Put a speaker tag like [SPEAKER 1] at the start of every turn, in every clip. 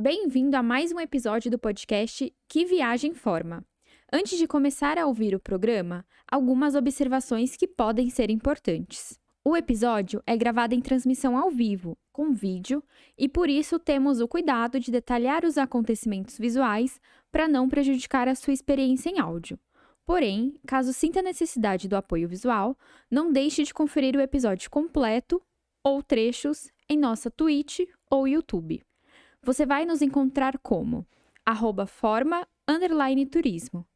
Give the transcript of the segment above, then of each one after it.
[SPEAKER 1] Bem-vindo a mais um episódio do podcast Que Viagem Forma. Antes de começar a ouvir o programa, algumas observações que podem ser importantes. O episódio é gravado em transmissão ao vivo, com vídeo, e por isso temos o cuidado de detalhar os acontecimentos visuais para não prejudicar a sua experiência em áudio. Porém, caso sinta necessidade do apoio visual, não deixe de conferir o episódio completo ou trechos em nossa Twitch ou YouTube você vai nos encontrar como arroba forma underline turismo.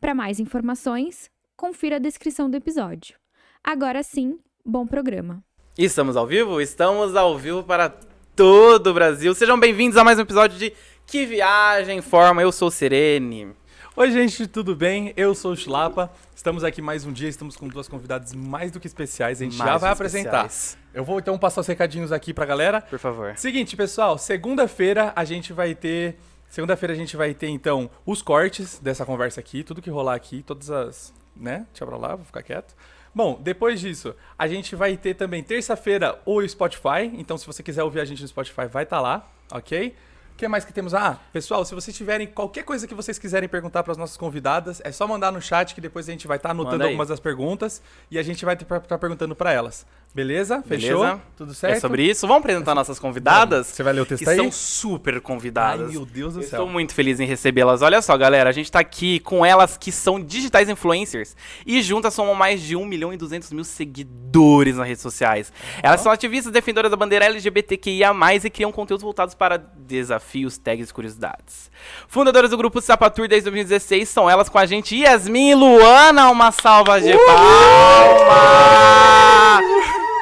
[SPEAKER 1] Para mais informações, confira a descrição do episódio. Agora sim, bom programa.
[SPEAKER 2] Estamos ao vivo? Estamos ao vivo para todo o Brasil. Sejam bem-vindos a mais um episódio de Que Viagem Forma. Eu sou o Sirene.
[SPEAKER 3] Oi, gente, tudo bem? Eu sou o Chilapa. Estamos aqui mais um dia, estamos com duas convidadas mais do que especiais. A gente já
[SPEAKER 2] Mais
[SPEAKER 3] vai
[SPEAKER 2] especiais.
[SPEAKER 3] apresentar. Eu vou então passar os recadinhos aqui pra galera.
[SPEAKER 2] Por favor. É
[SPEAKER 3] Seguinte, pessoal, segunda-feira a gente vai ter. Segunda-feira a gente vai ter, então, os cortes dessa conversa aqui, tudo que rolar aqui, todas as. né? Deixa pra lá, vou ficar quieto. Bom, depois disso, a gente vai ter também terça-feira o Spotify. Então, se você quiser ouvir a gente no Spotify, vai estar lá, ok? O que mais que temos? Ah, pessoal, se vocês tiverem qualquer coisa que vocês quiserem perguntar para as nossas convidadas, é só mandar no chat que depois a gente vai estar anotando
[SPEAKER 2] Manda aí.
[SPEAKER 3] algumas das perguntas e a gente vai estar perguntando para elas. Beleza? Fechou?
[SPEAKER 2] Beleza?
[SPEAKER 3] Tudo certo?
[SPEAKER 2] É sobre isso. Vamos apresentar nossas convidadas?
[SPEAKER 3] Você vai ler o texto
[SPEAKER 2] que
[SPEAKER 3] aí?
[SPEAKER 2] são super convidadas.
[SPEAKER 3] Ai, meu Deus do
[SPEAKER 2] Eu
[SPEAKER 3] céu.
[SPEAKER 2] Estou muito feliz em recebê-las. Olha só, galera, a gente tá aqui com elas que são digitais influencers e juntas somam mais de 1 milhão e 200 mil seguidores nas redes sociais. Elas são ativistas defensoras da bandeira LGBTQIA+, e criam conteúdos voltados para desafios, tags e curiosidades. Fundadoras do grupo Sapatur desde 2016 são elas com a gente, Yasmin e Luana, uma salva de palmas!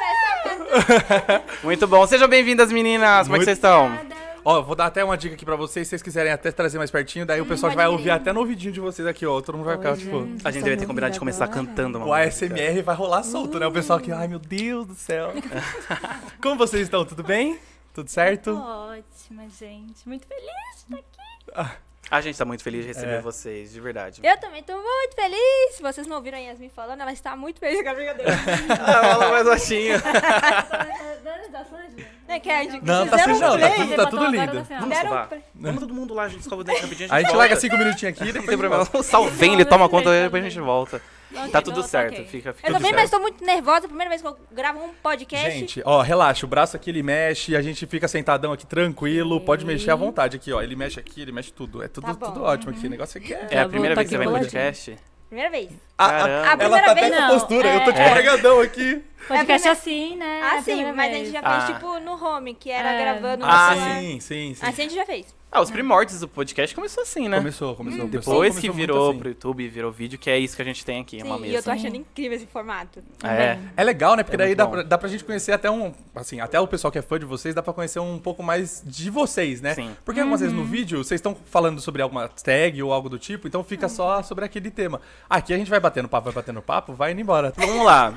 [SPEAKER 2] Muito bom, sejam bem-vindas meninas, como é que
[SPEAKER 3] Muito-
[SPEAKER 2] vocês estão?
[SPEAKER 3] Ó, vou dar até uma dica aqui pra vocês, se vocês quiserem até trazer mais pertinho, daí o pessoal
[SPEAKER 4] pode
[SPEAKER 3] vai ouvir
[SPEAKER 4] crer.
[SPEAKER 3] até no ouvidinho de vocês aqui, ó. Todo mundo vai ficar,
[SPEAKER 4] Pois
[SPEAKER 3] tipo.
[SPEAKER 4] é.
[SPEAKER 2] A gente
[SPEAKER 4] Só
[SPEAKER 2] deve ter
[SPEAKER 4] me
[SPEAKER 2] combinado de
[SPEAKER 4] ouvindo
[SPEAKER 2] começar
[SPEAKER 4] agora.
[SPEAKER 2] cantando uma
[SPEAKER 3] O
[SPEAKER 2] música.
[SPEAKER 3] ASMR vai rolar solto, né? O pessoal aqui, ai meu Deus do céu. Como vocês estão? Tudo bem? Tudo certo?
[SPEAKER 4] Ótima, gente. Muito feliz de estar aqui.
[SPEAKER 2] A gente tá muito feliz de receber
[SPEAKER 3] É.
[SPEAKER 2] vocês, de verdade.
[SPEAKER 4] Eu também tô muito feliz. Vocês não ouviram a Yasmin falando, ela está muito feliz com a brincadeira.
[SPEAKER 2] Ah, Fala mais baixinho.
[SPEAKER 4] Não, que é de-
[SPEAKER 3] Não,
[SPEAKER 4] vocês
[SPEAKER 3] tá
[SPEAKER 4] deram
[SPEAKER 3] assim, não, tá
[SPEAKER 4] play,
[SPEAKER 3] tudo- tá
[SPEAKER 4] deram
[SPEAKER 3] tudo
[SPEAKER 4] agora
[SPEAKER 3] lindo.
[SPEAKER 4] no final.
[SPEAKER 2] Vamos
[SPEAKER 4] Deram um
[SPEAKER 2] salvar.
[SPEAKER 4] play.
[SPEAKER 2] Vamos todo mundo lá, a gente escova o dente rapidinho.
[SPEAKER 3] A gente
[SPEAKER 2] volta.
[SPEAKER 3] larga cinco minutinhos aqui, depois
[SPEAKER 2] Não tem
[SPEAKER 3] a
[SPEAKER 2] problema.
[SPEAKER 3] gente volta.
[SPEAKER 2] O Salvem, ele toma conta, depois a gente volta.
[SPEAKER 4] Ok,
[SPEAKER 2] Tá tudo
[SPEAKER 4] então,
[SPEAKER 2] certo,
[SPEAKER 4] ok.
[SPEAKER 2] fica, fica
[SPEAKER 4] Eu
[SPEAKER 2] tudo
[SPEAKER 4] também, mas
[SPEAKER 2] certo.
[SPEAKER 4] tô muito nervosa. Primeira vez que eu gravo um podcast.
[SPEAKER 3] Gente, ó, relaxa, o braço aqui ele mexe, a gente fica sentadão aqui tranquilo, pode mexer à vontade aqui, ó. Ele mexe aqui, ele mexe tudo. É tudo,
[SPEAKER 4] Tá bom.
[SPEAKER 3] tudo ótimo aqui. O negócio aqui é.
[SPEAKER 2] É a
[SPEAKER 5] bom,
[SPEAKER 2] primeira
[SPEAKER 5] tá
[SPEAKER 2] vez que você vai
[SPEAKER 5] aqui
[SPEAKER 2] no
[SPEAKER 5] coladinho.
[SPEAKER 2] podcast?
[SPEAKER 4] Primeira vez.
[SPEAKER 2] Caramba.
[SPEAKER 4] a
[SPEAKER 3] Ela
[SPEAKER 4] primeira
[SPEAKER 3] tá até
[SPEAKER 4] vez
[SPEAKER 3] com
[SPEAKER 5] não,
[SPEAKER 3] postura, eu tô de
[SPEAKER 4] é.
[SPEAKER 3] carregadão aqui.
[SPEAKER 5] Podcast assim, né?
[SPEAKER 4] Ah,
[SPEAKER 5] É a
[SPEAKER 4] sim,
[SPEAKER 5] primeira
[SPEAKER 4] mas a
[SPEAKER 5] vez.
[SPEAKER 4] gente já
[SPEAKER 2] Ah.
[SPEAKER 4] fez, tipo, no home, que era
[SPEAKER 5] É.
[SPEAKER 4] gravando no
[SPEAKER 2] Ah,
[SPEAKER 4] celular.
[SPEAKER 3] sim, sim, sim.
[SPEAKER 4] Assim a gente já fez.
[SPEAKER 2] Ah, os primórdios do podcast começou assim, né?
[SPEAKER 3] Começou, começou. o pessoal
[SPEAKER 2] Depois que
[SPEAKER 3] começou muito
[SPEAKER 2] virou
[SPEAKER 3] assim.
[SPEAKER 2] pro YouTube, virou vídeo, que é isso que a gente tem aqui, uma
[SPEAKER 4] Sim, e
[SPEAKER 2] mesa.
[SPEAKER 4] eu tô achando incrível esse formato.
[SPEAKER 2] É.
[SPEAKER 3] É legal, né? Porque
[SPEAKER 2] É
[SPEAKER 3] daí
[SPEAKER 2] muito
[SPEAKER 3] dá
[SPEAKER 2] bom.
[SPEAKER 3] pra, dá pra gente conhecer até um. Assim, até o pessoal que é fã de vocês, dá pra conhecer um pouco mais de vocês, né?
[SPEAKER 2] Sim. Uhum.
[SPEAKER 3] Porque algumas vezes no vídeo vocês estão falando sobre alguma tag ou algo do tipo, então fica
[SPEAKER 2] Uhum.
[SPEAKER 3] só sobre aquele tema. Aqui a gente vai batendo papo, vai batendo papo, vai indo embora.
[SPEAKER 2] Vamos lá.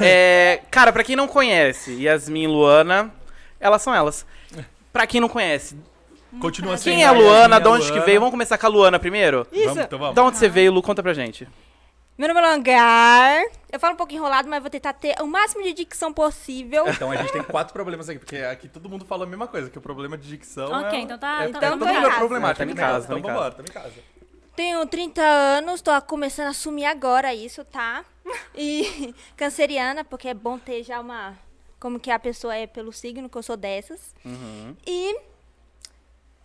[SPEAKER 2] É, cara, pra quem não conhece, Yasmin e Luana, elas são elas. Pra quem não conhece,
[SPEAKER 3] Continua sendo.
[SPEAKER 2] quem é a
[SPEAKER 3] a
[SPEAKER 2] Luana,
[SPEAKER 3] Yasmin,
[SPEAKER 2] de
[SPEAKER 3] a
[SPEAKER 2] onde que
[SPEAKER 3] Luana.
[SPEAKER 2] veio? Vamos começar com a Luana primeiro?
[SPEAKER 3] Vamos, então vamos.
[SPEAKER 2] Da onde você veio, Lu? Conta pra gente.
[SPEAKER 4] Meu nome é Langar. Eu falo um pouco enrolado, mas vou tentar ter o máximo de dicção possível.
[SPEAKER 3] Então a gente tem quatro problemas aqui, porque aqui todo mundo fala a mesma coisa, que o problema de dicção.
[SPEAKER 5] Ok,
[SPEAKER 3] é,
[SPEAKER 5] então tá-
[SPEAKER 3] É,
[SPEAKER 5] então
[SPEAKER 3] é,
[SPEAKER 4] tamo
[SPEAKER 3] todo
[SPEAKER 4] em
[SPEAKER 3] mundo é
[SPEAKER 4] casa.
[SPEAKER 3] problemático
[SPEAKER 2] Tamo em
[SPEAKER 3] em
[SPEAKER 2] casa,
[SPEAKER 3] casa.
[SPEAKER 2] tamo
[SPEAKER 3] Então
[SPEAKER 2] em
[SPEAKER 3] vambora, tamo em casa.
[SPEAKER 4] Tenho 30 anos, tô começando a assumir agora isso, tá? E canceriana, porque é bom ter já uma. Como que a pessoa é pelo signo, que eu sou dessas. E.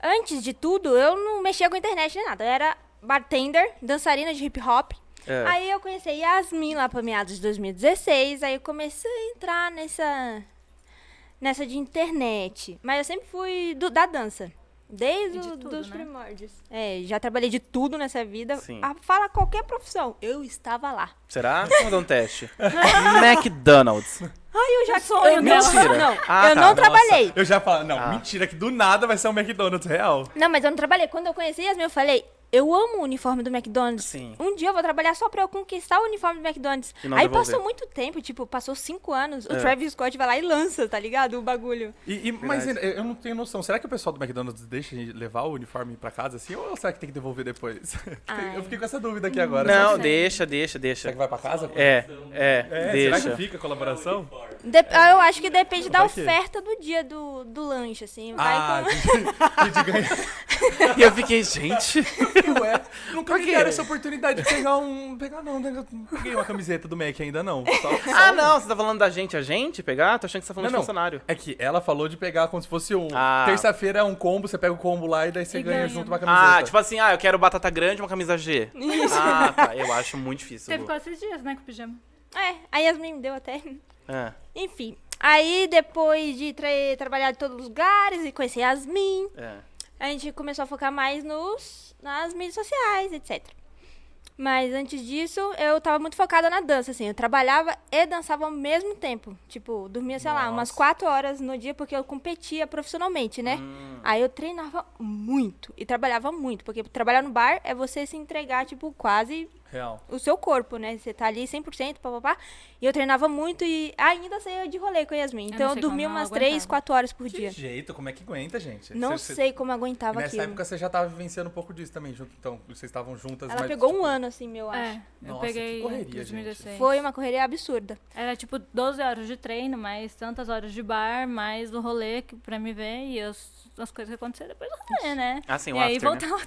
[SPEAKER 4] Antes de tudo, eu não mexia com internet nem nada. Eu era bartender, dançarina de hip hop.
[SPEAKER 2] É.
[SPEAKER 4] Aí eu conheci a Yasmin lá pra meados de 2016. Aí eu comecei a entrar nessa. Nessa de internet. Mas eu sempre fui do- da dança. Desde
[SPEAKER 5] E de
[SPEAKER 4] o-
[SPEAKER 5] tudo,
[SPEAKER 4] dos
[SPEAKER 5] né?
[SPEAKER 4] primórdios. É, já trabalhei de tudo nessa vida.
[SPEAKER 2] Sim.
[SPEAKER 4] A- fala qualquer profissão. Eu estava lá.
[SPEAKER 2] Será? Vamos dar um teste. McDonald's.
[SPEAKER 4] Ai, eu já sou.
[SPEAKER 5] sonho
[SPEAKER 4] Eu não,
[SPEAKER 5] dela.
[SPEAKER 4] não,
[SPEAKER 2] Ah, tá,
[SPEAKER 4] eu não
[SPEAKER 2] nossa.
[SPEAKER 4] trabalhei.
[SPEAKER 3] Eu já falo, não,
[SPEAKER 2] Ah.
[SPEAKER 3] mentira, que do nada vai ser um McDonald's real.
[SPEAKER 4] Não, mas eu não trabalhei. Quando eu conheci Yasmin, eu falei, eu amo o uniforme do McDonald's.
[SPEAKER 2] Sim.
[SPEAKER 4] Um dia eu vou trabalhar só pra eu conquistar o uniforme do McDonald's.
[SPEAKER 2] E não
[SPEAKER 4] Aí
[SPEAKER 2] devolver.
[SPEAKER 4] passou muito tempo, tipo, passou cinco anos. O
[SPEAKER 2] É.
[SPEAKER 4] Travis Scott vai lá e lança, tá ligado? O bagulho.
[SPEAKER 3] E, e- mas eu
[SPEAKER 2] Verdade.
[SPEAKER 3] eu não tenho noção. Será que o pessoal do McDonald's deixa a gente levar o uniforme pra casa assim? Ou será que tem que devolver depois?
[SPEAKER 4] Ai.
[SPEAKER 3] Eu fiquei com essa dúvida aqui agora.
[SPEAKER 2] Não,
[SPEAKER 3] Será que-
[SPEAKER 2] deixa, deixa,
[SPEAKER 3] Será que
[SPEAKER 2] deixa.
[SPEAKER 3] vai pra casa?
[SPEAKER 2] É, é,
[SPEAKER 3] É, Será
[SPEAKER 2] deixa.
[SPEAKER 3] que fica a colaboração?
[SPEAKER 4] Dep- ah, eu acho que depende da
[SPEAKER 2] tá
[SPEAKER 3] Vai que-
[SPEAKER 4] oferta do dia do, do lanche, assim. Vai
[SPEAKER 3] Ah,
[SPEAKER 4] com-
[SPEAKER 3] de, de ganhar.
[SPEAKER 2] E eu fiquei, gente.
[SPEAKER 3] Ué, nunca me
[SPEAKER 2] quê?
[SPEAKER 3] deram essa oportunidade de pegar um. Pegar não, né? Eu não peguei uma camiseta do Mac ainda não. Só- só-
[SPEAKER 2] Ah, não, você tá falando da gente, a gente pegar? Tô achando que você tá falando
[SPEAKER 3] Não,
[SPEAKER 2] de
[SPEAKER 3] não.
[SPEAKER 2] funcionário.
[SPEAKER 3] É que ela falou de pegar como se fosse um.
[SPEAKER 2] Ah.
[SPEAKER 3] Terça-feira é um combo, você pega o combo lá e daí você
[SPEAKER 4] E
[SPEAKER 3] ganha,
[SPEAKER 4] ganha.
[SPEAKER 3] junto uma camiseta.
[SPEAKER 2] Ah, tipo assim, ah, eu quero batata grande e uma camisa G. Isso. Ah, tá, eu acho muito difícil.
[SPEAKER 5] Teve
[SPEAKER 2] Gu.
[SPEAKER 5] quase esses dias, né, com o pijama.
[SPEAKER 4] É, a Yasmin me deu até.
[SPEAKER 2] É.
[SPEAKER 4] Enfim. Aí, depois de tra- trabalhar em todos os lugares e conhecer Yasmin,
[SPEAKER 2] É.
[SPEAKER 4] a gente começou a focar mais nos, nas mídias sociais, etc. Mas antes disso, eu tava muito focada na dança, assim. Eu trabalhava e dançava ao mesmo tempo. Tipo, dormia, sei lá, umas
[SPEAKER 2] Nossa.
[SPEAKER 4] quatro horas no dia, porque eu competia profissionalmente, né? Aí eu treinava muito e trabalhava muito, porque trabalhar no bar é você se entregar, tipo, quase
[SPEAKER 3] Real.
[SPEAKER 4] o seu corpo, né? Você tá ali 100%, papapá. E eu treinava muito e ainda saía de rolê com a Yasmin.
[SPEAKER 5] não
[SPEAKER 4] Então eu,
[SPEAKER 5] sei
[SPEAKER 4] dormia
[SPEAKER 5] como ela
[SPEAKER 4] umas três,
[SPEAKER 5] aguentava.
[SPEAKER 4] quatro horas por
[SPEAKER 3] Que
[SPEAKER 4] dia.
[SPEAKER 3] jeito, como é que aguenta, gente?
[SPEAKER 4] Não
[SPEAKER 3] Você- você-
[SPEAKER 4] sei como eu aguentava
[SPEAKER 3] Nessa
[SPEAKER 4] aquilo.
[SPEAKER 3] época você já tava vivenciando um pouco disso também, junto, então. Vocês estavam juntas.
[SPEAKER 4] Ela
[SPEAKER 3] mas,
[SPEAKER 4] pegou
[SPEAKER 3] tipo,
[SPEAKER 4] um ano, assim, meu,
[SPEAKER 5] É,
[SPEAKER 4] acho.
[SPEAKER 5] eu
[SPEAKER 3] Nossa,
[SPEAKER 5] peguei
[SPEAKER 3] que
[SPEAKER 5] em
[SPEAKER 3] correria, gente.
[SPEAKER 5] 2016.
[SPEAKER 4] Foi uma correria absurda.
[SPEAKER 5] Era tipo 12 horas de treino, mais tantas horas de bar, mais o rolê que- pra me ver e as, as coisas que aconteceram depois do rolê, né?
[SPEAKER 2] Ah, sim, o
[SPEAKER 5] e aí
[SPEAKER 2] after, né?
[SPEAKER 5] voltava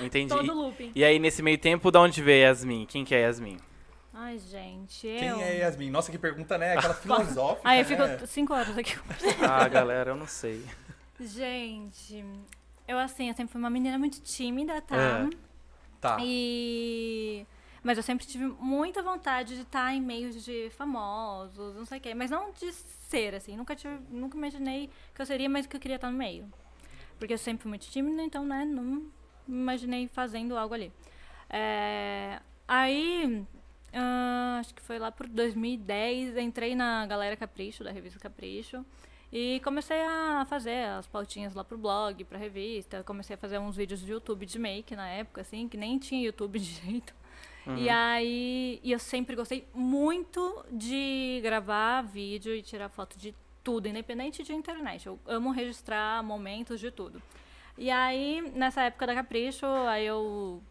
[SPEAKER 2] Entendi.
[SPEAKER 5] todo o looping.
[SPEAKER 2] E aí, nesse meio tempo, da onde veio a Yasmin? Quem que é a Yasmin?
[SPEAKER 5] Ai, gente,
[SPEAKER 3] Quem
[SPEAKER 5] eu...
[SPEAKER 4] né?
[SPEAKER 3] é Yasmin? Nossa, que pergunta, né? Aquela filosófica.
[SPEAKER 5] Aí eu
[SPEAKER 3] né?
[SPEAKER 2] É.
[SPEAKER 5] fico 5 horas aqui conversando.
[SPEAKER 2] Ah, galera, eu não sei.
[SPEAKER 5] Gente, eu assim, eu sempre fui uma menina muito tímida, tá?
[SPEAKER 2] É.
[SPEAKER 3] Tá.
[SPEAKER 5] E... Mas eu sempre tive muita vontade de estar em meios de famosos, não sei o quê. Mas não de ser, assim. Nunca, tive, nunca imaginei que eu seria, mas que eu queria estar no meio. Porque eu sempre fui muito tímida, então, né, não me imaginei fazendo algo ali. É, Aí, ah, acho que foi lá por 2010, entrei na Galera Capricho, da revista Capricho. E comecei a fazer as pautinhas lá pro blog, pra revista. Comecei a fazer uns vídeos do YouTube de make na época, assim, que nem tinha YouTube direito. E aí, e eu sempre gostei muito de gravar vídeo e tirar foto de tudo, independente de internet. Eu amo registrar momentos de tudo. E aí, nessa época da Capricho, aí eu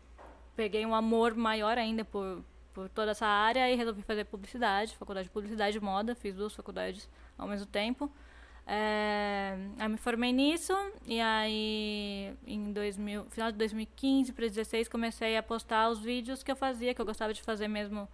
[SPEAKER 5] peguei um amor maior ainda por, por toda essa área e resolvi fazer publicidade, faculdade de publicidade e moda, fiz duas faculdades ao mesmo tempo. É, aí me formei nisso e aí em 2000, final de 2015 para 2016 comecei a postar os vídeos que eu fazia, que eu gostava de fazer mesmo,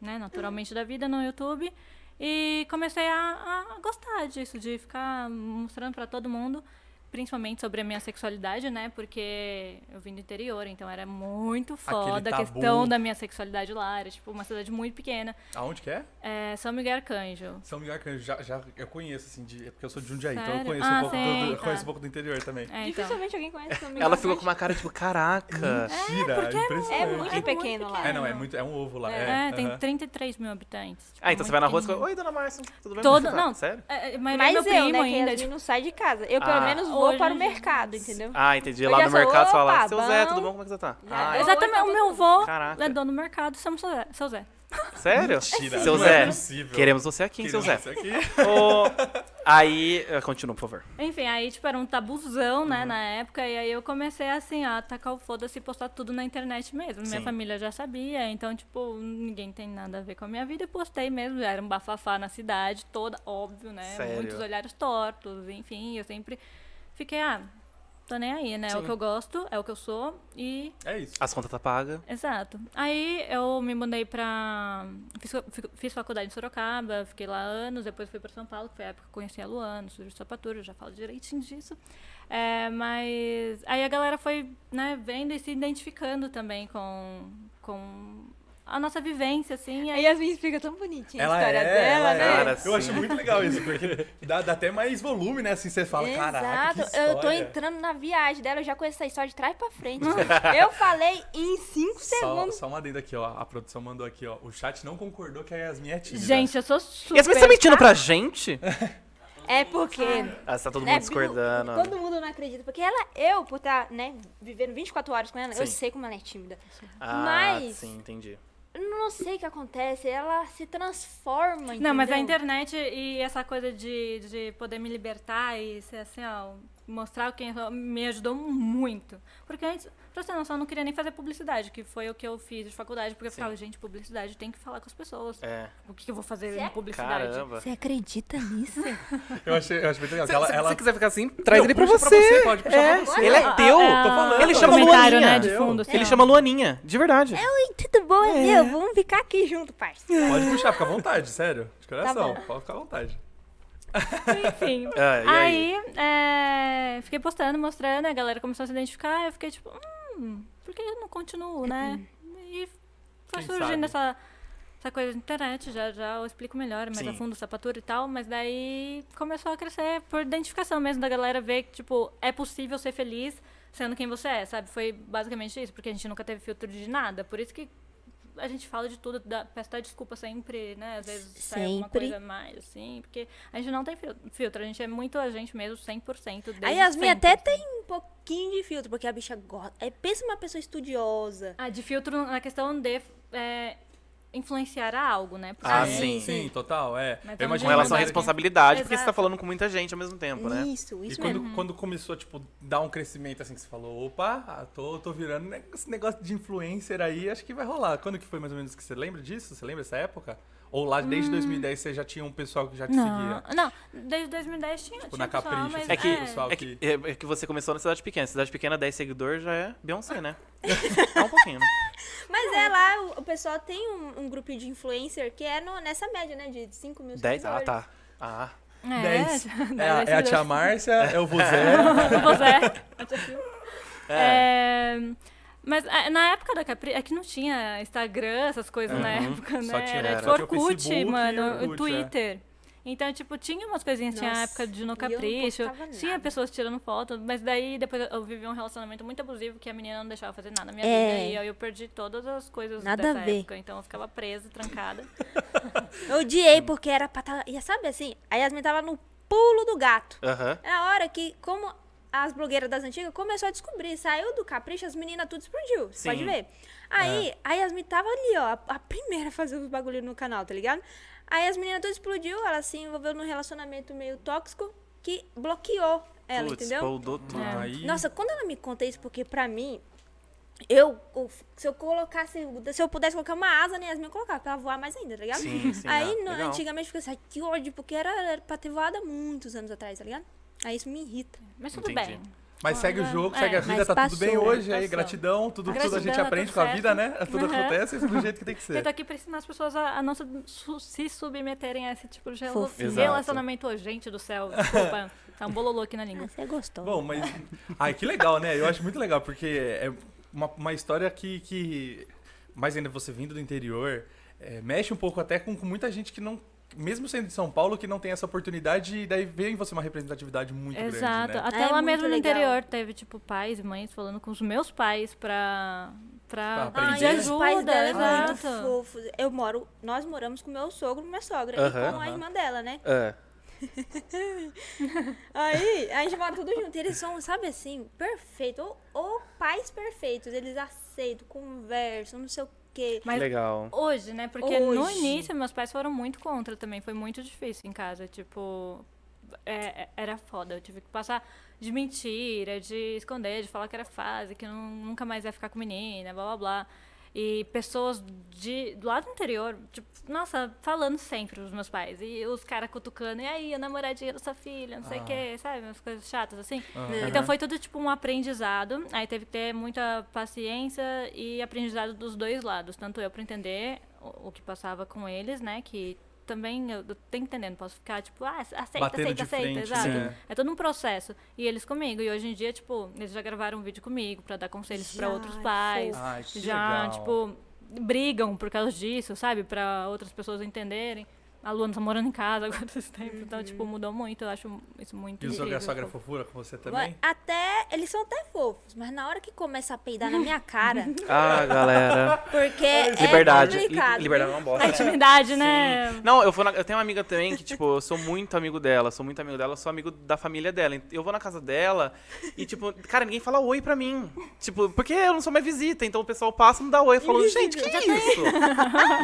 [SPEAKER 5] né, naturalmente da vida no YouTube e comecei a, a gostar disso, de ficar mostrando para todo mundo principalmente sobre a minha sexualidade, né? Porque eu vim do interior, então era muito foda a
[SPEAKER 3] tabu.
[SPEAKER 5] questão da minha sexualidade lá. Era, tipo, uma cidade muito pequena.
[SPEAKER 3] Aonde que é?
[SPEAKER 5] É, São Miguel Arcanjo.
[SPEAKER 3] São Miguel Arcanjo. Já, já, eu conheço, assim, de, é porque eu sou de Jundiaí, então eu
[SPEAKER 5] Sério?
[SPEAKER 3] conheço, um,
[SPEAKER 5] Ah,
[SPEAKER 3] pouco
[SPEAKER 5] sim,
[SPEAKER 3] do, do-
[SPEAKER 5] tá.
[SPEAKER 3] conheço um pouco do interior também.
[SPEAKER 5] É, então.
[SPEAKER 4] Dificilmente alguém conhece comigo.
[SPEAKER 2] Ela ficou com uma cara tipo, caraca.
[SPEAKER 3] Uhum. Mentira, impressionante.
[SPEAKER 4] É muito né? pequeno lá.
[SPEAKER 3] É, não, é, muito, é um ovo lá.
[SPEAKER 5] É, tem
[SPEAKER 3] aham.
[SPEAKER 5] 33 mil habitantes. tipo,
[SPEAKER 2] Ah, então você vai
[SPEAKER 5] muito
[SPEAKER 2] na rua e fala,
[SPEAKER 5] pequenininho.
[SPEAKER 2] oi, dona Márcia, tudo bem?
[SPEAKER 5] Todo,
[SPEAKER 2] Tá,
[SPEAKER 5] não,
[SPEAKER 2] Sério?
[SPEAKER 5] É, mas
[SPEAKER 4] Mas
[SPEAKER 5] meu
[SPEAKER 4] eu,
[SPEAKER 5] primo
[SPEAKER 4] né, que
[SPEAKER 5] ainda.
[SPEAKER 4] Yasmin
[SPEAKER 5] tipo,
[SPEAKER 4] não sai de casa. Eu,
[SPEAKER 2] Ah.
[SPEAKER 4] pelo menos, vou
[SPEAKER 5] Hoje
[SPEAKER 4] para o
[SPEAKER 5] em
[SPEAKER 4] mercado, entendeu?
[SPEAKER 2] Ah, entendi.
[SPEAKER 4] Eu
[SPEAKER 2] Lá
[SPEAKER 4] já
[SPEAKER 2] no
[SPEAKER 4] sou,
[SPEAKER 2] mercado você fala,
[SPEAKER 4] opa,
[SPEAKER 2] seu Zé, tudo
[SPEAKER 4] bom?
[SPEAKER 2] bom? Como é que você tá?
[SPEAKER 4] Já
[SPEAKER 2] Ah,
[SPEAKER 4] deu.
[SPEAKER 5] Exatamente,
[SPEAKER 4] Oi,
[SPEAKER 5] o meu avô
[SPEAKER 2] Caraca.
[SPEAKER 5] é dono do mercado, chama seu Zé. Seu Zé.
[SPEAKER 2] sério?
[SPEAKER 3] Mentira,
[SPEAKER 2] Seu
[SPEAKER 3] não
[SPEAKER 2] Zé,
[SPEAKER 3] é possível.
[SPEAKER 2] queremos você aqui, hein, seu Zé.
[SPEAKER 3] Isso aqui.
[SPEAKER 2] Ô, Aí, eh, continua, por favor.
[SPEAKER 5] Enfim, aí, tipo, era um tabuzão,
[SPEAKER 2] Uhum.
[SPEAKER 5] né, na época. E aí eu comecei, assim, a tacar o foda-se e postar tudo na internet mesmo. Minha
[SPEAKER 2] Sim.
[SPEAKER 5] família já sabia, então, tipo, ninguém tem nada a ver com a minha vida. E postei mesmo, era um bafafá na cidade toda, óbvio, né?
[SPEAKER 2] Sério?
[SPEAKER 5] Muitos olhares tortos, enfim. Eu sempre fiquei, ah, tô nem aí, né? É o que eu gosto, é o que eu sou e
[SPEAKER 3] É isso.
[SPEAKER 2] As contas tá paga.
[SPEAKER 5] Exato. Aí eu me mudei pra. Fiz, fico- fiz faculdade em Sorocaba, fiquei lá anos, depois fui pra São Paulo, que foi a época que eu conheci a Luana, Sujo de Sapatura, eu já falo direitinho disso. É, mas. Aí a galera foi né, vendo e se identificando também com, com a nossa vivência, assim. e
[SPEAKER 4] A
[SPEAKER 5] aí-
[SPEAKER 4] Yasmin fica tão bonitinha a
[SPEAKER 3] Ela
[SPEAKER 4] história
[SPEAKER 3] é,
[SPEAKER 4] dela,
[SPEAKER 3] ela é.
[SPEAKER 4] né?
[SPEAKER 2] Cara,
[SPEAKER 3] Eu
[SPEAKER 2] sim.
[SPEAKER 3] acho muito legal isso, porque dá, dá até mais volume, né? Assim, você fala, caraca, que
[SPEAKER 4] Exato, eu tô
[SPEAKER 3] história."
[SPEAKER 4] entrando na viagem dela, eu já conheço essa história de trás pra frente. assim. eu falei em 5
[SPEAKER 3] Só,
[SPEAKER 4] segundos.
[SPEAKER 3] só uma adenda aqui, ó. A produção mandou aqui, ó. O chat não concordou que a Yasmin é tímida.
[SPEAKER 5] Gente, eu sou super.
[SPEAKER 2] E as pessoas estão mentindo pra gente?
[SPEAKER 4] É porque.
[SPEAKER 2] Ah, tá todo mundo
[SPEAKER 4] né,
[SPEAKER 2] discordando.
[SPEAKER 4] Todo mundo não acredita. Porque ela, eu, por estar, né, vivendo 24 horas com ela,
[SPEAKER 2] Sim.
[SPEAKER 4] eu sei como ela é tímida.
[SPEAKER 2] Ah,
[SPEAKER 4] Mas-
[SPEAKER 2] sim, entendi.
[SPEAKER 4] Eu não sei o que acontece, ela se transforma, entendeu?
[SPEAKER 5] Não, mas a internet e essa coisa de, de poder me libertar e ser assim, ó, mostrar quem eu sou, me ajudou muito. Porque antes, pra você ter noção, eu não queria nem fazer publicidade, que foi o que eu fiz de faculdade, porque eu ficava, gente, publicidade tem que falar com as pessoas.
[SPEAKER 2] É.
[SPEAKER 5] O que, que eu vou fazer
[SPEAKER 4] Sério?
[SPEAKER 5] em publicidade?
[SPEAKER 2] Caramba.
[SPEAKER 4] Você acredita nisso?
[SPEAKER 3] Eu achei, eu achei muito legal.
[SPEAKER 2] Se
[SPEAKER 3] que ela,
[SPEAKER 2] se
[SPEAKER 3] ela-
[SPEAKER 2] você quiser ficar assim, traz
[SPEAKER 3] Não,
[SPEAKER 2] ele pra
[SPEAKER 3] puxa
[SPEAKER 2] você.
[SPEAKER 3] pra você, pode puxar pra
[SPEAKER 2] É,
[SPEAKER 3] você.
[SPEAKER 2] Ele é teu.
[SPEAKER 5] Ah,
[SPEAKER 3] Tô falando.
[SPEAKER 2] Ele chama
[SPEAKER 5] comentário,
[SPEAKER 2] Luaninha.
[SPEAKER 5] né, de fundo,
[SPEAKER 4] ah.
[SPEAKER 5] assim,
[SPEAKER 4] É.
[SPEAKER 2] Ele
[SPEAKER 5] ó.
[SPEAKER 2] chama Luaninha, de verdade.
[SPEAKER 4] Tudo bom, é. meu? Vamos ficar aqui junto, parça.
[SPEAKER 3] Pode puxar, fica à vontade, sério. De coração,
[SPEAKER 4] bom.
[SPEAKER 3] pode ficar à vontade.
[SPEAKER 5] Enfim.
[SPEAKER 2] Ah, e aí?
[SPEAKER 5] aí, é, fiquei postando, mostrando, a galera começou a se identificar, eu fiquei tipo, hum, por que eu não continuo, né? E foi
[SPEAKER 3] Quem
[SPEAKER 5] surgindo
[SPEAKER 3] sabe?
[SPEAKER 5] essa, essa coisa de internet, já, já eu explico melhor, mais
[SPEAKER 2] Sim.
[SPEAKER 5] a fundo, sapatura e tal, mas daí começou a crescer por identificação mesmo da galera ver que, tipo, é possível ser feliz sendo quem você é, sabe? Foi basicamente isso, porque a gente nunca teve filtro de nada, por isso que a gente fala de tudo, dá, peço até desculpa sempre, né? Às vezes sai alguma
[SPEAKER 4] Sempre.
[SPEAKER 5] coisa mais, assim, porque a gente não tem fil- filtro, a gente é muito a gente mesmo, 100%. Desde
[SPEAKER 4] Aí a Yasmin
[SPEAKER 5] sempre.
[SPEAKER 4] até tem um pouquinho de filtro, porque a bicha gosta. É, pensa uma pessoa estudiosa.
[SPEAKER 5] Ah, de filtro na questão de é, influenciar a algo, né? Porque
[SPEAKER 2] Ah,
[SPEAKER 5] a
[SPEAKER 2] sim.
[SPEAKER 3] Sim, total, é.
[SPEAKER 2] Com
[SPEAKER 3] eu
[SPEAKER 5] Mas vamos Com
[SPEAKER 3] imagino
[SPEAKER 2] relação à
[SPEAKER 5] verdade.
[SPEAKER 2] responsabilidade, porque você tá
[SPEAKER 5] Exato.
[SPEAKER 2] falando com muita gente ao mesmo tempo, né?
[SPEAKER 4] Isso,
[SPEAKER 3] E
[SPEAKER 4] isso
[SPEAKER 3] quando,
[SPEAKER 4] mesmo.
[SPEAKER 3] quando começou, tipo, dar um crescimento assim, que você falou, opa, ah, tô, tô virando né, esse negócio de influencer aí, acho que vai rolar. Quando que foi mais ou menos que você lembra disso? Você lembra essa época? Ou lá desde 2010 você já tinha um pessoal que já te
[SPEAKER 5] Não,
[SPEAKER 3] seguia?
[SPEAKER 5] não, desde 2010 tinha,
[SPEAKER 3] na
[SPEAKER 5] tinha pessoal,
[SPEAKER 3] Capricho,
[SPEAKER 5] mas
[SPEAKER 3] assim,
[SPEAKER 2] É que,
[SPEAKER 3] pessoal
[SPEAKER 2] é, que, é é que você começou na cidade pequena. Cidade pequena, 10 seguidores já é Beyoncé, né? Tá um pouquinho, né?
[SPEAKER 4] Mas é lá, o, o pessoal tem um, um grupinho de influencer que é no- nessa média, né? De 5 mil
[SPEAKER 2] 10? Ah,
[SPEAKER 4] seguidores.
[SPEAKER 2] tá. Ah.
[SPEAKER 5] É,
[SPEAKER 3] 10.
[SPEAKER 5] dez
[SPEAKER 3] É, a- é a
[SPEAKER 5] seguidores.
[SPEAKER 3] tia Márcia, é o Vozé.
[SPEAKER 5] Você. É. Mas é, na época da Capri, é que não tinha Instagram, essas coisas na
[SPEAKER 2] Uhum,
[SPEAKER 5] época,
[SPEAKER 2] só
[SPEAKER 5] né?
[SPEAKER 2] tinha-
[SPEAKER 5] Era
[SPEAKER 2] era.
[SPEAKER 5] tipo
[SPEAKER 3] Só tinha o
[SPEAKER 5] Orkut,
[SPEAKER 3] Facebook e
[SPEAKER 5] mano,
[SPEAKER 3] Orkut,
[SPEAKER 5] Twitter. Então, tipo, tinha umas coisinhas, tinha a
[SPEAKER 4] Nossa,
[SPEAKER 5] época de
[SPEAKER 4] e eu não
[SPEAKER 5] No Capricho,
[SPEAKER 4] postava
[SPEAKER 5] tinha
[SPEAKER 4] nada.
[SPEAKER 5] pessoas tirando foto, mas daí depois eu vivi um relacionamento muito abusivo que a menina não deixava fazer nada na minha
[SPEAKER 4] É.
[SPEAKER 5] vida. E aí eu perdi todas as coisas
[SPEAKER 4] Nada
[SPEAKER 5] dessa
[SPEAKER 4] a ver.
[SPEAKER 5] época. Então eu ficava presa, trancada.
[SPEAKER 4] Eu odiei
[SPEAKER 2] Hum.
[SPEAKER 4] porque era pra tá... E sabe assim, a Yasmin tava no pulo do gato.
[SPEAKER 2] Aham.
[SPEAKER 4] É a hora que, como as blogueiras das antigas começou a descobrir, saiu do capricho, as meninas tudo explodiu. Você
[SPEAKER 2] Sim. É.
[SPEAKER 4] pode ver. Aí, a Yasmin tava ali, ó, a, a primeira a fazer os bagulho no canal, tá ligado? Aí as meninas tudo explodiu, ela se envolveu num relacionamento meio tóxico que bloqueou ela,
[SPEAKER 2] Putz,
[SPEAKER 4] entendeu? É.
[SPEAKER 2] poldou tudo.
[SPEAKER 3] Aí,
[SPEAKER 4] Nossa, quando ela me conta isso, porque pra mim, eu, o- se eu colocasse, se eu pudesse colocar uma asa na Yasmin, eu colocava pra ela voar mais ainda, tá ligado?
[SPEAKER 2] Sim, sim,
[SPEAKER 4] Aí,
[SPEAKER 2] ah,
[SPEAKER 4] no-
[SPEAKER 2] legal.
[SPEAKER 4] antigamente, eu ficava assim, "Ai, que ódio, porque era, era pra ter voado há muitos anos atrás, tá ligado? Aí isso me irrita.
[SPEAKER 5] Mas tudo
[SPEAKER 2] Entendi.
[SPEAKER 5] bem.
[SPEAKER 3] Mas segue o jogo,
[SPEAKER 5] É,
[SPEAKER 3] segue a
[SPEAKER 5] mas
[SPEAKER 3] vida, tá
[SPEAKER 4] passou,
[SPEAKER 3] tudo bem hoje. Aí,
[SPEAKER 5] passou.
[SPEAKER 3] gratidão, tudo, tudo a
[SPEAKER 5] Gratidão,
[SPEAKER 3] gente
[SPEAKER 5] tá
[SPEAKER 3] aprende
[SPEAKER 5] tudo
[SPEAKER 3] com a
[SPEAKER 5] certo.
[SPEAKER 3] vida, né? Tudo
[SPEAKER 5] Aham.
[SPEAKER 3] acontece do jeito que tem que
[SPEAKER 5] Eu
[SPEAKER 3] ser.
[SPEAKER 5] tô aqui pra ensinar as pessoas a, a não se, su- se submeterem a esse tipo de rela-
[SPEAKER 4] Fofinho.
[SPEAKER 2] Exato.
[SPEAKER 5] relacionamento. Ô, gente do céu, desculpa. tá um bololô aqui na língua.
[SPEAKER 4] Ah, você gostou.
[SPEAKER 3] Bom, mas. Ai, que legal, né? Eu acho muito legal, porque é uma, uma história que, que. Mais ainda você vindo do interior, é, mexe um pouco até com, com muita gente que não. Mesmo sendo de São Paulo, que não tem essa oportunidade, e daí vê em você uma representatividade muito
[SPEAKER 5] Exato.
[SPEAKER 3] grande. Né?
[SPEAKER 5] Até
[SPEAKER 4] É
[SPEAKER 5] lá
[SPEAKER 4] muito
[SPEAKER 5] mesmo no
[SPEAKER 4] legal.
[SPEAKER 5] interior teve, tipo, pais e mães falando com os meus pais pra. pra
[SPEAKER 3] Pra
[SPEAKER 5] pedir
[SPEAKER 3] aprender.
[SPEAKER 4] e os pais
[SPEAKER 5] ajuda.
[SPEAKER 4] dela é muito
[SPEAKER 5] exato.
[SPEAKER 4] fofos. Eu moro, nós moramos com meu sogro e minha sogra, e
[SPEAKER 2] Aham.
[SPEAKER 4] com a
[SPEAKER 3] Aham.
[SPEAKER 4] irmã dela, né?
[SPEAKER 2] Ah.
[SPEAKER 4] Aí, a gente mora tudo junto. Eles são, sabe assim, perfeitos. Ou, ou pais perfeitos. Eles aceitam, conversam, não sei o quê.
[SPEAKER 5] Mas
[SPEAKER 2] Legal.
[SPEAKER 5] hoje, né? Porque no
[SPEAKER 4] Hoje.
[SPEAKER 5] início meus pais foram muito contra também. Foi muito difícil em casa. Tipo. é- é- era foda. Eu tive que passar de mentira, de esconder, de falar que era fase, que não- nunca mais ia ficar com menina, blá blá blá. E pessoas de, do lado interior, tipo, nossa, falando sempre os meus pais. E os caras cutucando, e aí, a namoradinha da sua filha, não sei o
[SPEAKER 3] Ah.
[SPEAKER 5] quê, sabe? Umas coisas chatas assim.
[SPEAKER 3] Aham.
[SPEAKER 5] Então foi tudo tipo um aprendizado. Aí teve que ter muita paciência e aprendizado dos dois lados. Tanto eu pra entender o, o que passava com eles, né? Que também eu, eu tenho que entender, não posso ficar tipo, ah, aceita,
[SPEAKER 3] Batendo de
[SPEAKER 5] aceita, aceita,
[SPEAKER 3] frente,
[SPEAKER 5] exato.
[SPEAKER 3] né?
[SPEAKER 5] É todo um processo. E eles comigo. E hoje em dia, tipo, eles já gravaram um vídeo comigo pra dar conselhos pra
[SPEAKER 4] Já,
[SPEAKER 5] outros
[SPEAKER 4] que
[SPEAKER 5] pais.
[SPEAKER 3] Ai, que
[SPEAKER 5] Ah, já,
[SPEAKER 3] legal.
[SPEAKER 5] tipo, brigam por causa disso, sabe? Pra outras pessoas entenderem. A Luana tá morando em casa agora esse tempo, então,
[SPEAKER 4] Uhum.
[SPEAKER 5] tipo, mudou muito. Eu acho isso muito
[SPEAKER 3] E o sogro e a
[SPEAKER 5] incrível,
[SPEAKER 3] sogra
[SPEAKER 5] fofo.
[SPEAKER 3] fofura com você também?
[SPEAKER 4] Até, eles são até fofos, mas na hora que começa a peidar na minha cara,
[SPEAKER 2] Ah, galera.
[SPEAKER 4] porque é
[SPEAKER 2] Liberdade. Li-
[SPEAKER 4] complicado.
[SPEAKER 2] Liberdade é uma bosta.
[SPEAKER 5] A intimidade, né?
[SPEAKER 4] É.
[SPEAKER 2] Sim. Não, eu vou na- eu tenho uma amiga também que, tipo, eu sou muito amigo dela, sou muito amigo dela, sou amigo da família dela. Eu vou na casa dela e, tipo, cara, ninguém fala oi pra mim. Tipo, porque eu não sou mais visita, então o pessoal passa e não dá oi. Eu falo, gente, que isso?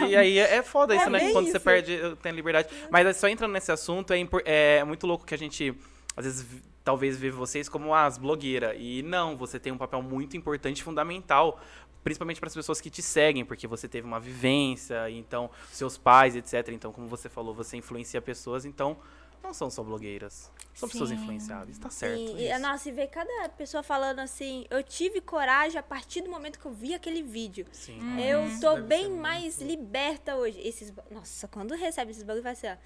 [SPEAKER 2] E aí é é foda isso,
[SPEAKER 4] É
[SPEAKER 2] né?
[SPEAKER 4] bem
[SPEAKER 2] Quando você
[SPEAKER 4] isso.
[SPEAKER 2] perde, eh, tem a liberdade. Mas só entrando nesse assunto, é, impor- é muito louco que a gente, às vezes, vi- talvez vê vocês como as blogueiras. E não, você tem um papel muito importante, fundamental, principalmente para as pessoas que te seguem, porque você teve uma vivência, então, seus pais, etc. Então, como você falou, você influencia pessoas, então. Não são só blogueiras. São pessoas
[SPEAKER 5] Sim.
[SPEAKER 2] influenciáveis. Tá certo.
[SPEAKER 4] E, e,
[SPEAKER 2] isso.
[SPEAKER 4] nossa, e ver cada pessoa falando assim, eu tive coragem a partir do momento que eu vi aquele vídeo.
[SPEAKER 2] Sim.
[SPEAKER 4] Eu tô
[SPEAKER 3] deve
[SPEAKER 4] bem
[SPEAKER 3] ser muito-
[SPEAKER 4] mais liberta hoje. Esses, ba- nossa, quando recebe esses bagulho vai ser,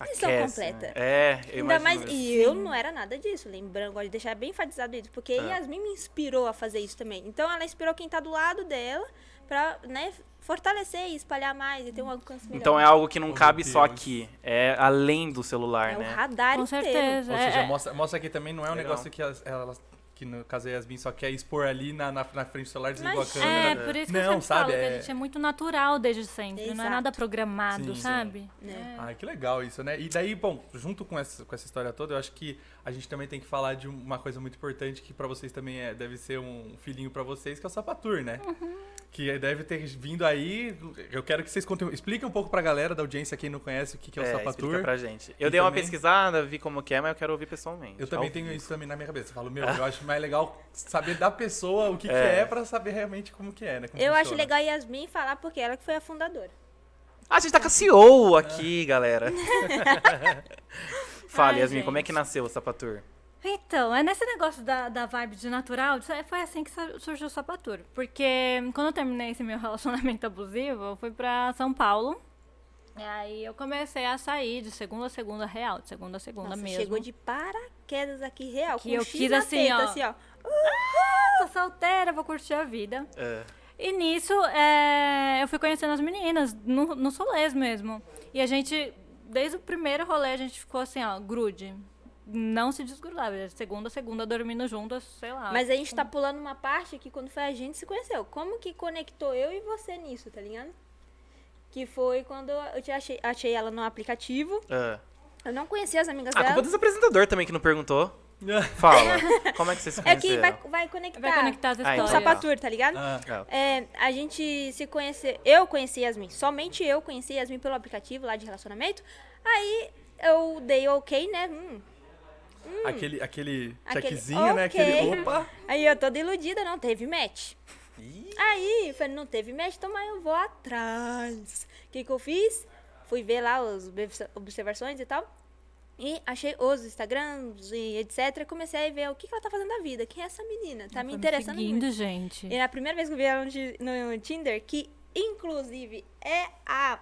[SPEAKER 4] ó. Missão
[SPEAKER 2] É, Aquece,
[SPEAKER 4] completa.
[SPEAKER 2] né? É, eu
[SPEAKER 4] Ainda
[SPEAKER 2] imagino
[SPEAKER 4] mais,
[SPEAKER 2] isso.
[SPEAKER 4] e eu não era nada disso, lembrando, gosto de deixar bem enfatizado isso,
[SPEAKER 2] É.
[SPEAKER 4] porque Yasmin me inspirou a fazer isso também. Então ela inspirou quem tá do lado dela pra, né, fortalecer e espalhar mais e ter um alcance melhor.
[SPEAKER 2] Então é algo que não
[SPEAKER 3] Meu
[SPEAKER 2] cabe só
[SPEAKER 3] Deus.
[SPEAKER 2] aqui. É além do
[SPEAKER 4] É
[SPEAKER 2] celular,
[SPEAKER 4] o
[SPEAKER 2] né?
[SPEAKER 4] radar
[SPEAKER 5] Com
[SPEAKER 4] inteiro.
[SPEAKER 5] certeza.
[SPEAKER 3] Ou
[SPEAKER 5] é-
[SPEAKER 3] seja,
[SPEAKER 5] é-
[SPEAKER 3] mostra, mostra que também não é um
[SPEAKER 2] Legal.
[SPEAKER 3] negócio que elas, elas- que no caso a Yasmin só quer expor ali na, na, na frente do celular, desligou a
[SPEAKER 4] Mas-
[SPEAKER 3] câmera.
[SPEAKER 5] É, por isso que
[SPEAKER 3] Não,
[SPEAKER 5] eu sempre
[SPEAKER 3] sabe,
[SPEAKER 5] falo que
[SPEAKER 3] é-
[SPEAKER 5] a gente é muito natural desde sempre. Não é
[SPEAKER 4] Exato.
[SPEAKER 5] nada programado,
[SPEAKER 3] Sim, sim.
[SPEAKER 5] sabe?
[SPEAKER 2] É.
[SPEAKER 4] né?
[SPEAKER 3] Ah, que legal isso, né? E daí, bom, junto com essa, com essa história toda, eu acho que a gente também tem que falar de uma coisa muito importante que pra vocês também é, deve ser um filhinho pra vocês, que é o Sapatur, né? Que deve ter vindo aí. Eu quero que vocês contem, expliquem um pouco pra galera da audiência, quem não conhece, o que, que é, o
[SPEAKER 2] explica
[SPEAKER 3] Sapatur.
[SPEAKER 2] pra gente. Eu
[SPEAKER 3] E
[SPEAKER 2] dei uma
[SPEAKER 3] também-
[SPEAKER 2] pesquisada, vi como que é, mas eu quero ouvir pessoalmente.
[SPEAKER 3] Eu também
[SPEAKER 2] Ao
[SPEAKER 3] tenho
[SPEAKER 2] vivo.
[SPEAKER 3] isso também na minha cabeça. Eu falo, meu, eu acho mais legal saber da pessoa o que é, que
[SPEAKER 2] É.
[SPEAKER 3] é pra saber realmente como que é, né? Como
[SPEAKER 4] Eu acho
[SPEAKER 3] funciona.
[SPEAKER 4] legal a Yasmin falar porque ela que foi a fundadora.
[SPEAKER 2] Ah, a gente tá com a CEO aqui, galera. Fala,
[SPEAKER 5] Ai,
[SPEAKER 2] Yasmin, como é
[SPEAKER 5] gente.
[SPEAKER 2] que nasceu o Sapatur?
[SPEAKER 5] Então, é nesse negócio da, da vibe de natural, isso é- foi assim que sur- surgiu o Sapatur. Porque quando eu terminei esse meu relacionamento abusivo, eu fui pra São Paulo. E aí eu comecei a sair de segunda a segunda real, de segunda a segunda
[SPEAKER 4] Nossa,
[SPEAKER 5] mesmo.
[SPEAKER 4] chegou de paraquedas aqui real,
[SPEAKER 5] Que
[SPEAKER 4] com
[SPEAKER 5] eu
[SPEAKER 4] um X
[SPEAKER 5] quis
[SPEAKER 4] na
[SPEAKER 5] assim,
[SPEAKER 4] teta,
[SPEAKER 5] ó.
[SPEAKER 4] assim, ó.
[SPEAKER 5] Tô Ah, solteira, vou curtir a vida.
[SPEAKER 2] É.
[SPEAKER 5] E nisso, é, eu fui conhecendo as meninas, no, no Solês mesmo. E a gente, desde o primeiro rolê, a gente ficou assim, ó, grude. Não se desgrudava. era Segunda, a segunda, dormindo juntas, sei lá.
[SPEAKER 4] Mas a gente tá pulando uma parte que quando foi a gente se conheceu. Como que conectou eu e você nisso, tá ligado? Que foi quando eu te achei, achei ela no aplicativo.
[SPEAKER 2] é.
[SPEAKER 4] Eu não conhecia as amigas
[SPEAKER 2] Ah, culpa
[SPEAKER 4] dela.
[SPEAKER 2] dos apresentador também que não perguntou. Fala, como é que vocês se
[SPEAKER 4] É
[SPEAKER 2] conheceram?
[SPEAKER 4] que vai, vai conectar.
[SPEAKER 5] Vai conectar as
[SPEAKER 2] Ah,
[SPEAKER 5] histórias.
[SPEAKER 4] O sapatur, tá ligado?
[SPEAKER 3] Ah,
[SPEAKER 2] É.
[SPEAKER 4] É, a gente se conheceu. Eu conheci Yasmin. Somente eu conheci Yasmin pelo aplicativo lá de relacionamento. Aí eu dei ok, né? Hum.
[SPEAKER 3] aquele, aquele
[SPEAKER 4] Aquele-
[SPEAKER 3] checkzinho, né?
[SPEAKER 4] ok.
[SPEAKER 3] Aquele opa.
[SPEAKER 4] Aí eu toda iludida, não teve match. Aí, eu falei, não teve match, então mas eu vou atrás. O que, que eu fiz? Fui ver lá as observa- observações e tal. E achei os Instagrams e etc. Comecei a ver o que, que ela tá fazendo da vida. Quem é essa menina? Tá me interessando muito.
[SPEAKER 5] Seguindo, gente.
[SPEAKER 4] E na primeira vez que eu vi ela no, Ti- no Tinder, que inclusive é a.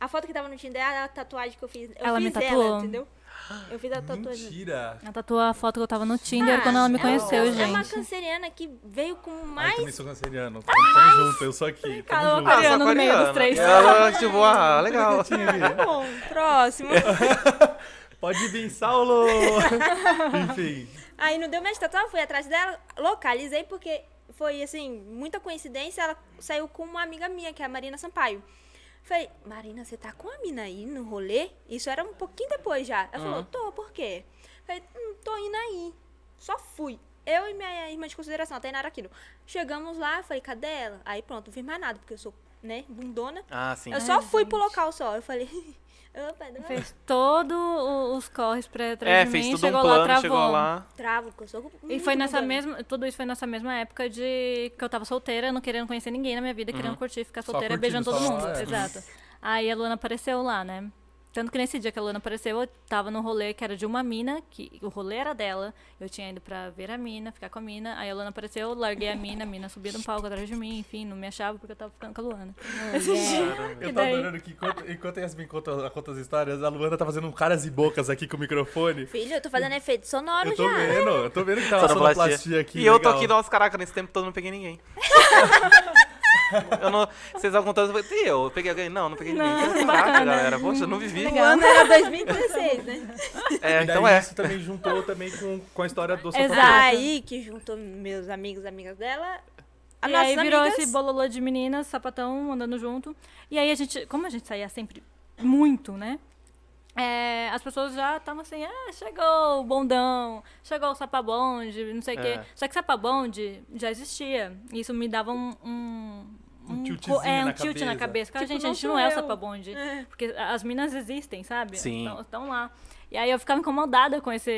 [SPEAKER 4] A foto que tava no Tinder é a tatuagem que eu fiz. Eu
[SPEAKER 5] Ela me
[SPEAKER 4] fiz ela,
[SPEAKER 5] tatuou.
[SPEAKER 4] entendeu? Eu fiz a tatuagem.
[SPEAKER 3] Mentira.
[SPEAKER 5] Ela tatuou a foto que eu tava no Tinder
[SPEAKER 4] Ah,
[SPEAKER 5] quando ela me
[SPEAKER 4] é
[SPEAKER 5] conheceu,
[SPEAKER 4] uma- É uma
[SPEAKER 5] gente.
[SPEAKER 4] canceriana que veio com
[SPEAKER 3] Ai, eu
[SPEAKER 4] mais
[SPEAKER 3] também sou canceriano. Tamo junto, eu sou aqui.
[SPEAKER 5] Calou,
[SPEAKER 3] Tamo junto.
[SPEAKER 5] Ariana no meio dos três.
[SPEAKER 2] Ah, Ela ativou, ah, legal.
[SPEAKER 3] assim, né,
[SPEAKER 4] Bom, próximo.
[SPEAKER 3] Pode vir, Saulo! Enfim.
[SPEAKER 4] Aí não deu match total, fui atrás dela, localizei porque foi assim, muita coincidência, ela saiu com uma amiga minha, que é a Marina Sampaio. Falei, Marina, você tá com a mina aí no rolê? Isso era um pouquinho depois já. Ela falou, tô, por quê? Falei, hum, tô indo aí. Só fui. Eu e minha irmã de consideração, a Tainara Aquino. Chegamos lá, falei, cadê ela? Aí pronto, não fiz mais nada, porque eu sou, né, bundona.
[SPEAKER 2] Ah, sim.
[SPEAKER 4] Eu só fui pro local só. Eu falei, opa, não é
[SPEAKER 5] Fez todos os corres pra atrás
[SPEAKER 2] É,
[SPEAKER 5] de
[SPEAKER 2] fez
[SPEAKER 5] mim,
[SPEAKER 2] tudo um
[SPEAKER 5] chegou
[SPEAKER 2] plano,
[SPEAKER 5] lá, travou.
[SPEAKER 2] chegou lá.
[SPEAKER 4] travo, porque eu sou
[SPEAKER 5] E
[SPEAKER 4] muito
[SPEAKER 5] foi nessa
[SPEAKER 4] bundona.
[SPEAKER 5] mesma, tudo isso foi nessa mesma época de que eu tava solteira, não querendo conhecer ninguém na minha vida, querendo curtir, ficar
[SPEAKER 3] Só
[SPEAKER 5] solteira,
[SPEAKER 3] curtindo,
[SPEAKER 5] beijando todo
[SPEAKER 3] só-
[SPEAKER 5] mundo.
[SPEAKER 3] é.
[SPEAKER 5] Exato. Aí a Luana apareceu lá, né? Tanto que nesse dia que a Luana apareceu, eu tava num rolê que era de uma mina, que o rolê era dela. Eu tinha ido pra ver a mina, ficar com a mina. Aí a Luana apareceu, eu larguei a mina, a mina subia no palco atrás de mim, enfim, não me achava porque eu tava ficando com a Luana. Esse dia.
[SPEAKER 3] Eu tô
[SPEAKER 5] E daí?
[SPEAKER 3] adorando que enquanto, enquanto a Yasmin conta, conta as histórias, a Luana tá fazendo um caras e bocas aqui com o microfone.
[SPEAKER 4] Filho, eu tô fazendo efeito sonoro
[SPEAKER 3] Eu tô
[SPEAKER 4] já.
[SPEAKER 3] vendo, eu tô vendo que tá uma sonoplastia aqui.
[SPEAKER 2] assim, E eu tô
[SPEAKER 3] legal.
[SPEAKER 2] aqui, nossa, caraca, nesse tempo todo eu não peguei ninguém. eu não, vocês estavam contando, eu falei, e eu, eu peguei alguém? Não, não peguei ninguém. Caraca, galera, poxa, eu não vivi.
[SPEAKER 4] O ano era 2016, né?
[SPEAKER 2] É,
[SPEAKER 3] E daí
[SPEAKER 2] então é.
[SPEAKER 3] isso também juntou também com, com a história do
[SPEAKER 5] Exato.
[SPEAKER 3] sapateiro.
[SPEAKER 4] Aí que juntou meus amigos, amigas dela. As
[SPEAKER 5] e
[SPEAKER 4] nossas
[SPEAKER 5] aí virou
[SPEAKER 4] amigas.
[SPEAKER 5] esse bololô de meninas, sapatão, andando junto. E aí a gente, como a gente saía sempre muito, né? É, as pessoas já estavam assim, ah, chegou o bondão, chegou o sapabonde, não sei o quê.
[SPEAKER 2] É.
[SPEAKER 5] Só que sapabonde já existia. E isso me dava um... um
[SPEAKER 3] Um tiltzinho
[SPEAKER 5] co- é, um
[SPEAKER 3] na
[SPEAKER 5] tilt na
[SPEAKER 3] cabeça.
[SPEAKER 5] cabeça. Cara,
[SPEAKER 4] Tipo,
[SPEAKER 5] gente, é
[SPEAKER 4] não
[SPEAKER 5] a gente
[SPEAKER 4] sou
[SPEAKER 5] não é o
[SPEAKER 4] eu.
[SPEAKER 5] sapabonde. Porque as minas existem, sabe?
[SPEAKER 2] Sim.
[SPEAKER 5] Estão lá. E aí eu ficava incomodada com esse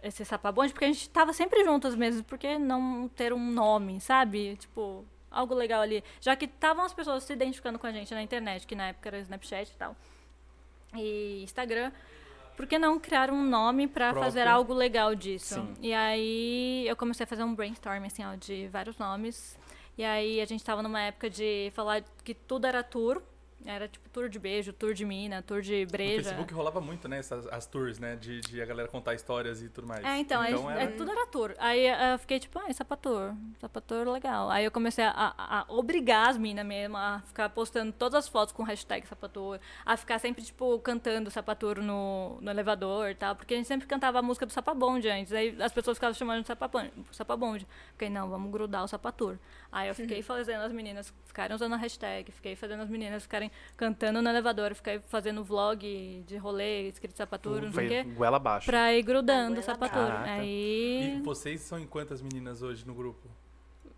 [SPEAKER 5] esse sapabonde, porque a gente tava sempre juntas mesmo, porque não ter um nome, sabe? Tipo, algo legal ali. Já que estavam as pessoas se identificando com a gente na internet, que na época era Snapchat e tal. E Instagram. Por que não criar um nome pra
[SPEAKER 3] Próprio.
[SPEAKER 5] fazer algo legal disso?
[SPEAKER 3] Sim.
[SPEAKER 5] E aí eu comecei a fazer um brainstorm, assim, ó, de vários nomes. E aí a gente tava numa época de falar que tudo era tour. Era tipo tour de beijo, tour de mina, tour de
[SPEAKER 3] No
[SPEAKER 5] breja.
[SPEAKER 3] Facebook rolava muito, né? Essas, as tours, né? De, de a galera contar histórias e tudo mais.
[SPEAKER 5] É, então, aí-
[SPEAKER 3] era-
[SPEAKER 5] é, tudo era tour. Aí eh, eu fiquei tipo, ah, isso é pra tour. Isso é pra tour, legal. Aí eu comecei a, a- a obrigar as minas mesmo a ficar postando todas as fotos com hashtag sapator, a ficar sempre, tipo, cantando sapator no, no elevador e tal, porque a gente sempre cantava a música do sapabonde antes. Aí as pessoas ficavam chamando de é sapabonde. sapabonde. Fiquei, não, vamos grudar o sapator. Aí eu fiquei fazendo as meninas ficarem usando a hashtag, fiquei fazendo as meninas ficarem cantando no elevador, fiquei fazendo vlog de rolê, escrito sapator, não sei
[SPEAKER 2] Foi
[SPEAKER 5] o quê.
[SPEAKER 2] goela abaixo.
[SPEAKER 5] Pra ir grudando
[SPEAKER 4] Goela
[SPEAKER 5] o sapateiro.
[SPEAKER 2] abaixo. Caraca.
[SPEAKER 5] Aí.
[SPEAKER 3] Tá. E vocês são em quantas meninas hoje no grupo?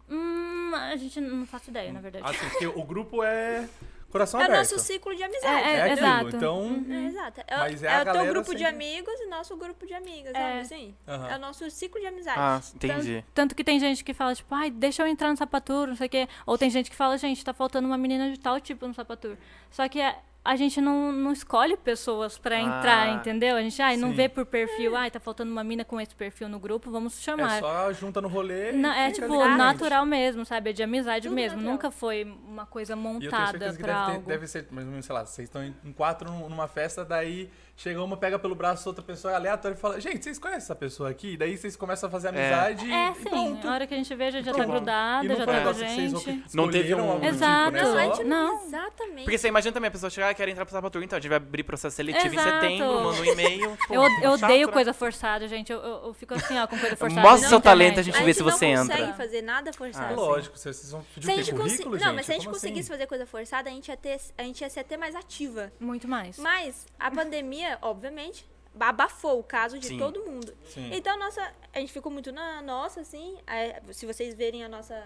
[SPEAKER 5] Hum, a gente não faz ideia, na verdade.
[SPEAKER 3] Ah, sim, porque o grupo é coração
[SPEAKER 4] É o
[SPEAKER 3] aberto.
[SPEAKER 4] nosso ciclo de amizade.
[SPEAKER 5] É, é,
[SPEAKER 3] É aquilo,
[SPEAKER 5] exato. Uhum.
[SPEAKER 3] então-
[SPEAKER 4] É, exato. É,
[SPEAKER 3] Mas é
[SPEAKER 4] é
[SPEAKER 3] a
[SPEAKER 4] o teu
[SPEAKER 3] galera
[SPEAKER 4] grupo de
[SPEAKER 3] sempre-
[SPEAKER 4] amigos e nosso grupo de amigas,
[SPEAKER 5] É.
[SPEAKER 4] sabe assim?
[SPEAKER 3] Aham.
[SPEAKER 4] É o nosso ciclo de amizade. Então,
[SPEAKER 2] Ah, entendi.
[SPEAKER 5] Tanto que tem gente que fala, tipo, ai, deixa eu entrar no sapatur, não sei o quê. Ou tem gente que fala, gente, tá faltando uma menina de tal tipo no sapatur. Só que a, a gente não, não escolhe pessoas pra
[SPEAKER 2] Ah.
[SPEAKER 5] entrar, entendeu? A gente, ai, não
[SPEAKER 3] Sim.
[SPEAKER 5] vê por perfil, ai, tá faltando uma mina com esse perfil no grupo, vamos chamar.
[SPEAKER 3] É só junta no rolê. e
[SPEAKER 5] Não, é
[SPEAKER 3] fica
[SPEAKER 5] tipo
[SPEAKER 3] ali com a gente.
[SPEAKER 5] natural mesmo, sabe? É de amizade
[SPEAKER 4] Tudo
[SPEAKER 5] mesmo.
[SPEAKER 4] natural.
[SPEAKER 5] Nunca foi uma coisa
[SPEAKER 3] E eu tenho
[SPEAKER 5] montada
[SPEAKER 3] certeza que
[SPEAKER 5] pra
[SPEAKER 3] deve, ter-
[SPEAKER 5] algo.
[SPEAKER 3] deve ser, mais ou menos, sei lá, vocês estão em em quatro num- numa festa, daí chega uma, pega pelo braço outra pessoa aleatória e fala, gente, vocês conhecem essa pessoa aqui? E daí vocês começam a fazer amizade
[SPEAKER 5] É,
[SPEAKER 3] e
[SPEAKER 5] sim.
[SPEAKER 3] pronto.
[SPEAKER 5] A hora que a gente vê, já, já
[SPEAKER 3] Pronto.
[SPEAKER 5] tá
[SPEAKER 3] E
[SPEAKER 5] grudada,
[SPEAKER 3] não foi um
[SPEAKER 5] já tá com a
[SPEAKER 3] negócio que vocês
[SPEAKER 5] gente.
[SPEAKER 2] Tipo, Não teve
[SPEAKER 3] escolheram
[SPEAKER 2] um-
[SPEAKER 3] algum tipo,
[SPEAKER 5] Exato.
[SPEAKER 3] né?
[SPEAKER 4] Não,
[SPEAKER 3] Só-
[SPEAKER 4] a gente não.
[SPEAKER 5] Não. é
[SPEAKER 4] Exatamente.
[SPEAKER 2] Porque você imagina também, a pessoa chegar e quer entrar pro Sapatur, então a gente vai abrir processo seletivo
[SPEAKER 5] Exato.
[SPEAKER 2] em setembro, manda um e-mail. pô,
[SPEAKER 5] Eu, eu
[SPEAKER 2] chato,
[SPEAKER 5] odeio
[SPEAKER 2] né?
[SPEAKER 5] coisa forçada, gente. Eu, eu, eu fico assim, ó, com coisa forçada.
[SPEAKER 2] Mostra
[SPEAKER 5] na
[SPEAKER 2] seu talento,
[SPEAKER 5] internet.
[SPEAKER 2] a gente
[SPEAKER 4] a
[SPEAKER 2] vê
[SPEAKER 4] gente
[SPEAKER 2] se
[SPEAKER 4] não
[SPEAKER 2] você entra.
[SPEAKER 4] consegue fazer nada forçado.
[SPEAKER 2] Ah,
[SPEAKER 5] tipo
[SPEAKER 2] sim.
[SPEAKER 3] Lógico, vocês vocês vão pedir
[SPEAKER 4] Se
[SPEAKER 3] o
[SPEAKER 4] a
[SPEAKER 3] quê?
[SPEAKER 4] gente consi-
[SPEAKER 3] Currículo, gente?
[SPEAKER 4] Não, mas se a gente
[SPEAKER 3] Como assim?
[SPEAKER 4] conseguisse fazer coisa forçada, a gente, ia ter, a gente ia ser até mais ativa.
[SPEAKER 5] Muito mais.
[SPEAKER 4] Mas a pandemia, obviamente, abafou o caso de
[SPEAKER 2] Sim.
[SPEAKER 4] todo mundo.
[SPEAKER 3] Sim.
[SPEAKER 4] Então, nossa, a gente ficou muito na nossa, assim. é, se vocês verem a nossa.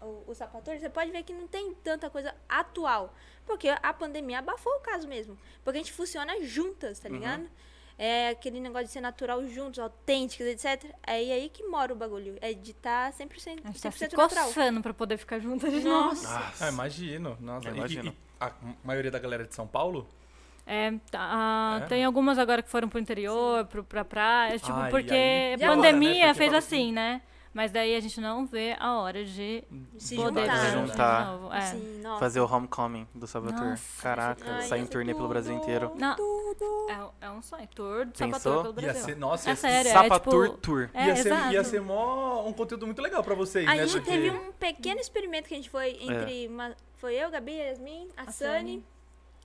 [SPEAKER 4] O, o sapator, você pode ver que não tem tanta coisa atual. Porque a pandemia abafou o caso mesmo. Porque a gente funciona juntas,
[SPEAKER 3] Uhum.
[SPEAKER 4] tá ligado? É aquele negócio de ser natural juntos, autênticas, etc. É aí que mora o bagulho. É de estar 100%,
[SPEAKER 5] A gente tá
[SPEAKER 4] 100
[SPEAKER 5] se
[SPEAKER 4] natural.
[SPEAKER 5] coçando pra poder ficar junto de novo.
[SPEAKER 4] Nossa.
[SPEAKER 2] Nossa.
[SPEAKER 3] Ah, imagino. Nossa,
[SPEAKER 2] Eu
[SPEAKER 3] e-
[SPEAKER 2] imagino.
[SPEAKER 3] e- e a maioria da galera de São Paulo?
[SPEAKER 5] É, tá, ah,
[SPEAKER 3] É?
[SPEAKER 5] Tem algumas agora que foram pro interior, pro, pra praia. Tipo,
[SPEAKER 3] Ai,
[SPEAKER 5] porque
[SPEAKER 3] aí
[SPEAKER 4] piora,
[SPEAKER 5] pandemia
[SPEAKER 3] né? Porque
[SPEAKER 5] fez
[SPEAKER 3] pra-
[SPEAKER 5] assim, né? Mas daí a gente não vê a hora de
[SPEAKER 4] Se
[SPEAKER 5] poder
[SPEAKER 4] juntar.
[SPEAKER 5] se
[SPEAKER 4] Se
[SPEAKER 2] juntar.
[SPEAKER 5] de novo. É.
[SPEAKER 4] Sim, nossa.
[SPEAKER 2] Fazer o homecoming do Sabatur.
[SPEAKER 5] Nossa,
[SPEAKER 2] Caraca,
[SPEAKER 4] Ai,
[SPEAKER 2] sair em
[SPEAKER 4] isso
[SPEAKER 2] turnê pelo
[SPEAKER 4] tudo,
[SPEAKER 2] Brasil inteiro.
[SPEAKER 5] Não.
[SPEAKER 4] Tudo.
[SPEAKER 5] É, é um sonho. Tour do
[SPEAKER 2] Pensou?
[SPEAKER 5] sapator pelo
[SPEAKER 3] Ia
[SPEAKER 5] Brasil.
[SPEAKER 3] ser, nossa,
[SPEAKER 5] É
[SPEAKER 3] ia ser-
[SPEAKER 5] sério, é
[SPEAKER 2] Sapatur
[SPEAKER 5] tipo...
[SPEAKER 2] Tour.
[SPEAKER 5] É,
[SPEAKER 3] ia, ser, ia
[SPEAKER 5] exato.
[SPEAKER 3] ser mó um conteúdo muito legal pra vocês,
[SPEAKER 4] A
[SPEAKER 3] né?
[SPEAKER 4] gente
[SPEAKER 3] Porque-
[SPEAKER 4] teve um pequeno experimento que a gente foi
[SPEAKER 2] É.
[SPEAKER 4] entre. uma- foi eu, Gabi, a Yasmin, a, Sani.
[SPEAKER 5] Sani.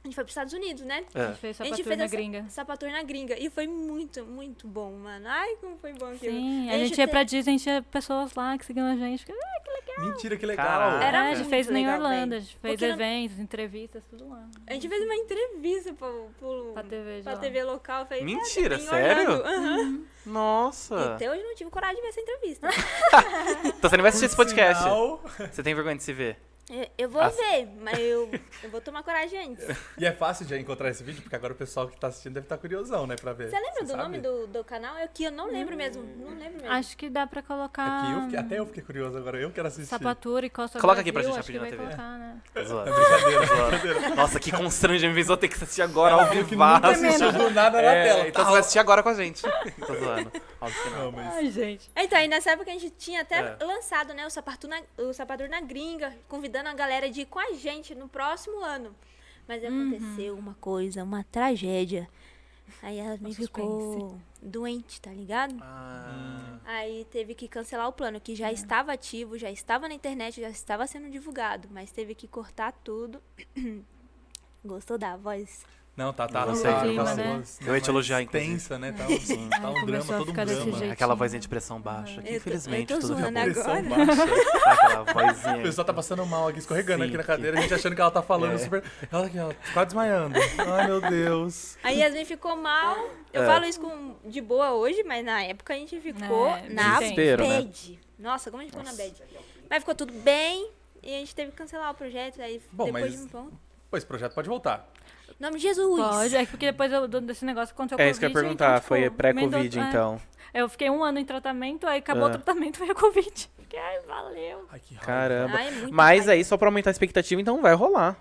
[SPEAKER 4] A gente foi pros Estados Unidos, né?
[SPEAKER 5] A
[SPEAKER 2] É.
[SPEAKER 5] gente fez
[SPEAKER 4] a gente
[SPEAKER 5] sapator
[SPEAKER 4] fez
[SPEAKER 5] na
[SPEAKER 4] essa-
[SPEAKER 5] gringa.
[SPEAKER 4] Sapator na gringa. E foi muito, muito bom, mano. Ai, como foi bom aquilo.
[SPEAKER 5] Sim,
[SPEAKER 4] E
[SPEAKER 5] a gente, ia
[SPEAKER 4] te-
[SPEAKER 5] pra Disney, a gente tinha pessoas lá que seguiam a gente. que, ah,
[SPEAKER 3] Mentira, que legal.
[SPEAKER 2] Caraca.
[SPEAKER 5] é,
[SPEAKER 4] Era
[SPEAKER 5] a gente
[SPEAKER 4] muito
[SPEAKER 5] fez em
[SPEAKER 4] legal,
[SPEAKER 5] Orlando,
[SPEAKER 4] velho.
[SPEAKER 5] a gente fez
[SPEAKER 4] Porque não-
[SPEAKER 5] eventos, entrevistas, tudo lá.
[SPEAKER 4] A gente fez uma entrevista pro, pro,
[SPEAKER 5] Pra TV de
[SPEAKER 4] pra
[SPEAKER 5] lá.
[SPEAKER 4] TV local. Eu Falei,
[SPEAKER 2] Mentira,
[SPEAKER 4] "Ah, tá em
[SPEAKER 2] sério?
[SPEAKER 4] Orlando." Aham.
[SPEAKER 2] Nossa.
[SPEAKER 4] Até hoje eu não tive coragem de ver essa entrevista.
[SPEAKER 2] Então você não vai assistir esse podcast.
[SPEAKER 3] Sinal.
[SPEAKER 2] Você tem vergonha de se ver.
[SPEAKER 4] Eu- eu vou
[SPEAKER 2] Ah.
[SPEAKER 4] ver, mas eu, eu vou tomar coragem antes. Você
[SPEAKER 3] E é fácil de encontrar esse vídeo, porque agora o pessoal que tá assistindo deve estar curiosão, né, pra ver.
[SPEAKER 4] lembra do
[SPEAKER 3] sabe?
[SPEAKER 4] nome do, do canal? Eu que eu não lembro mesmo. Não lembro mesmo.
[SPEAKER 5] Acho que dá pra
[SPEAKER 3] É
[SPEAKER 5] colocar
[SPEAKER 3] que eu fiquei- até eu fiquei curioso agora, eu quero assistir.
[SPEAKER 5] sapatura e costa
[SPEAKER 2] Coloca aqui
[SPEAKER 5] Brasil,
[SPEAKER 2] pra gente
[SPEAKER 5] acho que vai
[SPEAKER 2] rapidinho na TV.
[SPEAKER 5] colocar, né?
[SPEAKER 2] É zoado. Zoado. Nossa, que constrangimento. Pensou ter que assistir agora ao
[SPEAKER 3] É, Eu que nunca
[SPEAKER 2] vivaço.
[SPEAKER 3] assistiu do nada na tela.
[SPEAKER 2] É, então você vai assistir agora com a gente. Tô zoando. Óbvio que não.
[SPEAKER 3] Não, mas...
[SPEAKER 5] Ai, gente.
[SPEAKER 4] Então, aí nessa época a gente tinha até
[SPEAKER 2] É.
[SPEAKER 4] lançado, né, o sapatur, na, o sapatur na gringa, convidando a galera de ir com a gente no próximo ano. Mas aconteceu uma coisa, uma tragédia. Aí ela me ficou doente, tá ligado?
[SPEAKER 2] Ah,
[SPEAKER 4] Aí teve que cancelar o plano, que já estava ativo, já estava na internet, já estava sendo divulgado, mas teve que cortar tudo. Gostou da voz?
[SPEAKER 3] Não, tá, tá.
[SPEAKER 2] Eu
[SPEAKER 3] tá,
[SPEAKER 2] sei.
[SPEAKER 3] tá,
[SPEAKER 5] Clima,
[SPEAKER 3] tá,
[SPEAKER 5] né?
[SPEAKER 3] tá,
[SPEAKER 2] Eu ia te
[SPEAKER 3] mas
[SPEAKER 2] elogiar, inclusive.
[SPEAKER 3] Tensa, né? Tá, um, tá um drama,
[SPEAKER 5] Ai, começou a
[SPEAKER 3] todo um
[SPEAKER 5] ficar desse
[SPEAKER 3] drama.
[SPEAKER 5] jeito.
[SPEAKER 2] aquela vozinha de pressão baixa. Que
[SPEAKER 4] Eu tô-
[SPEAKER 2] infelizmente
[SPEAKER 4] eu tô
[SPEAKER 2] tudo
[SPEAKER 4] zoando
[SPEAKER 2] acabou.
[SPEAKER 3] Pressão
[SPEAKER 4] Agora.
[SPEAKER 3] baixa.
[SPEAKER 2] Sabe aquela vozinha?
[SPEAKER 3] O pessoal tá passando mal aqui, escorregando
[SPEAKER 2] É. Sim,
[SPEAKER 3] aqui na
[SPEAKER 2] que-
[SPEAKER 3] cadeira, a gente achando que ela tá falando
[SPEAKER 2] É.
[SPEAKER 3] super. Ela aqui, ó, tá quase desmaiando. Ai, meu Deus.
[SPEAKER 4] Aí Yasmin ficou mal. Eu
[SPEAKER 2] É.
[SPEAKER 4] falo isso com, de boa hoje, mas na época a gente ficou
[SPEAKER 5] É,
[SPEAKER 4] na
[SPEAKER 2] desespero, né?
[SPEAKER 4] bad. Nossa, como a gente ficou na bad. Mas ficou tudo bem e a gente teve que cancelar o projeto. Aí
[SPEAKER 3] Bom,
[SPEAKER 4] depois
[SPEAKER 3] mas-
[SPEAKER 4] de um ponto.
[SPEAKER 3] Pô, esse projeto pode voltar.
[SPEAKER 4] Em nome de Jesus.
[SPEAKER 5] Pode, é porque depois eu, do- desse negócio aconteceu
[SPEAKER 2] É isso que eu ia
[SPEAKER 5] Covid,
[SPEAKER 2] perguntar,
[SPEAKER 5] então, tipo,
[SPEAKER 2] foi pré-Covid,
[SPEAKER 5] emendou- é.
[SPEAKER 2] então.
[SPEAKER 5] Eu fiquei um ano em tratamento, aí acabou
[SPEAKER 2] Ah.
[SPEAKER 5] o tratamento, veio a Covid. Fiquei, ai, valeu.
[SPEAKER 3] Ai, que raiva.
[SPEAKER 2] Caramba.
[SPEAKER 4] Ai, é muito
[SPEAKER 2] Mas
[SPEAKER 3] é
[SPEAKER 4] pai.
[SPEAKER 2] aí, só pra aumentar a expectativa, então vai rolar.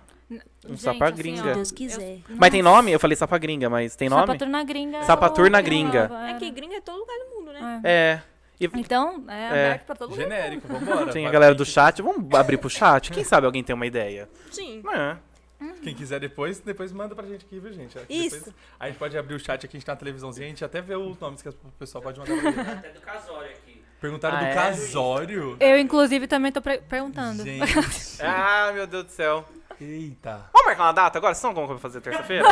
[SPEAKER 2] Um sapa gringa.
[SPEAKER 5] assim, ó,
[SPEAKER 4] Se Deus
[SPEAKER 5] eu-
[SPEAKER 4] quiser.
[SPEAKER 2] Mas tem nome? Eu falei sapa gringa, mas tem nome?
[SPEAKER 5] Sapaturna gringa.
[SPEAKER 2] Sapaturna
[SPEAKER 5] ou-
[SPEAKER 2] gringa.
[SPEAKER 5] ou-
[SPEAKER 4] É que gringa é todo lugar do mundo, né?
[SPEAKER 5] É.
[SPEAKER 2] É. E
[SPEAKER 5] Então, é, aberto pra todo mundo.
[SPEAKER 3] Genérico, vambora.
[SPEAKER 2] tem a
[SPEAKER 3] Papi.
[SPEAKER 2] galera do chat, vamos abrir pro chat? Quem sabe alguém tem uma ideia?
[SPEAKER 4] Sim.
[SPEAKER 2] É.
[SPEAKER 3] Quem quiser depois, depois manda pra gente aqui, viu, gente? Aqui
[SPEAKER 4] Isso.
[SPEAKER 3] depois- a gente pode abrir o chat aqui, a gente tá na televisãozinha, a gente até vê os nomes que as- o pessoal pode mandar pra gente.
[SPEAKER 6] Até do casório aqui.
[SPEAKER 3] Perguntaram
[SPEAKER 2] Ah,
[SPEAKER 3] do
[SPEAKER 2] é?
[SPEAKER 3] casório.
[SPEAKER 5] Eu, inclusive, também tô pre- perguntando.
[SPEAKER 3] Gente.
[SPEAKER 2] Ah, meu Deus do céu.
[SPEAKER 3] Eita.
[SPEAKER 2] Vamos marcar uma data agora? Vocês não vão fazer terça-feira?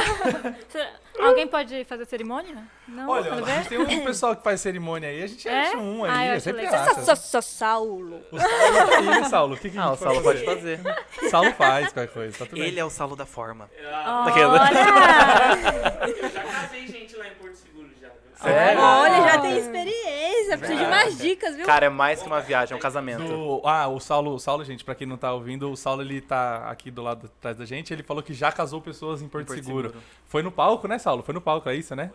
[SPEAKER 5] Será- Alguém pode fazer cerimônia? Não?
[SPEAKER 3] Olha,
[SPEAKER 5] Quer
[SPEAKER 3] a gente
[SPEAKER 5] ver?
[SPEAKER 3] tem um pessoal que faz cerimônia aí, a gente
[SPEAKER 5] É?
[SPEAKER 3] acha um
[SPEAKER 5] Ah,
[SPEAKER 3] aí,
[SPEAKER 5] eu
[SPEAKER 3] é
[SPEAKER 5] acho
[SPEAKER 3] sempre
[SPEAKER 5] legal.
[SPEAKER 3] acha.
[SPEAKER 4] Só, só, Saulo.
[SPEAKER 3] O Saulo tá aí, né, Saulo? O que, que a
[SPEAKER 2] Ah, o
[SPEAKER 3] gente
[SPEAKER 2] Saulo
[SPEAKER 3] pode
[SPEAKER 2] pode
[SPEAKER 3] fazer?
[SPEAKER 2] fazer.
[SPEAKER 3] Saulo faz qualquer coisa, tá tudo
[SPEAKER 2] Ele
[SPEAKER 3] bem.
[SPEAKER 2] é o Saulo da forma.
[SPEAKER 5] Ah.
[SPEAKER 2] Tá
[SPEAKER 3] tá
[SPEAKER 2] né?
[SPEAKER 5] Olha!
[SPEAKER 6] Eu já casei gente lá em Porto Seguro já. viu?
[SPEAKER 3] Sério?
[SPEAKER 4] Olha, já tem experiência. Preciso de mais dicas, viu?
[SPEAKER 2] Cara, é mais que uma viagem, é um casamento.
[SPEAKER 3] Do- ah, o Saulo, o Saulo, gente, pra quem não tá ouvindo, o Saulo ele tá aqui do lado atrás da gente. Ele falou que já casou pessoas em Porto,
[SPEAKER 2] Porto
[SPEAKER 3] Seguro.
[SPEAKER 2] Seguro.
[SPEAKER 3] Foi no palco, né, Saulo? Foi no palco, é isso, né?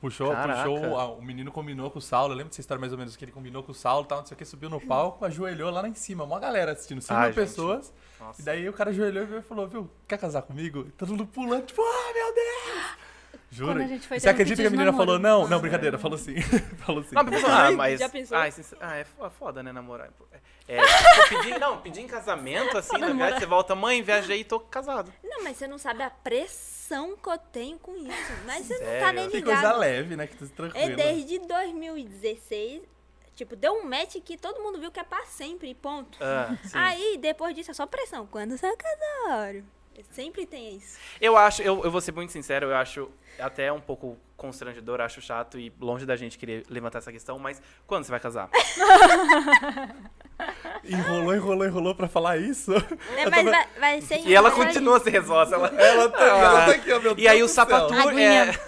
[SPEAKER 3] Puxou,
[SPEAKER 2] Caraca.
[SPEAKER 3] puxou. ah, o menino combinou com o Saulo. Eu lembro dessa história mais ou menos que ele combinou com o Saulo, tal, não sei o que, subiu no palco, ajoelhou lá, lá em cima. Uma galera assistindo, 100
[SPEAKER 2] Ai,
[SPEAKER 3] mil
[SPEAKER 2] gente.
[SPEAKER 3] pessoas.
[SPEAKER 2] Nossa.
[SPEAKER 3] E daí o cara ajoelhou e veio e falou: Viu, quer casar comigo? E todo mundo pulando, tipo, ah, meu Deus! Juro.
[SPEAKER 5] Quando a gente foi
[SPEAKER 3] E
[SPEAKER 5] ter
[SPEAKER 3] Você
[SPEAKER 5] um
[SPEAKER 3] acredita que a
[SPEAKER 5] pedido de
[SPEAKER 3] menina
[SPEAKER 5] namoro?
[SPEAKER 3] falou:
[SPEAKER 5] Ah.
[SPEAKER 3] Não, não, brincadeira, falou sim. falou sim.
[SPEAKER 2] Não, mas, ah, mas.
[SPEAKER 4] Já pensou?
[SPEAKER 2] Ah, é, sincer- ah, é fo- foda, né, namorar? É, tipo, pedir, não, pedir em casamento, assim, na verdade, você volta, mãe, viajei e tô casado.
[SPEAKER 4] Não, mas você não sabe a pressão que eu tenho com isso. Mas você não tá
[SPEAKER 2] Sério?
[SPEAKER 4] nem
[SPEAKER 3] Que coisa
[SPEAKER 4] ligado.
[SPEAKER 3] leve, né? Que tá
[SPEAKER 4] É
[SPEAKER 3] tranquilo.
[SPEAKER 4] desde 2016. Tipo, deu um match que todo mundo viu que é pra sempre, e ponto.
[SPEAKER 2] Ah, sim.
[SPEAKER 4] Aí, depois disso, é só pressão. Quando sai o casório. Sempre tem isso.
[SPEAKER 2] Eu acho, eu, eu vou ser muito sincero, eu acho até um pouco constrangedor, acho chato e longe da gente querer levantar essa questão, mas quando você vai casar?
[SPEAKER 3] Enrolou, enrolou, enrolou pra falar isso.
[SPEAKER 4] Né, mas vai, vai ser
[SPEAKER 2] E ela
[SPEAKER 4] engraçado.
[SPEAKER 2] continua se ressossa. Ela...
[SPEAKER 3] Ela tá, ela tá aqui, ó, meu
[SPEAKER 2] E aí o
[SPEAKER 3] Deus do céu.
[SPEAKER 2] sapatur
[SPEAKER 5] Aguinha.
[SPEAKER 2] é...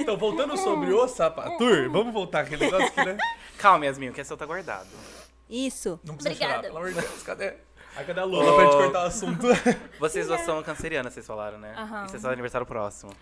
[SPEAKER 3] Então, voltando sobre o
[SPEAKER 4] Hum.
[SPEAKER 3] sapatur, vamos voltar aquele negócio aqui, né?
[SPEAKER 2] Calma, Yasmin, o que é seu tá guardado.
[SPEAKER 4] Isso.
[SPEAKER 3] Não precisa
[SPEAKER 4] Obrigada.
[SPEAKER 3] chorar, pelo amor de Deus, cadê? Aí cadê a Lula pra gente cortar o assunto?
[SPEAKER 2] Vocês duas são cancerianas, vocês falaram, né?
[SPEAKER 5] Aham.
[SPEAKER 2] E vocês fazem aniversário próximo.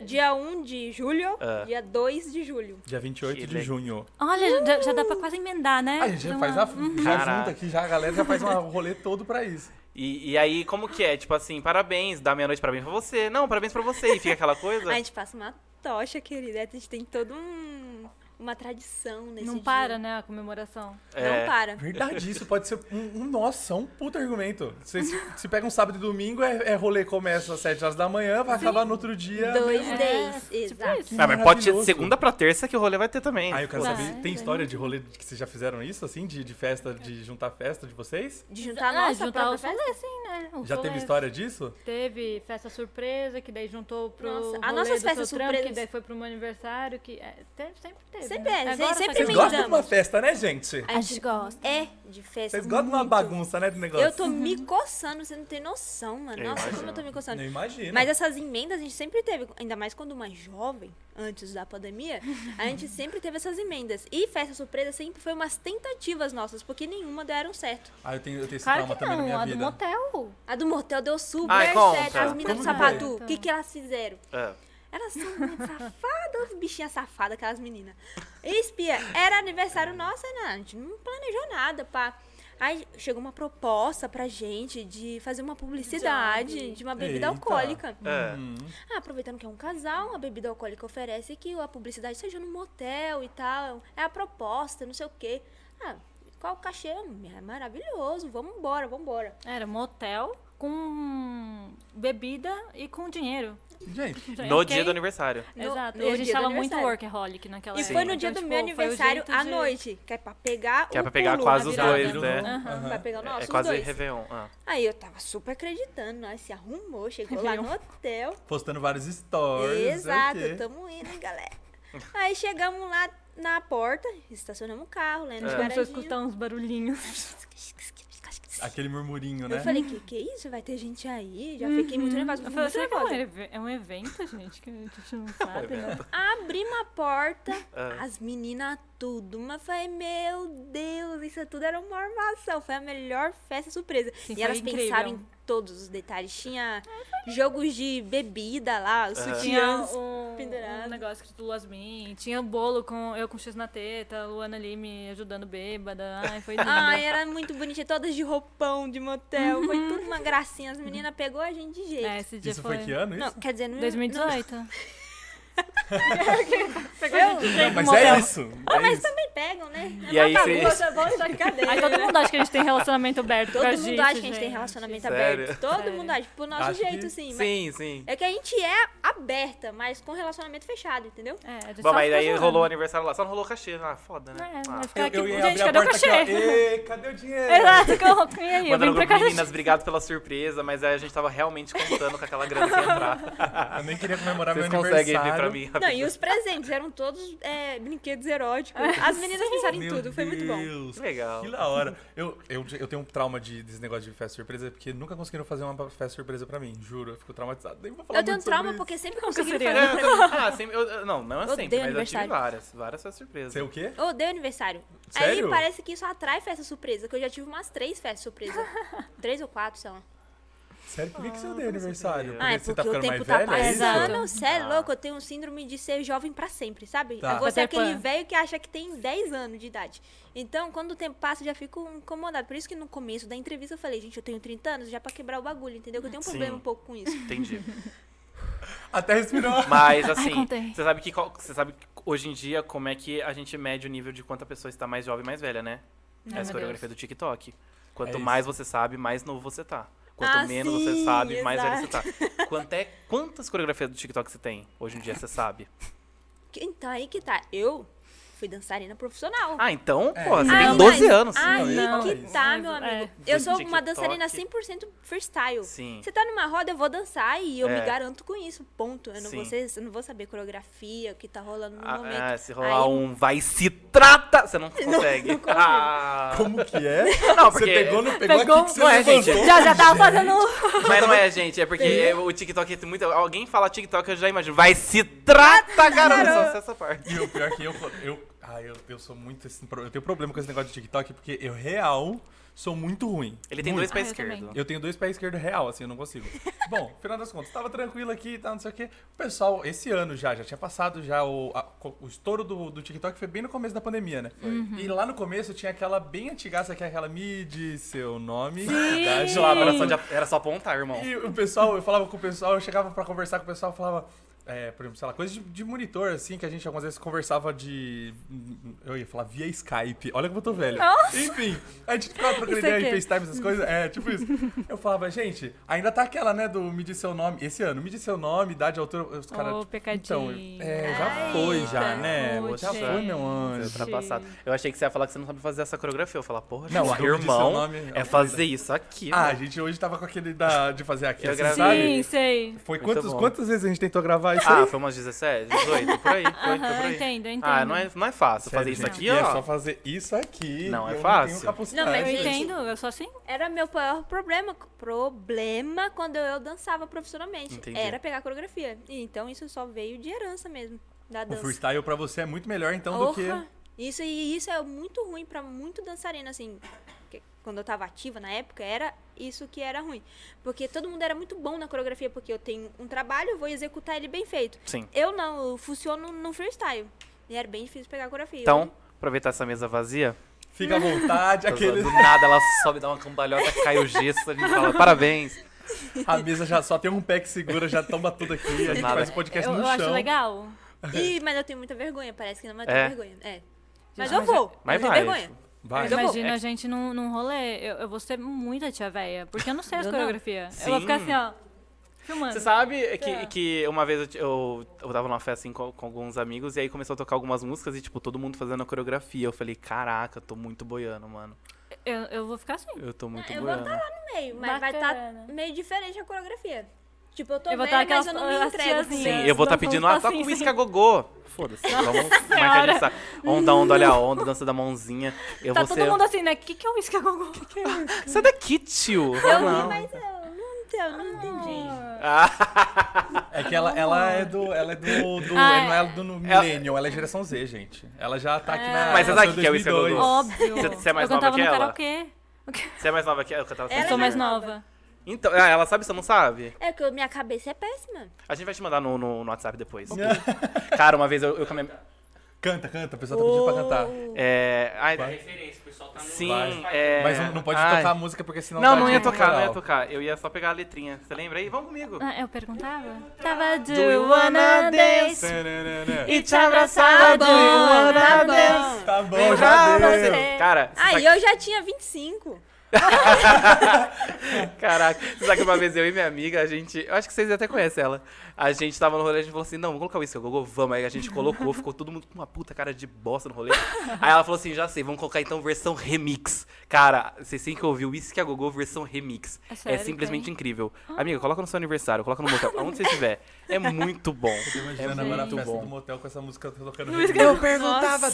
[SPEAKER 4] Dia 1 de julho,
[SPEAKER 2] Ah.
[SPEAKER 4] dia 2 de julho.
[SPEAKER 3] Dia 28 de
[SPEAKER 2] Chile.
[SPEAKER 3] junho.
[SPEAKER 5] Olha, já, já dá pra quase emendar, né?
[SPEAKER 4] É,
[SPEAKER 3] Ah, a gente já
[SPEAKER 5] Dá
[SPEAKER 3] faz
[SPEAKER 5] uma-
[SPEAKER 3] a.
[SPEAKER 4] Uhum.
[SPEAKER 3] Já
[SPEAKER 2] Caraca.
[SPEAKER 3] junta aqui, já a galera já faz um rolê todo pra isso.
[SPEAKER 2] E, e aí, como que é? Tipo assim, parabéns, dá meia-noite parabéns pra você. Não, parabéns pra você. E fica aquela coisa.
[SPEAKER 4] A gente passa uma tocha, querida. A gente tem toda um, uma tradição nesse
[SPEAKER 5] Não
[SPEAKER 4] dia.
[SPEAKER 5] para, né, a comemoração.
[SPEAKER 2] É.
[SPEAKER 4] Não para.
[SPEAKER 3] Verdade, isso pode ser um, um- nossa, um puto argumento. Você se, se pega um sábado e domingo, é, é rolê começa às 7 horas da manhã, vai acabar no outro dia.
[SPEAKER 4] Dois
[SPEAKER 5] É,
[SPEAKER 4] days.
[SPEAKER 5] tipo
[SPEAKER 4] exato.
[SPEAKER 5] isso.
[SPEAKER 2] Ah, mas pode ser de
[SPEAKER 3] Maravilhoso.
[SPEAKER 2] segunda pra terça que o rolê vai ter também.
[SPEAKER 3] Ah, eu quero
[SPEAKER 5] Vai,
[SPEAKER 3] saber, tem
[SPEAKER 5] vai.
[SPEAKER 3] história de rolê de que vocês já fizeram isso, assim? De, de festa, de juntar festa de vocês?
[SPEAKER 4] De juntar a
[SPEAKER 5] Ah,
[SPEAKER 4] nossa
[SPEAKER 5] juntar
[SPEAKER 4] própria
[SPEAKER 5] o
[SPEAKER 4] festa.
[SPEAKER 5] solé, sim, né? O
[SPEAKER 3] Já
[SPEAKER 5] solé.
[SPEAKER 3] teve história disso?
[SPEAKER 5] Teve festa surpresa, que daí juntou pro
[SPEAKER 4] Nossa,
[SPEAKER 5] rolê
[SPEAKER 4] as nossas
[SPEAKER 5] do
[SPEAKER 4] festas
[SPEAKER 5] seu trampo,
[SPEAKER 4] surpresas-
[SPEAKER 5] que daí foi pro meu aniversário, que é, teve- sempre teve.
[SPEAKER 4] Sempre
[SPEAKER 5] né?
[SPEAKER 4] é,
[SPEAKER 5] Agora
[SPEAKER 4] sempre
[SPEAKER 5] só que-
[SPEAKER 3] Vocês
[SPEAKER 4] me
[SPEAKER 3] gostam de
[SPEAKER 4] engano.
[SPEAKER 3] uma festa, né, gente?
[SPEAKER 4] A gente gosta. É, de festa.
[SPEAKER 3] Vocês gostam de uma
[SPEAKER 4] muito.
[SPEAKER 3] bagunça, né, do negócio?
[SPEAKER 4] Eu tô me coçando, você não tem noção, mano.
[SPEAKER 2] Eu
[SPEAKER 4] Nossa, como
[SPEAKER 2] imagino.
[SPEAKER 4] eu tô me coçando.
[SPEAKER 3] Não imagino.
[SPEAKER 4] Mas essas emendas a gente sempre teve, ainda mais quando mais jovem, antes da pandemia, a gente sempre teve essas emendas. E festa surpresa sempre foi umas tentativas nossas, porque nenhuma deram certo.
[SPEAKER 3] Ah, eu tenho, eu tenho esse
[SPEAKER 5] Claro
[SPEAKER 3] trauma
[SPEAKER 5] que
[SPEAKER 3] também na
[SPEAKER 5] não,
[SPEAKER 3] minha
[SPEAKER 5] a do
[SPEAKER 3] vida.
[SPEAKER 5] motel.
[SPEAKER 4] A do motel deu super
[SPEAKER 2] Ai, conta.
[SPEAKER 4] certo. As meninas do
[SPEAKER 3] Como que foi?
[SPEAKER 4] Sapatu, o que, que elas fizeram?
[SPEAKER 2] Ah.
[SPEAKER 4] Elas são muito safadas, bichinha safada, aquelas meninas. E espia, era aniversário nosso, né? A gente não planejou nada, pá. Aí chegou uma proposta pra gente de fazer uma publicidade de uma bebida
[SPEAKER 3] Eita.
[SPEAKER 4] alcoólica.
[SPEAKER 2] É.
[SPEAKER 3] Hum.
[SPEAKER 4] Ah, aproveitando que é um casal, uma bebida alcoólica oferece que a publicidade seja num motel e tal. É a proposta, não sei o quê. Ah, qual o cachê? É maravilhoso, vamos embora, vamos embora.
[SPEAKER 5] Era motel com bebida e com dinheiro.
[SPEAKER 3] Gente,
[SPEAKER 2] No
[SPEAKER 5] Então, Ok?
[SPEAKER 2] dia do aniversário.
[SPEAKER 4] No-
[SPEAKER 5] Exato.
[SPEAKER 4] no
[SPEAKER 5] e a
[SPEAKER 4] dia
[SPEAKER 5] gente
[SPEAKER 4] do
[SPEAKER 5] tava muito
[SPEAKER 4] aniversário.
[SPEAKER 5] workaholic naquela
[SPEAKER 4] E
[SPEAKER 5] época.
[SPEAKER 4] foi no dia
[SPEAKER 5] Então,
[SPEAKER 4] do
[SPEAKER 5] tipo,
[SPEAKER 4] meu
[SPEAKER 5] foi o
[SPEAKER 4] aniversário
[SPEAKER 5] jeito
[SPEAKER 4] à
[SPEAKER 5] de-
[SPEAKER 4] noite, que é pra pegar
[SPEAKER 2] Que
[SPEAKER 4] o
[SPEAKER 2] é pra pegar
[SPEAKER 4] pulo,
[SPEAKER 2] quase
[SPEAKER 4] a
[SPEAKER 2] os
[SPEAKER 4] virada.
[SPEAKER 2] dois,
[SPEAKER 3] virada.
[SPEAKER 2] né?
[SPEAKER 5] Aham.
[SPEAKER 3] Aham.
[SPEAKER 4] Pra pegar o nosso,
[SPEAKER 2] é
[SPEAKER 4] os
[SPEAKER 2] quase
[SPEAKER 4] dois.
[SPEAKER 2] Réveillon. Ah.
[SPEAKER 4] Aí eu tava super acreditando, nós se arrumou, chegou lá no hotel.
[SPEAKER 3] postando vários stories.
[SPEAKER 4] Exato,
[SPEAKER 3] sei o quê.
[SPEAKER 4] tamo indo, hein, galera. Aí chegamos lá na porta, estacionamos o carro, lá no
[SPEAKER 3] Tipo,
[SPEAKER 5] A gente
[SPEAKER 2] um-
[SPEAKER 4] é.
[SPEAKER 5] começou a escutar uns barulhinhos.
[SPEAKER 3] Aquele murmurinho,
[SPEAKER 4] Eu
[SPEAKER 3] né?
[SPEAKER 4] falei, que que é isso? Vai ter gente aí? Já
[SPEAKER 2] Uhum.
[SPEAKER 4] fiquei muito nervosa.
[SPEAKER 5] Eu
[SPEAKER 4] fiquei
[SPEAKER 5] falei,
[SPEAKER 4] muito
[SPEAKER 5] será que é um,
[SPEAKER 4] nervosa.
[SPEAKER 5] eve- é um evento, gente, que a gente
[SPEAKER 3] É
[SPEAKER 5] não sabe, né?
[SPEAKER 4] Abrimos a porta, as meninas tudo. Mas falei, meu Deus, isso é tudo era uma armação. Foi a melhor festa surpresa.
[SPEAKER 5] Sim,
[SPEAKER 4] e
[SPEAKER 5] foi
[SPEAKER 4] elas
[SPEAKER 5] incrível.
[SPEAKER 4] pensaram em todos os detalhes. Tinha jogos de bebida lá, os
[SPEAKER 5] Tinha
[SPEAKER 4] sutiãs.
[SPEAKER 5] um,
[SPEAKER 4] pendurado.
[SPEAKER 5] um negócio escrito Luasmin, tinha bolo com eu com X na teta, a Luana ali me ajudando bêbada. Ai, foi lindo.
[SPEAKER 4] Ai, Ah, era muito bonitinha, todas de roupão, de motel. Foi tudo uma gracinha. As meninas pegou a gente de jeito.
[SPEAKER 5] Uhum. É, esse dia
[SPEAKER 3] Isso foi que ano, isso?
[SPEAKER 4] Não, quer dizer, não
[SPEAKER 5] 2018.
[SPEAKER 4] Pegou a gente de jeito.
[SPEAKER 3] Não, mas é isso. é
[SPEAKER 4] Mas
[SPEAKER 3] isso.
[SPEAKER 4] também pegam, né?
[SPEAKER 2] E aí
[SPEAKER 4] Acabou,
[SPEAKER 2] vocês-
[SPEAKER 4] já vão estar de cadeira.
[SPEAKER 5] Aí todo mundo acha que a gente tem relacionamento aberto. por
[SPEAKER 4] Todo
[SPEAKER 5] causa
[SPEAKER 4] mundo
[SPEAKER 5] disso,
[SPEAKER 4] acha que a gente tem relacionamento
[SPEAKER 2] Sério?
[SPEAKER 4] aberto. Todo
[SPEAKER 5] Sério.
[SPEAKER 4] mundo acha. Pro nosso
[SPEAKER 3] Acho
[SPEAKER 4] jeito,
[SPEAKER 3] que-
[SPEAKER 4] sim. mas
[SPEAKER 2] Sim, sim.
[SPEAKER 4] É que a gente é aberta, mas com relacionamento fechado, entendeu?
[SPEAKER 5] É, a gente
[SPEAKER 2] Bom,
[SPEAKER 5] só
[SPEAKER 2] mas
[SPEAKER 5] fica
[SPEAKER 2] aí
[SPEAKER 5] zoando.
[SPEAKER 2] rolou o aniversário lá, só não rolou cachê. Ah, foda,
[SPEAKER 5] É,
[SPEAKER 2] né?
[SPEAKER 5] vai
[SPEAKER 2] Ah.
[SPEAKER 5] ficar aqui.
[SPEAKER 3] Eu ia abrir
[SPEAKER 5] gente,
[SPEAKER 3] a
[SPEAKER 5] cadê o
[SPEAKER 3] porta
[SPEAKER 5] cachê?
[SPEAKER 3] aqui, ó. Ê, cadê o dinheiro?
[SPEAKER 5] Exato, que eu e aí, eu
[SPEAKER 2] Mandaram
[SPEAKER 5] vim
[SPEAKER 2] no
[SPEAKER 5] pra
[SPEAKER 2] grupo,
[SPEAKER 5] casa.
[SPEAKER 2] meninas, obrigado pela surpresa, mas aí a gente tava realmente contando com aquela grana que ia entrar.
[SPEAKER 3] Eu nem queria comemorar
[SPEAKER 2] Vocês
[SPEAKER 3] Tá meu
[SPEAKER 2] conseguem
[SPEAKER 3] aniversário.
[SPEAKER 2] ver pra mim
[SPEAKER 4] Não,
[SPEAKER 2] rapidinho?
[SPEAKER 4] e os presentes eram todos é, brinquedos eróticos. As meninas pensaram Tá em
[SPEAKER 3] Ah. Meu
[SPEAKER 4] tudo, foi muito bom.
[SPEAKER 3] Deus,
[SPEAKER 2] Que legal.
[SPEAKER 3] Que da hora. Eu, eu, eu tenho um trauma de, desse negócio de festa surpresa, porque nunca conseguiram fazer uma festa surpresa pra mim, juro. Eu fico traumatizado. Nem vou falar
[SPEAKER 4] Eu tenho
[SPEAKER 3] muito
[SPEAKER 4] trauma
[SPEAKER 3] sobre
[SPEAKER 4] porque sempre conseguiram
[SPEAKER 5] seria?
[SPEAKER 4] fazer
[SPEAKER 2] É, eu
[SPEAKER 4] pra mim.
[SPEAKER 2] também- ah, sempre, eu- eu- não, não é
[SPEAKER 4] Odeio
[SPEAKER 2] sempre, mas eu tive
[SPEAKER 4] aniversário.
[SPEAKER 2] várias. Várias foi
[SPEAKER 3] isso.
[SPEAKER 2] surpresa.
[SPEAKER 3] Sei é o quê?
[SPEAKER 4] Eu odeio aniversário.
[SPEAKER 3] Sério?
[SPEAKER 4] Aí parece que isso atrai festa surpresa, que eu já tive umas três festas surpresa. três ou quatro, sei lá.
[SPEAKER 3] Sério, por que, que você odeia aniversário?
[SPEAKER 4] Ah, é
[SPEAKER 3] você
[SPEAKER 4] porque
[SPEAKER 3] tá
[SPEAKER 4] o
[SPEAKER 3] ficando
[SPEAKER 4] tempo
[SPEAKER 3] mais
[SPEAKER 4] tá
[SPEAKER 3] velha? é isso?
[SPEAKER 4] passando. Você é louco, eu tenho síndrome de ser jovem pra sempre, sabe?
[SPEAKER 3] Tá.
[SPEAKER 4] Eu vou ser
[SPEAKER 5] Peter
[SPEAKER 4] aquele
[SPEAKER 5] Pan.
[SPEAKER 4] velho que acha que tem 10 anos de idade. Então, quando o tempo passa, eu já fico incomodado. Por isso que no começo da entrevista eu falei, gente, eu tenho 30 anos já pra quebrar o bagulho, entendeu? Que eu tenho um
[SPEAKER 2] Sim.
[SPEAKER 4] problema um pouco com isso.
[SPEAKER 2] Entendi.
[SPEAKER 3] Até respirou.
[SPEAKER 2] Mas assim,
[SPEAKER 5] contei.
[SPEAKER 2] você sabe que qual- você sabe que hoje em dia como é que a gente mede o nível de quanto a pessoa está mais jovem e mais velha, né?
[SPEAKER 5] Ai,
[SPEAKER 2] Essa
[SPEAKER 5] meu
[SPEAKER 2] coreografia do TikTok. Quanto
[SPEAKER 3] É isso.
[SPEAKER 2] mais você sabe, mais novo você tá. Quanto
[SPEAKER 4] Ah,
[SPEAKER 2] menos
[SPEAKER 4] sim,
[SPEAKER 2] você sabe, mais velho você tá. Quanto é, quantas coreografias do TikTok você tem hoje em dia, você sabe?
[SPEAKER 4] Que- Então, aí que tá. Eu fui dançarina profissional.
[SPEAKER 2] Ah, então,
[SPEAKER 3] É.
[SPEAKER 2] pô, você
[SPEAKER 4] Ai,
[SPEAKER 2] tem
[SPEAKER 4] mas
[SPEAKER 2] 12 anos.
[SPEAKER 4] Aí
[SPEAKER 3] Não,
[SPEAKER 4] que
[SPEAKER 3] isso.
[SPEAKER 4] tá,
[SPEAKER 5] Mas,
[SPEAKER 4] meu
[SPEAKER 5] é.
[SPEAKER 4] amigo. Eu sou uma
[SPEAKER 2] TikTok.
[SPEAKER 4] dançarina 100% freestyle.
[SPEAKER 2] Sim.
[SPEAKER 4] Você tá numa roda, eu vou dançar e eu
[SPEAKER 2] É.
[SPEAKER 4] me garanto com isso, ponto. Eu não, vou,
[SPEAKER 2] Sim.
[SPEAKER 4] ser- eu não vou saber coreografia, o que tá rolando no
[SPEAKER 2] Ah,
[SPEAKER 4] momento.
[SPEAKER 2] ah, se rolar
[SPEAKER 4] Aí-
[SPEAKER 2] um vai se trata, você não consegue.
[SPEAKER 4] não consigo.
[SPEAKER 2] Ah.
[SPEAKER 3] Como que é?
[SPEAKER 2] Não,
[SPEAKER 3] Você
[SPEAKER 2] porque
[SPEAKER 3] pegou, não pegou,
[SPEAKER 5] Pegou.
[SPEAKER 3] aqui
[SPEAKER 4] um-
[SPEAKER 3] que você
[SPEAKER 2] Não é,
[SPEAKER 3] levantou?
[SPEAKER 2] gente.
[SPEAKER 5] Já, já tava fazendo.
[SPEAKER 2] Mas não é, gente, é porque é, o TikTok tem muito. Alguém fala TikTok, eu já imagino. Vai se trata, garoto! Só essa parte.
[SPEAKER 3] E o pior é que eu. eu ah, eu, eu sou muito. Assim, pro- eu tenho problema com esse negócio de TikTok, porque eu, real, sou muito ruim.
[SPEAKER 2] Ele tem
[SPEAKER 3] muito.
[SPEAKER 2] dois pés
[SPEAKER 5] Ah, eu também.
[SPEAKER 2] esquerdos.
[SPEAKER 3] Eu tenho dois pés esquerdos real, assim, eu não consigo. Bom, final das contas, tava tranquilo aqui e tal, não sei o quê. O pessoal, esse ano já, já tinha passado já o, a- o estouro do, do TikTok, foi bem no começo da pandemia, né? E lá no começo tinha aquela bem antigaça, que é aquela me diz seu nome. da
[SPEAKER 2] Sei lá, era só, de- era só apontar, irmão.
[SPEAKER 3] e o pessoal, eu falava com o pessoal, eu chegava pra conversar com o pessoal, eu falava, é, por exemplo, sei lá, coisa de, de monitor, assim, que a gente algumas vezes conversava de. Eu ia falar via Skype. Olha como eu tô velho. Enfim, a gente ficava trocando
[SPEAKER 5] Isso
[SPEAKER 3] ideia em
[SPEAKER 5] aqui.
[SPEAKER 3] FaceTime, essas coisas. É, tipo isso. Eu falava, gente, ainda tá aquela, né, do me diz seu nome. Esse ano, me diz seu nome, idade, altura. Os caras.
[SPEAKER 5] Ô,
[SPEAKER 3] então,
[SPEAKER 5] pecadinho.
[SPEAKER 3] é, já foi, já, né?
[SPEAKER 5] poxa,
[SPEAKER 3] já foi, meu
[SPEAKER 2] Foi
[SPEAKER 3] anjo.
[SPEAKER 2] ultrapassado. Eu achei que você ia falar que você não sabe fazer essa coreografia. Eu ia falar, porra,
[SPEAKER 3] Não,
[SPEAKER 2] meu
[SPEAKER 3] eu disse
[SPEAKER 2] irmão
[SPEAKER 3] seu nome,
[SPEAKER 2] é
[SPEAKER 3] eu-
[SPEAKER 2] fazer isso aqui.
[SPEAKER 3] Ah, a
[SPEAKER 2] mano.
[SPEAKER 3] gente hoje tava com aquele da, de fazer aqui,
[SPEAKER 2] Eu
[SPEAKER 3] assim,
[SPEAKER 2] gravei.
[SPEAKER 3] sabe?
[SPEAKER 5] Sim, sei.
[SPEAKER 3] Foi
[SPEAKER 2] Muito
[SPEAKER 3] quantos,
[SPEAKER 2] bom.
[SPEAKER 3] quantas vezes a gente tentou gravar isso aí?
[SPEAKER 2] Ah, foi umas 17, 18, por aí. Foi, foi por
[SPEAKER 5] Aham,
[SPEAKER 2] aí.
[SPEAKER 5] entendo, eu entendo.
[SPEAKER 2] Ah, não é, não é fácil fazer
[SPEAKER 3] Sério,
[SPEAKER 2] isso
[SPEAKER 3] gente,
[SPEAKER 2] aqui,
[SPEAKER 3] e É
[SPEAKER 2] ó.
[SPEAKER 3] só fazer isso aqui.
[SPEAKER 2] Não é
[SPEAKER 3] eu
[SPEAKER 2] fácil.
[SPEAKER 3] tenho capacidade.
[SPEAKER 4] Não, mas,
[SPEAKER 2] é
[SPEAKER 5] Eu
[SPEAKER 4] gente,
[SPEAKER 5] entendo, eu sou assim.
[SPEAKER 4] Era meu maior problema. Problema quando eu dançava profissionalmente.
[SPEAKER 2] Entendi.
[SPEAKER 4] Era pegar coreografia. E Então isso só veio de herança mesmo. Da
[SPEAKER 3] O
[SPEAKER 4] dança.
[SPEAKER 3] freestyle pra você é muito melhor, então, do que...
[SPEAKER 4] Porra! Isso, e isso é muito ruim pra muito dançarino, assim. que Quando eu tava ativa na época, era isso que era ruim. Porque todo mundo era muito bom na coreografia, porque eu tenho um trabalho, eu vou executar ele bem feito.
[SPEAKER 2] Sim.
[SPEAKER 4] Eu não, eu funciono no freestyle. E era bem difícil pegar a coreografia.
[SPEAKER 2] Então, aproveitar essa mesa vazia.
[SPEAKER 3] Fica à vontade, aquele...
[SPEAKER 2] Do nada ela sobe, dá uma cambalhota, cai o gesso, a gente fala, parabéns.
[SPEAKER 3] a mesa já só tem um pé que segura, já toma tudo aqui, a gente
[SPEAKER 2] Nada.
[SPEAKER 3] faz o podcast
[SPEAKER 5] Eu,
[SPEAKER 3] no
[SPEAKER 5] eu
[SPEAKER 3] chão.
[SPEAKER 5] acho legal.
[SPEAKER 4] Ih, mas eu tenho muita vergonha, parece que não, mas eu
[SPEAKER 2] É.
[SPEAKER 4] tenho vergonha. É. Mas
[SPEAKER 5] Ah,
[SPEAKER 4] eu
[SPEAKER 5] mas
[SPEAKER 4] vou.
[SPEAKER 2] mas
[SPEAKER 4] eu tenho
[SPEAKER 2] vai.
[SPEAKER 4] vergonha.
[SPEAKER 3] Vai.
[SPEAKER 4] Eu vou.
[SPEAKER 2] é
[SPEAKER 5] Imagina a gente num, num rolê, eu, eu vou ser muita tia véia, porque eu não sei as
[SPEAKER 4] Eu não.
[SPEAKER 5] coreografias. Eu vou
[SPEAKER 2] Sim.
[SPEAKER 5] ficar assim, ó, filmando.
[SPEAKER 2] Você sabe
[SPEAKER 5] É.
[SPEAKER 2] que, que uma vez eu, t- eu, eu tava numa festa assim, com, com alguns amigos e aí começou a tocar algumas músicas e, tipo, todo mundo fazendo a coreografia. Eu falei, caraca, eu tô muito boiando, mano.
[SPEAKER 5] Eu, eu vou ficar assim.
[SPEAKER 2] Eu tô muito
[SPEAKER 4] Eu vou
[SPEAKER 2] boiando.
[SPEAKER 4] estar lá no meio, mas vai estar
[SPEAKER 5] Bacana.
[SPEAKER 4] meio diferente a coreografia. Tipo, eu tô
[SPEAKER 5] Eu vou
[SPEAKER 4] velha,
[SPEAKER 5] estar
[SPEAKER 4] mas eu
[SPEAKER 5] aquelas-
[SPEAKER 4] não me
[SPEAKER 5] as
[SPEAKER 4] entrego.
[SPEAKER 5] tiazinhas.
[SPEAKER 2] Sim, eu vou estar
[SPEAKER 5] Vamos
[SPEAKER 2] pedindo,
[SPEAKER 5] voltar
[SPEAKER 2] ah, toca
[SPEAKER 5] assim,
[SPEAKER 2] o
[SPEAKER 5] sim.
[SPEAKER 2] uísque a gogô. Foda-se, vamos marcar
[SPEAKER 5] Senhora.
[SPEAKER 2] essa onda, onda, olha a onda, dança da mãozinha. Eu
[SPEAKER 5] Tá
[SPEAKER 2] vou
[SPEAKER 5] todo
[SPEAKER 2] ser...
[SPEAKER 5] mundo assim, né? O que, que é o uísque a gogô?
[SPEAKER 2] Sai daqui, tio!
[SPEAKER 4] Eu vi,
[SPEAKER 2] não.
[SPEAKER 4] mas eu não, eu não
[SPEAKER 5] Ah.
[SPEAKER 4] entendi.
[SPEAKER 3] É que ela, ela é do. Ela é do. do
[SPEAKER 5] Ah,
[SPEAKER 3] ela não é do
[SPEAKER 2] Ela-
[SPEAKER 3] Millennium, ela é geração Z, gente. Ela já tá aqui
[SPEAKER 5] Ah.
[SPEAKER 3] na.
[SPEAKER 2] Mas você sabe o que é o Isca Dodô?
[SPEAKER 3] 2002.
[SPEAKER 5] Óbvio.
[SPEAKER 2] Você- você é mais
[SPEAKER 5] eu
[SPEAKER 2] nova
[SPEAKER 5] cantava
[SPEAKER 2] que
[SPEAKER 5] no
[SPEAKER 2] ela?
[SPEAKER 5] karaokê.
[SPEAKER 2] Você é mais nova que eu? que eu tava
[SPEAKER 4] Ela
[SPEAKER 5] Eu
[SPEAKER 4] é
[SPEAKER 2] falando?
[SPEAKER 5] sou mais
[SPEAKER 4] mais
[SPEAKER 5] nova.
[SPEAKER 2] Então, ah, ela sabe, você não sabe?
[SPEAKER 4] É que eu- minha cabeça é péssima.
[SPEAKER 2] A gente vai te mandar no, no, no WhatsApp depois. Cara, uma vez eu, eu com a minha-
[SPEAKER 5] Oh.
[SPEAKER 3] Canta, canta, o pessoal tá pedindo pra cantar.
[SPEAKER 2] É. ai,
[SPEAKER 6] Referência, o pessoal tá no
[SPEAKER 2] sim,
[SPEAKER 3] Vai.
[SPEAKER 2] é.
[SPEAKER 3] Mas não, não pode
[SPEAKER 2] ai.
[SPEAKER 3] tocar a música porque senão.
[SPEAKER 2] Não,
[SPEAKER 3] tá
[SPEAKER 2] não ia
[SPEAKER 3] dito
[SPEAKER 2] tocar, não ia
[SPEAKER 3] moral.
[SPEAKER 2] tocar. Eu ia só pegar a letrinha. Você lembra aí? Vamos comigo.
[SPEAKER 5] Ah, eu perguntava? Tava do
[SPEAKER 2] you
[SPEAKER 5] you
[SPEAKER 2] wanna
[SPEAKER 5] wanna
[SPEAKER 2] dance?
[SPEAKER 5] dance?
[SPEAKER 2] E te abraçar, do you wanna dance?
[SPEAKER 3] Tá bom, já
[SPEAKER 2] Lembrar
[SPEAKER 3] deu.
[SPEAKER 2] você. Cara, você tá
[SPEAKER 4] Aí
[SPEAKER 2] sabe-
[SPEAKER 4] eu já tinha 25.
[SPEAKER 2] caraca, você sabe que uma vez eu e minha amiga, a gente. Eu acho que vocês até conhecem ela. A gente tava no rolê, a gente falou assim: não, vamos colocar o uísque, Gogô, vamos. Aí a gente colocou, ficou todo mundo com uma puta cara de bosta no rolê. Aí ela falou assim: já sei, vamos colocar então versão remix. Cara, vocês têm que ouvir o uísque a Gogô versão remix.
[SPEAKER 5] É
[SPEAKER 2] É,
[SPEAKER 5] sério,
[SPEAKER 2] simplesmente
[SPEAKER 5] tem?
[SPEAKER 2] incrível. Amiga, coloca no seu aniversário, coloca no motel, aonde você estiver. É muito bom.
[SPEAKER 3] Tô imaginando
[SPEAKER 2] É
[SPEAKER 3] agora a
[SPEAKER 2] muito
[SPEAKER 3] festa
[SPEAKER 2] bom.
[SPEAKER 3] do motel com essa música tocando.
[SPEAKER 2] Eu perguntava.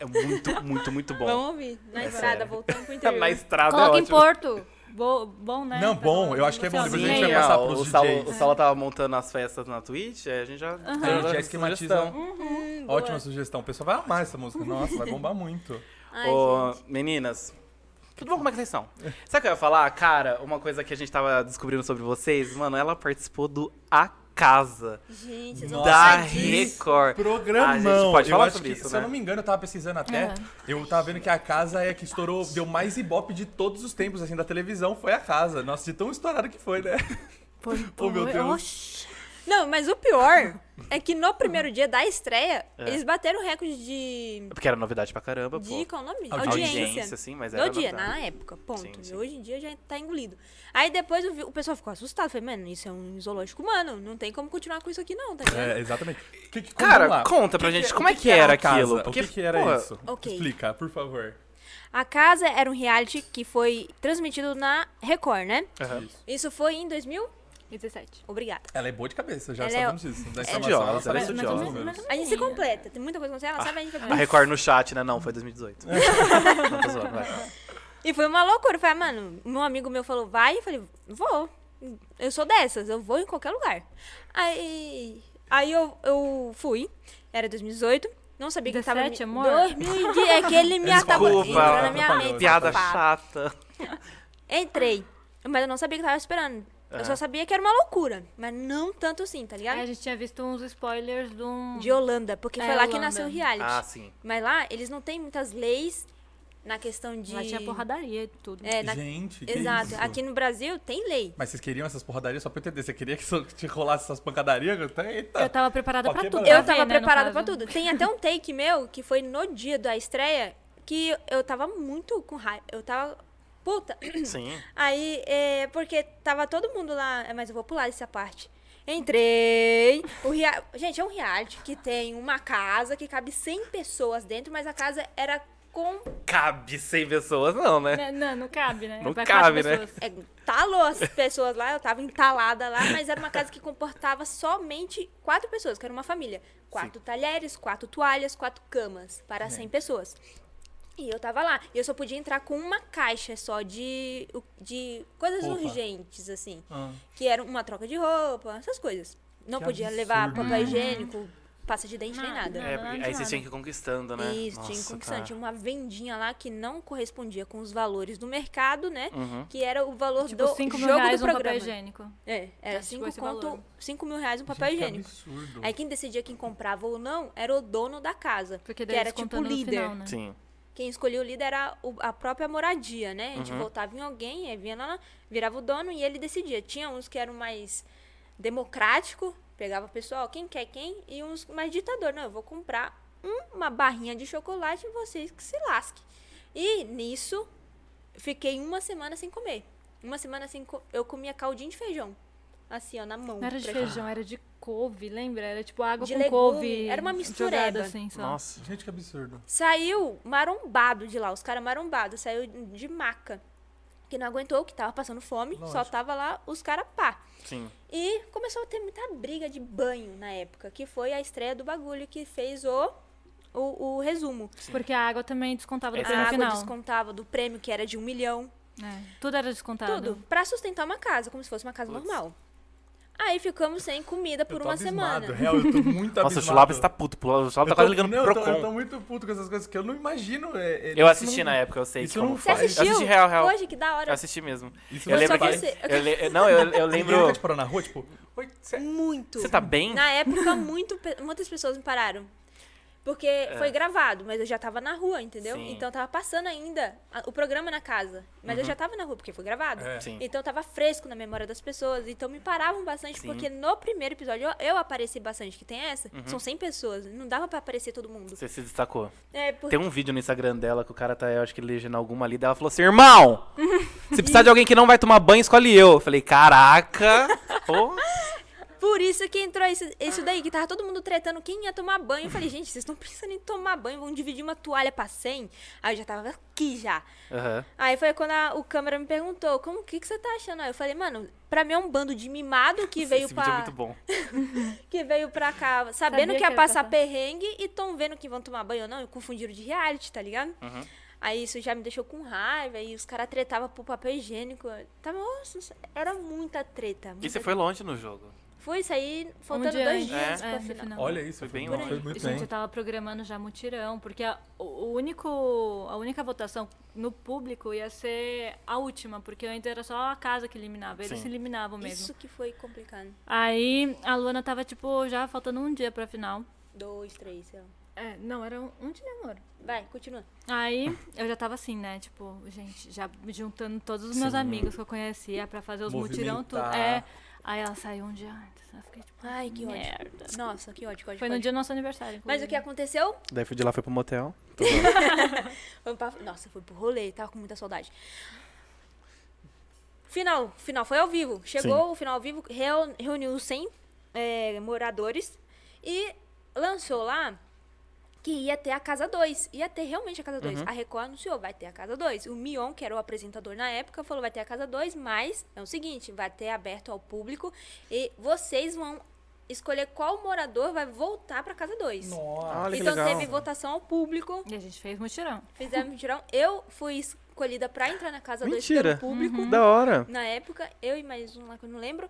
[SPEAKER 2] É muito, muito, muito bom.
[SPEAKER 4] Vamos ouvir. Na
[SPEAKER 2] É
[SPEAKER 4] estrada,
[SPEAKER 2] sério.
[SPEAKER 4] voltando pro
[SPEAKER 2] Na
[SPEAKER 4] interior.
[SPEAKER 2] estrada é
[SPEAKER 5] Coloca em
[SPEAKER 2] ótimo.
[SPEAKER 5] Porto. Bo bom, né?
[SPEAKER 3] Não,
[SPEAKER 5] Pra
[SPEAKER 3] bom,
[SPEAKER 5] colocar
[SPEAKER 3] eu acho que é bom.
[SPEAKER 5] no
[SPEAKER 3] Depois a
[SPEAKER 5] céu.
[SPEAKER 3] gente
[SPEAKER 2] Sim,
[SPEAKER 3] vai
[SPEAKER 2] ó,
[SPEAKER 3] passar
[SPEAKER 2] o
[SPEAKER 3] pros DJs.
[SPEAKER 2] Saulo, o Saulo tava montando as festas na Twitch, aí a gente já...
[SPEAKER 3] A gente já
[SPEAKER 2] já
[SPEAKER 3] esquematiza.
[SPEAKER 4] Hum, boa.
[SPEAKER 3] Ótima sugestão. O pessoal vai amar essa música. Nossa, vai bombar muito.
[SPEAKER 4] Ai,
[SPEAKER 2] Ô,
[SPEAKER 4] gente.
[SPEAKER 2] meninas, tudo bom? Como é que vocês estão? Sabe o que eu ia falar? Cara, uma coisa que a gente tava descobrindo sobre vocês, mano, ela participou do A Casa,
[SPEAKER 4] Gente, vocês vão
[SPEAKER 2] da
[SPEAKER 4] falar disso.
[SPEAKER 2] Record.
[SPEAKER 3] Programão.
[SPEAKER 2] A gente pode
[SPEAKER 3] Eu
[SPEAKER 2] falar
[SPEAKER 3] acho
[SPEAKER 2] sobre
[SPEAKER 3] que,
[SPEAKER 2] isso,
[SPEAKER 3] Se
[SPEAKER 2] né?
[SPEAKER 3] eu não me engano, eu tava pesquisando até.
[SPEAKER 5] Aham.
[SPEAKER 3] Eu tava vendo que a casa é a que estourou, deu mais ibope de todos os tempos, assim, da televisão, foi a casa. Nossa, de tão estourado que foi, né?
[SPEAKER 5] Pô,
[SPEAKER 3] Oh, meu Deus.
[SPEAKER 5] oxi.
[SPEAKER 4] Não, mas o pior é que no primeiro dia da estreia, eles bateram o recorde de.
[SPEAKER 2] Porque era novidade pra caramba, É. pô.
[SPEAKER 4] De qual é o nome?
[SPEAKER 3] Audiência.
[SPEAKER 4] Audiência.
[SPEAKER 2] sim, mas era
[SPEAKER 4] No dia,
[SPEAKER 2] novidade.
[SPEAKER 4] na época, ponto.
[SPEAKER 2] Sim, sim.
[SPEAKER 4] Hoje em dia já tá engolido. Aí depois eu vi- o pessoal ficou assustado. Falei, mano, isso é um zoológico humano. Não tem como continuar com isso aqui, não, tá ligado?
[SPEAKER 3] É, exatamente. Que, que-
[SPEAKER 2] Cara,
[SPEAKER 3] vamos lá.
[SPEAKER 2] conta pra
[SPEAKER 3] O que
[SPEAKER 2] gente
[SPEAKER 3] que-
[SPEAKER 2] como
[SPEAKER 3] o
[SPEAKER 2] é que era
[SPEAKER 3] a casa?
[SPEAKER 2] aquilo,
[SPEAKER 3] O
[SPEAKER 2] porque,
[SPEAKER 3] que, que era
[SPEAKER 2] pô,
[SPEAKER 3] isso?
[SPEAKER 4] ok.
[SPEAKER 3] Explica, por favor.
[SPEAKER 4] A Casa era um reality que foi transmitido na Record, né?
[SPEAKER 2] Aham.
[SPEAKER 4] Isso foi em 2000?
[SPEAKER 5] 17.
[SPEAKER 4] Obrigada.
[SPEAKER 3] Ela é boa de cabeça, já
[SPEAKER 4] Ela é-
[SPEAKER 3] sabemos disso. Da
[SPEAKER 4] ela é
[SPEAKER 3] informação,
[SPEAKER 2] odiosa, ela é
[SPEAKER 3] sabe todos os
[SPEAKER 2] odiosa.
[SPEAKER 3] números.
[SPEAKER 5] Mas- mas-
[SPEAKER 4] A gente se completa. Tem muita coisa que você ela sabe, a gente vai
[SPEAKER 2] é. Ah,
[SPEAKER 4] um
[SPEAKER 2] A Record no chat, né? Não, foi 2018. não, tô zoando, vai.
[SPEAKER 4] E foi uma loucura. Eu falei, ah, mano, meu amigo meu falou, vai. Eu falei, vou. Eu sou dessas, eu vou em qualquer lugar. Aí, aí eu, eu fui, era 2018. Não sabia que estava
[SPEAKER 5] 17, amor?
[SPEAKER 4] 2010, é que ele me atacou.
[SPEAKER 2] Desculpa,
[SPEAKER 4] entrou na minha
[SPEAKER 3] atrapalhou,
[SPEAKER 4] mente.
[SPEAKER 2] Piada
[SPEAKER 4] safado.
[SPEAKER 2] chata.
[SPEAKER 4] Entrei, mas eu não sabia que tava esperando. Eu só sabia que era uma loucura, mas não tanto assim, tá ligado?
[SPEAKER 5] Aí a É, gente tinha visto uns spoilers de um...
[SPEAKER 4] De Holanda, porque
[SPEAKER 5] É,
[SPEAKER 4] foi lá que
[SPEAKER 5] Holanda.
[SPEAKER 4] nasceu o reality.
[SPEAKER 2] Ah, sim.
[SPEAKER 4] Mas lá, eles não têm muitas leis na questão de...
[SPEAKER 5] Lá tinha porradaria e tudo.
[SPEAKER 4] É, na...
[SPEAKER 3] Gente, que
[SPEAKER 4] Exato.
[SPEAKER 3] isso?
[SPEAKER 4] Aqui no Brasil tem lei.
[SPEAKER 3] Mas vocês queriam essas porradarias só pra eu entender? Você queria que só te rolasse essas pancadarias? Eita!
[SPEAKER 5] Eu tava preparada
[SPEAKER 3] Ok,
[SPEAKER 5] pra tudo.
[SPEAKER 3] mano.
[SPEAKER 5] pra
[SPEAKER 4] Eu
[SPEAKER 5] ver,
[SPEAKER 4] tava
[SPEAKER 5] né, no
[SPEAKER 4] preparada
[SPEAKER 5] caso.
[SPEAKER 4] pra tudo. Tem até um take meu que foi no dia da estreia que eu tava muito com raiva. Eu tava puta.
[SPEAKER 2] Sim.
[SPEAKER 4] Aí, é, porque tava todo mundo lá, é, mas eu vou pular essa parte. Entrei. O rea... Gente, é um reality que tem uma casa que cabe 100 pessoas dentro, mas a casa era com.
[SPEAKER 2] Cabe 100 pessoas, não, né?
[SPEAKER 5] Não, não, não cabe, né?
[SPEAKER 2] Não
[SPEAKER 5] Vai
[SPEAKER 2] cabe,
[SPEAKER 5] quatro
[SPEAKER 2] né?
[SPEAKER 5] pessoas.
[SPEAKER 4] É, talou as pessoas lá, eu tava entalada lá, mas era uma casa que comportava somente quatro pessoas, que era uma família. Quatro talheres, quatro toalhas, quatro camas, para
[SPEAKER 3] Uhum.
[SPEAKER 4] 100 pessoas. E eu tava lá. E eu só podia entrar com uma caixa só de, de coisas
[SPEAKER 3] Opa.
[SPEAKER 4] urgentes, assim.
[SPEAKER 3] Ah.
[SPEAKER 4] Que era uma troca de roupa, essas coisas. Não
[SPEAKER 3] Que
[SPEAKER 4] podia
[SPEAKER 3] absurdo. né?
[SPEAKER 4] levar papel higiênico, pasta de dente, nem
[SPEAKER 5] Não,
[SPEAKER 4] nada.
[SPEAKER 2] É,
[SPEAKER 5] não
[SPEAKER 2] porque
[SPEAKER 5] adianta
[SPEAKER 2] aí vocês
[SPEAKER 5] nada.
[SPEAKER 2] tinham que ir conquistando, né?
[SPEAKER 4] Isso, tinha
[SPEAKER 2] Nossa,
[SPEAKER 4] inconquistante.
[SPEAKER 2] cara.
[SPEAKER 4] Tinha uma vendinha lá que não correspondia com os valores do mercado, né?
[SPEAKER 2] Uhum.
[SPEAKER 4] Que era o valor
[SPEAKER 5] Tipo,
[SPEAKER 4] do
[SPEAKER 5] 5 mil
[SPEAKER 4] jogo
[SPEAKER 5] reais
[SPEAKER 4] do
[SPEAKER 5] um
[SPEAKER 4] programa.
[SPEAKER 5] papel higiênico.
[SPEAKER 4] É, era
[SPEAKER 5] Acho que foi
[SPEAKER 4] 5
[SPEAKER 5] esse valor.
[SPEAKER 4] conto, 5 mil reais um papel
[SPEAKER 3] Gente, que
[SPEAKER 4] higiênico.
[SPEAKER 3] absurdo.
[SPEAKER 4] Aí quem decidia quem comprava ou não era o dono da casa,
[SPEAKER 5] Porque
[SPEAKER 4] que
[SPEAKER 5] daí
[SPEAKER 4] era
[SPEAKER 5] eles
[SPEAKER 4] tipo o
[SPEAKER 5] contando no
[SPEAKER 4] líder.
[SPEAKER 5] final, né?
[SPEAKER 2] Sim.
[SPEAKER 4] Quem escolhia o líder era o- a própria moradia, né? A gente voltava em alguém, aí vinha lá, virava o dono e ele decidia. Tinha uns que eram mais democrático, pegava o pessoal, quem quer quem, e uns mais ditador. Não, eu vou comprar uma barrinha de chocolate e vocês que se lasquem. E nisso, fiquei uma semana sem comer. Uma semana sem co eu comia caldinho de feijão. Assim, ó, na mão.
[SPEAKER 5] Não era de
[SPEAKER 4] pra-
[SPEAKER 5] feijão, era de couve, lembra? Era tipo água
[SPEAKER 4] De
[SPEAKER 5] com
[SPEAKER 4] legume,
[SPEAKER 5] couve.
[SPEAKER 4] era uma mistureba.
[SPEAKER 5] jogada Assim, só.
[SPEAKER 2] Nossa.
[SPEAKER 3] Gente, que absurdo.
[SPEAKER 4] Saiu marombado de lá, os caras marombado, saiu de maca. Que não aguentou, que tava passando fome, só
[SPEAKER 3] Lógico.
[SPEAKER 4] tava lá os caras pá.
[SPEAKER 2] Sim.
[SPEAKER 4] E começou a ter muita briga de banho na época, que foi a estreia do bagulho que fez o, o, o resumo.
[SPEAKER 5] Porque a água também descontava do
[SPEAKER 2] Essa
[SPEAKER 5] prêmio
[SPEAKER 4] a água
[SPEAKER 5] é final.
[SPEAKER 4] descontava do prêmio, que era de um milhão.
[SPEAKER 5] É, Tudo era descontado.
[SPEAKER 4] Tudo. Pra sustentar uma casa, como se fosse uma casa normal. Aí ficamos sem comida por
[SPEAKER 3] eu tô
[SPEAKER 4] uma
[SPEAKER 3] abismado,
[SPEAKER 4] semana.
[SPEAKER 3] Real, eu tô muito abismado.
[SPEAKER 2] Nossa, o Chulapa está puto. O Chulapa tá quase ligando
[SPEAKER 3] não,
[SPEAKER 2] pro
[SPEAKER 3] Eu tô, eu tô
[SPEAKER 2] Procon.
[SPEAKER 3] muito puto com essas coisas que eu não imagino. é- é-
[SPEAKER 2] Eu assisti
[SPEAKER 3] isso
[SPEAKER 2] na época, eu sei
[SPEAKER 3] isso
[SPEAKER 2] como
[SPEAKER 3] não
[SPEAKER 2] foi.
[SPEAKER 4] Você
[SPEAKER 3] faz.
[SPEAKER 4] assistiu?
[SPEAKER 2] Eu assisti Real, Real.
[SPEAKER 4] Hoje, que da
[SPEAKER 2] Eu
[SPEAKER 4] hora.
[SPEAKER 2] assisti mesmo.
[SPEAKER 3] não- Isso
[SPEAKER 2] eu
[SPEAKER 4] Mas
[SPEAKER 2] lembro
[SPEAKER 3] não
[SPEAKER 4] só
[SPEAKER 3] faz.
[SPEAKER 2] que...
[SPEAKER 4] você-
[SPEAKER 2] Eu le- Não, eu, eu lembro...
[SPEAKER 3] Ninguém nunca te parou na rua, tipo... Oi, cê-
[SPEAKER 4] Muito.
[SPEAKER 2] Você tá bem?
[SPEAKER 4] Na época, muito, pe- muitas pessoas me pararam. Porque foi gravado, mas eu já tava na rua, entendeu?
[SPEAKER 2] É. Sim. Uhum.
[SPEAKER 4] Então eu tava passando ainda a- o programa na casa. Mas eu já tava na rua, porque foi gravado.
[SPEAKER 3] É.
[SPEAKER 2] Sim.
[SPEAKER 4] Então tava fresco na memória das pessoas. Então me paravam bastante,
[SPEAKER 2] Sim. Uhum.
[SPEAKER 4] porque no primeiro episódio eu, eu apareci bastante, que tem essa. São 100 pessoas, não dava pra aparecer todo mundo.
[SPEAKER 2] Você se destacou.
[SPEAKER 4] É, porque
[SPEAKER 2] Tem um vídeo no Instagram dela que o cara tá, eu acho que legendo alguma ali, daí ela falou assim, irmão, se precisar de alguém que não vai tomar banho, escolhe eu. Eu falei, caraca, pô,
[SPEAKER 4] Por isso que entrou isso, isso daí, que tava todo mundo tretando quem ia tomar banho. Eu falei, gente, vocês estão precisando em tomar banho, vão dividir uma toalha pra 100? Aí eu já tava aqui já.
[SPEAKER 2] Aham.
[SPEAKER 4] Aí foi quando a- o câmera me perguntou, como o que, que você tá achando? Aí eu falei, mano, pra mim é um bando de mimado que veio
[SPEAKER 2] esse
[SPEAKER 4] pra.
[SPEAKER 2] vídeo é muito bom.
[SPEAKER 4] Que veio pra cá sabendo
[SPEAKER 5] Sabia
[SPEAKER 4] que ia
[SPEAKER 5] que ia
[SPEAKER 4] passar
[SPEAKER 5] passar.
[SPEAKER 4] perrengue e tão vendo que vão tomar banho ou não, e confundiram de reality, tá ligado?
[SPEAKER 2] Uhum.
[SPEAKER 4] Aí isso já me deixou com raiva, e os caras tretavam pro papel higiênico. Tava, nossa, era muita treta.
[SPEAKER 2] E
[SPEAKER 4] muita-
[SPEAKER 2] você foi longe no jogo.
[SPEAKER 4] Foi sair
[SPEAKER 5] Um
[SPEAKER 4] faltando
[SPEAKER 5] dia
[SPEAKER 4] dois
[SPEAKER 5] antes,
[SPEAKER 4] dias
[SPEAKER 5] é,
[SPEAKER 4] pra
[SPEAKER 5] no
[SPEAKER 4] final.
[SPEAKER 5] final.
[SPEAKER 3] Olha isso,
[SPEAKER 2] Foi
[SPEAKER 3] foi
[SPEAKER 2] bem
[SPEAKER 3] bem
[SPEAKER 2] longe.
[SPEAKER 3] Foi muito
[SPEAKER 5] Gente,
[SPEAKER 3] bem.
[SPEAKER 5] eu tava programando já mutirão, porque a, o- o único, a única votação no público ia ser a última, porque antes era só a casa que eliminava, eles
[SPEAKER 2] Sim.
[SPEAKER 5] se eliminavam mesmo.
[SPEAKER 4] Isso que foi complicado.
[SPEAKER 5] Aí a Luana tava, tipo, já faltando um dia pra final.
[SPEAKER 4] Dois, três, sei lá.
[SPEAKER 5] É, não, era um, um dia, amor.
[SPEAKER 4] Vai, continua.
[SPEAKER 5] Aí eu já tava assim, né? Tipo, gente, já juntando todos os meus amigos que eu conhecia pra fazer os mutirão tudo.
[SPEAKER 3] Movimentar.
[SPEAKER 5] É. Aí ela saiu um dia antes. Eu fiquei, tipo,
[SPEAKER 4] Ai, que ódio.
[SPEAKER 5] merda.
[SPEAKER 4] Nossa, que ódio, que ódio.
[SPEAKER 5] Foi
[SPEAKER 4] que
[SPEAKER 5] no
[SPEAKER 4] ódio.
[SPEAKER 5] dia do nosso aniversário.
[SPEAKER 4] Mas o que aconteceu?
[SPEAKER 2] Daí fui de lá, foi pro motel.
[SPEAKER 4] Foi pra- Nossa, foi pro rolê, tava com muita saudade. Final, final foi ao vivo. Chegou o final ao vivo, reu- reuniu os 100 é, moradores e lançou lá que ia ter a Casa 2. Ia ter realmente a Casa 2. A Record anunciou, vai ter a Casa 2. O Mion, que era o apresentador na época, falou, vai ter a Casa 2, mas é o seguinte, vai ter aberto ao público e vocês vão escolher qual morador vai voltar pra Casa 2.
[SPEAKER 3] Nossa.
[SPEAKER 2] Olha que
[SPEAKER 4] Então
[SPEAKER 2] legal.
[SPEAKER 4] teve votação ao público.
[SPEAKER 5] E a gente fez mutirão.
[SPEAKER 4] Fizeram mentirão. um Eu fui escolhida pra entrar na casa do
[SPEAKER 2] Mentira.
[SPEAKER 4] pelo público.
[SPEAKER 3] Uhum.
[SPEAKER 2] Da hora.
[SPEAKER 4] Na época, eu e mais um lá que eu não lembro.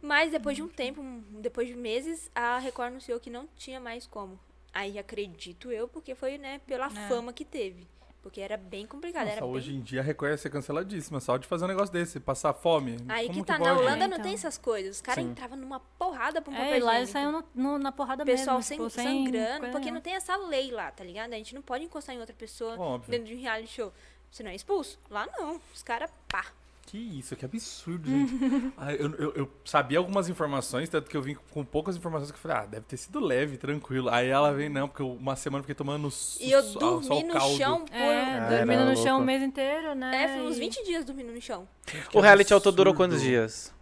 [SPEAKER 4] Mas depois de um tempo, um- depois de meses, a Record anunciou que não tinha mais como. Aí acredito eu, porque foi, né, pela
[SPEAKER 5] É.
[SPEAKER 4] fama que teve. Porque era bem complicado,
[SPEAKER 3] Nossa,
[SPEAKER 4] era
[SPEAKER 3] hoje
[SPEAKER 4] bem...
[SPEAKER 3] em dia a Record ia ser canceladíssima, só de fazer um negócio desse, passar fome.
[SPEAKER 4] Aí
[SPEAKER 3] Como
[SPEAKER 4] que tá, na
[SPEAKER 3] pode? né?
[SPEAKER 4] Holanda
[SPEAKER 5] É,
[SPEAKER 4] não
[SPEAKER 5] então.
[SPEAKER 4] tem essas coisas. Os caras entravam numa porrada pra um papel
[SPEAKER 5] É, e lá eles
[SPEAKER 4] higiênico.
[SPEAKER 5] saíram no- no- na porrada
[SPEAKER 4] O pessoal
[SPEAKER 5] mesmo.
[SPEAKER 4] sem,
[SPEAKER 5] tipo,
[SPEAKER 4] sangrando,
[SPEAKER 5] coisa
[SPEAKER 4] porque não
[SPEAKER 5] nenhuma.
[SPEAKER 4] tem essa lei lá, tá ligado? A gente não pode encostar em outra pessoa
[SPEAKER 3] Óbvio.
[SPEAKER 4] dentro de um reality show. Senão é expulso. Lá não. Os caras, pá.
[SPEAKER 3] Que isso, que absurdo, gente. Ah, eu, eu- eu sabia algumas informações, tanto que eu vim com poucas informações que eu falei, ah, deve ter sido leve, tranquilo. Aí ela vem, não, porque eu, uma semana eu fiquei tomando su-
[SPEAKER 4] E eu
[SPEAKER 3] só- só
[SPEAKER 4] dormi
[SPEAKER 3] o
[SPEAKER 4] no
[SPEAKER 3] caldo.
[SPEAKER 4] chão por.
[SPEAKER 5] É,
[SPEAKER 2] Ah,
[SPEAKER 5] dormindo
[SPEAKER 2] era
[SPEAKER 5] no chão
[SPEAKER 2] louco.
[SPEAKER 5] o mês inteiro, né?
[SPEAKER 4] É, foi uns
[SPEAKER 5] e-
[SPEAKER 4] 20 dias dormindo no chão. 30
[SPEAKER 2] O reality ao todo durou
[SPEAKER 3] absurdo.
[SPEAKER 2] quantos dias?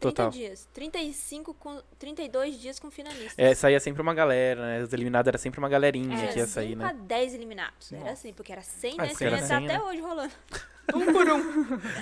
[SPEAKER 2] Total.
[SPEAKER 4] dias. 35 com 32 dias com finalista.
[SPEAKER 2] É, saía sempre uma galera, né? Os eliminados era sempre uma galerinha
[SPEAKER 4] Era
[SPEAKER 2] que ia sair,
[SPEAKER 4] cinco a
[SPEAKER 2] né?
[SPEAKER 4] 10 eliminados. Era
[SPEAKER 3] Nossa.
[SPEAKER 4] assim, porque era 100,
[SPEAKER 3] Ah,
[SPEAKER 4] né?
[SPEAKER 3] sim,
[SPEAKER 4] Sim,
[SPEAKER 2] era
[SPEAKER 4] tá
[SPEAKER 2] 100,
[SPEAKER 4] até
[SPEAKER 2] né?
[SPEAKER 4] hoje rolando.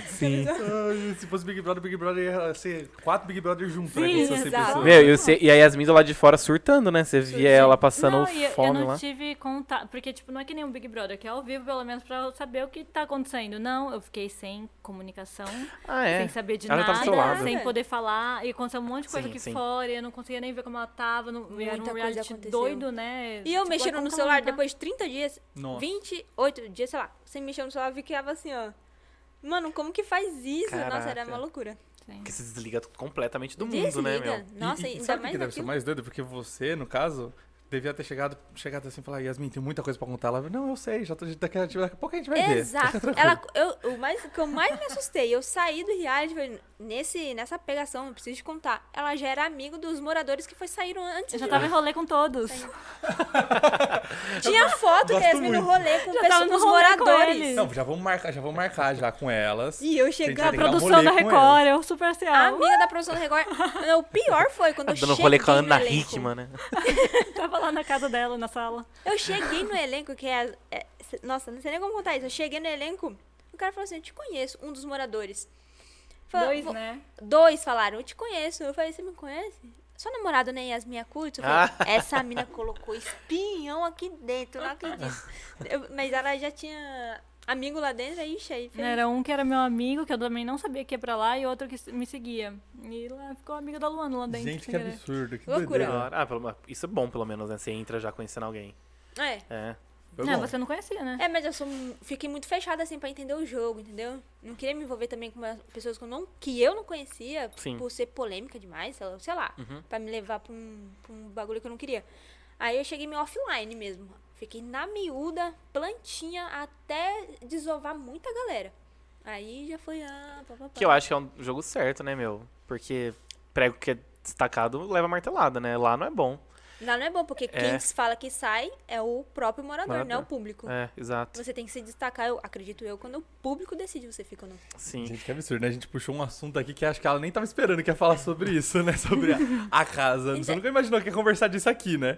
[SPEAKER 2] Sim.
[SPEAKER 3] Ai, se fosse Big Brother, Big Brother ia ser quatro Big Brother juntos, né?
[SPEAKER 5] Sim,
[SPEAKER 3] com essas cem
[SPEAKER 5] exato.
[SPEAKER 3] pessoas.
[SPEAKER 2] Meu, e, você- e a Yasmin do lado de fora surtando, né? Você via ela passando
[SPEAKER 5] não, e eu-
[SPEAKER 2] fome
[SPEAKER 5] eu não
[SPEAKER 2] lá.
[SPEAKER 5] tive contato, porque tipo, não é que nem um Big Brother, que é ao vivo pelo menos pra eu saber o que tá acontecendo. Não, eu fiquei sem comunicação,
[SPEAKER 2] Ah, é.
[SPEAKER 5] sem saber de
[SPEAKER 2] Ela tava
[SPEAKER 5] nada,
[SPEAKER 2] do seu lado.
[SPEAKER 5] sem poder falar, e aconteceu um monte de coisa
[SPEAKER 2] Sim,
[SPEAKER 5] aqui
[SPEAKER 2] sim.
[SPEAKER 5] fora, e eu não conseguia nem ver como ela tava, não, e era
[SPEAKER 4] Muita
[SPEAKER 5] um
[SPEAKER 4] coisa
[SPEAKER 5] reality
[SPEAKER 4] aconteceu.
[SPEAKER 5] doido, né?
[SPEAKER 4] E eu
[SPEAKER 5] Tipo,
[SPEAKER 4] mexendo
[SPEAKER 5] como
[SPEAKER 4] no
[SPEAKER 5] que ela
[SPEAKER 4] celular
[SPEAKER 5] não tá?
[SPEAKER 4] depois de 30 dias,
[SPEAKER 3] Nossa.
[SPEAKER 4] 28 dias, sei lá, sem mexer no celular, eu ficava assim, ó. Mano, como que faz isso? Nossa, era
[SPEAKER 2] Caraca.
[SPEAKER 4] uma loucura.
[SPEAKER 5] Sim.
[SPEAKER 2] Porque se desliga completamente do mundo, né,
[SPEAKER 4] Desliga.
[SPEAKER 2] meu?
[SPEAKER 4] Nossa,
[SPEAKER 3] e, e
[SPEAKER 4] ainda
[SPEAKER 3] sabe o que
[SPEAKER 4] mais
[SPEAKER 3] deve ser
[SPEAKER 4] naquilo.
[SPEAKER 3] mais doido? Porque você, no caso, devia ter chegado, chegado assim e falar, Yasmin, tem muita coisa pra contar. Ela, não, eu sei, já tô, daqui, a, daqui a pouco a gente vai ver.
[SPEAKER 4] Exato. Ela, eu, o, mais, o que eu mais me assustei, eu saí do reality, falei, nesse, nessa pegação, não preciso te contar. Ela já era amigo dos moradores que foi, saíram antes.
[SPEAKER 5] Eu
[SPEAKER 4] de-
[SPEAKER 5] já tava em rolê com todos.
[SPEAKER 2] um
[SPEAKER 4] Tinha foto da
[SPEAKER 3] gosto
[SPEAKER 4] Yasmin no
[SPEAKER 3] muito.
[SPEAKER 4] rolê com,
[SPEAKER 5] Já
[SPEAKER 4] pessoas,
[SPEAKER 5] tava
[SPEAKER 4] com
[SPEAKER 5] no
[SPEAKER 4] os
[SPEAKER 5] rolê com
[SPEAKER 4] moradores.
[SPEAKER 5] eles.
[SPEAKER 3] Não, já vamos marcar, já vamos marcar já com elas.
[SPEAKER 4] e eu
[SPEAKER 3] Tem
[SPEAKER 5] A
[SPEAKER 3] que
[SPEAKER 4] chegando.
[SPEAKER 3] dar um
[SPEAKER 5] produção
[SPEAKER 3] rolê
[SPEAKER 5] da
[SPEAKER 3] com
[SPEAKER 5] Record, eu super
[SPEAKER 4] A
[SPEAKER 5] social.
[SPEAKER 4] amiga da produção da Record. Não, O pior foi quando eu
[SPEAKER 2] Tá Dando
[SPEAKER 4] cheguei
[SPEAKER 2] rolê com a
[SPEAKER 4] no
[SPEAKER 2] Ana
[SPEAKER 4] elenco.
[SPEAKER 2] Hickman, né?
[SPEAKER 5] Tava lá na casa dela, na sala.
[SPEAKER 4] Eu cheguei no elenco, que é, é- Nossa, não sei nem como contar isso. Eu cheguei no elenco, o cara falou assim: Eu te conheço, um dos moradores. Fa-
[SPEAKER 5] Dois,
[SPEAKER 4] vo-
[SPEAKER 5] né?
[SPEAKER 4] Dois falaram, eu te conheço. Eu falei, você me conhece? Sua namorada nem Yasmin curte? Eu falei, essa mina colocou espinhão aqui dentro, não acredito. Eu- mas ela já tinha amigo lá dentro, aí, ixi, aí fez.
[SPEAKER 5] Era um que era meu amigo, que eu também não sabia que ia pra lá, e outro que me seguia. E lá ficou amiga da Luana lá dentro.
[SPEAKER 3] Gente,
[SPEAKER 5] sem
[SPEAKER 3] que
[SPEAKER 5] querer.
[SPEAKER 3] absurdo. Que
[SPEAKER 4] Loucura.
[SPEAKER 3] doideira.
[SPEAKER 2] Ah, pelo- isso é bom, pelo menos, né? Você entra já conhecendo alguém.
[SPEAKER 4] É.
[SPEAKER 2] É.
[SPEAKER 3] Foi
[SPEAKER 5] Não,
[SPEAKER 3] bom.
[SPEAKER 5] você não conhecia, né?
[SPEAKER 4] É, mas eu sou, mu- fiquei muito fechada assim pra entender o jogo, entendeu? Não queria me envolver também com umas pessoas que eu não, que eu não conhecia
[SPEAKER 2] Sim. Uhum.
[SPEAKER 4] por ser polêmica demais, sei lá, sei lá pra me levar pra um, pra um bagulho que eu não queria. Aí eu cheguei meio offline mesmo. Fiquei na miúda, plantinha, até desovar muita galera. Aí já foi. Ah, pá, pá, pá.
[SPEAKER 2] Que eu acho que é um jogo certo, né, meu? Porque prego que é destacado leva martelada, né? Lá não é bom.
[SPEAKER 4] Lá não é bom, porque quem fala que sai é o próprio morador, não é o
[SPEAKER 2] Morador.
[SPEAKER 4] público.
[SPEAKER 2] É, exato.
[SPEAKER 4] Você tem que se destacar, eu acredito eu, quando o público decide você fica ou não.
[SPEAKER 2] Sim.
[SPEAKER 3] Gente, que absurdo, né? A gente puxou um assunto aqui que acho que ela nem tava esperando que ia falar sobre isso, né? Sobre a, a casa.
[SPEAKER 5] é
[SPEAKER 3] Você nunca imaginou que ia conversar disso aqui, né?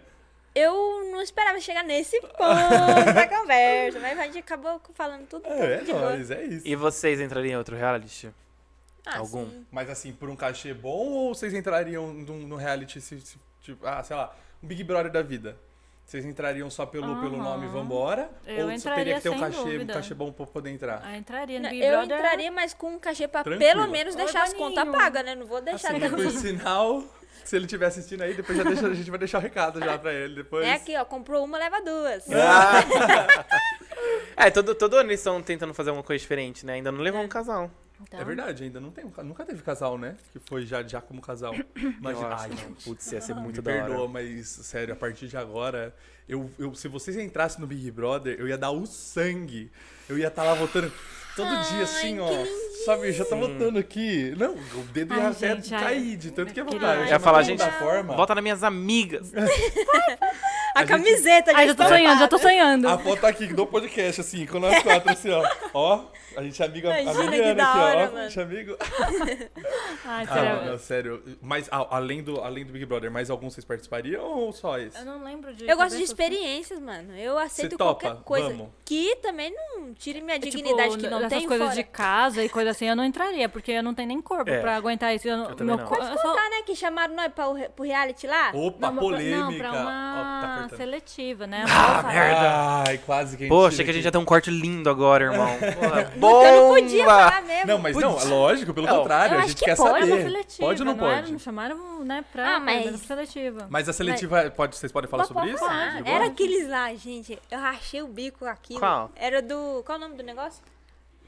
[SPEAKER 4] Eu não esperava chegar nesse ponto da conversa, mas a gente acabou falando tudo.
[SPEAKER 3] É, é
[SPEAKER 5] tipo,
[SPEAKER 4] de boa.
[SPEAKER 3] nóis, é isso.
[SPEAKER 2] E vocês entrariam em outro reality?
[SPEAKER 4] Ah,
[SPEAKER 2] Algum?
[SPEAKER 4] sim.
[SPEAKER 3] Mas assim, por um cachê bom ou vocês entrariam num- no reality, se, se- tipo, ah, sei lá, um Big Brother da vida? Vocês entrariam só pelo, pelo
[SPEAKER 5] Aham.
[SPEAKER 3] nome Vambora?
[SPEAKER 5] Eu
[SPEAKER 3] ou você teria
[SPEAKER 5] entraria
[SPEAKER 3] que ter um
[SPEAKER 5] sem
[SPEAKER 3] cachê, um
[SPEAKER 5] dúvida.
[SPEAKER 3] cachê bom pra poder entrar?
[SPEAKER 5] Ah, entraria no
[SPEAKER 4] Não,
[SPEAKER 5] Big
[SPEAKER 4] eu
[SPEAKER 5] Brother.
[SPEAKER 4] entraria, mas com um cachê pra
[SPEAKER 3] Tranquilo.
[SPEAKER 4] pelo menos
[SPEAKER 5] Ô,
[SPEAKER 4] deixar as
[SPEAKER 5] Boninho.
[SPEAKER 4] contas pagas, né? Não vou deixar.
[SPEAKER 3] Assim,
[SPEAKER 4] tanto-
[SPEAKER 3] por sinal, se ele estiver assistindo aí, depois já deixa- a gente vai deixar o recado já pra ele depois.
[SPEAKER 4] É aqui, ó, comprou uma, leva duas.
[SPEAKER 3] Ah,
[SPEAKER 2] É, todo, todo ano eles estão tentando fazer alguma coisa diferente, né? Ainda não levou um casal.
[SPEAKER 3] É verdade, ainda não tem, um ca- nunca teve casal, né? Que foi já, já como casal. Imagina, ai, não,
[SPEAKER 2] Putz, ia ser muito
[SPEAKER 3] Me
[SPEAKER 2] da hora.
[SPEAKER 3] perdoa, mas sério, a partir de agora, eu, eu- se vocês entrassem no Big Brother, eu ia dar o sangue. Eu ia estar lá votando todo dia, assim, ó. Sabe, já tá votando aqui. Não, o dedo ia
[SPEAKER 5] Ai,
[SPEAKER 3] até
[SPEAKER 5] gente, ai.
[SPEAKER 3] cair de tanto que é
[SPEAKER 5] Ai,
[SPEAKER 3] vontade.
[SPEAKER 5] que
[SPEAKER 2] Ia falar, gente,
[SPEAKER 3] da forma.
[SPEAKER 2] Volta nas minhas amigas.
[SPEAKER 4] a,
[SPEAKER 3] a gente-
[SPEAKER 4] camiseta
[SPEAKER 5] Ai, já tô sonhando, já tô sonhando.
[SPEAKER 3] A foto aqui do podcast, assim, com nós quatro, assim, ó. Ó, a gente é amigo,
[SPEAKER 4] Imagina, que
[SPEAKER 3] amigando
[SPEAKER 4] da
[SPEAKER 3] aqui,
[SPEAKER 4] hora,
[SPEAKER 3] ó. A gente é amigo.
[SPEAKER 5] Ai,
[SPEAKER 3] Ah, não,
[SPEAKER 5] sério.
[SPEAKER 3] sério. Mas a- além, do, além do Big Brother, mais algum vocês participariam ou só esse?
[SPEAKER 5] Eu não lembro de.
[SPEAKER 4] Eu gosto de
[SPEAKER 5] cabeça, assim.
[SPEAKER 4] experiências, mano. Eu aceito
[SPEAKER 3] topa?
[SPEAKER 4] qualquer coisa.
[SPEAKER 3] Vamos.
[SPEAKER 4] Que também não tire minha
[SPEAKER 5] Tipo,
[SPEAKER 4] dignidade que não
[SPEAKER 5] essas
[SPEAKER 4] tem
[SPEAKER 5] coisas
[SPEAKER 4] fora.
[SPEAKER 5] de casa e coisa assim, eu não entraria, porque eu não tenho nem corpo
[SPEAKER 2] É.
[SPEAKER 5] pra aguentar isso. Eu, não-
[SPEAKER 2] também não.
[SPEAKER 5] co-
[SPEAKER 2] Pode
[SPEAKER 5] eu sou-
[SPEAKER 4] Tá, né? Que chamaram nós pra, o re- pro reality lá.
[SPEAKER 3] Opa,
[SPEAKER 5] não, pra-
[SPEAKER 3] polêmica.
[SPEAKER 5] Não, pra
[SPEAKER 3] Ó, tá
[SPEAKER 5] uma
[SPEAKER 3] apertando.
[SPEAKER 5] seletiva, né? Ah,
[SPEAKER 3] Ai, quase que a gente
[SPEAKER 2] Poxa,
[SPEAKER 3] tira
[SPEAKER 2] que a gente
[SPEAKER 3] aqui.
[SPEAKER 2] já tem um corte lindo agora, irmão. Porra,
[SPEAKER 4] Que eu não
[SPEAKER 2] bomba!
[SPEAKER 4] podia falar mesmo.
[SPEAKER 3] Não, mas não,
[SPEAKER 2] Putz.
[SPEAKER 3] lógico, pelo
[SPEAKER 2] Não,
[SPEAKER 3] contrário, a
[SPEAKER 5] eu acho
[SPEAKER 3] gente
[SPEAKER 5] que
[SPEAKER 3] quer
[SPEAKER 5] pode,
[SPEAKER 3] saber.
[SPEAKER 5] é uma seletiva.
[SPEAKER 3] pode ou não,
[SPEAKER 5] não Era,
[SPEAKER 3] pode?
[SPEAKER 5] não chamaram, né, pra
[SPEAKER 4] Ah, mas-
[SPEAKER 5] era seletiva.
[SPEAKER 3] Mas a seletiva, é, pode, vocês podem falar sobre isso?
[SPEAKER 5] falar,
[SPEAKER 2] Tá
[SPEAKER 3] De boa?
[SPEAKER 4] Era aqueles lá, gente. Eu rachei o bico aqui.
[SPEAKER 2] Qual?
[SPEAKER 4] Era do. Qual o nome do negócio?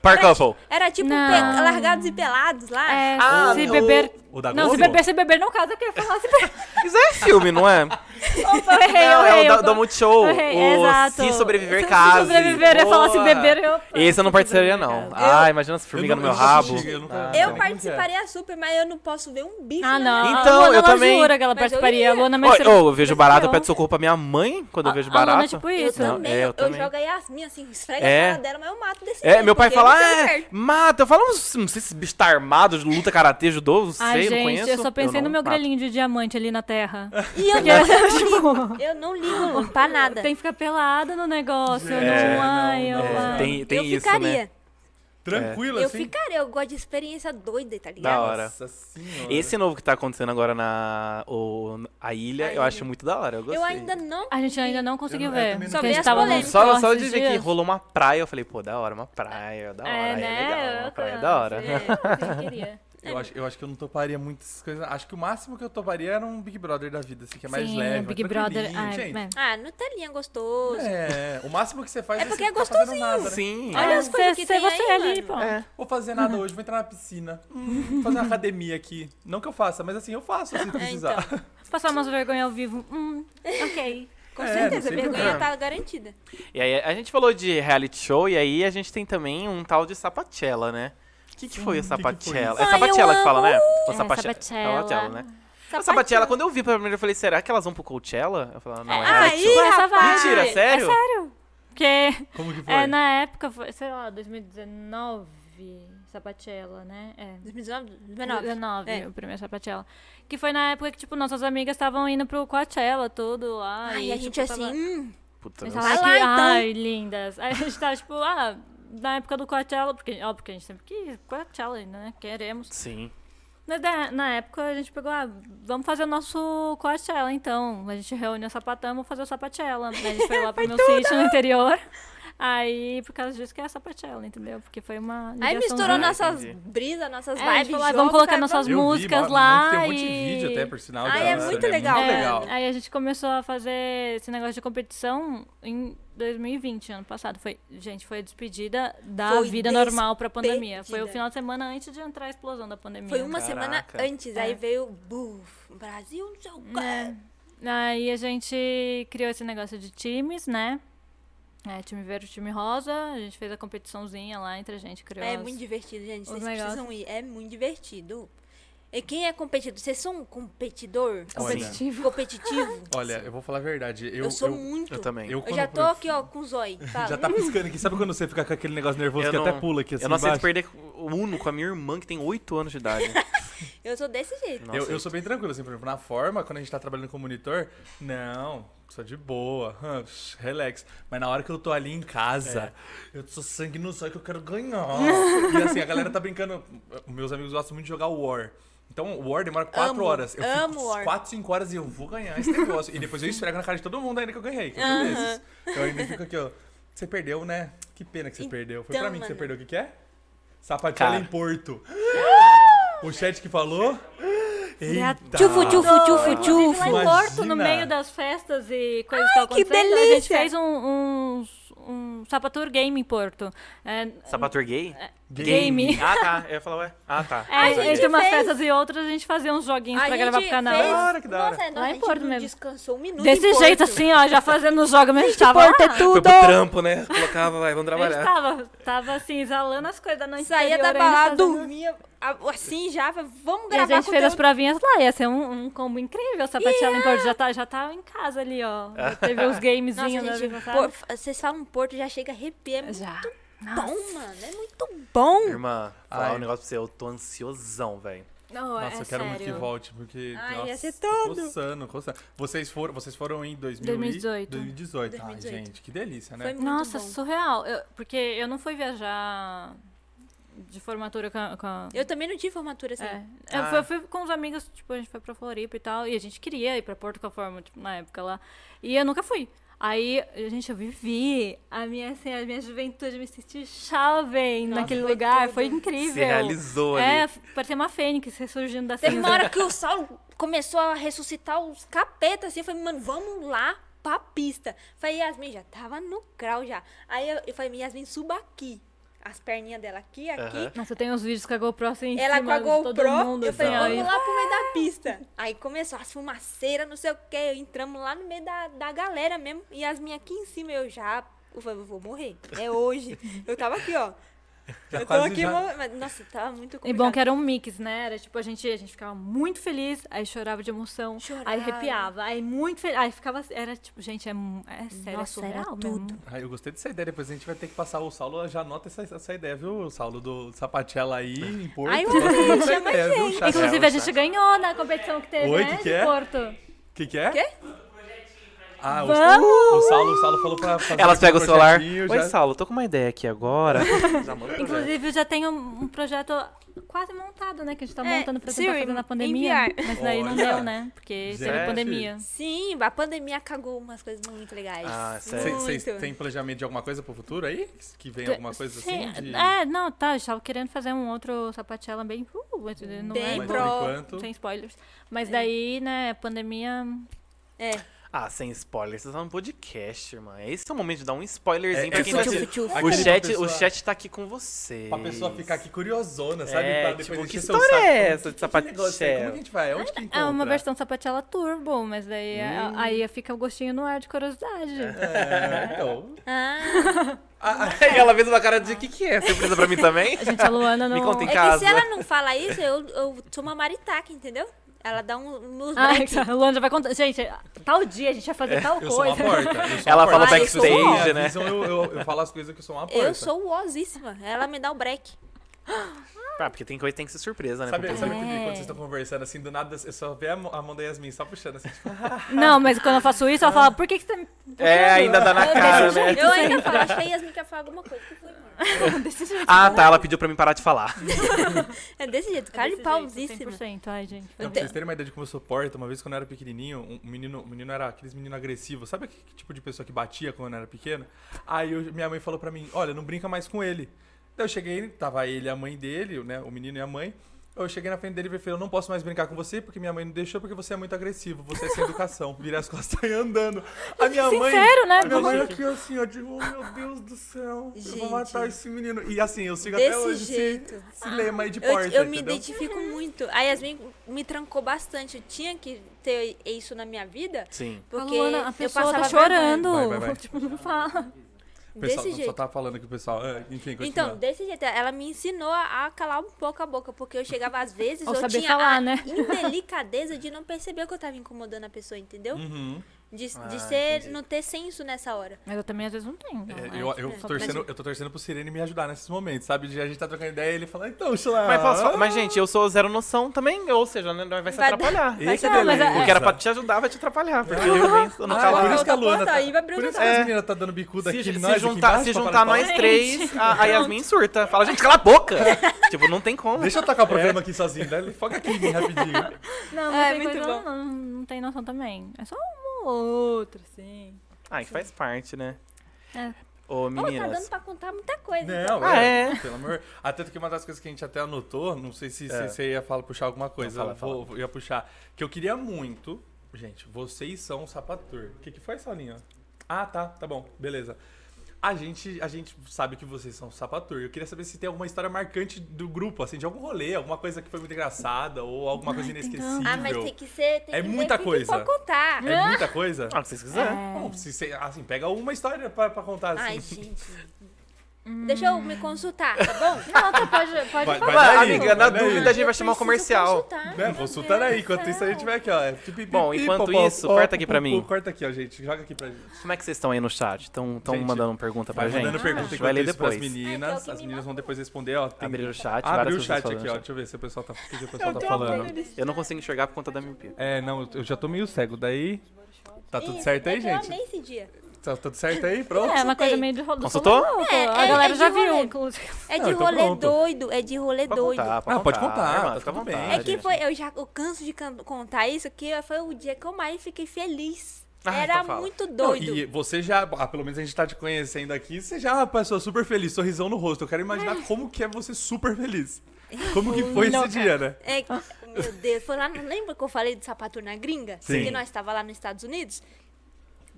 [SPEAKER 2] Par couple.
[SPEAKER 4] Era tipo
[SPEAKER 5] Não.
[SPEAKER 4] pe- largados e pelados lá.
[SPEAKER 5] É,
[SPEAKER 2] Ah,
[SPEAKER 5] se
[SPEAKER 2] o-
[SPEAKER 5] beber...
[SPEAKER 3] o da
[SPEAKER 5] não, se
[SPEAKER 3] Globo?
[SPEAKER 5] beber, se beber, não casa, eu queria falar se beber.
[SPEAKER 2] Isso é filme, não é?
[SPEAKER 5] Opa, eu errei, eu
[SPEAKER 2] não, é
[SPEAKER 5] errei,
[SPEAKER 2] o da,
[SPEAKER 5] eu-
[SPEAKER 2] da Multishow.
[SPEAKER 5] eu errei, é,
[SPEAKER 2] O
[SPEAKER 5] exato.
[SPEAKER 2] Se Sobreviver
[SPEAKER 5] Se
[SPEAKER 2] Case.
[SPEAKER 5] sobreviver, eu ia falar se
[SPEAKER 2] Boa.
[SPEAKER 5] beber, eu...
[SPEAKER 2] Esse eu não
[SPEAKER 5] Se
[SPEAKER 2] participaria,
[SPEAKER 5] sobreviver,
[SPEAKER 2] não.
[SPEAKER 5] case.
[SPEAKER 2] Ah, imagina se formiga
[SPEAKER 3] Eu
[SPEAKER 2] no
[SPEAKER 3] não-
[SPEAKER 2] meu
[SPEAKER 3] eu nunca
[SPEAKER 2] rabo.
[SPEAKER 3] cheguei, eu nunca-
[SPEAKER 2] Ah,
[SPEAKER 3] Eu
[SPEAKER 4] Eu
[SPEAKER 2] não.
[SPEAKER 3] par-
[SPEAKER 4] participaria super, mas eu não posso ver um bicho.
[SPEAKER 5] Ah,
[SPEAKER 4] né?
[SPEAKER 5] não.
[SPEAKER 2] Então,
[SPEAKER 5] a Luana,
[SPEAKER 2] eu
[SPEAKER 5] ela
[SPEAKER 2] também-
[SPEAKER 5] jura que ela
[SPEAKER 4] Mas eu
[SPEAKER 5] participaria. A
[SPEAKER 4] iria.
[SPEAKER 5] Luana,
[SPEAKER 2] Oi,
[SPEAKER 5] mas...
[SPEAKER 2] oh, eu vejo barata, eu
[SPEAKER 5] Mas
[SPEAKER 2] peço socorro pra minha mãe quando eu vejo
[SPEAKER 5] a Luana
[SPEAKER 2] barata.
[SPEAKER 5] é tipo
[SPEAKER 4] Eu
[SPEAKER 5] isso.
[SPEAKER 2] Não,
[SPEAKER 4] também.
[SPEAKER 2] é, eu
[SPEAKER 4] eu,
[SPEAKER 2] também.
[SPEAKER 4] jogo aí as minhas assim, esfrega
[SPEAKER 2] É.
[SPEAKER 4] a cara dela, mas eu mato desse
[SPEAKER 2] É,
[SPEAKER 4] jeito,
[SPEAKER 2] meu pai
[SPEAKER 4] porque eu
[SPEAKER 2] fala,
[SPEAKER 4] não sei
[SPEAKER 2] é,
[SPEAKER 4] certo.
[SPEAKER 2] mata. Eu falo, não sei, esse bicho tá armado, de luta karatê, judô, não sei, não
[SPEAKER 5] Ai, gente,
[SPEAKER 2] conheço.
[SPEAKER 5] eu só pensei
[SPEAKER 2] não
[SPEAKER 5] no meu
[SPEAKER 2] mato.
[SPEAKER 5] grelhinho de diamante ali na terra.
[SPEAKER 4] E eu não, ligo, eu não ligo mano, pra nada.
[SPEAKER 5] Tem que ficar pelada no negócio,
[SPEAKER 3] É,
[SPEAKER 5] não, ai,
[SPEAKER 3] não,
[SPEAKER 5] eu-
[SPEAKER 3] não.
[SPEAKER 5] ai.
[SPEAKER 2] Tem, tem
[SPEAKER 4] eu
[SPEAKER 2] isso,
[SPEAKER 4] ficaria.
[SPEAKER 2] né?
[SPEAKER 3] Tranquilo,
[SPEAKER 4] Eu
[SPEAKER 3] assim?
[SPEAKER 4] ficaria, eu gosto de experiência doida, tá
[SPEAKER 2] Da
[SPEAKER 4] ligado?
[SPEAKER 2] hora.
[SPEAKER 3] Nossa senhora.
[SPEAKER 2] Esse novo que tá acontecendo agora na o, a ilha, eu acho muito da hora. Eu gostei.
[SPEAKER 4] Eu ainda não.
[SPEAKER 5] A gente ainda não conseguiu
[SPEAKER 3] Eu não- eu
[SPEAKER 5] ver.
[SPEAKER 3] também não
[SPEAKER 5] porque a
[SPEAKER 4] vi.
[SPEAKER 5] gente
[SPEAKER 4] Só
[SPEAKER 5] tava
[SPEAKER 4] vi
[SPEAKER 5] num
[SPEAKER 4] as
[SPEAKER 2] Só,
[SPEAKER 5] corte
[SPEAKER 2] só de
[SPEAKER 5] esses
[SPEAKER 2] ver que
[SPEAKER 5] dias.
[SPEAKER 2] rolou uma praia, eu falei, pô, da hora, uma praia, da hora, é,
[SPEAKER 5] né?
[SPEAKER 2] legal, uma praia é da hora.
[SPEAKER 5] Eu queria.
[SPEAKER 3] Eu acho, eu acho que eu não toparia muitas coisas. Acho que o máximo que eu toparia era um Big Brother da vida, assim, que é mais
[SPEAKER 5] Sim,
[SPEAKER 3] leve.
[SPEAKER 5] Big
[SPEAKER 3] mais tranquilinho,
[SPEAKER 5] Brother. Ai,
[SPEAKER 3] gente.
[SPEAKER 5] man.
[SPEAKER 4] Ah, Nutelinha gostoso.
[SPEAKER 3] É, o máximo que você faz
[SPEAKER 4] É
[SPEAKER 3] você
[SPEAKER 4] porque é
[SPEAKER 3] não tá fazendo nada, né?
[SPEAKER 2] Sim.
[SPEAKER 4] Olha as
[SPEAKER 5] Ah,
[SPEAKER 4] coisas
[SPEAKER 5] cê-
[SPEAKER 4] que
[SPEAKER 5] cê-
[SPEAKER 4] tem
[SPEAKER 5] você
[SPEAKER 4] aí,
[SPEAKER 5] ali,
[SPEAKER 4] mano.
[SPEAKER 5] pô.
[SPEAKER 2] É.
[SPEAKER 3] Vou fazer nada hoje, vou entrar na piscina. Hum, vou fazer uma academia aqui. Não que eu faça, mas assim, eu faço
[SPEAKER 4] É, então.
[SPEAKER 3] se precisar.
[SPEAKER 5] Passar umas vergonhas ao vivo. Hum, ok.
[SPEAKER 4] Com
[SPEAKER 3] É,
[SPEAKER 4] certeza, a
[SPEAKER 3] não sei
[SPEAKER 4] vergonha
[SPEAKER 2] por-
[SPEAKER 4] tá garantida.
[SPEAKER 2] E aí, a gente falou de reality show, e aí a gente tem também um tal de sapatella, né? O que, que
[SPEAKER 3] Hum,
[SPEAKER 2] foi o sapatella?
[SPEAKER 5] Ah,
[SPEAKER 4] Ai,
[SPEAKER 2] é sapatella
[SPEAKER 4] eu
[SPEAKER 2] que fala, né? Ou
[SPEAKER 5] É,
[SPEAKER 2] sapate-
[SPEAKER 5] sapatella.
[SPEAKER 2] Sapatella, né? O sapatella, quando eu vi pela primeira, eu falei, será que elas vão pro Coachella? Eu falei, não, é reality
[SPEAKER 4] Aí,
[SPEAKER 2] show.
[SPEAKER 5] essa
[SPEAKER 4] Ah, rapaz.
[SPEAKER 5] vibe.
[SPEAKER 2] Mentira, sério?
[SPEAKER 5] É sério. Porque
[SPEAKER 3] Como que foi?
[SPEAKER 5] é, na época, foi, sei lá, 2019, Sapatella, né? É.
[SPEAKER 4] 2019, 2019.
[SPEAKER 5] 19,
[SPEAKER 4] É.
[SPEAKER 5] o primeiro Sapatella. Que foi na época que, tipo, nossas amigas estavam indo pro Coachella, tudo lá.
[SPEAKER 4] Ai,
[SPEAKER 5] e,
[SPEAKER 4] a
[SPEAKER 5] tipo,
[SPEAKER 4] gente assim,
[SPEAKER 5] tava-
[SPEAKER 4] hum,
[SPEAKER 2] Puta,
[SPEAKER 5] Mas
[SPEAKER 2] não
[SPEAKER 5] ela
[SPEAKER 4] Vai lá,
[SPEAKER 5] que,
[SPEAKER 4] então.
[SPEAKER 5] ai, lindas. Aí a gente tava tipo, ah, na época do Coachella, porque, ó, porque a gente sempre quis Coachella ainda, né? Queremos.
[SPEAKER 2] Sim.
[SPEAKER 5] Mas da- na época a gente pegou, ah, vamos fazer o nosso Coachella, então. A gente reúne o sapatão, vamos fazer o sapatella. Daí a gente foi lá pro meu sítio no interior. Aí, por causa disso que é a sapatella, entendeu? Porque foi uma
[SPEAKER 4] Aí
[SPEAKER 5] ligação
[SPEAKER 4] misturou
[SPEAKER 5] de-
[SPEAKER 4] nossas
[SPEAKER 2] entendi.
[SPEAKER 4] brisas, nossas
[SPEAKER 5] É, a gente
[SPEAKER 4] vibes.
[SPEAKER 5] falou, ah,
[SPEAKER 4] junto,
[SPEAKER 5] vamos colocar
[SPEAKER 4] aí
[SPEAKER 5] nossas
[SPEAKER 3] Eu vi,
[SPEAKER 5] músicas
[SPEAKER 3] mano,
[SPEAKER 5] lá
[SPEAKER 3] Tem um monte de
[SPEAKER 5] e-
[SPEAKER 3] vídeo até, por sinal.
[SPEAKER 4] Ai,
[SPEAKER 3] da
[SPEAKER 4] é
[SPEAKER 3] nossa,
[SPEAKER 4] muito
[SPEAKER 3] né?
[SPEAKER 4] legal, É.
[SPEAKER 3] Muito
[SPEAKER 4] mano.
[SPEAKER 3] legal.
[SPEAKER 5] Aí a gente começou a fazer esse negócio de competição em 2020, ano passado. Foi, gente, foi a despedida da
[SPEAKER 4] Foi
[SPEAKER 5] vida normal pra
[SPEAKER 4] despedida.
[SPEAKER 5] pandemia. Foi o final de semana antes de entrar a explosão da pandemia.
[SPEAKER 4] Foi uma
[SPEAKER 2] Caraca.
[SPEAKER 4] semana antes, aí
[SPEAKER 5] É.
[SPEAKER 4] veio buf, Brasil, não sei o quê.
[SPEAKER 5] Aí a gente criou esse negócio de times, né? É, time verde, time rosa. A gente fez a competiçãozinha lá entre a gente, criou
[SPEAKER 4] É
[SPEAKER 5] as-
[SPEAKER 4] muito divertido, gente. Vocês
[SPEAKER 5] os negócios.
[SPEAKER 4] precisam ir. É muito divertido. E quem é competidor? Vocês são um competidor? um
[SPEAKER 1] Competitivo.
[SPEAKER 4] Competitivo?
[SPEAKER 3] Olha, eu vou falar a verdade. Eu,
[SPEAKER 4] eu, sou
[SPEAKER 3] eu-
[SPEAKER 4] muito.
[SPEAKER 2] Eu também.
[SPEAKER 3] eu
[SPEAKER 4] Eu já
[SPEAKER 3] quando-
[SPEAKER 4] tô aqui, ó, com o zói. Fala.
[SPEAKER 3] Já tá piscando aqui. Sabe quando você fica com aquele negócio nervoso
[SPEAKER 2] Eu
[SPEAKER 3] que
[SPEAKER 2] não-
[SPEAKER 3] até pula aqui assim
[SPEAKER 2] eu não aceito
[SPEAKER 3] embaixo?
[SPEAKER 2] perder o Uno com a minha irmã, que tem 8 anos de idade.
[SPEAKER 4] Eu sou desse jeito.
[SPEAKER 2] Não
[SPEAKER 3] Eu, eu
[SPEAKER 2] aceito.
[SPEAKER 3] sou bem tranquilo, assim, por exemplo, na forma, quando a gente tá trabalhando com monitor, não, sou de boa, hum, shh, relax. Mas na hora que eu tô ali em casa,
[SPEAKER 4] É.
[SPEAKER 3] eu sou sangue no só que eu quero ganhar. e assim, a galera tá brincando, meus amigos gostam muito de jogar War. Então, o War demora 4
[SPEAKER 4] Amo,
[SPEAKER 3] horas. Eu
[SPEAKER 4] amo
[SPEAKER 3] fico
[SPEAKER 4] War.
[SPEAKER 3] 4, 5 horas e eu vou ganhar esse negócio. e depois eu esfrego na cara de todo mundo ainda que eu ganhei. Que eu sou desses. Eu ainda fico aqui, ó. Você perdeu, né? Que pena que você perdeu. Foi pra
[SPEAKER 4] Então,
[SPEAKER 3] mim que você
[SPEAKER 4] mano.
[SPEAKER 3] perdeu. O que, que é? Sapatela
[SPEAKER 2] Cara.
[SPEAKER 3] em Porto. O chat que falou. Eita.
[SPEAKER 4] Tchufu, tchufu, tchufu,
[SPEAKER 5] Inclusive,
[SPEAKER 4] tchufu.
[SPEAKER 5] lá em
[SPEAKER 3] Imagina.
[SPEAKER 5] Porto, no meio das festas e coisas que
[SPEAKER 4] que
[SPEAKER 5] acontecendo, a gente
[SPEAKER 4] delícia!
[SPEAKER 5] fez um, um, um Sapatur Game em Porto. É,
[SPEAKER 2] Sapator gay?
[SPEAKER 5] game.
[SPEAKER 2] Ah, tá. Eu ia falar, ué. Ah, tá.
[SPEAKER 5] É,
[SPEAKER 4] gente
[SPEAKER 5] entre umas
[SPEAKER 4] fez.
[SPEAKER 5] festas e outras, a gente fazia uns joguinhos
[SPEAKER 4] A
[SPEAKER 5] pra gravar pro
[SPEAKER 4] gente
[SPEAKER 5] canal.
[SPEAKER 4] fez-
[SPEAKER 3] Da hora, que da hora.
[SPEAKER 4] Nossa, é, nossa,
[SPEAKER 5] Lá em
[SPEAKER 4] a gente
[SPEAKER 5] Porto
[SPEAKER 4] não
[SPEAKER 5] mesmo.
[SPEAKER 4] descansou um minuto
[SPEAKER 5] Desse
[SPEAKER 4] em Porto.
[SPEAKER 5] jeito, assim, ó, já fazendo os jogos, mas a gente tava lá.
[SPEAKER 1] Porto é
[SPEAKER 2] Foi
[SPEAKER 1] tudo.
[SPEAKER 2] pro trampo, né? Colocar, vai, vamos
[SPEAKER 5] A gente
[SPEAKER 2] trabalhar.
[SPEAKER 5] tava, tava assim, exalando as coisas da noite
[SPEAKER 4] Saía da
[SPEAKER 5] anterior,
[SPEAKER 4] balada,
[SPEAKER 5] ainda fazendo-
[SPEAKER 4] dormia a- assim já. Vamos
[SPEAKER 5] né? E a
[SPEAKER 4] gravar
[SPEAKER 5] gente fez as
[SPEAKER 4] conteúdo.
[SPEAKER 5] provinhas lá, ia ser um, um combo incrível, sapateado em Porto. Já tá, já tá em casa ali, ó. Já teve os gamezinhos
[SPEAKER 4] Nossa,
[SPEAKER 5] da
[SPEAKER 4] gente,
[SPEAKER 5] vida,
[SPEAKER 4] por,
[SPEAKER 5] né, sabe?
[SPEAKER 4] vocês falam um Porto, já chega a arrepiar. É
[SPEAKER 5] Já.
[SPEAKER 4] bom, mano. É muito bom.
[SPEAKER 3] né?
[SPEAKER 2] Irmã, falar
[SPEAKER 3] Ai.
[SPEAKER 2] um negócio pra você. Eu tô ansiosão, velho.
[SPEAKER 5] Não,
[SPEAKER 4] é
[SPEAKER 3] Nossa, eu quero muito que volte, porque.
[SPEAKER 4] Ai,
[SPEAKER 3] nossa,
[SPEAKER 4] ia ser
[SPEAKER 3] tô
[SPEAKER 4] tudo.
[SPEAKER 3] Coçando, coçando. Vocês foram, vocês foram em 2000
[SPEAKER 5] 2018.
[SPEAKER 3] 2018. Ai,
[SPEAKER 4] 2018.
[SPEAKER 3] gente, que delícia, né?
[SPEAKER 4] Foi muito
[SPEAKER 5] Nossa,
[SPEAKER 4] bom.
[SPEAKER 5] surreal. Eu- porque eu não fui viajar de formatura com a... com a-
[SPEAKER 4] Eu também não tive formatura assim.
[SPEAKER 5] É. Eu, fui, eu fui com os amigos, tipo, a gente foi pra Floripa e tal. E a gente queria ir pra Porto com a forma, tipo, na época lá. E eu nunca fui. Aí, gente, eu vivi a minha, assim, a minha juventude, me senti jovem naquele lugar. Foi incrível.
[SPEAKER 2] Se realizou ali.
[SPEAKER 5] É, parecia uma fênix ressurgindo da
[SPEAKER 4] Teve
[SPEAKER 5] cinza.
[SPEAKER 4] uma hora que o Saulo começou a ressuscitar os capetas, assim, eu falei, mano, vamos lá pra pista. Falei, Yasmin, já tava no grau já. Aí eu, eu falei, Yasmin, suba aqui. As perninhas dela aqui, aqui.
[SPEAKER 2] Aham.
[SPEAKER 5] Nossa, eu tenho uns vídeos com a GoPro assim, em
[SPEAKER 4] Ela com
[SPEAKER 5] cima
[SPEAKER 4] a
[SPEAKER 5] de
[SPEAKER 4] GoPro,
[SPEAKER 5] todo mundo,
[SPEAKER 4] eu falei,
[SPEAKER 5] assim, ó, e-
[SPEAKER 4] vamos lá pro meio da pista. Aí começou as fumaceiras, não sei o que, entramos lá no meio da, da galera mesmo, e as minhas aqui em cima, eu já, eu falei, eu vou morrer, é hoje. Eu tava aqui, ó,
[SPEAKER 3] Já
[SPEAKER 4] eu tô
[SPEAKER 3] quase
[SPEAKER 4] aqui,
[SPEAKER 3] já-
[SPEAKER 4] mo- mas, nossa, tava muito
[SPEAKER 5] E
[SPEAKER 4] complicado.
[SPEAKER 5] bom que era um mix, né? Era tipo, a gente, a gente ficava muito feliz, aí chorava de emoção,
[SPEAKER 4] Chorava.
[SPEAKER 5] aí arrepiava, aí muito feliz, aí ficava, era tipo, gente, é, mu- é sério,
[SPEAKER 4] Nossa,
[SPEAKER 5] é
[SPEAKER 4] era
[SPEAKER 5] surreal
[SPEAKER 4] tudo.
[SPEAKER 5] mesmo.
[SPEAKER 3] Ai, eu gostei dessa ideia. Depois a gente vai ter que passar o Saulo. Já anota essa, essa ideia, viu, Saulo? Do Sapatella aí em Porto.
[SPEAKER 4] Ai, eu
[SPEAKER 3] Gosto
[SPEAKER 4] amei,
[SPEAKER 3] muito dessa
[SPEAKER 4] chama a
[SPEAKER 3] ideia, viu,
[SPEAKER 4] gente.
[SPEAKER 3] chat?
[SPEAKER 5] Inclusive, a gente ganhou na competição que teve,
[SPEAKER 3] tá. Oi,
[SPEAKER 5] né?
[SPEAKER 3] que que
[SPEAKER 5] de
[SPEAKER 3] é?
[SPEAKER 5] Porto.
[SPEAKER 3] Que que é?
[SPEAKER 4] Quê?
[SPEAKER 3] Ah, o,
[SPEAKER 5] Vamos!
[SPEAKER 3] o Saulo, o Saulo falou pra fazer
[SPEAKER 2] Elas
[SPEAKER 3] aqui um
[SPEAKER 2] pegam o celular.
[SPEAKER 3] projetinho,
[SPEAKER 2] Oi,
[SPEAKER 3] já-
[SPEAKER 2] Saulo, tô com uma ideia aqui agora. Já manda
[SPEAKER 5] Então
[SPEAKER 2] pra ela.
[SPEAKER 5] Inclusive, eu já tenho um um projeto quase montado, né? Que a gente tá
[SPEAKER 4] É,
[SPEAKER 5] montando pra
[SPEAKER 4] Siri,
[SPEAKER 5] tentar fazer na pandemia.
[SPEAKER 4] enviar.
[SPEAKER 5] Mas daí não
[SPEAKER 3] Olha.
[SPEAKER 5] deu, né? Porque
[SPEAKER 3] Gente.
[SPEAKER 5] teve pandemia.
[SPEAKER 4] Sim, a pandemia cagou umas coisas muito legais.
[SPEAKER 2] Ah, sério.
[SPEAKER 3] Vocês
[SPEAKER 4] muito.
[SPEAKER 3] têm planejamento de alguma coisa pro futuro aí? Que vem alguma coisa
[SPEAKER 5] Sim,
[SPEAKER 3] assim? De...
[SPEAKER 2] né?
[SPEAKER 5] É, não, tá, eu estava querendo fazer um outro sapatela bem. Uh, mas não
[SPEAKER 4] Bem
[SPEAKER 5] é
[SPEAKER 3] Mas por
[SPEAKER 4] pro-
[SPEAKER 3] enquanto.
[SPEAKER 5] Sem spoilers. Mas daí, né, a pandemia.
[SPEAKER 4] É.
[SPEAKER 2] Ah, sem spoiler, você tá no podcast, irmã. Esse é o momento de dar um spoilerzinho
[SPEAKER 3] É,
[SPEAKER 2] pra
[SPEAKER 3] é
[SPEAKER 2] quem
[SPEAKER 3] só
[SPEAKER 2] tá
[SPEAKER 3] tchufu,
[SPEAKER 2] assistindo.
[SPEAKER 3] tchufu.
[SPEAKER 2] O
[SPEAKER 3] Aquele pra
[SPEAKER 2] chat,
[SPEAKER 3] pessoa-
[SPEAKER 2] o chat tá aqui com você.
[SPEAKER 3] Pra pessoa ficar aqui curiosona, sabe?
[SPEAKER 2] É,
[SPEAKER 3] pra depois
[SPEAKER 2] tipo, que
[SPEAKER 3] encher seu
[SPEAKER 2] história
[SPEAKER 3] saco.
[SPEAKER 2] é
[SPEAKER 3] Como
[SPEAKER 2] essa de
[SPEAKER 3] que é esse negócio
[SPEAKER 2] sapatel?
[SPEAKER 3] aí? Como que a gente vai? Onde que encontra?
[SPEAKER 5] É uma versão sapatela turbo, mas daí a- aí fica o gostinho no ar de curiosidade.
[SPEAKER 3] Hum. É, então.
[SPEAKER 4] Ah,
[SPEAKER 2] E ela fez uma cara de o que, que é? Surpresa pra mim também?
[SPEAKER 5] A gente, a Luana não.
[SPEAKER 2] Me contem. Em
[SPEAKER 4] é que
[SPEAKER 2] casa.
[SPEAKER 4] se ela não fala isso, eu, eu sou uma maritaca, entendeu? Ela dá um, uns
[SPEAKER 5] Ah,
[SPEAKER 4] break.
[SPEAKER 5] a Luana já vai contar. Gente, tal dia a gente vai fazer tal
[SPEAKER 3] É, Eu sou uma
[SPEAKER 5] coisa.
[SPEAKER 3] porta. eu sou
[SPEAKER 2] Ela
[SPEAKER 3] uma
[SPEAKER 2] fala
[SPEAKER 3] porta.
[SPEAKER 4] Ah, eu sou
[SPEAKER 2] backstage,
[SPEAKER 4] uma
[SPEAKER 3] Me
[SPEAKER 2] né?
[SPEAKER 3] avisam, Eu, eu, eu falo as coisas que eu sou uma porta.
[SPEAKER 4] eu sou uosíssima, ela me dá o break.
[SPEAKER 2] Ah, porque tem coisa que tem que ser surpresa, né?
[SPEAKER 3] Sabe,
[SPEAKER 2] Porque-
[SPEAKER 3] sabe quando quando vocês estão conversando assim, do nada eu só vê a, mão- a mão da Yasmin só puxando assim, tipo,
[SPEAKER 5] Não, mas quando eu faço isso, ela fala, por que, que você tá me.
[SPEAKER 2] É, ainda dá na cara, né?
[SPEAKER 4] Eu ainda falo, acho que a Yasmin quer falar alguma coisa. que foi, mano.
[SPEAKER 5] desse jeito?
[SPEAKER 2] Ah, tá, ela pediu pra mim parar de falar.
[SPEAKER 4] É desse jeito,
[SPEAKER 5] É
[SPEAKER 4] cara de
[SPEAKER 5] desse jeito,
[SPEAKER 4] pauzíssima.
[SPEAKER 5] 100%. Ai, gente.
[SPEAKER 3] Não, pra
[SPEAKER 4] Então,
[SPEAKER 3] vocês terem uma ideia de como eu sou porta, uma vez quando eu era pequenininho, um um menino, um menino era aqueles menino agressivo. Sabe que, que tipo de pessoa que batia quando eu era pequeno? Aí eu- minha mãe falou pra mim, olha, não brinca mais com ele. Daí eu cheguei, tava ele e a mãe dele, né, o menino e a mãe. Eu cheguei na frente dele e falei, eu não posso mais brincar com você porque minha mãe não deixou porque você é muito agressivo, você é sem educação. Virei as costas e andando. A minha mãe...
[SPEAKER 5] Sincero, né?
[SPEAKER 3] A minha mãe aqui assim, ó, de, oh meu Deus do céu, eu vou
[SPEAKER 4] Gente.
[SPEAKER 3] matar esse menino. E assim, eu sigo até
[SPEAKER 4] Desse
[SPEAKER 3] hoje esse-
[SPEAKER 4] jeito. Ah,
[SPEAKER 3] esse lema aí de
[SPEAKER 4] Eu,
[SPEAKER 3] porta,
[SPEAKER 4] eu me
[SPEAKER 3] entendeu?
[SPEAKER 4] identifico muito. A Yasmin me trancou bastante. Eu tinha que ter isso na minha vida.
[SPEAKER 2] Sim.
[SPEAKER 4] Porque
[SPEAKER 5] Luana, a
[SPEAKER 4] eu
[SPEAKER 5] pessoa
[SPEAKER 4] passava
[SPEAKER 5] tá chorando.
[SPEAKER 3] Vai, vai, vai.
[SPEAKER 5] Tipo, não fala.
[SPEAKER 4] vergonha.
[SPEAKER 3] Pessoal,
[SPEAKER 4] Desse
[SPEAKER 3] só
[SPEAKER 4] jeito.
[SPEAKER 3] tá falando que o pessoal. ah, Enfim, continua.
[SPEAKER 4] Então, desse jeito, ela me ensinou a a calar um pouco a boca, porque eu chegava às vezes,
[SPEAKER 5] Ou
[SPEAKER 4] eu
[SPEAKER 5] saber
[SPEAKER 4] tinha
[SPEAKER 5] falar,
[SPEAKER 4] a
[SPEAKER 5] né?
[SPEAKER 4] indelicadeza de não perceber que eu tava incomodando a pessoa, entendeu?
[SPEAKER 3] Uhum.
[SPEAKER 4] De, de
[SPEAKER 2] Ah,
[SPEAKER 4] ser,
[SPEAKER 2] entendi.
[SPEAKER 4] não ter senso nessa hora.
[SPEAKER 5] Mas eu também às vezes não tenho.
[SPEAKER 3] É,
[SPEAKER 5] não,
[SPEAKER 3] eu,
[SPEAKER 5] é,
[SPEAKER 3] eu,
[SPEAKER 5] tipo,
[SPEAKER 3] tô torcendo, eu tô torcendo pro Sirene me ajudar nesses momentos, sabe? De A gente tá trocando ideia e ele fala, então, Chilá.
[SPEAKER 2] Mas, posso falar- mas, gente, eu sou zero noção também, ou seja, né, vai se
[SPEAKER 4] Vai dar-
[SPEAKER 2] atrapalhar.
[SPEAKER 3] Esse
[SPEAKER 5] Não, mas
[SPEAKER 3] beleza.
[SPEAKER 5] é-
[SPEAKER 2] O que era pra te ajudar vai te atrapalhar, porque eu, eu não
[SPEAKER 3] Ah,
[SPEAKER 2] falo
[SPEAKER 3] por
[SPEAKER 2] nada.
[SPEAKER 3] isso que a
[SPEAKER 4] Outra
[SPEAKER 3] Luana
[SPEAKER 4] porta
[SPEAKER 3] tá...
[SPEAKER 4] aí vai abrir
[SPEAKER 3] Por isso
[SPEAKER 4] outra
[SPEAKER 3] que as
[SPEAKER 2] porta.
[SPEAKER 3] meninas tá dando bicuda aqui.
[SPEAKER 2] Se,
[SPEAKER 3] nós
[SPEAKER 2] se
[SPEAKER 3] aqui
[SPEAKER 2] juntar,
[SPEAKER 3] embaixo
[SPEAKER 2] se
[SPEAKER 3] pra
[SPEAKER 2] juntar
[SPEAKER 3] parar de
[SPEAKER 2] nós
[SPEAKER 3] falar.
[SPEAKER 2] três, a, a Yasmin surta. Fala, gente, cala a boca! tipo, não tem como.
[SPEAKER 3] Deixa eu tocar o programa aqui sozinho, né? Foca aqui em mim rapidinho.
[SPEAKER 5] Não,
[SPEAKER 4] É,
[SPEAKER 5] mas tem
[SPEAKER 4] muito
[SPEAKER 5] coisa,
[SPEAKER 4] bom.
[SPEAKER 5] não, não tem noção também. É só um ou outro, assim.
[SPEAKER 2] Ai, faz parte, né?
[SPEAKER 5] É.
[SPEAKER 2] Ô,
[SPEAKER 4] Pô, tá dando
[SPEAKER 2] meninas.
[SPEAKER 4] pra contar muita coisa. então.
[SPEAKER 3] Não,
[SPEAKER 2] Ah,
[SPEAKER 3] é,
[SPEAKER 2] é.
[SPEAKER 3] Pelo amor. Até que uma das coisas que a gente até anotou, não sei se, se
[SPEAKER 2] É.
[SPEAKER 3] você ia falar, puxar alguma coisa.
[SPEAKER 2] fala,
[SPEAKER 3] eu vou, ia puxar. Que eu queria muito. Gente, vocês são o sapator. O que, que foi, Solinha? Ah, tá. Tá bom. Beleza. A gente, a gente sabe que vocês são um sapator. Eu queria saber se tem alguma história marcante do grupo, assim, de algum rolê, alguma coisa que foi muito engraçada ou alguma coisa inesquecível.
[SPEAKER 4] Ah, mas tem que ser. Tem
[SPEAKER 3] É
[SPEAKER 4] que
[SPEAKER 3] muita
[SPEAKER 4] ver o que
[SPEAKER 3] coisa.
[SPEAKER 4] Que pode contar.
[SPEAKER 3] É muita coisa?
[SPEAKER 2] Ah, o que vocês
[SPEAKER 4] É.
[SPEAKER 2] quiserem.
[SPEAKER 3] Bom, se você- assim, pega uma história pra, pra contar, assim.
[SPEAKER 4] Ai, gente. Deixa eu me consultar, tá bom?
[SPEAKER 5] Não, você pode, pode
[SPEAKER 3] Vai-
[SPEAKER 5] falar.
[SPEAKER 3] vai daí,
[SPEAKER 2] amiga, na
[SPEAKER 3] vai daí.
[SPEAKER 2] dúvida a gente
[SPEAKER 4] Eu
[SPEAKER 2] vai chamar o
[SPEAKER 4] preciso
[SPEAKER 2] comercial.
[SPEAKER 4] consultar.
[SPEAKER 3] Né? Vou soltar aí. Enquanto isso, a gente vai aqui, ó. É pipi,
[SPEAKER 2] Bom,
[SPEAKER 3] pipi,
[SPEAKER 2] enquanto
[SPEAKER 3] popó,
[SPEAKER 2] isso,
[SPEAKER 3] popó,
[SPEAKER 2] corta aqui pra
[SPEAKER 3] popó,
[SPEAKER 2] mim.
[SPEAKER 3] Corta aqui, ó, gente. Joga aqui pra gente.
[SPEAKER 2] Como é que vocês estão aí no chat? Estão
[SPEAKER 3] Gente,
[SPEAKER 2] mandando pergunta pra
[SPEAKER 3] Vai
[SPEAKER 2] gente?
[SPEAKER 3] mandando pergunta
[SPEAKER 2] a gente
[SPEAKER 3] enquanto
[SPEAKER 2] vai ler
[SPEAKER 3] isso pras
[SPEAKER 2] depois.
[SPEAKER 4] Ai, que
[SPEAKER 3] meninas.
[SPEAKER 4] é o
[SPEAKER 3] As
[SPEAKER 4] que me
[SPEAKER 3] meninas
[SPEAKER 4] matou.
[SPEAKER 3] vão depois responder, ó. Tem...
[SPEAKER 2] Abrir o chat,
[SPEAKER 3] Abre
[SPEAKER 2] várias
[SPEAKER 3] o
[SPEAKER 2] pessoas
[SPEAKER 3] chat
[SPEAKER 2] falando
[SPEAKER 3] aqui,
[SPEAKER 2] no
[SPEAKER 3] ó.
[SPEAKER 2] chat.
[SPEAKER 3] Deixa eu ver se o pessoal tá, o que que o pessoal tá falando.
[SPEAKER 2] Eu não consigo enxergar por conta da miopia.
[SPEAKER 3] É, não, eu já tô meio cego. Daí. Tá tudo
[SPEAKER 4] Ih,
[SPEAKER 3] certo
[SPEAKER 4] é
[SPEAKER 3] aí,
[SPEAKER 4] que eu
[SPEAKER 3] gente?
[SPEAKER 4] amei esse dia.
[SPEAKER 3] Tá tudo certo aí? Pronto?
[SPEAKER 5] É uma coisa meio de rolo.
[SPEAKER 2] Consultou?
[SPEAKER 4] É,
[SPEAKER 5] a
[SPEAKER 4] é-
[SPEAKER 5] galera
[SPEAKER 4] é
[SPEAKER 5] já
[SPEAKER 4] de
[SPEAKER 5] viu,
[SPEAKER 4] rolê.
[SPEAKER 5] inclusive.
[SPEAKER 4] É
[SPEAKER 3] Não,
[SPEAKER 4] de
[SPEAKER 3] então
[SPEAKER 4] rolê
[SPEAKER 3] pronto.
[SPEAKER 4] doido, é de rolê doido.
[SPEAKER 3] Ah, pode contar, tá
[SPEAKER 2] fica à
[SPEAKER 3] tudo bem.
[SPEAKER 2] vontade.
[SPEAKER 4] É que foi, eu já eu canso de can- contar isso, que foi o dia que eu mais fiquei feliz.
[SPEAKER 2] Ah,
[SPEAKER 4] Era
[SPEAKER 2] então fala.
[SPEAKER 4] muito
[SPEAKER 3] Não,
[SPEAKER 4] doido.
[SPEAKER 3] e você já, ah, pelo menos a gente tá te conhecendo aqui, você já é uma pessoa super feliz, sorrisão no rosto. Eu quero imaginar como que é você super feliz. Como que foi esse dia, né?
[SPEAKER 4] É, meu Deus, foi lá, lembra que eu falei do sapato na gringa?
[SPEAKER 3] Sim.
[SPEAKER 4] Que nós estava lá nos Estados Unidos?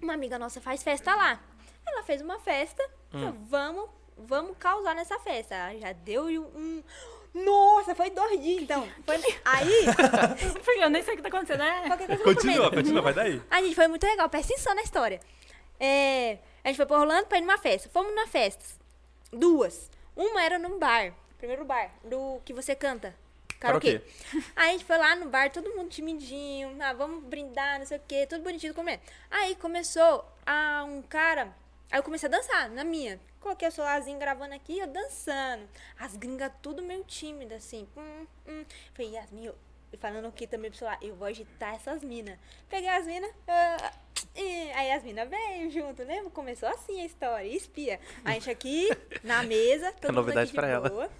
[SPEAKER 4] Uma amiga nossa faz festa lá. Ela fez uma festa,
[SPEAKER 3] Hum.
[SPEAKER 4] falou, vamos, vamos causar nessa festa. Ela já deu e um... Nossa, foi dois dias, então. Foi- Aí,
[SPEAKER 5] Porque eu nem sei o que tá acontecendo, né?
[SPEAKER 4] qualquer coisa eu
[SPEAKER 3] Continua,
[SPEAKER 4] comento.
[SPEAKER 3] continua, vai daí.
[SPEAKER 4] A gente foi muito legal, presta atenção na história. É, a gente foi pra Orlando pra ir numa festa. Fomos numa festa. Duas. Uma era num bar. Primeiro bar, do que você canta. Karaokê. Aí a gente foi lá no bar, todo mundo timidinho. Ah, vamos brindar, não sei o quê. Tudo bonitinho comendo. Aí começou a um cara. Aí eu comecei a dançar, na minha. Coloquei o celularzinho gravando aqui, eu dançando. As gringas tudo meio tímidas, assim. Hum, hum. Falei, Yasmin, eu- e falando aqui também pro celular, eu vou agitar essas minas. Peguei as minas, ah, e aí as minas veio junto, né? Começou assim a história, e espia. A gente aqui na mesa, todo mundo
[SPEAKER 2] É novidade
[SPEAKER 4] aqui de
[SPEAKER 2] pra ela.
[SPEAKER 4] boa.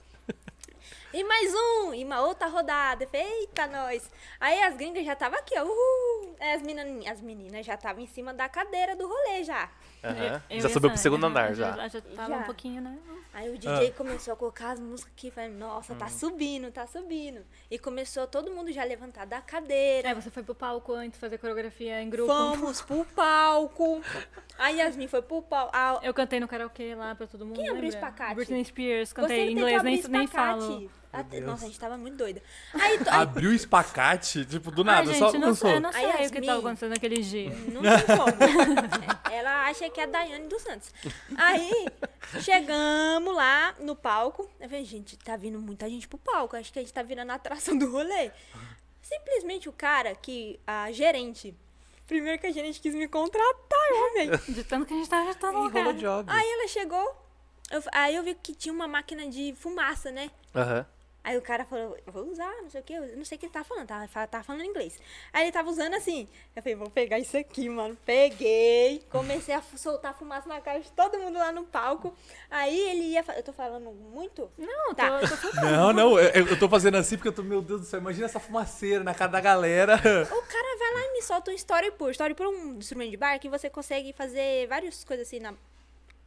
[SPEAKER 4] E mais um, e uma outra rodada. Eu falei, Eita, nós. Aí as gringas já estavam aqui, ó. Uhul. Aí as, meninas, as meninas já estavam em cima da cadeira do rolê já.
[SPEAKER 2] Aham.
[SPEAKER 5] Eu
[SPEAKER 2] Já
[SPEAKER 5] e
[SPEAKER 2] subiu
[SPEAKER 5] a
[SPEAKER 2] pro
[SPEAKER 5] Sam,
[SPEAKER 2] segundo
[SPEAKER 5] a gente
[SPEAKER 2] andar, já.
[SPEAKER 5] Já, já tava
[SPEAKER 4] Já.
[SPEAKER 5] um pouquinho, né?
[SPEAKER 4] Aí o DJ começou a colocar as músicas aqui, falei, nossa, tá subindo, tá subindo. E começou todo mundo já a levantar da cadeira.
[SPEAKER 5] É, você foi pro palco antes fazer coreografia em grupo.
[SPEAKER 4] Fomos pro palco. A Yasmin foi pro palco. A-
[SPEAKER 5] Eu cantei no karaokê lá pra todo mundo.
[SPEAKER 4] Quem abriu
[SPEAKER 5] lembra?
[SPEAKER 4] espacate?
[SPEAKER 5] Britney Spears,
[SPEAKER 4] Você
[SPEAKER 5] cantei em
[SPEAKER 4] tem que
[SPEAKER 5] inglês,
[SPEAKER 4] abrir
[SPEAKER 5] nem, nem
[SPEAKER 4] espacate.
[SPEAKER 5] falo.
[SPEAKER 4] Até- Nossa, a gente tava muito doida. Aí, to- aí-
[SPEAKER 3] Abriu o espacate, tipo, do
[SPEAKER 5] Ah,
[SPEAKER 3] nada,
[SPEAKER 5] gente,
[SPEAKER 3] só
[SPEAKER 5] não,
[SPEAKER 3] lançou.
[SPEAKER 5] eu não sei
[SPEAKER 4] Ai,
[SPEAKER 5] o que
[SPEAKER 4] Yasmin.
[SPEAKER 5] tava acontecendo naquele dia.
[SPEAKER 4] não tem como. Ela acha que é a Daiane dos Santos. Aí, chegamos lá no palco. Eu falei, gente, tá vindo muita gente pro palco. Acho que a gente tá virando a atração do rolê. Simplesmente o cara que, a gerente... Primeiro que a gerente quis me contratar, eu amei.
[SPEAKER 5] De tanto que a gente tava já tava no lugar.
[SPEAKER 4] Aí ela chegou, Eu- aí eu vi que tinha uma máquina de fumaça, né?
[SPEAKER 2] Aham.
[SPEAKER 4] Aí o cara falou, eu vou usar, não sei o que, eu não sei o que ele tava falando, tava, fa- tava falando em inglês. Aí ele tava usando assim, eu falei, vou pegar isso aqui, mano. Peguei, comecei a fu- soltar fumaça na cara de todo mundo lá no palco. Aí ele ia, fa- eu tô falando muito?
[SPEAKER 5] Não,
[SPEAKER 4] Tá.
[SPEAKER 5] tô, tô falando.
[SPEAKER 3] Não, não, eu, eu tô fazendo assim porque eu tô, meu Deus do céu, imagina essa fumaceira na cara da galera.
[SPEAKER 4] O cara vai lá e me solta um storyboard. Storyboard é um instrumento de bar que você consegue fazer várias coisas assim na...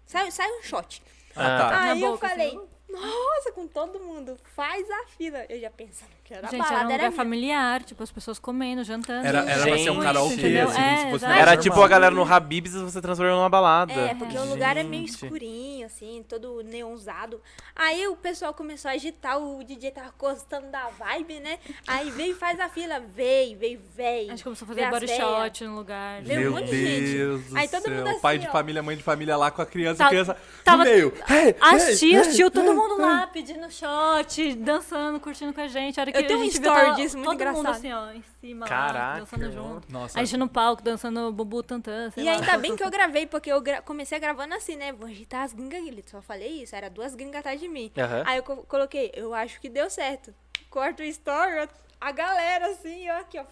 [SPEAKER 4] Sai, sai um shot.
[SPEAKER 3] Ah, tá.
[SPEAKER 5] Na
[SPEAKER 4] Aí eu
[SPEAKER 5] boca,
[SPEAKER 4] falei,
[SPEAKER 5] assim.
[SPEAKER 4] nossa, com todo mundo, faz a fila. Eu já pensando que era
[SPEAKER 5] Gente, era um
[SPEAKER 4] balada,
[SPEAKER 5] lugar
[SPEAKER 4] era minha.
[SPEAKER 5] familiar, tipo, as pessoas comendo, jantando.
[SPEAKER 3] Era, era pra ser um
[SPEAKER 2] Gente.
[SPEAKER 3] karaokê,
[SPEAKER 5] Entendeu?
[SPEAKER 3] assim,
[SPEAKER 5] É,
[SPEAKER 3] se fosse um
[SPEAKER 5] exato.
[SPEAKER 2] Era
[SPEAKER 3] negócio
[SPEAKER 2] tipo a
[SPEAKER 3] normal.
[SPEAKER 2] galera no Habibs e você transformou numa balada.
[SPEAKER 4] É, porque o lugar é meio
[SPEAKER 2] Gente.
[SPEAKER 4] escurinho, assim, todo neonzado. Aí o pessoal começou a agitar, o DJ tava gostando da vibe, né? Aí veio e faz a fila, veio, veio, veio.
[SPEAKER 5] A gente começou a
[SPEAKER 4] Veio
[SPEAKER 5] fazer
[SPEAKER 4] as
[SPEAKER 5] body
[SPEAKER 4] véia.
[SPEAKER 5] shot no lugar.
[SPEAKER 4] Veio um
[SPEAKER 3] Meu
[SPEAKER 4] monte de
[SPEAKER 3] Deus
[SPEAKER 4] gente.
[SPEAKER 3] do
[SPEAKER 4] Aí todo
[SPEAKER 3] céu.
[SPEAKER 4] mundo assim,
[SPEAKER 3] Pai de
[SPEAKER 4] ó.
[SPEAKER 3] família, mãe de família lá com a criança, e
[SPEAKER 5] Tava-
[SPEAKER 3] criança
[SPEAKER 5] tava-
[SPEAKER 3] no meio. Hey, hey,
[SPEAKER 5] As tias,
[SPEAKER 3] hey,
[SPEAKER 5] tio, todo
[SPEAKER 3] hey,
[SPEAKER 5] mundo
[SPEAKER 3] hey.
[SPEAKER 5] lá pedindo shot, dançando, curtindo com a gente. A hora que
[SPEAKER 4] Eu tenho
[SPEAKER 5] a
[SPEAKER 4] um
[SPEAKER 5] gente
[SPEAKER 4] story
[SPEAKER 5] viu, tava
[SPEAKER 4] disso, muito
[SPEAKER 5] todo mundo
[SPEAKER 4] engraçado.
[SPEAKER 5] assim, ó, em cima
[SPEAKER 2] Caraca.
[SPEAKER 5] lá, dançando junto.
[SPEAKER 3] Nossa.
[SPEAKER 5] A gente no palco, dançando bubu tantã, sei
[SPEAKER 4] E
[SPEAKER 5] lá.
[SPEAKER 4] ainda bem que eu gravei, porque eu gra- comecei gravando assim, né? Vou agitar as gringas, ele só falei isso, era duas gringas atrás de mim.
[SPEAKER 2] Aham.
[SPEAKER 4] Aí eu co- coloquei, eu acho que deu certo. Corto o story, a galera assim, ó, aqui, ó.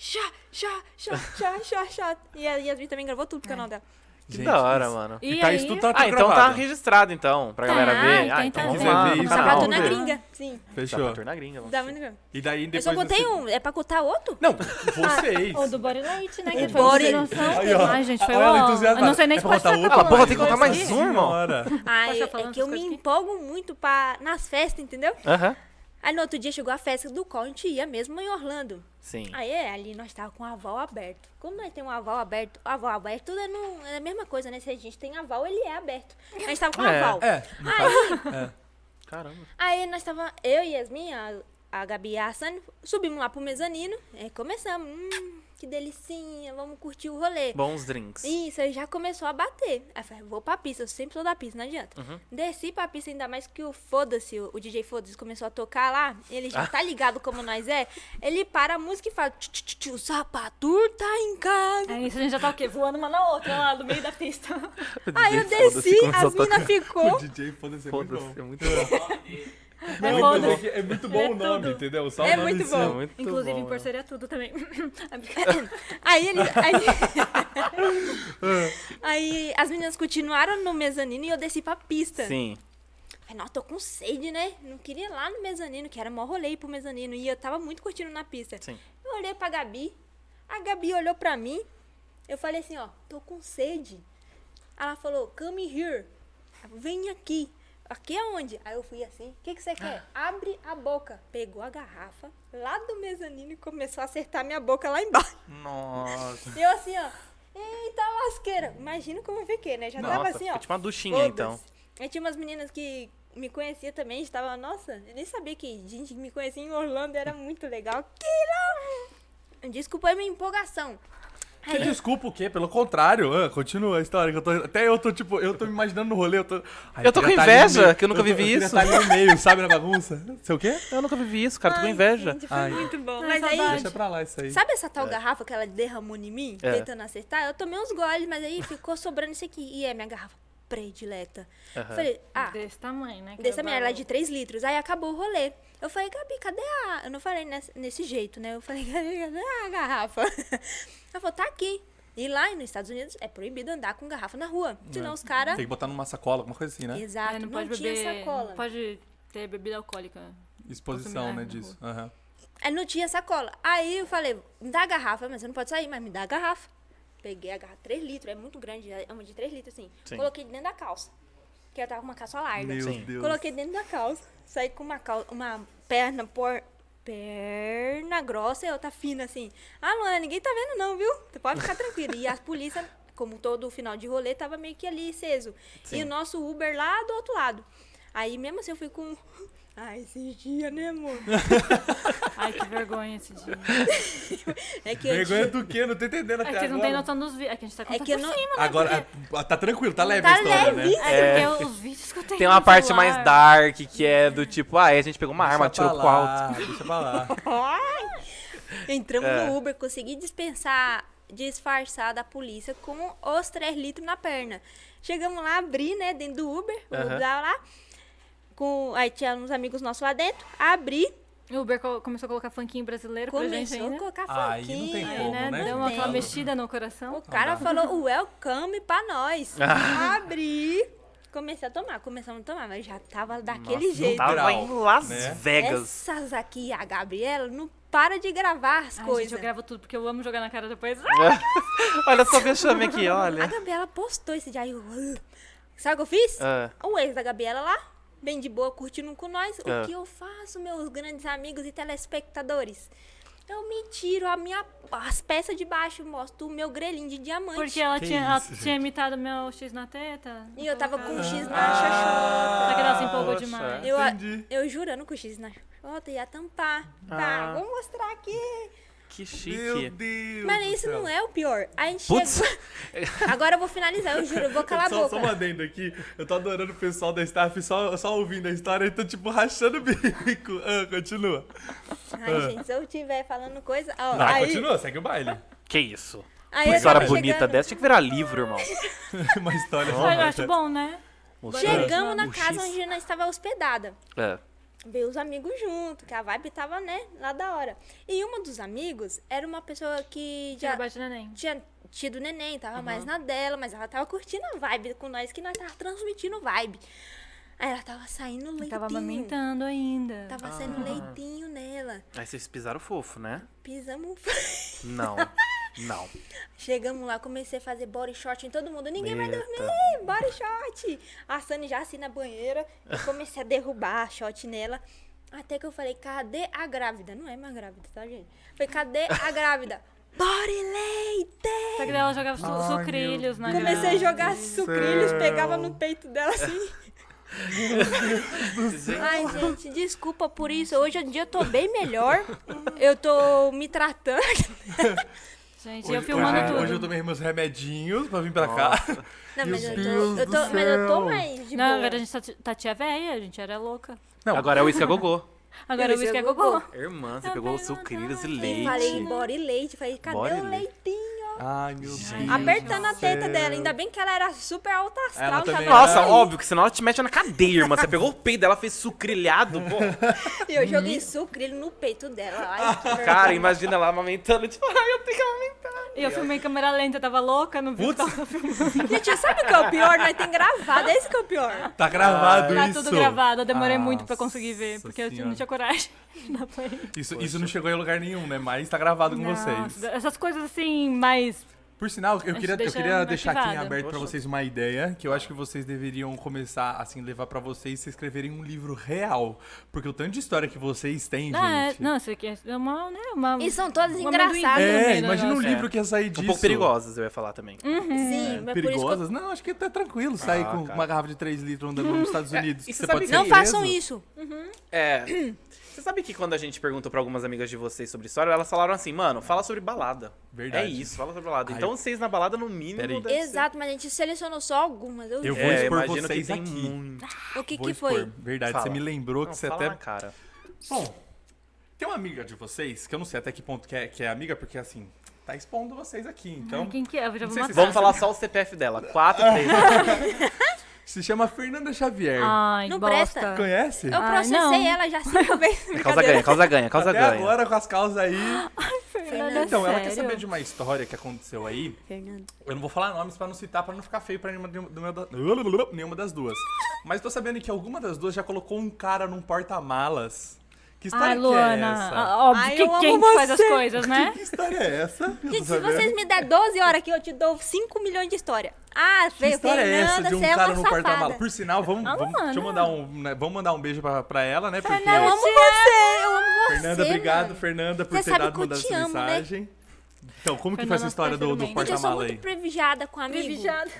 [SPEAKER 4] Chá, chá, chá, chá, chá, chá. E a Yasmin também gravou tudo pro canal dela.
[SPEAKER 2] Que
[SPEAKER 3] Gente,
[SPEAKER 2] da hora,
[SPEAKER 3] isso-
[SPEAKER 2] mano.
[SPEAKER 5] E
[SPEAKER 3] tá,
[SPEAKER 5] aí-
[SPEAKER 3] isso tudo tá, tá
[SPEAKER 2] Ah, então tá
[SPEAKER 3] gravado.
[SPEAKER 2] registrado, então, pra
[SPEAKER 5] Tá,
[SPEAKER 2] galera ver.
[SPEAKER 5] então
[SPEAKER 2] Ah, então
[SPEAKER 5] tá
[SPEAKER 2] vamos
[SPEAKER 5] vendo.
[SPEAKER 2] lá.
[SPEAKER 3] Vamos
[SPEAKER 2] no
[SPEAKER 3] ver isso.
[SPEAKER 2] canal.
[SPEAKER 4] Sapato
[SPEAKER 3] vamos
[SPEAKER 4] na
[SPEAKER 3] ver.
[SPEAKER 4] gringa, sim.
[SPEAKER 3] Fechou.
[SPEAKER 2] Sapato na gringa, vamos
[SPEAKER 4] Da
[SPEAKER 2] ver.
[SPEAKER 4] gringa.
[SPEAKER 3] E daí
[SPEAKER 4] Eu
[SPEAKER 3] depois...
[SPEAKER 4] só botei
[SPEAKER 3] vocês-
[SPEAKER 4] um, é pra contar outro?
[SPEAKER 3] Não, vocês.
[SPEAKER 5] Ou Ah, do Body Light, né? Que
[SPEAKER 4] do
[SPEAKER 5] foi uma
[SPEAKER 4] Body.
[SPEAKER 5] situação.
[SPEAKER 3] Aí, ó.
[SPEAKER 5] Ai, gente, foi
[SPEAKER 3] Olha ela
[SPEAKER 5] ó. Eu
[SPEAKER 3] entusiasmada.
[SPEAKER 5] não sei nem
[SPEAKER 3] É
[SPEAKER 5] se
[SPEAKER 3] pra
[SPEAKER 5] pode né?
[SPEAKER 3] botar
[SPEAKER 5] sacar
[SPEAKER 3] outra?
[SPEAKER 5] mais
[SPEAKER 2] porra, tem que contar
[SPEAKER 5] coisa
[SPEAKER 2] mais
[SPEAKER 5] aqui.
[SPEAKER 2] um, irmão.
[SPEAKER 3] Senhora.
[SPEAKER 4] Ah,
[SPEAKER 5] Pode
[SPEAKER 4] é,
[SPEAKER 5] estar falando
[SPEAKER 4] é que eu
[SPEAKER 5] essas
[SPEAKER 4] me
[SPEAKER 5] coisas aqui?
[SPEAKER 4] empolgo muito pra, nas festas, entendeu?
[SPEAKER 2] Aham.
[SPEAKER 4] Aí no outro dia chegou a festa do qual a gente ia mesmo em Orlando.
[SPEAKER 2] Sim.
[SPEAKER 4] Aí é, ali nós tava com o aval aberto. Como nós temos um aval aberto, o aval aberto tudo é, no- é a mesma coisa, né? Se a gente tem aval, ele é aberto. A gente tava com
[SPEAKER 2] É,
[SPEAKER 4] aval.
[SPEAKER 3] É, no caso, é.
[SPEAKER 2] Caramba.
[SPEAKER 4] Aí nós tava, eu e Yasmin, a, a Gabi e a Sani, subimos lá pro mezanino e começamos. Hum, que delicinha, vamos curtir o rolê.
[SPEAKER 2] Bons drinks.
[SPEAKER 4] Isso, aí já começou a bater. Aí eu falei, vou pra pista, eu sempre sou da pista, não adianta.
[SPEAKER 2] Uhum.
[SPEAKER 4] Desci pra pista, ainda mais que o foda-se, o, o DJ foda-se começou a tocar lá, ele
[SPEAKER 2] Ah.
[SPEAKER 4] já tá ligado como nós é, ele para a música e fala, "Tchu, tchu, tchu, tchu, o sapatur tá em
[SPEAKER 2] É.
[SPEAKER 4] casa.
[SPEAKER 5] Aí isso a gente já tá o quê? Voando uma na outra lá, do meio da pista.
[SPEAKER 4] Aí eu
[SPEAKER 2] Foda-se,
[SPEAKER 4] desci,
[SPEAKER 2] começou a
[SPEAKER 4] as minas
[SPEAKER 3] O
[SPEAKER 4] ficou,
[SPEAKER 3] DJ, foda-se, é muito bom.
[SPEAKER 2] Foda-se, é muito bom.
[SPEAKER 5] É
[SPEAKER 3] Não,
[SPEAKER 5] foda-se.
[SPEAKER 3] mas é que é muito bom
[SPEAKER 5] É
[SPEAKER 3] o nome,
[SPEAKER 5] tudo.
[SPEAKER 3] entendeu? Só
[SPEAKER 4] É
[SPEAKER 3] o nome
[SPEAKER 4] muito
[SPEAKER 3] em si.
[SPEAKER 2] É
[SPEAKER 4] bom.
[SPEAKER 2] muito
[SPEAKER 5] Inclusive,
[SPEAKER 2] bom,
[SPEAKER 5] em
[SPEAKER 2] mano.
[SPEAKER 5] porceria tudo também.
[SPEAKER 4] aí ele... aí- aí as meninas continuaram no mezanino e eu desci pra pista.
[SPEAKER 2] Sim.
[SPEAKER 4] Falei, nossa, tô com sede, né? Não queria ir lá no mezanino, que era mó rolê ir pro mezanino. E eu tava muito curtindo na pista.
[SPEAKER 2] Sim.
[SPEAKER 4] Eu olhei pra Gabi, a Gabi olhou pra mim. Eu falei assim, ó, tô com sede. Ela falou, come here. Vem aqui. Aqui é onde? Aí eu fui assim, o que,
[SPEAKER 2] Ah.
[SPEAKER 4] que você quer? Abre a boca. Pegou a garrafa lá do mezanino e começou a acertar minha boca lá embaixo.
[SPEAKER 2] Nossa.
[SPEAKER 4] E eu assim, ó, eita lasqueira. Imagina como eu fiquei, né? Já tava
[SPEAKER 2] Nossa,
[SPEAKER 4] assim, ó.
[SPEAKER 2] foi tipo uma duchinha, então.
[SPEAKER 4] Todas. Aí É, tinha umas meninas que me conhecia também, estava, nossa, eu nem sabia que gente que me conhecia em Orlando era muito legal. Que não! Desculpa a minha empolgação.
[SPEAKER 3] Que desculpa o quê? Pelo contrário, ah, continua a história que eu tô. Até eu tô, tipo, eu tô me imaginando no rolê, eu tô. Ai,
[SPEAKER 2] Eu tô
[SPEAKER 3] queria
[SPEAKER 2] com
[SPEAKER 3] tá ali no
[SPEAKER 2] inveja, que eu nunca
[SPEAKER 3] tô-
[SPEAKER 2] vivi
[SPEAKER 3] queria
[SPEAKER 2] isso.
[SPEAKER 3] Tá ali no meio, sabe, na bagunça? Sei o quê?
[SPEAKER 2] Eu nunca vivi isso, cara. Tô com
[SPEAKER 4] Ai,
[SPEAKER 2] inveja.
[SPEAKER 4] gente, foi
[SPEAKER 3] Ai.
[SPEAKER 4] muito bom.
[SPEAKER 5] Ai,
[SPEAKER 4] Mas aí,
[SPEAKER 5] saudade.
[SPEAKER 3] Deixa pra lá isso aí.
[SPEAKER 4] sabe essa tal garrafa que ela derramou em mim,
[SPEAKER 2] É.
[SPEAKER 4] tentando acertar? Eu tomei uns goles, mas aí ficou sobrando isso aqui. E é minha garrafa predileta.
[SPEAKER 2] Aham.
[SPEAKER 4] Falei, ah,
[SPEAKER 5] Desse tamanho, né? que
[SPEAKER 4] Dessa
[SPEAKER 5] era
[SPEAKER 4] minha, ela é
[SPEAKER 5] barulho.
[SPEAKER 4] de 3 litros. Aí acabou o rolê. Eu falei, Gabi, cadê a. Eu não falei nesse, nesse jeito, né? Eu falei, Gabi, cadê a garrafa? Ela falou, tá aqui. E lá nos Estados Unidos é proibido andar com garrafa na rua. Senão os
[SPEAKER 5] né?
[SPEAKER 4] caras.
[SPEAKER 3] Né? Tem que botar numa sacola, alguma coisa assim, né?
[SPEAKER 4] Exato,
[SPEAKER 5] É,
[SPEAKER 4] não,
[SPEAKER 5] não pode
[SPEAKER 4] tinha
[SPEAKER 5] beber.
[SPEAKER 4] sacola.
[SPEAKER 5] Não pode ter bebida alcoólica.
[SPEAKER 3] Exposição, né,
[SPEAKER 5] Consumir
[SPEAKER 3] disso.
[SPEAKER 5] água
[SPEAKER 3] Aham.
[SPEAKER 4] Aí É, não tinha sacola. Aí eu falei, me dá a garrafa, mas você não pode sair, mas me dá a garrafa. Peguei a garrafa, 3 litros, é muito grande, é uma de 3 litros, assim.
[SPEAKER 2] Sim.
[SPEAKER 4] Coloquei dentro da calça. Porque eu tava com uma calça larga.
[SPEAKER 3] Meu
[SPEAKER 2] Sim.
[SPEAKER 3] Deus.
[SPEAKER 4] Coloquei dentro da calça, saí com uma, cal... uma perna por... perna grossa e outra fina, assim. Ah, Luana, ninguém tá vendo não, viu? Você pode ficar tranquila. E as polícias, como todo final de rolê, tava meio que ali aceso. E o nosso Uber lá do outro lado. Aí, mesmo assim, eu fui com... Ai, esse dia, né, amor?
[SPEAKER 5] Ai, que vergonha esse dia.
[SPEAKER 4] É que eu
[SPEAKER 3] Vergonha do quê? Não tô entendendo
[SPEAKER 5] É
[SPEAKER 3] até
[SPEAKER 5] que vocês não têm
[SPEAKER 3] agora.
[SPEAKER 5] noção dos vídeos. É que a gente tá
[SPEAKER 4] É
[SPEAKER 5] contando
[SPEAKER 4] que eu não...
[SPEAKER 3] Agora, ah, tá tranquilo, tá leve
[SPEAKER 4] Tá
[SPEAKER 3] a história,
[SPEAKER 4] leve.
[SPEAKER 3] né?
[SPEAKER 5] É, porque os vídeos que eu tenho
[SPEAKER 2] Tem uma
[SPEAKER 5] no
[SPEAKER 2] parte
[SPEAKER 5] celular.
[SPEAKER 2] mais dark, que é do tipo, ah, aí a gente pegou uma arma,
[SPEAKER 3] Deixa
[SPEAKER 2] atirou
[SPEAKER 3] pra
[SPEAKER 2] pro alto.
[SPEAKER 3] lá, Deixa pra lá.
[SPEAKER 4] Ai! Entramos
[SPEAKER 2] É.
[SPEAKER 4] no Uber, consegui dispensar, disfarçar da polícia com os 3 litros na perna. Chegamos lá, abri, né, dentro do Uber, o
[SPEAKER 2] Aham.
[SPEAKER 4] Uber lá, lá. Com, aí tinha uns amigos nossos lá dentro, abri,
[SPEAKER 5] O Uber co- começou a colocar funkinho brasileiro pra gente
[SPEAKER 4] começou a
[SPEAKER 5] ainda.
[SPEAKER 4] colocar
[SPEAKER 3] Aí
[SPEAKER 4] funkinho.
[SPEAKER 3] não tem
[SPEAKER 5] Aí,
[SPEAKER 3] como,
[SPEAKER 5] né?
[SPEAKER 3] né?
[SPEAKER 5] Deu uma,
[SPEAKER 4] Não
[SPEAKER 5] aquela
[SPEAKER 4] tem.
[SPEAKER 5] mexida no
[SPEAKER 4] O
[SPEAKER 5] coração.
[SPEAKER 4] cara
[SPEAKER 3] dá.
[SPEAKER 4] falou welcome pra nós. Abri, comecei a tomar, começamos a tomar, mas já tava daquele
[SPEAKER 2] Nossa,
[SPEAKER 4] jeito.
[SPEAKER 2] Tava em Las
[SPEAKER 3] né?
[SPEAKER 2] Vegas.
[SPEAKER 4] Essas aqui, a Gabriela, não para de gravar as
[SPEAKER 5] Ai, gente,
[SPEAKER 4] coisas.
[SPEAKER 5] eu gravo tudo, porque eu amo jogar na cara depois. Ah,
[SPEAKER 2] olha só o vexame aqui,
[SPEAKER 4] A
[SPEAKER 3] né?
[SPEAKER 2] olha.
[SPEAKER 4] Gabriela postou esse dia. aí Eu... Sabe o que eu fiz?
[SPEAKER 2] Ah.
[SPEAKER 4] O ex da Gabriela lá, bem de boa, curtindo com nós.
[SPEAKER 2] Ah.
[SPEAKER 4] O que eu faço, meus grandes amigos e telespectadores? Eu me tiro a minha, as peças de baixo, mostro o meu grelhinho de diamante.
[SPEAKER 5] Porque é ela,
[SPEAKER 7] Que
[SPEAKER 5] tinha, ela
[SPEAKER 7] isso, gente.
[SPEAKER 5] tinha imitado meu X na teta.
[SPEAKER 4] E eu tava com o X na
[SPEAKER 3] Ah.
[SPEAKER 5] Só que ela se empolgou
[SPEAKER 2] Poxa.
[SPEAKER 5] demais.
[SPEAKER 4] Eu,
[SPEAKER 3] Entendi.
[SPEAKER 4] eu jurando com o X na chota, ia tampar.
[SPEAKER 2] Ah.
[SPEAKER 4] Tá, vou mostrar aqui.
[SPEAKER 2] Que
[SPEAKER 3] Meu
[SPEAKER 2] chique.
[SPEAKER 3] Deus.
[SPEAKER 4] Mas
[SPEAKER 3] do
[SPEAKER 4] isso
[SPEAKER 3] céu.
[SPEAKER 4] não é o pior. A gente
[SPEAKER 2] Putz.
[SPEAKER 4] chegou- Agora eu vou finalizar, eu juro, eu vou calar a
[SPEAKER 3] só,
[SPEAKER 4] boca.
[SPEAKER 3] só uma adendo aqui, eu tô adorando o pessoal da staff só, só ouvindo a história e tô tipo rachando o bico. Ah, continua.
[SPEAKER 4] Ai, gente, se eu estiver falando coisa. Ó,
[SPEAKER 3] Ah,
[SPEAKER 4] aí,
[SPEAKER 3] continua, segue o baile.
[SPEAKER 2] Que isso?
[SPEAKER 4] aí
[SPEAKER 2] Uma
[SPEAKER 4] eu
[SPEAKER 2] história
[SPEAKER 4] tava
[SPEAKER 2] bonita
[SPEAKER 4] chegando-
[SPEAKER 2] dessa tinha que virar livro, irmão.
[SPEAKER 3] Uma história.
[SPEAKER 5] Mas eu acho bom, né?
[SPEAKER 4] Chegamos na
[SPEAKER 2] O X.
[SPEAKER 4] casa onde nós estava hospedada.
[SPEAKER 2] É.
[SPEAKER 4] Veio os amigos junto, que a vibe tava, né, lá da hora. E uma dos amigos era uma pessoa que
[SPEAKER 5] Já
[SPEAKER 4] já
[SPEAKER 5] bate neném.
[SPEAKER 4] tinha tido neném, tava mais na dela, mas ela tava curtindo a vibe com nós, que nós tava transmitindo vibe. Aí ela tava saindo leitinho.
[SPEAKER 5] Tava amamentando ainda.
[SPEAKER 4] Tava
[SPEAKER 2] Ah.
[SPEAKER 4] saindo leitinho nela.
[SPEAKER 2] Aí vocês pisaram fofo, né?
[SPEAKER 4] Pisamos. um
[SPEAKER 2] Não. Não.
[SPEAKER 4] Chegamos lá, comecei a fazer body shot em todo mundo. Ninguém vai
[SPEAKER 2] Eita.
[SPEAKER 4] dormir, body shot. A Sani já assim na banheira. Eu comecei a derrubar a shot nela. Até que eu falei, cadê a grávida? Não é mais grávida, tá, gente? Falei, cadê a grávida? Body leite!
[SPEAKER 5] Só que daí ela jogava su sucrilhos na
[SPEAKER 4] Comecei a
[SPEAKER 5] grama.
[SPEAKER 4] jogar sucrilhos, pegava no peito dela assim. Ai, gente, desculpa por isso. Hoje em dia eu tô bem melhor. Eu tô me tratando.
[SPEAKER 5] Gente, eu filmando
[SPEAKER 3] hoje, é,
[SPEAKER 5] tudo.
[SPEAKER 3] hoje eu tomei meus remedinhos pra vir pra cá.
[SPEAKER 4] Não,
[SPEAKER 3] Meu
[SPEAKER 4] mas eu
[SPEAKER 3] Deus
[SPEAKER 4] tô, eu
[SPEAKER 3] do
[SPEAKER 4] tô, mas eu
[SPEAKER 3] céu.
[SPEAKER 4] tô mais de
[SPEAKER 5] Na
[SPEAKER 4] boa.
[SPEAKER 5] verdade, a gente tá, tá tia véia, a gente era louca.
[SPEAKER 3] Não.
[SPEAKER 2] Agora é o uísque a gogô.
[SPEAKER 5] Agora o
[SPEAKER 4] Isso,
[SPEAKER 5] uísque é
[SPEAKER 4] eu vou-
[SPEAKER 5] gogô.
[SPEAKER 2] Irmã, você
[SPEAKER 5] Eu
[SPEAKER 2] pegou o
[SPEAKER 5] pego
[SPEAKER 2] sucrilhos e
[SPEAKER 5] nada.
[SPEAKER 4] Eu
[SPEAKER 2] leite.
[SPEAKER 4] falei body leite, falei, cadê
[SPEAKER 2] Body
[SPEAKER 4] o
[SPEAKER 2] leite.
[SPEAKER 4] leitinho?
[SPEAKER 3] Ai, meu Deus.
[SPEAKER 4] Apertando a
[SPEAKER 3] do
[SPEAKER 4] teta
[SPEAKER 3] céu.
[SPEAKER 4] dela, ainda bem que ela era super alta astral.
[SPEAKER 3] Ela também
[SPEAKER 4] tava
[SPEAKER 3] era.
[SPEAKER 2] Nossa,
[SPEAKER 4] nem aí.
[SPEAKER 2] óbvio que senão ela te mete na cadeia, irmã. Você pegou o peito dela, fez sucrilhado. Pô.
[SPEAKER 4] E assim, eu
[SPEAKER 5] Uhum.
[SPEAKER 4] joguei sucrilho no peito dela. Ai, que
[SPEAKER 2] Cara,
[SPEAKER 4] vergonha.
[SPEAKER 2] imagina ela amamentando. Tipo, ai, eu tenho que amamentar.
[SPEAKER 5] E eu filmei em câmera lenta, eu tava louca, não vi o que tava filmando.
[SPEAKER 4] Gente, sabe o que é o pior? Nós tem gravado, é esse que é o pior.
[SPEAKER 3] Tá gravado
[SPEAKER 5] Tá
[SPEAKER 3] isso.
[SPEAKER 5] tudo gravado, eu demorei muito pra conseguir ver,
[SPEAKER 3] Nossa
[SPEAKER 5] porque eu
[SPEAKER 3] Senhora.
[SPEAKER 5] não tinha coragem. Dá pra ir.
[SPEAKER 3] Isso, isso não chegou em lugar nenhum, né? Mas tá gravado com
[SPEAKER 4] tá
[SPEAKER 3] vocês.
[SPEAKER 5] Nossa, essas coisas assim, mais.
[SPEAKER 3] Por sinal, eu queria, eu
[SPEAKER 5] deixa
[SPEAKER 3] queria deixar aqui em
[SPEAKER 5] arquivado.
[SPEAKER 3] aberto pra vocês uma ideia que eu
[SPEAKER 2] Ah.
[SPEAKER 3] acho que vocês deveriam começar assim levar pra vocês se escreverem um livro real, porque o tanto de história que vocês têm,
[SPEAKER 5] Não, é,
[SPEAKER 3] gente.
[SPEAKER 5] não, isso aqui é uma. Né, uma
[SPEAKER 4] E são todas
[SPEAKER 5] Uma amendoim.
[SPEAKER 4] engraçadas.
[SPEAKER 5] no
[SPEAKER 3] É,
[SPEAKER 5] meio do
[SPEAKER 3] imagina um
[SPEAKER 5] negócio.
[SPEAKER 3] livro que ia sair disso.
[SPEAKER 2] Um pouco perigosas, eu ia falar também.
[SPEAKER 3] É.
[SPEAKER 4] Sim, mas por isso que eu-
[SPEAKER 3] Perigosas? Não, acho que tá tranquilo sair
[SPEAKER 2] Ah,
[SPEAKER 3] com
[SPEAKER 2] cara.
[SPEAKER 3] uma garrafa de 3 litros andando nos Estados
[SPEAKER 4] É,
[SPEAKER 3] Unidos.
[SPEAKER 2] e
[SPEAKER 3] que
[SPEAKER 2] você
[SPEAKER 3] você
[SPEAKER 2] sabe
[SPEAKER 3] pode
[SPEAKER 2] que-
[SPEAKER 3] ser
[SPEAKER 4] Não façam
[SPEAKER 3] preso.
[SPEAKER 4] isso.
[SPEAKER 2] É. Você sabe que quando a gente perguntou pra algumas amigas de vocês sobre história, elas falaram assim, mano, fala sobre balada.
[SPEAKER 3] Verdade.
[SPEAKER 2] É isso, fala sobre balada.
[SPEAKER 3] Ai.
[SPEAKER 2] Então vocês na balada, no mínimo,
[SPEAKER 3] Peraí.
[SPEAKER 2] deve ser-
[SPEAKER 4] Exato, mas a gente selecionou só algumas. Eu
[SPEAKER 3] Eu
[SPEAKER 4] juro.
[SPEAKER 3] vou
[SPEAKER 2] É,
[SPEAKER 3] expor
[SPEAKER 2] imagino que
[SPEAKER 3] vocês
[SPEAKER 2] tem
[SPEAKER 3] aqui.
[SPEAKER 2] muito.
[SPEAKER 4] O que
[SPEAKER 3] Vou
[SPEAKER 4] que
[SPEAKER 3] expor.
[SPEAKER 4] foi?
[SPEAKER 3] Verdade,
[SPEAKER 2] Fala.
[SPEAKER 3] você me lembrou que tá-
[SPEAKER 2] Não,
[SPEAKER 3] você
[SPEAKER 2] fala
[SPEAKER 3] até
[SPEAKER 2] na cara.
[SPEAKER 3] Bom, tem uma amiga de vocês, que eu não sei até que ponto que é, que é amiga, porque assim, tá expondo vocês aqui. Então,
[SPEAKER 5] Quem que é? Eu já
[SPEAKER 3] Não
[SPEAKER 5] vou
[SPEAKER 3] sei se
[SPEAKER 5] matar.
[SPEAKER 2] Vamos falar só o CPF dela. 4, 3.
[SPEAKER 3] se chama Fernanda Xavier.
[SPEAKER 5] Ai,
[SPEAKER 4] Não
[SPEAKER 5] bosta.
[SPEAKER 4] presta.
[SPEAKER 3] Conhece?
[SPEAKER 4] Ah. Eu
[SPEAKER 5] Ai,
[SPEAKER 4] processei
[SPEAKER 5] Ah, não.
[SPEAKER 4] ela já cinco vezes.
[SPEAKER 2] Causa ganha, causa ganha, causa
[SPEAKER 3] até
[SPEAKER 2] ganha.
[SPEAKER 3] agora com as causas aí.
[SPEAKER 4] Ah, é
[SPEAKER 5] Fernanda,
[SPEAKER 3] então, ela quer
[SPEAKER 5] sério?
[SPEAKER 3] saber de uma história que aconteceu aí. Eu não vou falar nomes pra não citar, pra não ficar feio pra nenhuma, do meu da- nenhuma das duas. Mas tô sabendo que alguma das duas já colocou um cara num porta-malas. Que história
[SPEAKER 5] Ai,
[SPEAKER 3] que é
[SPEAKER 5] Luana.
[SPEAKER 3] essa?
[SPEAKER 5] ó- Óbvio
[SPEAKER 4] Ai,
[SPEAKER 5] que
[SPEAKER 4] eu amo
[SPEAKER 5] quem que faz as
[SPEAKER 4] você.
[SPEAKER 5] coisas, né?
[SPEAKER 3] Que história é essa? Eu
[SPEAKER 4] Gente,
[SPEAKER 3] tô
[SPEAKER 4] se
[SPEAKER 3] sabendo.
[SPEAKER 4] vocês me der 12 horas aqui, eu te dou 5 milhões de história. Ah,
[SPEAKER 3] Que
[SPEAKER 4] veio
[SPEAKER 3] história é essa
[SPEAKER 4] Fernanda,
[SPEAKER 3] de um
[SPEAKER 4] você é
[SPEAKER 3] cara
[SPEAKER 4] uma
[SPEAKER 3] no porta-mala?
[SPEAKER 4] safada.
[SPEAKER 3] Por sinal, vamos,
[SPEAKER 5] Ah,
[SPEAKER 3] vamos, deixa eu
[SPEAKER 5] mano.
[SPEAKER 3] mandar um, né, vamos mandar um beijo pra, pra ela, né? Porque,
[SPEAKER 4] Eu amo você, eu amo você.
[SPEAKER 3] Fernanda, obrigado,
[SPEAKER 4] mano.
[SPEAKER 3] Fernanda, por
[SPEAKER 4] Você
[SPEAKER 3] ter
[SPEAKER 4] sabe
[SPEAKER 3] dado
[SPEAKER 4] que eu
[SPEAKER 3] mandado
[SPEAKER 4] te
[SPEAKER 3] essa
[SPEAKER 4] amo, né?
[SPEAKER 3] mensagem. Então, como que
[SPEAKER 5] Fernanda,
[SPEAKER 3] foi essa história do, do
[SPEAKER 5] nosso
[SPEAKER 4] Gente, eu sou
[SPEAKER 3] porta-mala aí?
[SPEAKER 4] muito privilegiada com amigo.
[SPEAKER 5] Privilegiada.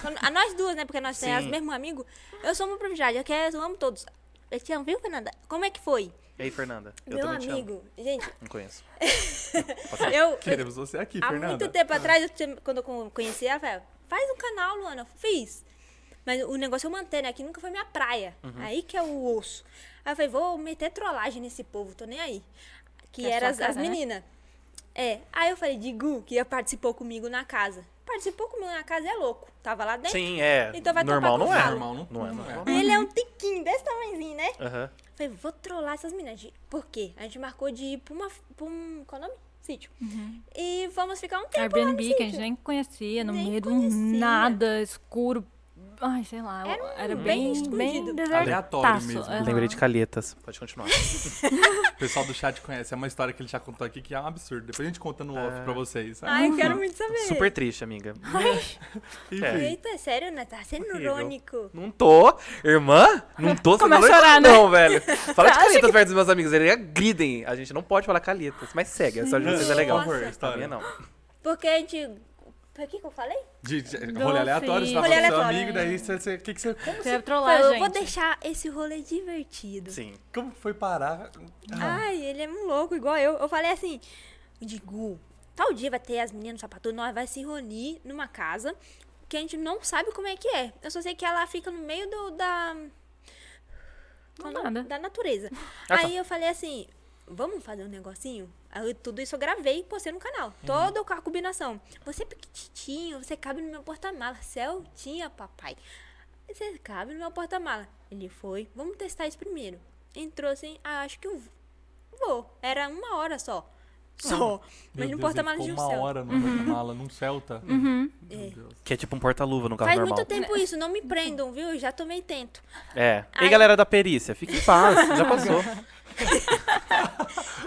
[SPEAKER 4] Quando- a nós duas, né? Porque nós temos
[SPEAKER 2] Sim.
[SPEAKER 4] os mesmos amigos. Eu sou muito privilegiada. Eu, quero, eu amo todos. Eu te amo, viu, Fernanda? Como é que foi?
[SPEAKER 2] E aí, Fernanda? Eu
[SPEAKER 4] Meu
[SPEAKER 2] também te amo.
[SPEAKER 4] amigo. Gente,
[SPEAKER 2] Não conheço.
[SPEAKER 4] eu. eu
[SPEAKER 3] Queremos você aqui,
[SPEAKER 4] há
[SPEAKER 3] Fernanda.
[SPEAKER 4] muito
[SPEAKER 5] Ah.
[SPEAKER 4] tempo atrás, eu te- quando eu con- conheci ela, falei, faz um canal, Luana. Eu Fiz. Mas o negócio eu manter, né? Que nunca foi minha praia.
[SPEAKER 5] Uhum.
[SPEAKER 4] Aí que é o osso. Aí eu falei, vou meter trollagem nesse povo, tô nem aí. Que,
[SPEAKER 5] Que é a
[SPEAKER 4] eram
[SPEAKER 5] sua
[SPEAKER 4] as, as
[SPEAKER 5] cara, né?
[SPEAKER 4] meninas. É. Aí eu falei, Digu, que ia- participou comigo na casa. Participou comigo na casa é louco. tava lá dentro.
[SPEAKER 2] Sim, é.
[SPEAKER 4] Então vai
[SPEAKER 2] normal
[SPEAKER 4] topar com
[SPEAKER 2] não é.
[SPEAKER 4] falo.
[SPEAKER 2] Normal não, não é. normal.
[SPEAKER 4] E Ele é um tiquinho desse tamanhozinho, né?
[SPEAKER 5] É.
[SPEAKER 2] Aham.
[SPEAKER 4] Falei, vou trollar essas meninas. De... Por quê? A gente marcou de ir pra, uma, pra um. Qual é o nome? Sítio. E vamos ficar um tempo. lá no
[SPEAKER 5] Uhum. Airbnb que a gente
[SPEAKER 4] sítio.
[SPEAKER 5] nem conhecia, no
[SPEAKER 4] Nem
[SPEAKER 5] meio do
[SPEAKER 4] conhecia. um
[SPEAKER 5] nada, escuro. Ai, sei lá. Era,
[SPEAKER 4] bem
[SPEAKER 5] bem,
[SPEAKER 4] escondido.
[SPEAKER 5] bem
[SPEAKER 3] Aleatório
[SPEAKER 5] desertaço.
[SPEAKER 3] mesmo.
[SPEAKER 5] aham.
[SPEAKER 2] Lembrei de Calhetas. Pode continuar.
[SPEAKER 3] O pessoal do chat conhece. É uma história que ele já contou aqui que é um absurdo. Depois a gente conta no
[SPEAKER 2] É.
[SPEAKER 3] off pra vocês.
[SPEAKER 4] Ai, eu quero muito saber.
[SPEAKER 2] Uhum. Super triste, amiga. É.
[SPEAKER 4] Eita, é sério, né? Tá sendo
[SPEAKER 2] Horrível.
[SPEAKER 4] irônico.
[SPEAKER 2] Não tô. Irmã, não tô sendo
[SPEAKER 5] Começa a
[SPEAKER 2] irônico,
[SPEAKER 5] chorar, né?
[SPEAKER 2] não, velho. Fala de Calhetas perto dos meus amigos. Eles agridem. A gente não pode falar Calhetas. Mas segue. A história de vocês é legal.
[SPEAKER 4] Nossa.
[SPEAKER 2] A minha não.
[SPEAKER 4] Porque é a gente. O que, que eu falei?
[SPEAKER 3] De, de, rolê
[SPEAKER 5] Doce.
[SPEAKER 3] aleatório, você tava
[SPEAKER 4] Rolê
[SPEAKER 3] com seu
[SPEAKER 4] aleatório,
[SPEAKER 3] amigo,
[SPEAKER 4] é.
[SPEAKER 3] daí você. você- que que você como,
[SPEAKER 5] Você deve
[SPEAKER 4] Falei,
[SPEAKER 5] trollar,
[SPEAKER 4] eu
[SPEAKER 5] gente.
[SPEAKER 4] vou deixar esse rolê divertido.
[SPEAKER 2] Sim. Ah.
[SPEAKER 3] como foi parar?
[SPEAKER 4] Ai, ele é um louco, igual eu. Eu falei assim, Digu, tal dia vai ter as meninas sapatão, nós vai se reunir numa casa que a gente não sabe como é que é. Eu só sei que ela fica no meio do, da... qual o nome?
[SPEAKER 5] nada.
[SPEAKER 4] Da natureza.
[SPEAKER 2] Ah, tá.
[SPEAKER 4] Aí eu falei assim, vamos fazer um negocinho? Aí, tudo isso eu gravei e postei no
[SPEAKER 2] Uhum.
[SPEAKER 4] canal. Toda a combinação. Você é pequitinho, você cabe no meu porta-mala. Celtinha, papai. Você cabe no meu porta-mala. Ele foi, vamos testar isso primeiro. Entrou assim, ah, acho que eu vou. Era uma hora só. Só. Mas no porta-mala de um
[SPEAKER 3] uma
[SPEAKER 4] céu. Uhum.
[SPEAKER 3] hora no porta-mala, num Celta. Meu Deus.
[SPEAKER 2] Que é tipo um porta-luva no carro
[SPEAKER 4] Faz
[SPEAKER 2] normal.
[SPEAKER 4] muito tempo isso, não me prendam, viu? Eu Já tomei tento.
[SPEAKER 2] É. Ei,
[SPEAKER 4] Ai.
[SPEAKER 2] galera da perícia, fique em paz. Já passou.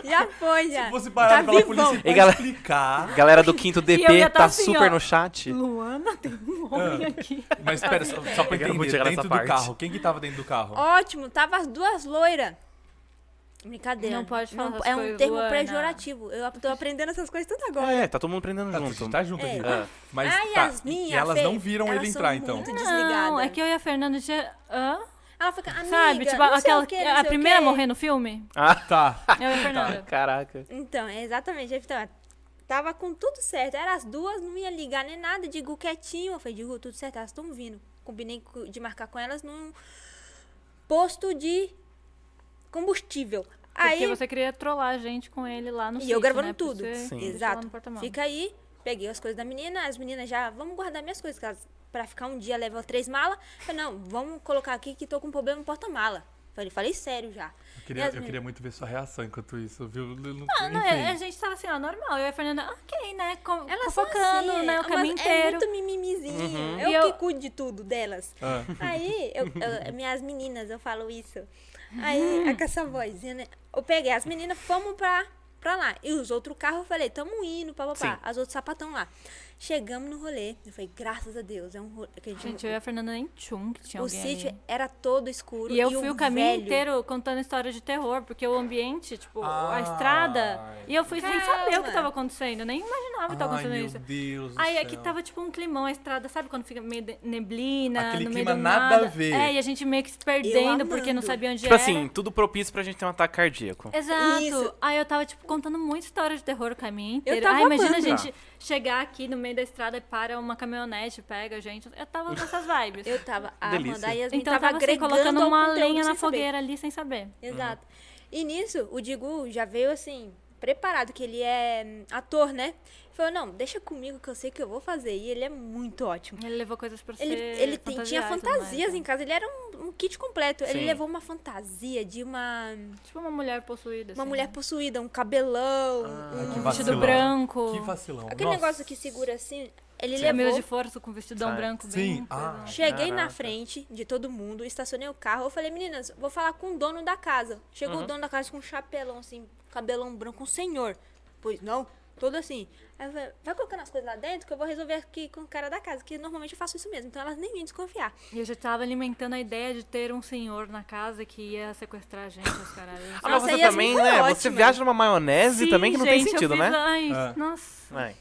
[SPEAKER 4] Já foi, já.
[SPEAKER 3] Se fosse parar pela
[SPEAKER 4] Tá vivão.
[SPEAKER 3] polícia pra
[SPEAKER 2] E galera-
[SPEAKER 3] explicar.
[SPEAKER 2] Galera do quinto
[SPEAKER 5] eu ia
[SPEAKER 2] DP
[SPEAKER 5] tá
[SPEAKER 2] tá
[SPEAKER 5] assim,
[SPEAKER 2] super
[SPEAKER 5] ó.
[SPEAKER 2] no chat.
[SPEAKER 5] Luana, tem um homem aqui.
[SPEAKER 3] Mas espera, só, só pra
[SPEAKER 2] Eu quero muito
[SPEAKER 3] entender,
[SPEAKER 2] chegar nessa
[SPEAKER 3] dentro do
[SPEAKER 2] parte.
[SPEAKER 3] carro. Quem que tava dentro do carro?
[SPEAKER 4] Ótimo, tava as duas loiras. Brincadeira.
[SPEAKER 5] Não pode falar essas
[SPEAKER 4] É um
[SPEAKER 5] coisas,
[SPEAKER 4] termo
[SPEAKER 5] Luana.
[SPEAKER 4] pejorativo. Eu tô aprendendo essas coisas tudo agora.
[SPEAKER 2] É, tá todo mundo prendendo
[SPEAKER 3] Tá,
[SPEAKER 2] junto.
[SPEAKER 3] tá junto
[SPEAKER 4] É.
[SPEAKER 3] aqui.
[SPEAKER 2] Ah.
[SPEAKER 3] Mas
[SPEAKER 4] a
[SPEAKER 3] tá,
[SPEAKER 4] Yasmin
[SPEAKER 3] e
[SPEAKER 4] a
[SPEAKER 3] elas
[SPEAKER 4] Fê,
[SPEAKER 3] não viram
[SPEAKER 4] elas
[SPEAKER 3] ele
[SPEAKER 4] são
[SPEAKER 3] entrar, então.
[SPEAKER 4] muito desligadas.
[SPEAKER 5] Não, é que eu e a Fernanda tinha... Hã?
[SPEAKER 4] Ela fica, amiga,
[SPEAKER 5] Sabe? Tipo,
[SPEAKER 4] não sei
[SPEAKER 5] aquela...
[SPEAKER 4] o que, não
[SPEAKER 5] a
[SPEAKER 4] sei o
[SPEAKER 5] primeira a
[SPEAKER 4] que.
[SPEAKER 5] morrer no filme?
[SPEAKER 2] Ah,
[SPEAKER 3] Tá.
[SPEAKER 5] Eu e a Fernanda.
[SPEAKER 2] caraca.
[SPEAKER 4] Então, é exatamente. Então, tava com tudo certo. Era as duas, não ia ligar nem nada. Digo quietinho. Eu falei, Digo, tudo certo, elas estão vindo. Combinei co- de marcar com elas num posto de combustível.
[SPEAKER 5] Porque
[SPEAKER 4] Aí,
[SPEAKER 5] você queria trollar a gente com ele lá no
[SPEAKER 4] E
[SPEAKER 5] sítio,
[SPEAKER 4] eu gravando
[SPEAKER 5] né? Por
[SPEAKER 4] tudo.
[SPEAKER 5] você
[SPEAKER 4] Sim.
[SPEAKER 5] deixar lá
[SPEAKER 4] Exato.
[SPEAKER 5] no porta-mala.
[SPEAKER 4] Fica aí, peguei as coisas da menina, as meninas já, vamos guardar minhas coisas, que elas- pra ficar um dia level três malas. Eu, não, vamos colocar aqui que tô com problema no porta-mala. Falei, falei sério já.
[SPEAKER 3] Eu queria,
[SPEAKER 4] as
[SPEAKER 3] eu
[SPEAKER 4] meninas-
[SPEAKER 3] queria muito ver sua reação enquanto isso, viu? Não,
[SPEAKER 5] Ah, não, é- a gente tava assim, ó, normal. Eu e a Fernanda, ok, né? Com,
[SPEAKER 4] Elas são
[SPEAKER 5] focando,
[SPEAKER 4] assim,
[SPEAKER 5] né? O
[SPEAKER 4] mas
[SPEAKER 5] caminho
[SPEAKER 4] É
[SPEAKER 5] inteiro.
[SPEAKER 4] muito mimimizinho.
[SPEAKER 2] Uhum.
[SPEAKER 4] Eu,
[SPEAKER 5] E eu-
[SPEAKER 4] que cuido de tudo delas.
[SPEAKER 3] Ah.
[SPEAKER 4] Aí, eu- eu- minhas meninas, eu falo isso.
[SPEAKER 5] Uhum.
[SPEAKER 4] Aí, a caça vozinha, né? Eu peguei as meninas, fomos pra, pra lá. E os outros carros, eu falei, tamo indo,
[SPEAKER 2] Sim.
[SPEAKER 4] papapá. As outras sapatão lá. Chegamos no rolê. Eu falei, graças a Deus, é um rolê. Que a gente,
[SPEAKER 5] Gente, eu e a Fernanda nem tchum que tinha
[SPEAKER 4] o
[SPEAKER 5] alguém
[SPEAKER 4] sítio
[SPEAKER 5] ali.
[SPEAKER 4] era todo escuro.
[SPEAKER 5] E eu fui
[SPEAKER 4] um
[SPEAKER 5] o caminho
[SPEAKER 4] velho-
[SPEAKER 5] inteiro contando história de terror, porque o ambiente, tipo, a
[SPEAKER 3] Ai.
[SPEAKER 5] estrada. E eu fui sem saber o que
[SPEAKER 4] Calma.
[SPEAKER 5] tava acontecendo. Eu nem imaginava o que tava
[SPEAKER 3] Ai,
[SPEAKER 5] tá acontecendo
[SPEAKER 3] meu
[SPEAKER 5] isso.
[SPEAKER 3] Deus do
[SPEAKER 5] Aí
[SPEAKER 3] céu.
[SPEAKER 5] aqui tava tipo um climão, a estrada, sabe quando fica meio de- neblina,
[SPEAKER 3] Aquele
[SPEAKER 5] no meio
[SPEAKER 3] clima
[SPEAKER 5] do
[SPEAKER 3] nada a ver.
[SPEAKER 5] É, e a gente meio que se perdendo porque não
[SPEAKER 4] amando.
[SPEAKER 5] sabia onde
[SPEAKER 2] Tipo
[SPEAKER 5] era. É,
[SPEAKER 2] assim, tudo propício pra gente ter um ataque cardíaco.
[SPEAKER 5] Exato.
[SPEAKER 4] Isso.
[SPEAKER 5] Aí eu tava, tipo, contando muita história de terror o caminho inteiro.
[SPEAKER 4] tava
[SPEAKER 5] Ai, imagina a
[SPEAKER 4] amando.
[SPEAKER 5] gente chegar aqui no meio da estrada e para uma caminhonete, pega a gente. Eu tava nessas vibes.
[SPEAKER 4] Eu tava. A
[SPEAKER 2] Delícia.
[SPEAKER 4] Amanda e as
[SPEAKER 5] então
[SPEAKER 4] tava
[SPEAKER 5] eu tava assim,
[SPEAKER 4] agregando
[SPEAKER 5] colocando
[SPEAKER 4] ao
[SPEAKER 5] uma
[SPEAKER 4] conteúdo
[SPEAKER 5] lenha na
[SPEAKER 4] sem saber.
[SPEAKER 5] fogueira ali sem saber.
[SPEAKER 4] Exato. E nisso, o Digu já veio assim, preparado, que ele é hum, ator, né? Falou, não, deixa comigo que eu sei que eu vou fazer. E ele é muito ótimo.
[SPEAKER 5] Ele levou coisas pra
[SPEAKER 4] Ele,
[SPEAKER 5] ser
[SPEAKER 4] ele tem- tinha
[SPEAKER 5] fantasiar e tudo mais,
[SPEAKER 4] fantasias em
[SPEAKER 5] é né?
[SPEAKER 4] casa, ele era um, um kit completo.
[SPEAKER 2] Sim.
[SPEAKER 4] Ele levou uma fantasia de uma,
[SPEAKER 5] Tipo uma mulher possuída.
[SPEAKER 4] uma
[SPEAKER 5] assim.
[SPEAKER 4] mulher possuída, um cabelão, um-
[SPEAKER 3] que
[SPEAKER 5] Um vestido
[SPEAKER 3] vacilão.
[SPEAKER 5] branco.
[SPEAKER 3] Que vacilão.
[SPEAKER 4] aquele
[SPEAKER 3] Nossa.
[SPEAKER 4] negócio que segura assim. Ele
[SPEAKER 5] Camisa
[SPEAKER 4] levou.
[SPEAKER 5] de força com vestidão
[SPEAKER 2] Sai.
[SPEAKER 5] branco
[SPEAKER 3] Sim.
[SPEAKER 5] bem. coisa-
[SPEAKER 3] Ah.
[SPEAKER 4] Cheguei na
[SPEAKER 2] Caraca.
[SPEAKER 4] frente de todo mundo, estacionei o carro. Eu falei, meninas, vou falar com o dono da casa. Chegou o dono da casa com um chapelão, assim, cabelão branco, um senhor. Pois não? Todo assim. Aí eu falei, vai colocando as coisas lá dentro que eu vou resolver aqui com o cara da casa, que normalmente eu faço isso mesmo. Então elas nem iam desconfiar.
[SPEAKER 5] E eu já tava alimentando a ideia de ter um senhor na casa que ia sequestrar a gente, os caralhos.
[SPEAKER 2] Ah, mas
[SPEAKER 4] Nossa,
[SPEAKER 2] você
[SPEAKER 4] e
[SPEAKER 5] assim
[SPEAKER 4] as
[SPEAKER 2] também,
[SPEAKER 4] minhas
[SPEAKER 2] né?
[SPEAKER 4] foi
[SPEAKER 2] Você
[SPEAKER 4] ótima.
[SPEAKER 2] viaja numa maionese também que não tem sentido, né?
[SPEAKER 5] Ai,
[SPEAKER 3] É.
[SPEAKER 5] Nossa.
[SPEAKER 2] Ai.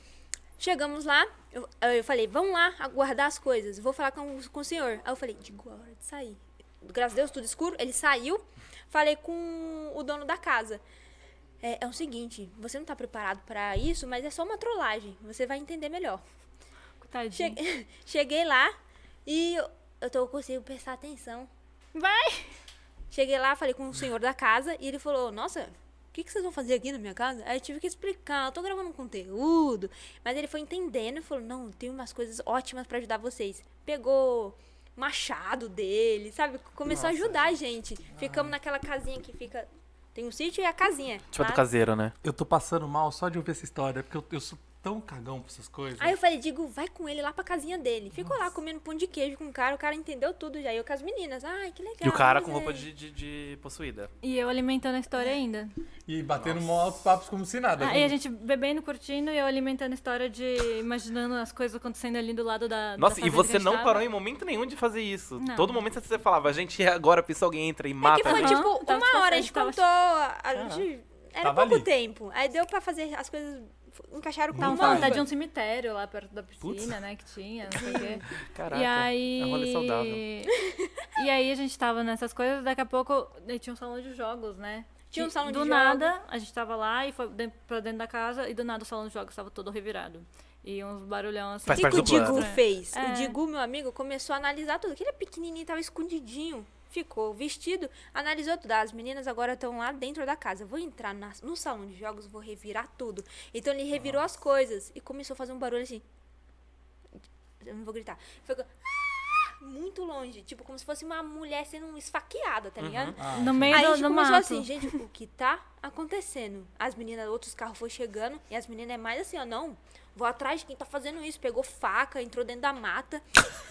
[SPEAKER 4] Chegamos lá, eu, eu falei, vamos lá aguardar as coisas, vou falar com, o- com o senhor. Aí eu falei, digo a hora de sair. Graças a Deus, tudo escuro. Ele saiu, falei com o dono da casa. É, é o seguinte, você não tá preparado pra isso, mas é só uma trollagem. Você vai entender melhor.
[SPEAKER 5] Tadinho.
[SPEAKER 4] Che- Cheguei lá e eu, eu tô consigo prestar atenção.
[SPEAKER 5] Vai!
[SPEAKER 4] Cheguei lá, falei com o senhor da casa e ele falou: Nossa, o que, que vocês vão fazer aqui na minha casa? Aí eu tive que explicar, eu tô gravando um conteúdo. Mas ele foi entendendo e falou, não, tem umas coisas ótimas pra ajudar vocês. Pegou machado dele, sabe? Começou a ajudar a gente. Ficamos naquela casinha que fica... Tem o sítio e a casinha. tá?
[SPEAKER 2] Tipo
[SPEAKER 4] lá.
[SPEAKER 2] do caseiro, né?
[SPEAKER 7] Eu tô passando mal só de ouvir essa história, porque eu, eu sou tão cagão pra essas coisas.
[SPEAKER 4] Aí eu falei, digo, vai com ele lá pra casinha dele. Ficou lá comendo pão de queijo com o cara, o cara entendeu tudo já. E eu com as meninas, ai, que legal.
[SPEAKER 2] E o cara
[SPEAKER 4] pois
[SPEAKER 2] com
[SPEAKER 4] é."
[SPEAKER 2] roupa de, de, de possuída.
[SPEAKER 5] E eu alimentando a história ainda.
[SPEAKER 7] E batendo mó altos papos como se nada.
[SPEAKER 5] Ah, e a gente bebendo, curtindo e eu alimentando a história de imaginando as coisas acontecendo ali do lado da.
[SPEAKER 2] Nossa,
[SPEAKER 5] da
[SPEAKER 2] e
[SPEAKER 5] fazenda que
[SPEAKER 2] você
[SPEAKER 5] a gente
[SPEAKER 2] não
[SPEAKER 5] tava.
[SPEAKER 2] parou em momento nenhum de fazer isso.
[SPEAKER 5] Não.
[SPEAKER 2] Todo momento você falava, gente, é agora pensa alguém entra e
[SPEAKER 4] É
[SPEAKER 2] mata.
[SPEAKER 4] que foi
[SPEAKER 2] gente.
[SPEAKER 4] tipo
[SPEAKER 5] Aham, tava
[SPEAKER 4] uma hora, a gente
[SPEAKER 5] bastante,
[SPEAKER 4] contou. a- a
[SPEAKER 2] Caraca.
[SPEAKER 4] gente- era
[SPEAKER 7] Tava
[SPEAKER 4] pouco
[SPEAKER 7] ali.
[SPEAKER 4] tempo. Aí deu pra fazer as coisas. f- Encaixaram com
[SPEAKER 5] Estavam
[SPEAKER 4] uma
[SPEAKER 5] falando
[SPEAKER 4] luva.
[SPEAKER 5] até de um cemitério lá perto da piscina,
[SPEAKER 2] Putz.
[SPEAKER 5] né? Que tinha, não sei o quê.
[SPEAKER 2] Caraca,
[SPEAKER 5] E aí.
[SPEAKER 2] é um rolê saudável.
[SPEAKER 5] E aí a gente tava nessas coisas, daqui a pouco aí tinha um salão de jogos, né?
[SPEAKER 4] Tinha um salão
[SPEAKER 5] do
[SPEAKER 4] de
[SPEAKER 5] Do nada, a gente tava lá e foi den- pra dentro da casa, e do nada o salão de jogos tava todo revirado. E uns barulhão assim.
[SPEAKER 4] O
[SPEAKER 2] Faz
[SPEAKER 4] que, que o
[SPEAKER 2] parte do plano.
[SPEAKER 4] Digu
[SPEAKER 5] É.
[SPEAKER 4] fez?
[SPEAKER 5] É.
[SPEAKER 4] O Digu, meu amigo, começou a analisar tudo. Que ele é pequenininho, tava escondidinho. Ficou vestido, analisou tudo. Ah, As meninas agora estão lá dentro da casa. Vou entrar na- no salão de jogos, vou revirar tudo. Então ele revirou as coisas e começou a fazer um barulho assim. Eu não vou gritar. Foi co- "Ah!" muito longe, tipo como se fosse uma mulher sendo esfaqueada, tá ligado?
[SPEAKER 5] No meio
[SPEAKER 4] Aí a
[SPEAKER 5] do,
[SPEAKER 4] gente
[SPEAKER 5] do
[SPEAKER 4] começou
[SPEAKER 5] mato.
[SPEAKER 4] assim, gente, o que tá acontecendo? As meninas, outros carros foram chegando, e as meninas é mais assim, ó, não, vou atrás de quem tá fazendo isso. Pegou faca, entrou dentro da mata.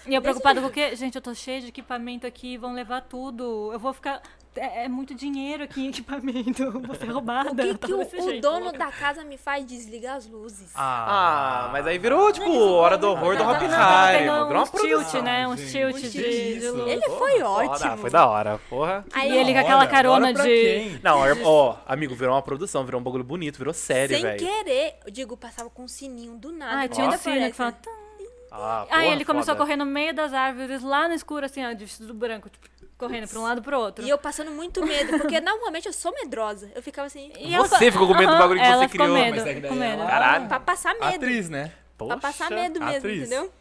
[SPEAKER 5] E eu preocupada com o quê? Gente, eu tô cheia de equipamento aqui, vão levar tudo. Eu vou ficar. É, é muito dinheiro aqui em equipamento. eu Vou ser roubada.
[SPEAKER 4] O que, que
[SPEAKER 5] Tava
[SPEAKER 4] o,
[SPEAKER 5] Ah, tá desse
[SPEAKER 4] o
[SPEAKER 5] jeito,
[SPEAKER 4] dono
[SPEAKER 5] louca.
[SPEAKER 4] da casa me faz desligar as luzes?
[SPEAKER 2] Ah, mas aí virou, tipo, hora do horror do
[SPEAKER 5] Tava-
[SPEAKER 2] Rob
[SPEAKER 5] tava
[SPEAKER 2] High.
[SPEAKER 5] pegando
[SPEAKER 2] Virou uma
[SPEAKER 5] uns tilt,
[SPEAKER 2] produção.
[SPEAKER 5] né? Uns
[SPEAKER 7] gente.
[SPEAKER 5] tilt de, de
[SPEAKER 7] Isso.
[SPEAKER 5] luz.
[SPEAKER 4] Ele foi
[SPEAKER 2] Foda,
[SPEAKER 4] ótimo.
[SPEAKER 2] foi da hora, porra.
[SPEAKER 4] Aí
[SPEAKER 5] E ele com
[SPEAKER 7] Olha,
[SPEAKER 5] aquela carona
[SPEAKER 7] bora pra
[SPEAKER 5] de.
[SPEAKER 7] quem?
[SPEAKER 2] Não, é- ó, amigo, virou uma produção, virou um bagulho bonito, virou série,
[SPEAKER 4] sem
[SPEAKER 2] velho.
[SPEAKER 4] querer, eu digo, passava com um sininho do nada.
[SPEAKER 5] Ah, tinha um
[SPEAKER 4] Ainda
[SPEAKER 5] sino que
[SPEAKER 4] parece.
[SPEAKER 5] fala. "Tum".
[SPEAKER 2] Ah, porra,
[SPEAKER 5] Aí ele começou
[SPEAKER 2] foda.
[SPEAKER 5] a correr no meio das árvores, lá no escuro, assim, ó, de vestido branco, tipo, correndo pra um lado pro outro.
[SPEAKER 4] E eu passando muito medo, porque normalmente eu sou medrosa. Eu ficava assim,
[SPEAKER 5] E ela
[SPEAKER 2] Você ficou com medo do
[SPEAKER 5] Aham,
[SPEAKER 2] bagulho que
[SPEAKER 5] ela
[SPEAKER 2] você
[SPEAKER 5] ficou
[SPEAKER 2] criou,
[SPEAKER 5] medo,
[SPEAKER 7] mas é que
[SPEAKER 5] ficou
[SPEAKER 7] daí
[SPEAKER 5] medo.
[SPEAKER 7] ela-
[SPEAKER 2] Caralho.
[SPEAKER 4] pra passar medo.
[SPEAKER 7] Atriz, né?
[SPEAKER 4] Pra passar medo mesmo,
[SPEAKER 7] atriz.
[SPEAKER 4] entendeu?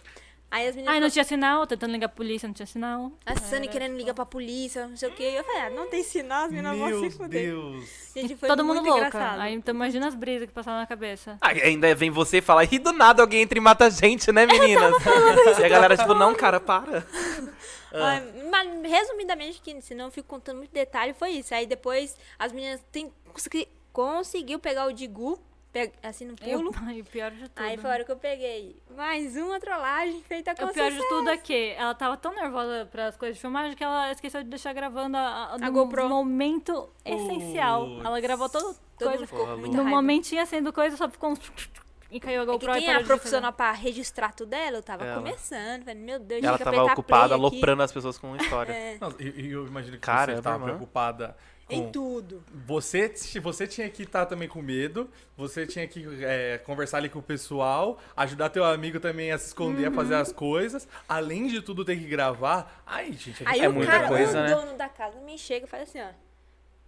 [SPEAKER 4] Aí as meninas.
[SPEAKER 5] Ai, não
[SPEAKER 4] falavam,
[SPEAKER 5] tinha sinal, tentando ligar a polícia, não tinha sinal.
[SPEAKER 4] A Sani querendo ligar pra polícia, não sei o quê. Eu falei, ah, não tem sinal, as meninas vão se
[SPEAKER 7] Meu
[SPEAKER 4] fuder.
[SPEAKER 7] Deus.
[SPEAKER 4] Gente, foi
[SPEAKER 5] Todo
[SPEAKER 4] muito
[SPEAKER 5] mundo louca.
[SPEAKER 4] engraçado.
[SPEAKER 5] Aí então imagina as brisas que passavam na cabeça.
[SPEAKER 2] Aí ainda vem você Ah, e fala, e do nada alguém entra e mata a gente, né, meninas? E a galera, tipo, não, cara, para.
[SPEAKER 4] Ai, mas, resumidamente, que senão eu fico contando muito detalhe, foi isso. Aí depois as meninas tem, consegui- conseguiu pegar o Digu, pe- assim, no pulo.
[SPEAKER 5] Eu, ai, o pior de tudo.
[SPEAKER 4] Aí foi a hora que eu peguei. Mais uma trollagem feita com
[SPEAKER 5] o pior de
[SPEAKER 4] sucesso.
[SPEAKER 5] tudo é que ela tava tão nervosa pras coisas de filmagem que ela esqueceu de deixar gravando a, a, no
[SPEAKER 4] GoPro.
[SPEAKER 5] momento essencial. Ela gravou todo,
[SPEAKER 4] Todo
[SPEAKER 5] coisa.
[SPEAKER 4] mundo ficou com
[SPEAKER 2] Porra,
[SPEAKER 4] muita
[SPEAKER 5] No
[SPEAKER 4] raiva.
[SPEAKER 5] momentinho sendo coisa, só ficou um. E caiu a
[SPEAKER 4] É
[SPEAKER 5] GoPro
[SPEAKER 4] que
[SPEAKER 5] e
[SPEAKER 4] quem
[SPEAKER 5] parou
[SPEAKER 4] é
[SPEAKER 5] de fazer.
[SPEAKER 4] profissional pra registrar tudo dela, eu tava
[SPEAKER 2] Ela.
[SPEAKER 4] começando. Falei, meu Deus,
[SPEAKER 2] É. Ela
[SPEAKER 4] tinha que
[SPEAKER 2] tava
[SPEAKER 4] apertar
[SPEAKER 2] ocupada
[SPEAKER 4] play aqui É.
[SPEAKER 2] aloprando as pessoas com história.
[SPEAKER 5] É.
[SPEAKER 7] Nossa, e- e eu, imagino que
[SPEAKER 2] Cara,
[SPEAKER 7] você tava
[SPEAKER 2] minha irmã.
[SPEAKER 7] preocupada com...
[SPEAKER 5] Então,
[SPEAKER 4] Em tudo.
[SPEAKER 7] Você, você tinha que estar também com medo, você tinha que é, conversar ali com o pessoal, ajudar teu amigo também a se esconder, a fazer as coisas. Além de tudo, ter que gravar. Ai, gente,
[SPEAKER 4] Aí
[SPEAKER 2] É
[SPEAKER 4] o
[SPEAKER 2] muita
[SPEAKER 4] cara,
[SPEAKER 2] coisa,
[SPEAKER 4] o
[SPEAKER 2] né?
[SPEAKER 4] dono da casa me chega e faz assim, ó.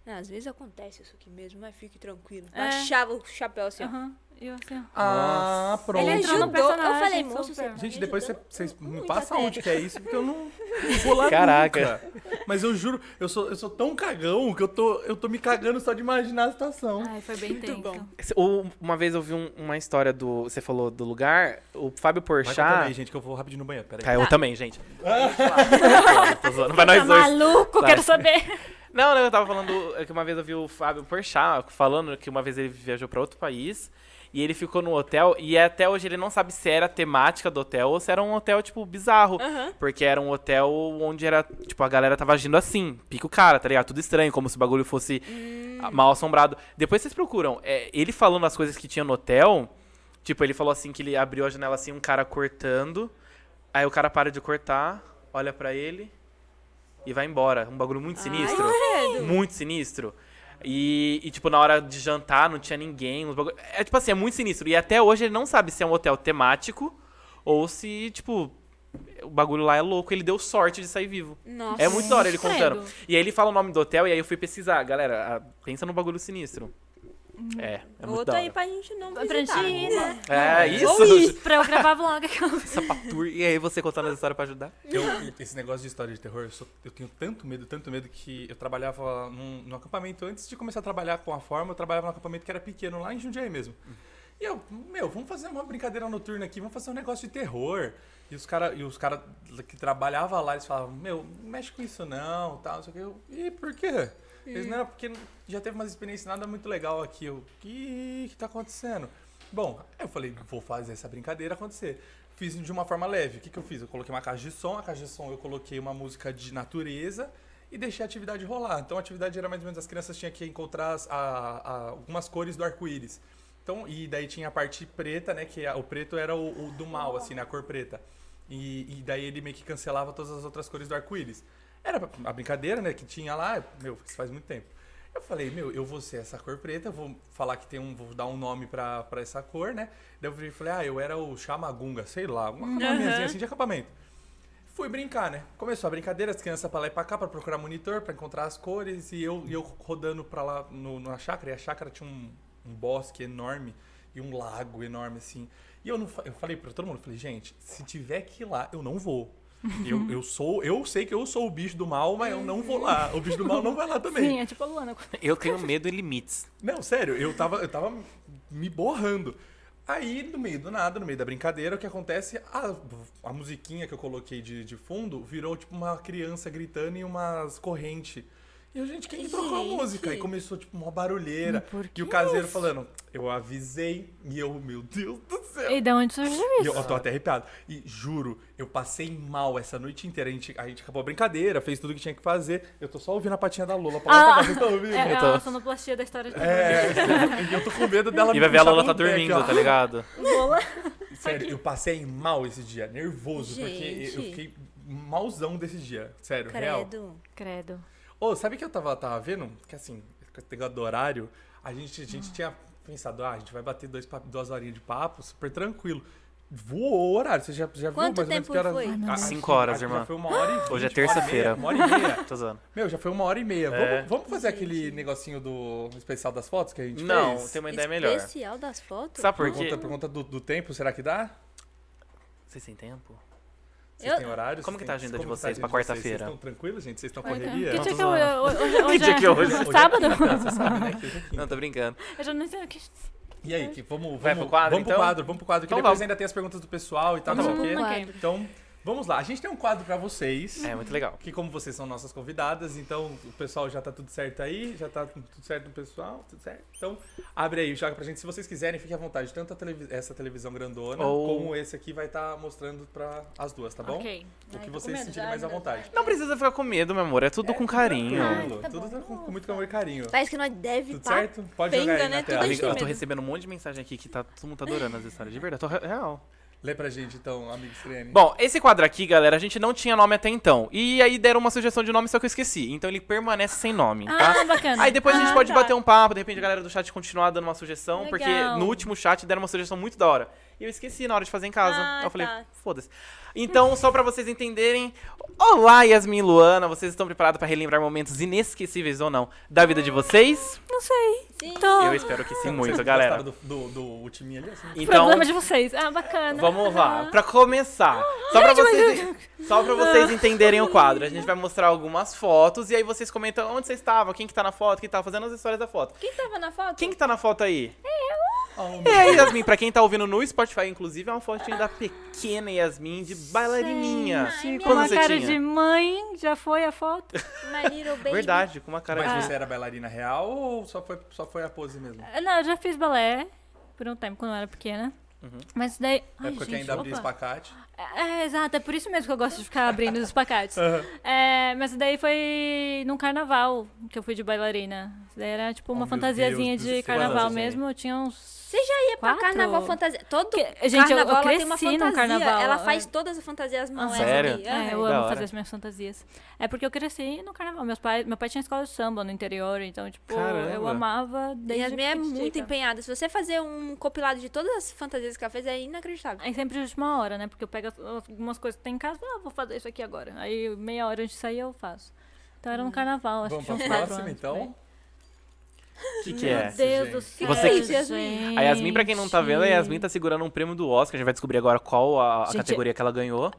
[SPEAKER 4] "Ah, às vezes acontece isso aqui mesmo, mas fique tranquilo.
[SPEAKER 5] É.
[SPEAKER 4] Baixava o chapéu assim, ó.
[SPEAKER 5] Aham. E eu assim, ó.
[SPEAKER 7] Ah, pronto.
[SPEAKER 5] Ele entrou no
[SPEAKER 4] ajudou. Eu
[SPEAKER 5] personagem.
[SPEAKER 4] falei, moço,
[SPEAKER 5] super.
[SPEAKER 4] você- tá
[SPEAKER 7] Gente, depois você- vocês me
[SPEAKER 4] Muito
[SPEAKER 7] passam
[SPEAKER 4] até.
[SPEAKER 7] onde que é isso, porque eu não não vou lá
[SPEAKER 2] Caraca.
[SPEAKER 7] nunca. Mas eu juro, eu sou, eu sou tão cagão que eu tô, eu tô me cagando só de imaginar a situação.
[SPEAKER 5] Ai, foi bem
[SPEAKER 4] Muito
[SPEAKER 5] tenso.
[SPEAKER 4] bom.
[SPEAKER 2] Ou uma vez eu vi um- uma história do. Você falou do lugar, o Fábio
[SPEAKER 7] Vai contar aí,
[SPEAKER 2] Porchat.
[SPEAKER 7] gente, que eu vou rapidinho no banheiro, peraí.
[SPEAKER 2] Tá, eu também, gente. Tô zoando,
[SPEAKER 4] Tá
[SPEAKER 2] vai nós dois. tá.
[SPEAKER 5] maluco,
[SPEAKER 2] Vai. quero
[SPEAKER 5] quero saber.
[SPEAKER 2] Não, não, eu tava falando é que uma vez eu vi o Fábio Porchat falando que uma vez ele viajou pra outro país e ele ficou no hotel e até hoje ele não sabe se era a temática do hotel ou se era um hotel, tipo, bizarro. Porque era um hotel onde era, tipo, a galera tava agindo assim, pica o cara, tá ligado? Tudo estranho, como se o bagulho fosse mal assombrado. Depois vocês procuram, é, ele falando as coisas que tinha no hotel, tipo, ele falou assim que ele abriu a janela assim, um cara cortando, aí o cara para de cortar, olha pra ele e vai embora. Um bagulho muito sinistro. Muito sinistro. E, e, tipo, na hora de jantar não tinha ninguém. uns bagulho- É tipo assim, é muito sinistro. E até hoje ele não sabe se é um hotel temático ou se, tipo, o bagulho lá é louco. Ele deu sorte de sair vivo.
[SPEAKER 4] Nossa.
[SPEAKER 2] é muito da hora ele
[SPEAKER 5] credo.
[SPEAKER 2] contando. E aí ele fala o nome do hotel e aí eu fui pesquisar. Galera, ah, pensa no bagulho sinistro. É, é muito
[SPEAKER 4] Hum. Outro
[SPEAKER 2] da
[SPEAKER 4] aí
[SPEAKER 2] hora.
[SPEAKER 4] pra gente não
[SPEAKER 5] Pra gente
[SPEAKER 4] visitar.
[SPEAKER 5] ir, né?
[SPEAKER 2] É,
[SPEAKER 5] Ou
[SPEAKER 2] isso.
[SPEAKER 5] ir pra eu gravar vlog. aquela-
[SPEAKER 2] Tour. E aí você contando as histórias pra ajudar?
[SPEAKER 3] Eu- esse negócio de história de terror, eu, sou- eu tenho tanto medo, tanto medo que eu trabalhava num, num acampamento. Antes de começar a trabalhar com a forma, eu trabalhava num acampamento que era pequeno, lá em Jundiaí mesmo. E eu, meu, vamos fazer uma brincadeira noturna aqui, vamos fazer um negócio de terror. E os caras os cara que trabalhavam lá, eles falavam, meu, não mexe com isso não, tal, não sei o que. Eu, e por quê? Eles, não, porque já teve umas experiências nada muito legal aqui. Eu, que que tá acontecendo? Bom, aí eu falei, vou fazer essa brincadeira acontecer. Fiz de uma forma leve. O que, que eu fiz? Eu coloquei uma caixa de som, a caixa de som eu coloquei uma música de natureza e deixei a atividade rolar. Então a atividade era mais ou menos as crianças tinham que encontrar as- a- a- algumas cores do arco-íris. Então, e daí tinha a parte preta, né? Que a- o preto era o, o do mal, assim, né? A cor preta. E, e daí ele meio que cancelava todas as outras cores do arco-íris. Era a brincadeira, né? Que tinha lá, meu, isso faz muito tempo. Eu falei, meu, eu vou ser essa cor preta, eu vou falar que tem um, vou dar um nome pra, pra essa cor, né? Daí eu virei e falei, ah, eu era o Chamagunga, sei lá, uma nomezinha assim de acampamento. Fui brincar, né? Começou a brincadeira, as crianças pra lá e pra cá, pra procurar monitor, pra encontrar as cores, e eu, e eu rodando pra lá no, na chácara, e a chácara tinha um, um bosque enorme e um lago enorme, assim. E eu não fa- eu falei pra todo mundo, eu falei, gente, se tiver que ir lá, eu não vou. Eu, eu sou, eu sei que eu sou o bicho do mal, mas eu não vou lá. O bicho do mal não vai lá também.
[SPEAKER 5] Sim, é tipo a Luana.
[SPEAKER 2] Eu tenho medo em limites.
[SPEAKER 3] Não, sério, eu tava, eu tava me borrando. Aí, no meio do nada, no meio da brincadeira, o que acontece? A, a musiquinha que eu coloquei de, de fundo virou tipo uma criança gritando e umas correntes. E eu, gente, quem que trocou a
[SPEAKER 4] Gente.
[SPEAKER 3] música? E começou, tipo, uma barulheira. e o caseiro falando, eu avisei. E eu, meu Deus do céu.
[SPEAKER 5] E da onde surgiu isso?
[SPEAKER 3] E eu, eu tô até arrepiado. E juro, eu passei mal essa noite inteira. A gente, a gente acabou a brincadeira, fez tudo que tinha que fazer. Eu tô só ouvindo a patinha da Lola pra lá e pra cá. Vocês estão ouvindo?
[SPEAKER 5] É,
[SPEAKER 2] Eu
[SPEAKER 5] é
[SPEAKER 2] tô-
[SPEAKER 5] a sonoplastia da história de
[SPEAKER 3] É, e eu tô com medo dela
[SPEAKER 2] E vai ver a
[SPEAKER 3] puxar
[SPEAKER 2] Lola
[SPEAKER 3] pelo
[SPEAKER 2] tá
[SPEAKER 3] pé aqui,
[SPEAKER 2] dormindo,
[SPEAKER 3] ó.
[SPEAKER 2] tá ligado?
[SPEAKER 5] Lola.
[SPEAKER 3] Sério, eu passei mal esse dia, nervoso,
[SPEAKER 4] Gente.
[SPEAKER 3] porque eu fiquei malzão desse dia. Sério, real.
[SPEAKER 4] Credo.
[SPEAKER 5] Credo.
[SPEAKER 3] Ô, sabe o que eu tava, tava vendo? Que assim, esse negócio do horário, a gente, a gente tinha pensado, ah, a gente vai bater dois, pa- duas horinhas de papo, super tranquilo. Voou o horário, você já, já viu
[SPEAKER 4] Quanto
[SPEAKER 3] mais ou menos
[SPEAKER 4] tempo
[SPEAKER 3] que horas-
[SPEAKER 4] foi? Ah,
[SPEAKER 3] a- aqui-
[SPEAKER 2] Cinco horas,
[SPEAKER 3] aqui
[SPEAKER 2] irmã.
[SPEAKER 3] Já foi uma hora
[SPEAKER 2] Hoje é
[SPEAKER 3] e vinte, uma hora e
[SPEAKER 2] terça-feira.
[SPEAKER 3] meia, Uma hora e meia.
[SPEAKER 2] É, Tô zoando.
[SPEAKER 3] Meu, já foi uma hora e meia.
[SPEAKER 2] É.
[SPEAKER 3] Vamos, vamos fazer aquele negocinho do especial das fotos que a gente
[SPEAKER 2] Não,
[SPEAKER 3] fez?
[SPEAKER 2] tem uma ideia melhor.
[SPEAKER 4] Especial das fotos?
[SPEAKER 2] Tipo, é Sabe por
[SPEAKER 3] Por
[SPEAKER 2] quê?
[SPEAKER 3] conta, por conta do, do tempo, será que dá?
[SPEAKER 2] Vocês têm tempo?
[SPEAKER 3] Vocês
[SPEAKER 4] Eu-
[SPEAKER 3] têm horário?
[SPEAKER 2] Como que
[SPEAKER 3] Vocês
[SPEAKER 2] tá a
[SPEAKER 3] têm-
[SPEAKER 2] agenda de
[SPEAKER 3] como que tá
[SPEAKER 2] vocês pra
[SPEAKER 3] agenda de vocês?
[SPEAKER 2] quarta-feira?
[SPEAKER 3] Vocês estão tranquilos, gente? Vocês estão
[SPEAKER 5] Que
[SPEAKER 3] correria?
[SPEAKER 5] dia que é
[SPEAKER 2] Vamos
[SPEAKER 5] hoje?
[SPEAKER 2] lá.
[SPEAKER 5] hoje- hoje- hoje
[SPEAKER 2] dia que é hoje?
[SPEAKER 5] é Sábado?
[SPEAKER 3] Você sabe, né? que hoje é quinta.
[SPEAKER 2] Não, tô brincando.
[SPEAKER 5] Eu já não sei o que.
[SPEAKER 3] E aí, que vamos,
[SPEAKER 2] Vai
[SPEAKER 3] vamos-
[SPEAKER 2] pro quadro,
[SPEAKER 3] Vamos pro
[SPEAKER 2] então?
[SPEAKER 3] quadro, vamos pro quadro, que
[SPEAKER 2] Então
[SPEAKER 3] depois
[SPEAKER 2] vamos.
[SPEAKER 3] ainda tem as perguntas do pessoal e tal, não
[SPEAKER 5] Vamos
[SPEAKER 3] sei o
[SPEAKER 5] pro
[SPEAKER 3] quê.
[SPEAKER 5] quadro.
[SPEAKER 3] Então, vamos lá. A gente tem um quadro pra vocês.
[SPEAKER 2] É muito legal.
[SPEAKER 3] Que como vocês são nossas convidadas, então o pessoal já tá tudo certo aí, já tá tudo certo no pessoal, tudo certo. Então, abre aí, joga pra gente. Se vocês quiserem, fique à vontade. Tanto a televi- essa televisão grandona,
[SPEAKER 2] Ou-
[SPEAKER 3] como esse aqui vai estar mostrando pra as duas, tá bom?
[SPEAKER 5] Ok.
[SPEAKER 3] O que vocês sentirem mais à vontade.
[SPEAKER 2] Não precisa ficar com medo, meu amor. É tudo com carinho.
[SPEAKER 3] Tranquilo, tudo tá com, com muito amor e carinho.
[SPEAKER 4] Parece que nós deve
[SPEAKER 3] Tudo
[SPEAKER 4] pá.
[SPEAKER 3] certo? Pode jogar
[SPEAKER 4] penga,
[SPEAKER 3] aí na
[SPEAKER 4] né?
[SPEAKER 3] tela.
[SPEAKER 4] Tudo
[SPEAKER 2] Amiga,
[SPEAKER 4] tem
[SPEAKER 2] eu tô
[SPEAKER 4] medo.
[SPEAKER 2] recebendo um monte de mensagem aqui que tá, todo mundo tá adorando as histórias de verdade. Tô re- real.
[SPEAKER 3] Lê pra gente, então, amigo Estrene.
[SPEAKER 2] Bom, esse quadro aqui, galera, a gente não tinha nome até então. E aí deram uma sugestão de nome, só que eu esqueci. Então ele permanece sem nome, tá?
[SPEAKER 5] Ah, bacana.
[SPEAKER 2] Aí depois a gente
[SPEAKER 5] Ah,
[SPEAKER 2] pode
[SPEAKER 5] tá.
[SPEAKER 2] bater um papo, de repente a galera do chat continuar dando uma sugestão,
[SPEAKER 5] Legal.
[SPEAKER 2] porque no último chat deram uma sugestão muito da hora. E eu esqueci na hora de fazer em casa.
[SPEAKER 4] Ah,
[SPEAKER 2] eu falei,
[SPEAKER 4] tá.
[SPEAKER 2] foda-se. Então, só pra vocês entenderem, olá Yasmin e Luana, vocês estão preparados pra relembrar momentos inesquecíveis ou não da vida de vocês?
[SPEAKER 5] Não sei.
[SPEAKER 4] Sim.
[SPEAKER 5] Tô.
[SPEAKER 2] Eu espero que sim muito,
[SPEAKER 3] Vocês
[SPEAKER 2] galera.
[SPEAKER 3] gostaram Do, do, do timinho ali, assim?
[SPEAKER 2] Então,
[SPEAKER 5] Problema de vocês. Ah, bacana. Ah,
[SPEAKER 2] Vamos lá, pra começar. Só pra, vocês, só pra vocês entenderem o quadro. A gente vai mostrar algumas fotos e aí vocês comentam onde vocês estavam, quem que tá na foto, quem tá fazendo as histórias da foto.
[SPEAKER 4] Quem tava na foto?
[SPEAKER 2] Quem que tá na foto aí?
[SPEAKER 3] Oh,
[SPEAKER 2] E
[SPEAKER 3] meu
[SPEAKER 2] aí, Yasmin, pra quem tá ouvindo no Spotify, inclusive, é uma fotinha da pequena Yasmin de bailarininha.
[SPEAKER 5] Gente, com
[SPEAKER 2] Quando
[SPEAKER 5] uma
[SPEAKER 2] você
[SPEAKER 5] cara
[SPEAKER 2] tinha?
[SPEAKER 5] de mãe, já foi a foto?
[SPEAKER 4] My little baby.
[SPEAKER 2] Verdade, com uma cara
[SPEAKER 3] Mas você
[SPEAKER 2] de.
[SPEAKER 3] era bailarina real ou só foi, só foi a pose mesmo?
[SPEAKER 5] Ah, Não, eu já fiz balé por um tempo, quando eu era pequena. Mas isso daí.
[SPEAKER 3] Na
[SPEAKER 5] Ai,
[SPEAKER 3] época
[SPEAKER 5] gente,
[SPEAKER 3] que É ainda abria
[SPEAKER 5] opa.
[SPEAKER 3] espacate.
[SPEAKER 5] É, é, exato, é por isso mesmo que eu gosto de ficar abrindo os pacates. É, mas daí foi num carnaval que eu fui de bailarina. Isso daí era tipo uma
[SPEAKER 3] Oh, meu
[SPEAKER 5] fantasiazinha
[SPEAKER 3] Deus do
[SPEAKER 5] de
[SPEAKER 3] céu.
[SPEAKER 5] carnaval
[SPEAKER 2] Quantos anos,
[SPEAKER 5] mesmo. Eu tinha uns.
[SPEAKER 4] Você já ia pra
[SPEAKER 5] Quatro?
[SPEAKER 4] carnaval fantasia? Todo
[SPEAKER 5] Que- gente, eu-
[SPEAKER 4] carnaval
[SPEAKER 5] eu
[SPEAKER 4] ela tem uma
[SPEAKER 5] cresci num
[SPEAKER 4] fantasia.
[SPEAKER 5] carnaval.
[SPEAKER 4] Ela faz todas as fantasias malucas.
[SPEAKER 2] Ah, Sério?
[SPEAKER 4] ali.
[SPEAKER 5] É, eu
[SPEAKER 2] da
[SPEAKER 5] amo
[SPEAKER 2] hora.
[SPEAKER 5] fazer as minhas fantasias. É porque eu cresci no carnaval. Meus pais, meu pai tinha escola de samba no interior, então, tipo, eu
[SPEAKER 2] Caramba.
[SPEAKER 5] amava
[SPEAKER 4] E
[SPEAKER 5] desde
[SPEAKER 4] as minhas é
[SPEAKER 5] pequitica.
[SPEAKER 4] muito empenhada. Se você fazer um compilado de todas as fantasias que ela fez, é inacreditável.
[SPEAKER 5] Aí sempre de última hora, né? Porque eu pego as- algumas coisas que tem em casa, ah, vou fazer isso aqui agora. Aí
[SPEAKER 4] Hum.
[SPEAKER 5] meia hora antes de sair eu faço. Então era no carnaval, acho
[SPEAKER 3] Vamos
[SPEAKER 5] que
[SPEAKER 3] pra
[SPEAKER 5] tinha uns quatro
[SPEAKER 3] próxima,
[SPEAKER 5] anos,
[SPEAKER 3] então?
[SPEAKER 5] por aí.
[SPEAKER 2] O que, que é?
[SPEAKER 5] Meu Deus do céu.
[SPEAKER 2] Você que-
[SPEAKER 5] gente.
[SPEAKER 2] A Yasmin, pra quem não tá vendo, a Yasmin tá segurando um prêmio do Oscar. A gente vai descobrir agora qual a, a
[SPEAKER 5] Gente,
[SPEAKER 2] categoria que ela ganhou.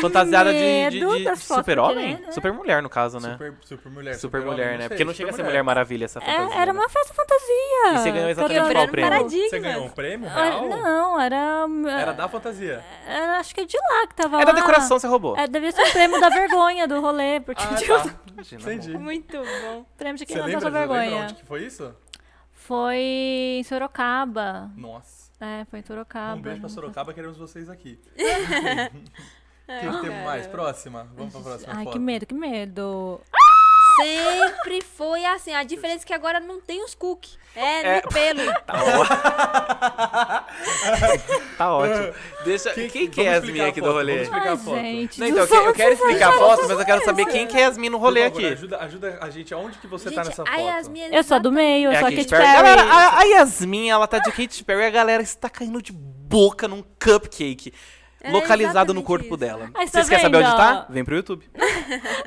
[SPEAKER 2] Fantasiada de, de-
[SPEAKER 5] medo
[SPEAKER 2] de
[SPEAKER 5] das fotos
[SPEAKER 2] super-homem?
[SPEAKER 5] pequenas, né?
[SPEAKER 2] Super-mulher, no caso, né?
[SPEAKER 3] Super, super mulher.
[SPEAKER 2] Super-mulher, né?
[SPEAKER 3] sei,
[SPEAKER 2] Porque não chega a ser Mulher
[SPEAKER 3] super-mulher.
[SPEAKER 2] Maravilha essa fantasia.
[SPEAKER 5] É, era
[SPEAKER 2] né?
[SPEAKER 5] uma festa fantasia.
[SPEAKER 2] E você ganhou exatamente
[SPEAKER 5] Quebrando
[SPEAKER 2] qual prêmio?
[SPEAKER 5] paradigmas.
[SPEAKER 3] Você ganhou um prêmio
[SPEAKER 5] Ah,
[SPEAKER 3] real?
[SPEAKER 5] Não, era,
[SPEAKER 3] Era da fantasia.
[SPEAKER 5] era- Acho que é de lá que tava
[SPEAKER 2] É da
[SPEAKER 5] lá.
[SPEAKER 2] decoração, você roubou.
[SPEAKER 5] É, devia ser o prêmio da vergonha do rolê, porque
[SPEAKER 4] Ah,
[SPEAKER 5] tinha
[SPEAKER 4] tá.
[SPEAKER 5] o
[SPEAKER 2] Imagina, né?
[SPEAKER 3] Entendi.
[SPEAKER 4] Muito bom.
[SPEAKER 5] prêmio de quem
[SPEAKER 3] Você
[SPEAKER 5] não
[SPEAKER 3] lembra,
[SPEAKER 5] passou
[SPEAKER 3] você lembra
[SPEAKER 5] vergonha.
[SPEAKER 3] onde que foi isso?
[SPEAKER 5] Foi em Sorocaba.
[SPEAKER 3] Nossa.
[SPEAKER 5] É, foi em Sorocaba.
[SPEAKER 3] um beijo pra Sorocaba, queremos vocês aqui. O que que temos mais? Próxima? Vamos pra próxima
[SPEAKER 5] Ai,
[SPEAKER 3] foto.
[SPEAKER 5] que medo, que medo.
[SPEAKER 4] Sempre foi assim. A diferença é que agora não tem os cookies. É,
[SPEAKER 2] É.
[SPEAKER 4] nem pelo.
[SPEAKER 2] Tá ótimo. Deixa. Quem, que é a
[SPEAKER 3] vamos
[SPEAKER 2] Yasmin
[SPEAKER 3] explicar a
[SPEAKER 2] aqui do
[SPEAKER 3] foto,
[SPEAKER 2] rolê?
[SPEAKER 3] vamos explicar
[SPEAKER 5] Ai,
[SPEAKER 3] a foto.
[SPEAKER 5] gente.
[SPEAKER 2] Não,
[SPEAKER 5] do
[SPEAKER 2] então, eu
[SPEAKER 5] céu,
[SPEAKER 2] quero- eu quero
[SPEAKER 5] vocês
[SPEAKER 2] explicar a
[SPEAKER 5] acham-
[SPEAKER 2] foto, mas eu quero saber quem que é a Yasmin no rolê
[SPEAKER 3] Por favor,
[SPEAKER 2] aqui.
[SPEAKER 3] Ajuda, ajuda a gente. Aonde que você
[SPEAKER 4] Gente,
[SPEAKER 3] tá nessa foto?
[SPEAKER 4] a Yasmin...
[SPEAKER 5] Eu sou do meio, eu
[SPEAKER 2] É a
[SPEAKER 5] sou a
[SPEAKER 2] Katy
[SPEAKER 5] Katy
[SPEAKER 2] Perry.
[SPEAKER 5] Perry.
[SPEAKER 2] Galera, a, a Yasmin, ela tá de Katy Perry e a galera está caindo de boca num cupcake
[SPEAKER 4] É
[SPEAKER 2] localizado no
[SPEAKER 4] exatamente
[SPEAKER 2] corpo
[SPEAKER 4] isso.
[SPEAKER 2] dela.
[SPEAKER 5] Aí, tá
[SPEAKER 2] Vocês querem saber
[SPEAKER 5] vendo,
[SPEAKER 2] onde
[SPEAKER 5] ó?
[SPEAKER 2] tá? Vem pro YouTube.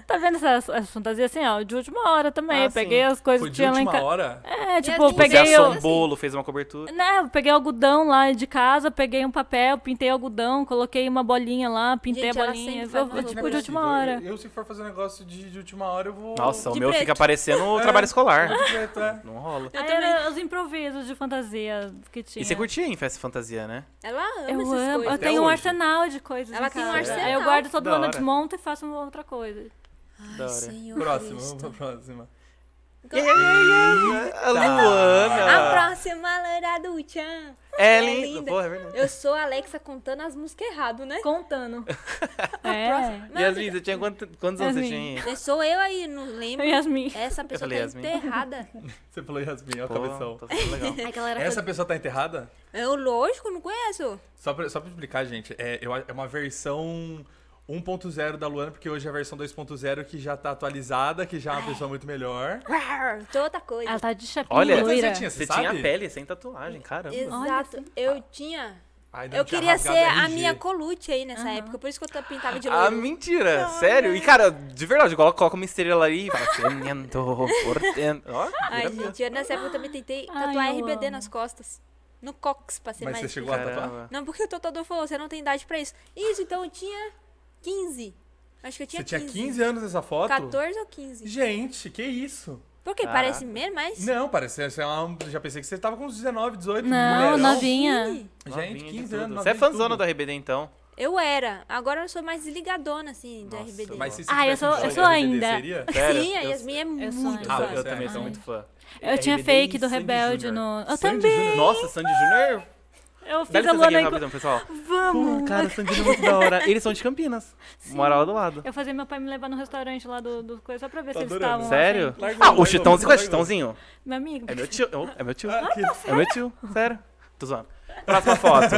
[SPEAKER 5] Tá vendo essas, essas fantasias assim, ó, de última hora também.
[SPEAKER 2] Ah,
[SPEAKER 5] eu peguei
[SPEAKER 2] sim.
[SPEAKER 5] as coisas
[SPEAKER 3] Foi
[SPEAKER 5] que
[SPEAKER 3] de
[SPEAKER 5] tinha lá em
[SPEAKER 3] última
[SPEAKER 5] casa.
[SPEAKER 3] hora?
[SPEAKER 5] É,
[SPEAKER 4] assim,
[SPEAKER 5] tipo, eu
[SPEAKER 2] Você
[SPEAKER 5] peguei.
[SPEAKER 2] assou
[SPEAKER 5] o-
[SPEAKER 2] um bolo, fez uma cobertura.
[SPEAKER 5] Né, eu peguei algodão lá de casa, peguei um papel, pintei algodão, coloquei uma bolinha lá, pintei
[SPEAKER 4] Gente,
[SPEAKER 5] a
[SPEAKER 4] ela
[SPEAKER 5] bolinha.
[SPEAKER 4] sempre faz
[SPEAKER 5] Eu- eu,
[SPEAKER 4] umas
[SPEAKER 5] tipo, de
[SPEAKER 4] loucuras.
[SPEAKER 5] última
[SPEAKER 3] Eu,
[SPEAKER 5] hora.
[SPEAKER 3] eu, se for fazer um negócio de, de última hora, eu vou.
[SPEAKER 2] Nossa, o
[SPEAKER 4] De
[SPEAKER 2] meu
[SPEAKER 4] preto.
[SPEAKER 2] fica parecendo o trabalho escolar.
[SPEAKER 3] De preto, é.
[SPEAKER 2] Não rola.
[SPEAKER 5] Aí era os improvisos de fantasia que tinha.
[SPEAKER 2] E você curtia em festa e fantasia, né?
[SPEAKER 4] Ela ama
[SPEAKER 5] Eu
[SPEAKER 4] essas
[SPEAKER 5] amo. Eu
[SPEAKER 4] coisas.
[SPEAKER 5] tenho um
[SPEAKER 3] hoje.
[SPEAKER 5] arsenal de coisas.
[SPEAKER 4] Ela
[SPEAKER 5] em
[SPEAKER 4] tem um
[SPEAKER 5] casa.
[SPEAKER 4] arsenal.
[SPEAKER 5] Aí eu guardo todo
[SPEAKER 2] Da
[SPEAKER 5] ano,
[SPEAKER 2] hora.
[SPEAKER 5] desmonto e faço uma outra coisa.
[SPEAKER 2] Da hora.
[SPEAKER 4] Senhor
[SPEAKER 3] Próxima,
[SPEAKER 4] Cristo.
[SPEAKER 3] vamos pra próxima.
[SPEAKER 2] A
[SPEAKER 4] A
[SPEAKER 2] Ah, Luana.
[SPEAKER 4] próxima loira do Tchan.
[SPEAKER 2] É
[SPEAKER 4] é
[SPEAKER 2] linda.
[SPEAKER 4] linda.
[SPEAKER 2] Porra, é verdade.
[SPEAKER 4] Eu sou a Alexa contando as músicas errado, né?
[SPEAKER 5] Contando. é.
[SPEAKER 4] Mas
[SPEAKER 2] Yasmin, você tinha quanto- quantos anos você
[SPEAKER 5] Yasmin.
[SPEAKER 2] tinha?
[SPEAKER 4] sou eu aí, não lembro.
[SPEAKER 5] Yasmin.
[SPEAKER 4] Essa pessoa
[SPEAKER 2] falei
[SPEAKER 4] tá
[SPEAKER 2] Yasmin.
[SPEAKER 4] enterrada.
[SPEAKER 3] Você falou Yasmin, ó, o
[SPEAKER 2] Pô,
[SPEAKER 3] cabeção.
[SPEAKER 2] tá sendo legal.
[SPEAKER 4] Ai, galera,
[SPEAKER 3] Essa pessoa tá enterrada?
[SPEAKER 4] eu lógico, não conheço.
[SPEAKER 3] Só pra, só pra explicar, gente, é, eu a- é uma versão 1.0 da Luana, porque hoje é a versão 2.0 que já tá atualizada, que já é uma pessoa muito melhor.
[SPEAKER 4] Rar, Tô outra coisa.
[SPEAKER 5] Ela tá de chapinha
[SPEAKER 2] Olha,
[SPEAKER 3] Quantos anos
[SPEAKER 5] loira.
[SPEAKER 3] você tinha? Você,
[SPEAKER 2] Você
[SPEAKER 3] sabe?
[SPEAKER 2] tinha pele sem tatuagem, caramba.
[SPEAKER 4] Exato. Eu tinha.
[SPEAKER 3] Ah, ainda
[SPEAKER 4] Eu
[SPEAKER 3] não tinha
[SPEAKER 4] queria
[SPEAKER 3] rasgado
[SPEAKER 4] ser a
[SPEAKER 3] RG.
[SPEAKER 4] minha colute aí nessa época, por isso que eu tô- pintava de
[SPEAKER 2] Ah,
[SPEAKER 4] loiro.
[SPEAKER 2] mentira! sério? E, cara, de verdade, coloca, coloca uma estrela ali e fala... "Tenento, portento." Ó,
[SPEAKER 4] Ai,
[SPEAKER 2] vira mesmo.
[SPEAKER 4] gente, eu nessa época eu também tentei
[SPEAKER 5] Ai,
[SPEAKER 4] tatuar
[SPEAKER 5] eu
[SPEAKER 4] RBD
[SPEAKER 5] amo.
[SPEAKER 4] nas costas. No cox, pra ser
[SPEAKER 3] Mas
[SPEAKER 4] mais.
[SPEAKER 3] você chegou a tatuar?
[SPEAKER 2] Caramba.
[SPEAKER 4] Não, porque o tatuador falou, você não tem idade pra isso. Isso, então eu tinha 15. Acho que eu tinha
[SPEAKER 3] Você tinha
[SPEAKER 4] 15.
[SPEAKER 3] 15 anos nessa foto?
[SPEAKER 4] 14 ou 15.
[SPEAKER 3] Gente, que isso?
[SPEAKER 4] Por quê?
[SPEAKER 2] Caraca.
[SPEAKER 4] Parece mesmo, mas...
[SPEAKER 3] Não, parece, sei lá, um- já pensei que você tava com uns 19, 18,
[SPEAKER 5] Não,
[SPEAKER 3] mulherão.
[SPEAKER 5] novinha.
[SPEAKER 4] Ih,
[SPEAKER 3] Gente,
[SPEAKER 2] Novinha de
[SPEAKER 3] 15
[SPEAKER 2] tudo.
[SPEAKER 3] anos,
[SPEAKER 2] Você é
[SPEAKER 3] novinha de
[SPEAKER 2] fãzona
[SPEAKER 3] tudo.
[SPEAKER 2] do RBD, então?
[SPEAKER 4] Eu era. Agora eu sou mais desligadona, assim, do
[SPEAKER 2] Nossa,
[SPEAKER 4] RBD.
[SPEAKER 3] Mas se você
[SPEAKER 5] Ah, eu
[SPEAKER 3] tivesse
[SPEAKER 5] sou-
[SPEAKER 3] um
[SPEAKER 5] eu
[SPEAKER 3] jogo
[SPEAKER 5] sou
[SPEAKER 3] RBD,
[SPEAKER 5] ainda.
[SPEAKER 3] Seria?
[SPEAKER 2] Sério?
[SPEAKER 4] Sim, a
[SPEAKER 2] Eu-
[SPEAKER 4] Yasmin é
[SPEAKER 5] eu sou
[SPEAKER 4] muito
[SPEAKER 5] ainda.
[SPEAKER 2] Ah,
[SPEAKER 4] fã.
[SPEAKER 2] eu também sou
[SPEAKER 5] Ai.
[SPEAKER 2] muito fã.
[SPEAKER 5] Eu tinha
[SPEAKER 2] RBD e
[SPEAKER 5] fake do
[SPEAKER 3] Sandy
[SPEAKER 5] Rebelde
[SPEAKER 3] Júnior.
[SPEAKER 5] no. Eu
[SPEAKER 3] Sandy
[SPEAKER 5] também.
[SPEAKER 3] Júnior.
[SPEAKER 2] Nossa, Sandy Júnior...
[SPEAKER 5] Eu
[SPEAKER 2] Dá
[SPEAKER 5] fiz a
[SPEAKER 2] licença aqui,
[SPEAKER 5] Luana em.
[SPEAKER 2] rapidão, pessoal.
[SPEAKER 5] Vamos!
[SPEAKER 2] Pô, cara, Sandy Júnior é muito da hora. Eles são de Campinas. Moram lá do lado.
[SPEAKER 5] Eu fazia meu pai me levar no restaurante lá do, do coisa só pra ver
[SPEAKER 3] Tá
[SPEAKER 5] se eles
[SPEAKER 3] adorando.
[SPEAKER 5] estavam. lá,
[SPEAKER 2] Sério?
[SPEAKER 5] assim.
[SPEAKER 3] Largou,
[SPEAKER 2] Ah, o
[SPEAKER 3] largou,
[SPEAKER 2] Chitãozinho,
[SPEAKER 3] largou.
[SPEAKER 2] conhece o Chitãozinho?
[SPEAKER 5] Meu amigo.
[SPEAKER 2] É meu tio. eu- É meu tio.
[SPEAKER 3] Ah, que-
[SPEAKER 2] É meu tio, sério. Tô zoando. Próxima foto.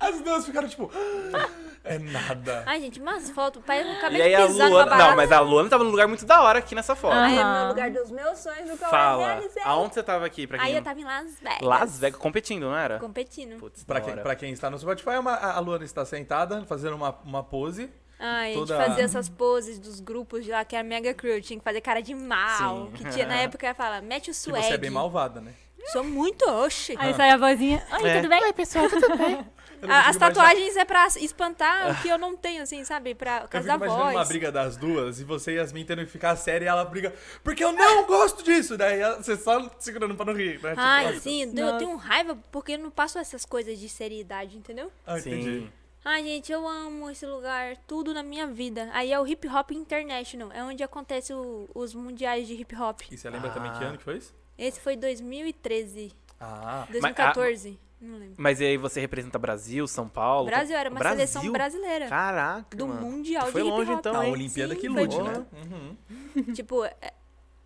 [SPEAKER 3] As duas ficaram tipo. "Ah, É nada.
[SPEAKER 4] Ai, gente, mas foto. Pai, eu acabei
[SPEAKER 2] E aí
[SPEAKER 4] de
[SPEAKER 2] a
[SPEAKER 4] pisar numa
[SPEAKER 2] Luana.
[SPEAKER 4] barata.
[SPEAKER 2] Não, mas a Luana tava num lugar muito da hora aqui nessa foto.
[SPEAKER 5] Ah,
[SPEAKER 4] Aí é
[SPEAKER 5] Aham.
[SPEAKER 4] meu lugar dos meus sonhos, do qual eu
[SPEAKER 2] Fala.
[SPEAKER 4] realizei.
[SPEAKER 2] Aonde você tava aqui pra quem?
[SPEAKER 4] é Aí eu tava em Las Vegas.
[SPEAKER 2] Las Vegas competindo, não era?
[SPEAKER 4] Competindo.
[SPEAKER 2] Putz,
[SPEAKER 3] Pra
[SPEAKER 2] da
[SPEAKER 3] quem,
[SPEAKER 2] hora.
[SPEAKER 3] pra quem está no Spotify, é uma- a a Luana está sentada, fazendo uma, uma pose.
[SPEAKER 4] Ai,
[SPEAKER 3] Toda-
[SPEAKER 4] a gente fazia essas poses dos grupos de lá, que era mega crew. Tinha que fazer cara de mal.
[SPEAKER 2] Sim.
[SPEAKER 4] Que tinha, na época, eu ia falar, mete o
[SPEAKER 3] Que
[SPEAKER 4] swag.
[SPEAKER 3] você é bem malvada, né?
[SPEAKER 4] Sou muito, oxe.
[SPEAKER 5] Aí sai a vozinha. Oi,
[SPEAKER 2] É.
[SPEAKER 5] tudo bem? Oi, pessoal, tudo bem?
[SPEAKER 3] Eu não
[SPEAKER 4] A- as
[SPEAKER 3] consigo imaginar-
[SPEAKER 4] tatuagens é pra espantar o que eu não tenho, assim, sabe? Pra
[SPEAKER 3] Eu
[SPEAKER 4] casa
[SPEAKER 3] fico
[SPEAKER 4] da
[SPEAKER 3] imaginando
[SPEAKER 4] voz.
[SPEAKER 3] uma briga das duas e você e Yasmin tendo que ficar séria e ela briga, porque eu não gosto disso! Daí ela- você só segurando pra não rir, né? Tipo,
[SPEAKER 4] Ai,
[SPEAKER 3] nossa.
[SPEAKER 4] sim, eu
[SPEAKER 5] Nossa.
[SPEAKER 4] tenho- eu tenho raiva porque eu não passo essas coisas de seriedade, entendeu?
[SPEAKER 3] Ah, entendi.
[SPEAKER 2] Sim.
[SPEAKER 4] Ai, gente, eu amo esse lugar, tudo na minha vida. Aí é o Hip Hop International, é onde acontece o- os mundiais de hip hop.
[SPEAKER 3] E você lembra também que ano que foi isso?
[SPEAKER 4] Esse foi 2013,
[SPEAKER 3] Ah,
[SPEAKER 4] 2014, não lembro.
[SPEAKER 2] Mas e aí você representa Brasil, São Paulo?
[SPEAKER 4] Brasil era uma
[SPEAKER 2] Brasil?
[SPEAKER 4] seleção brasileira
[SPEAKER 2] Caraca.
[SPEAKER 4] do
[SPEAKER 2] mano.
[SPEAKER 4] mundial
[SPEAKER 2] Foi
[SPEAKER 4] de
[SPEAKER 2] longe,
[SPEAKER 4] hip hop.
[SPEAKER 2] então,
[SPEAKER 3] a
[SPEAKER 2] hein?
[SPEAKER 3] Olimpíada
[SPEAKER 4] Sim,
[SPEAKER 3] que
[SPEAKER 4] foi
[SPEAKER 3] lute,
[SPEAKER 2] de
[SPEAKER 3] né?
[SPEAKER 2] lá.
[SPEAKER 3] Uhum.
[SPEAKER 4] Tipo, é-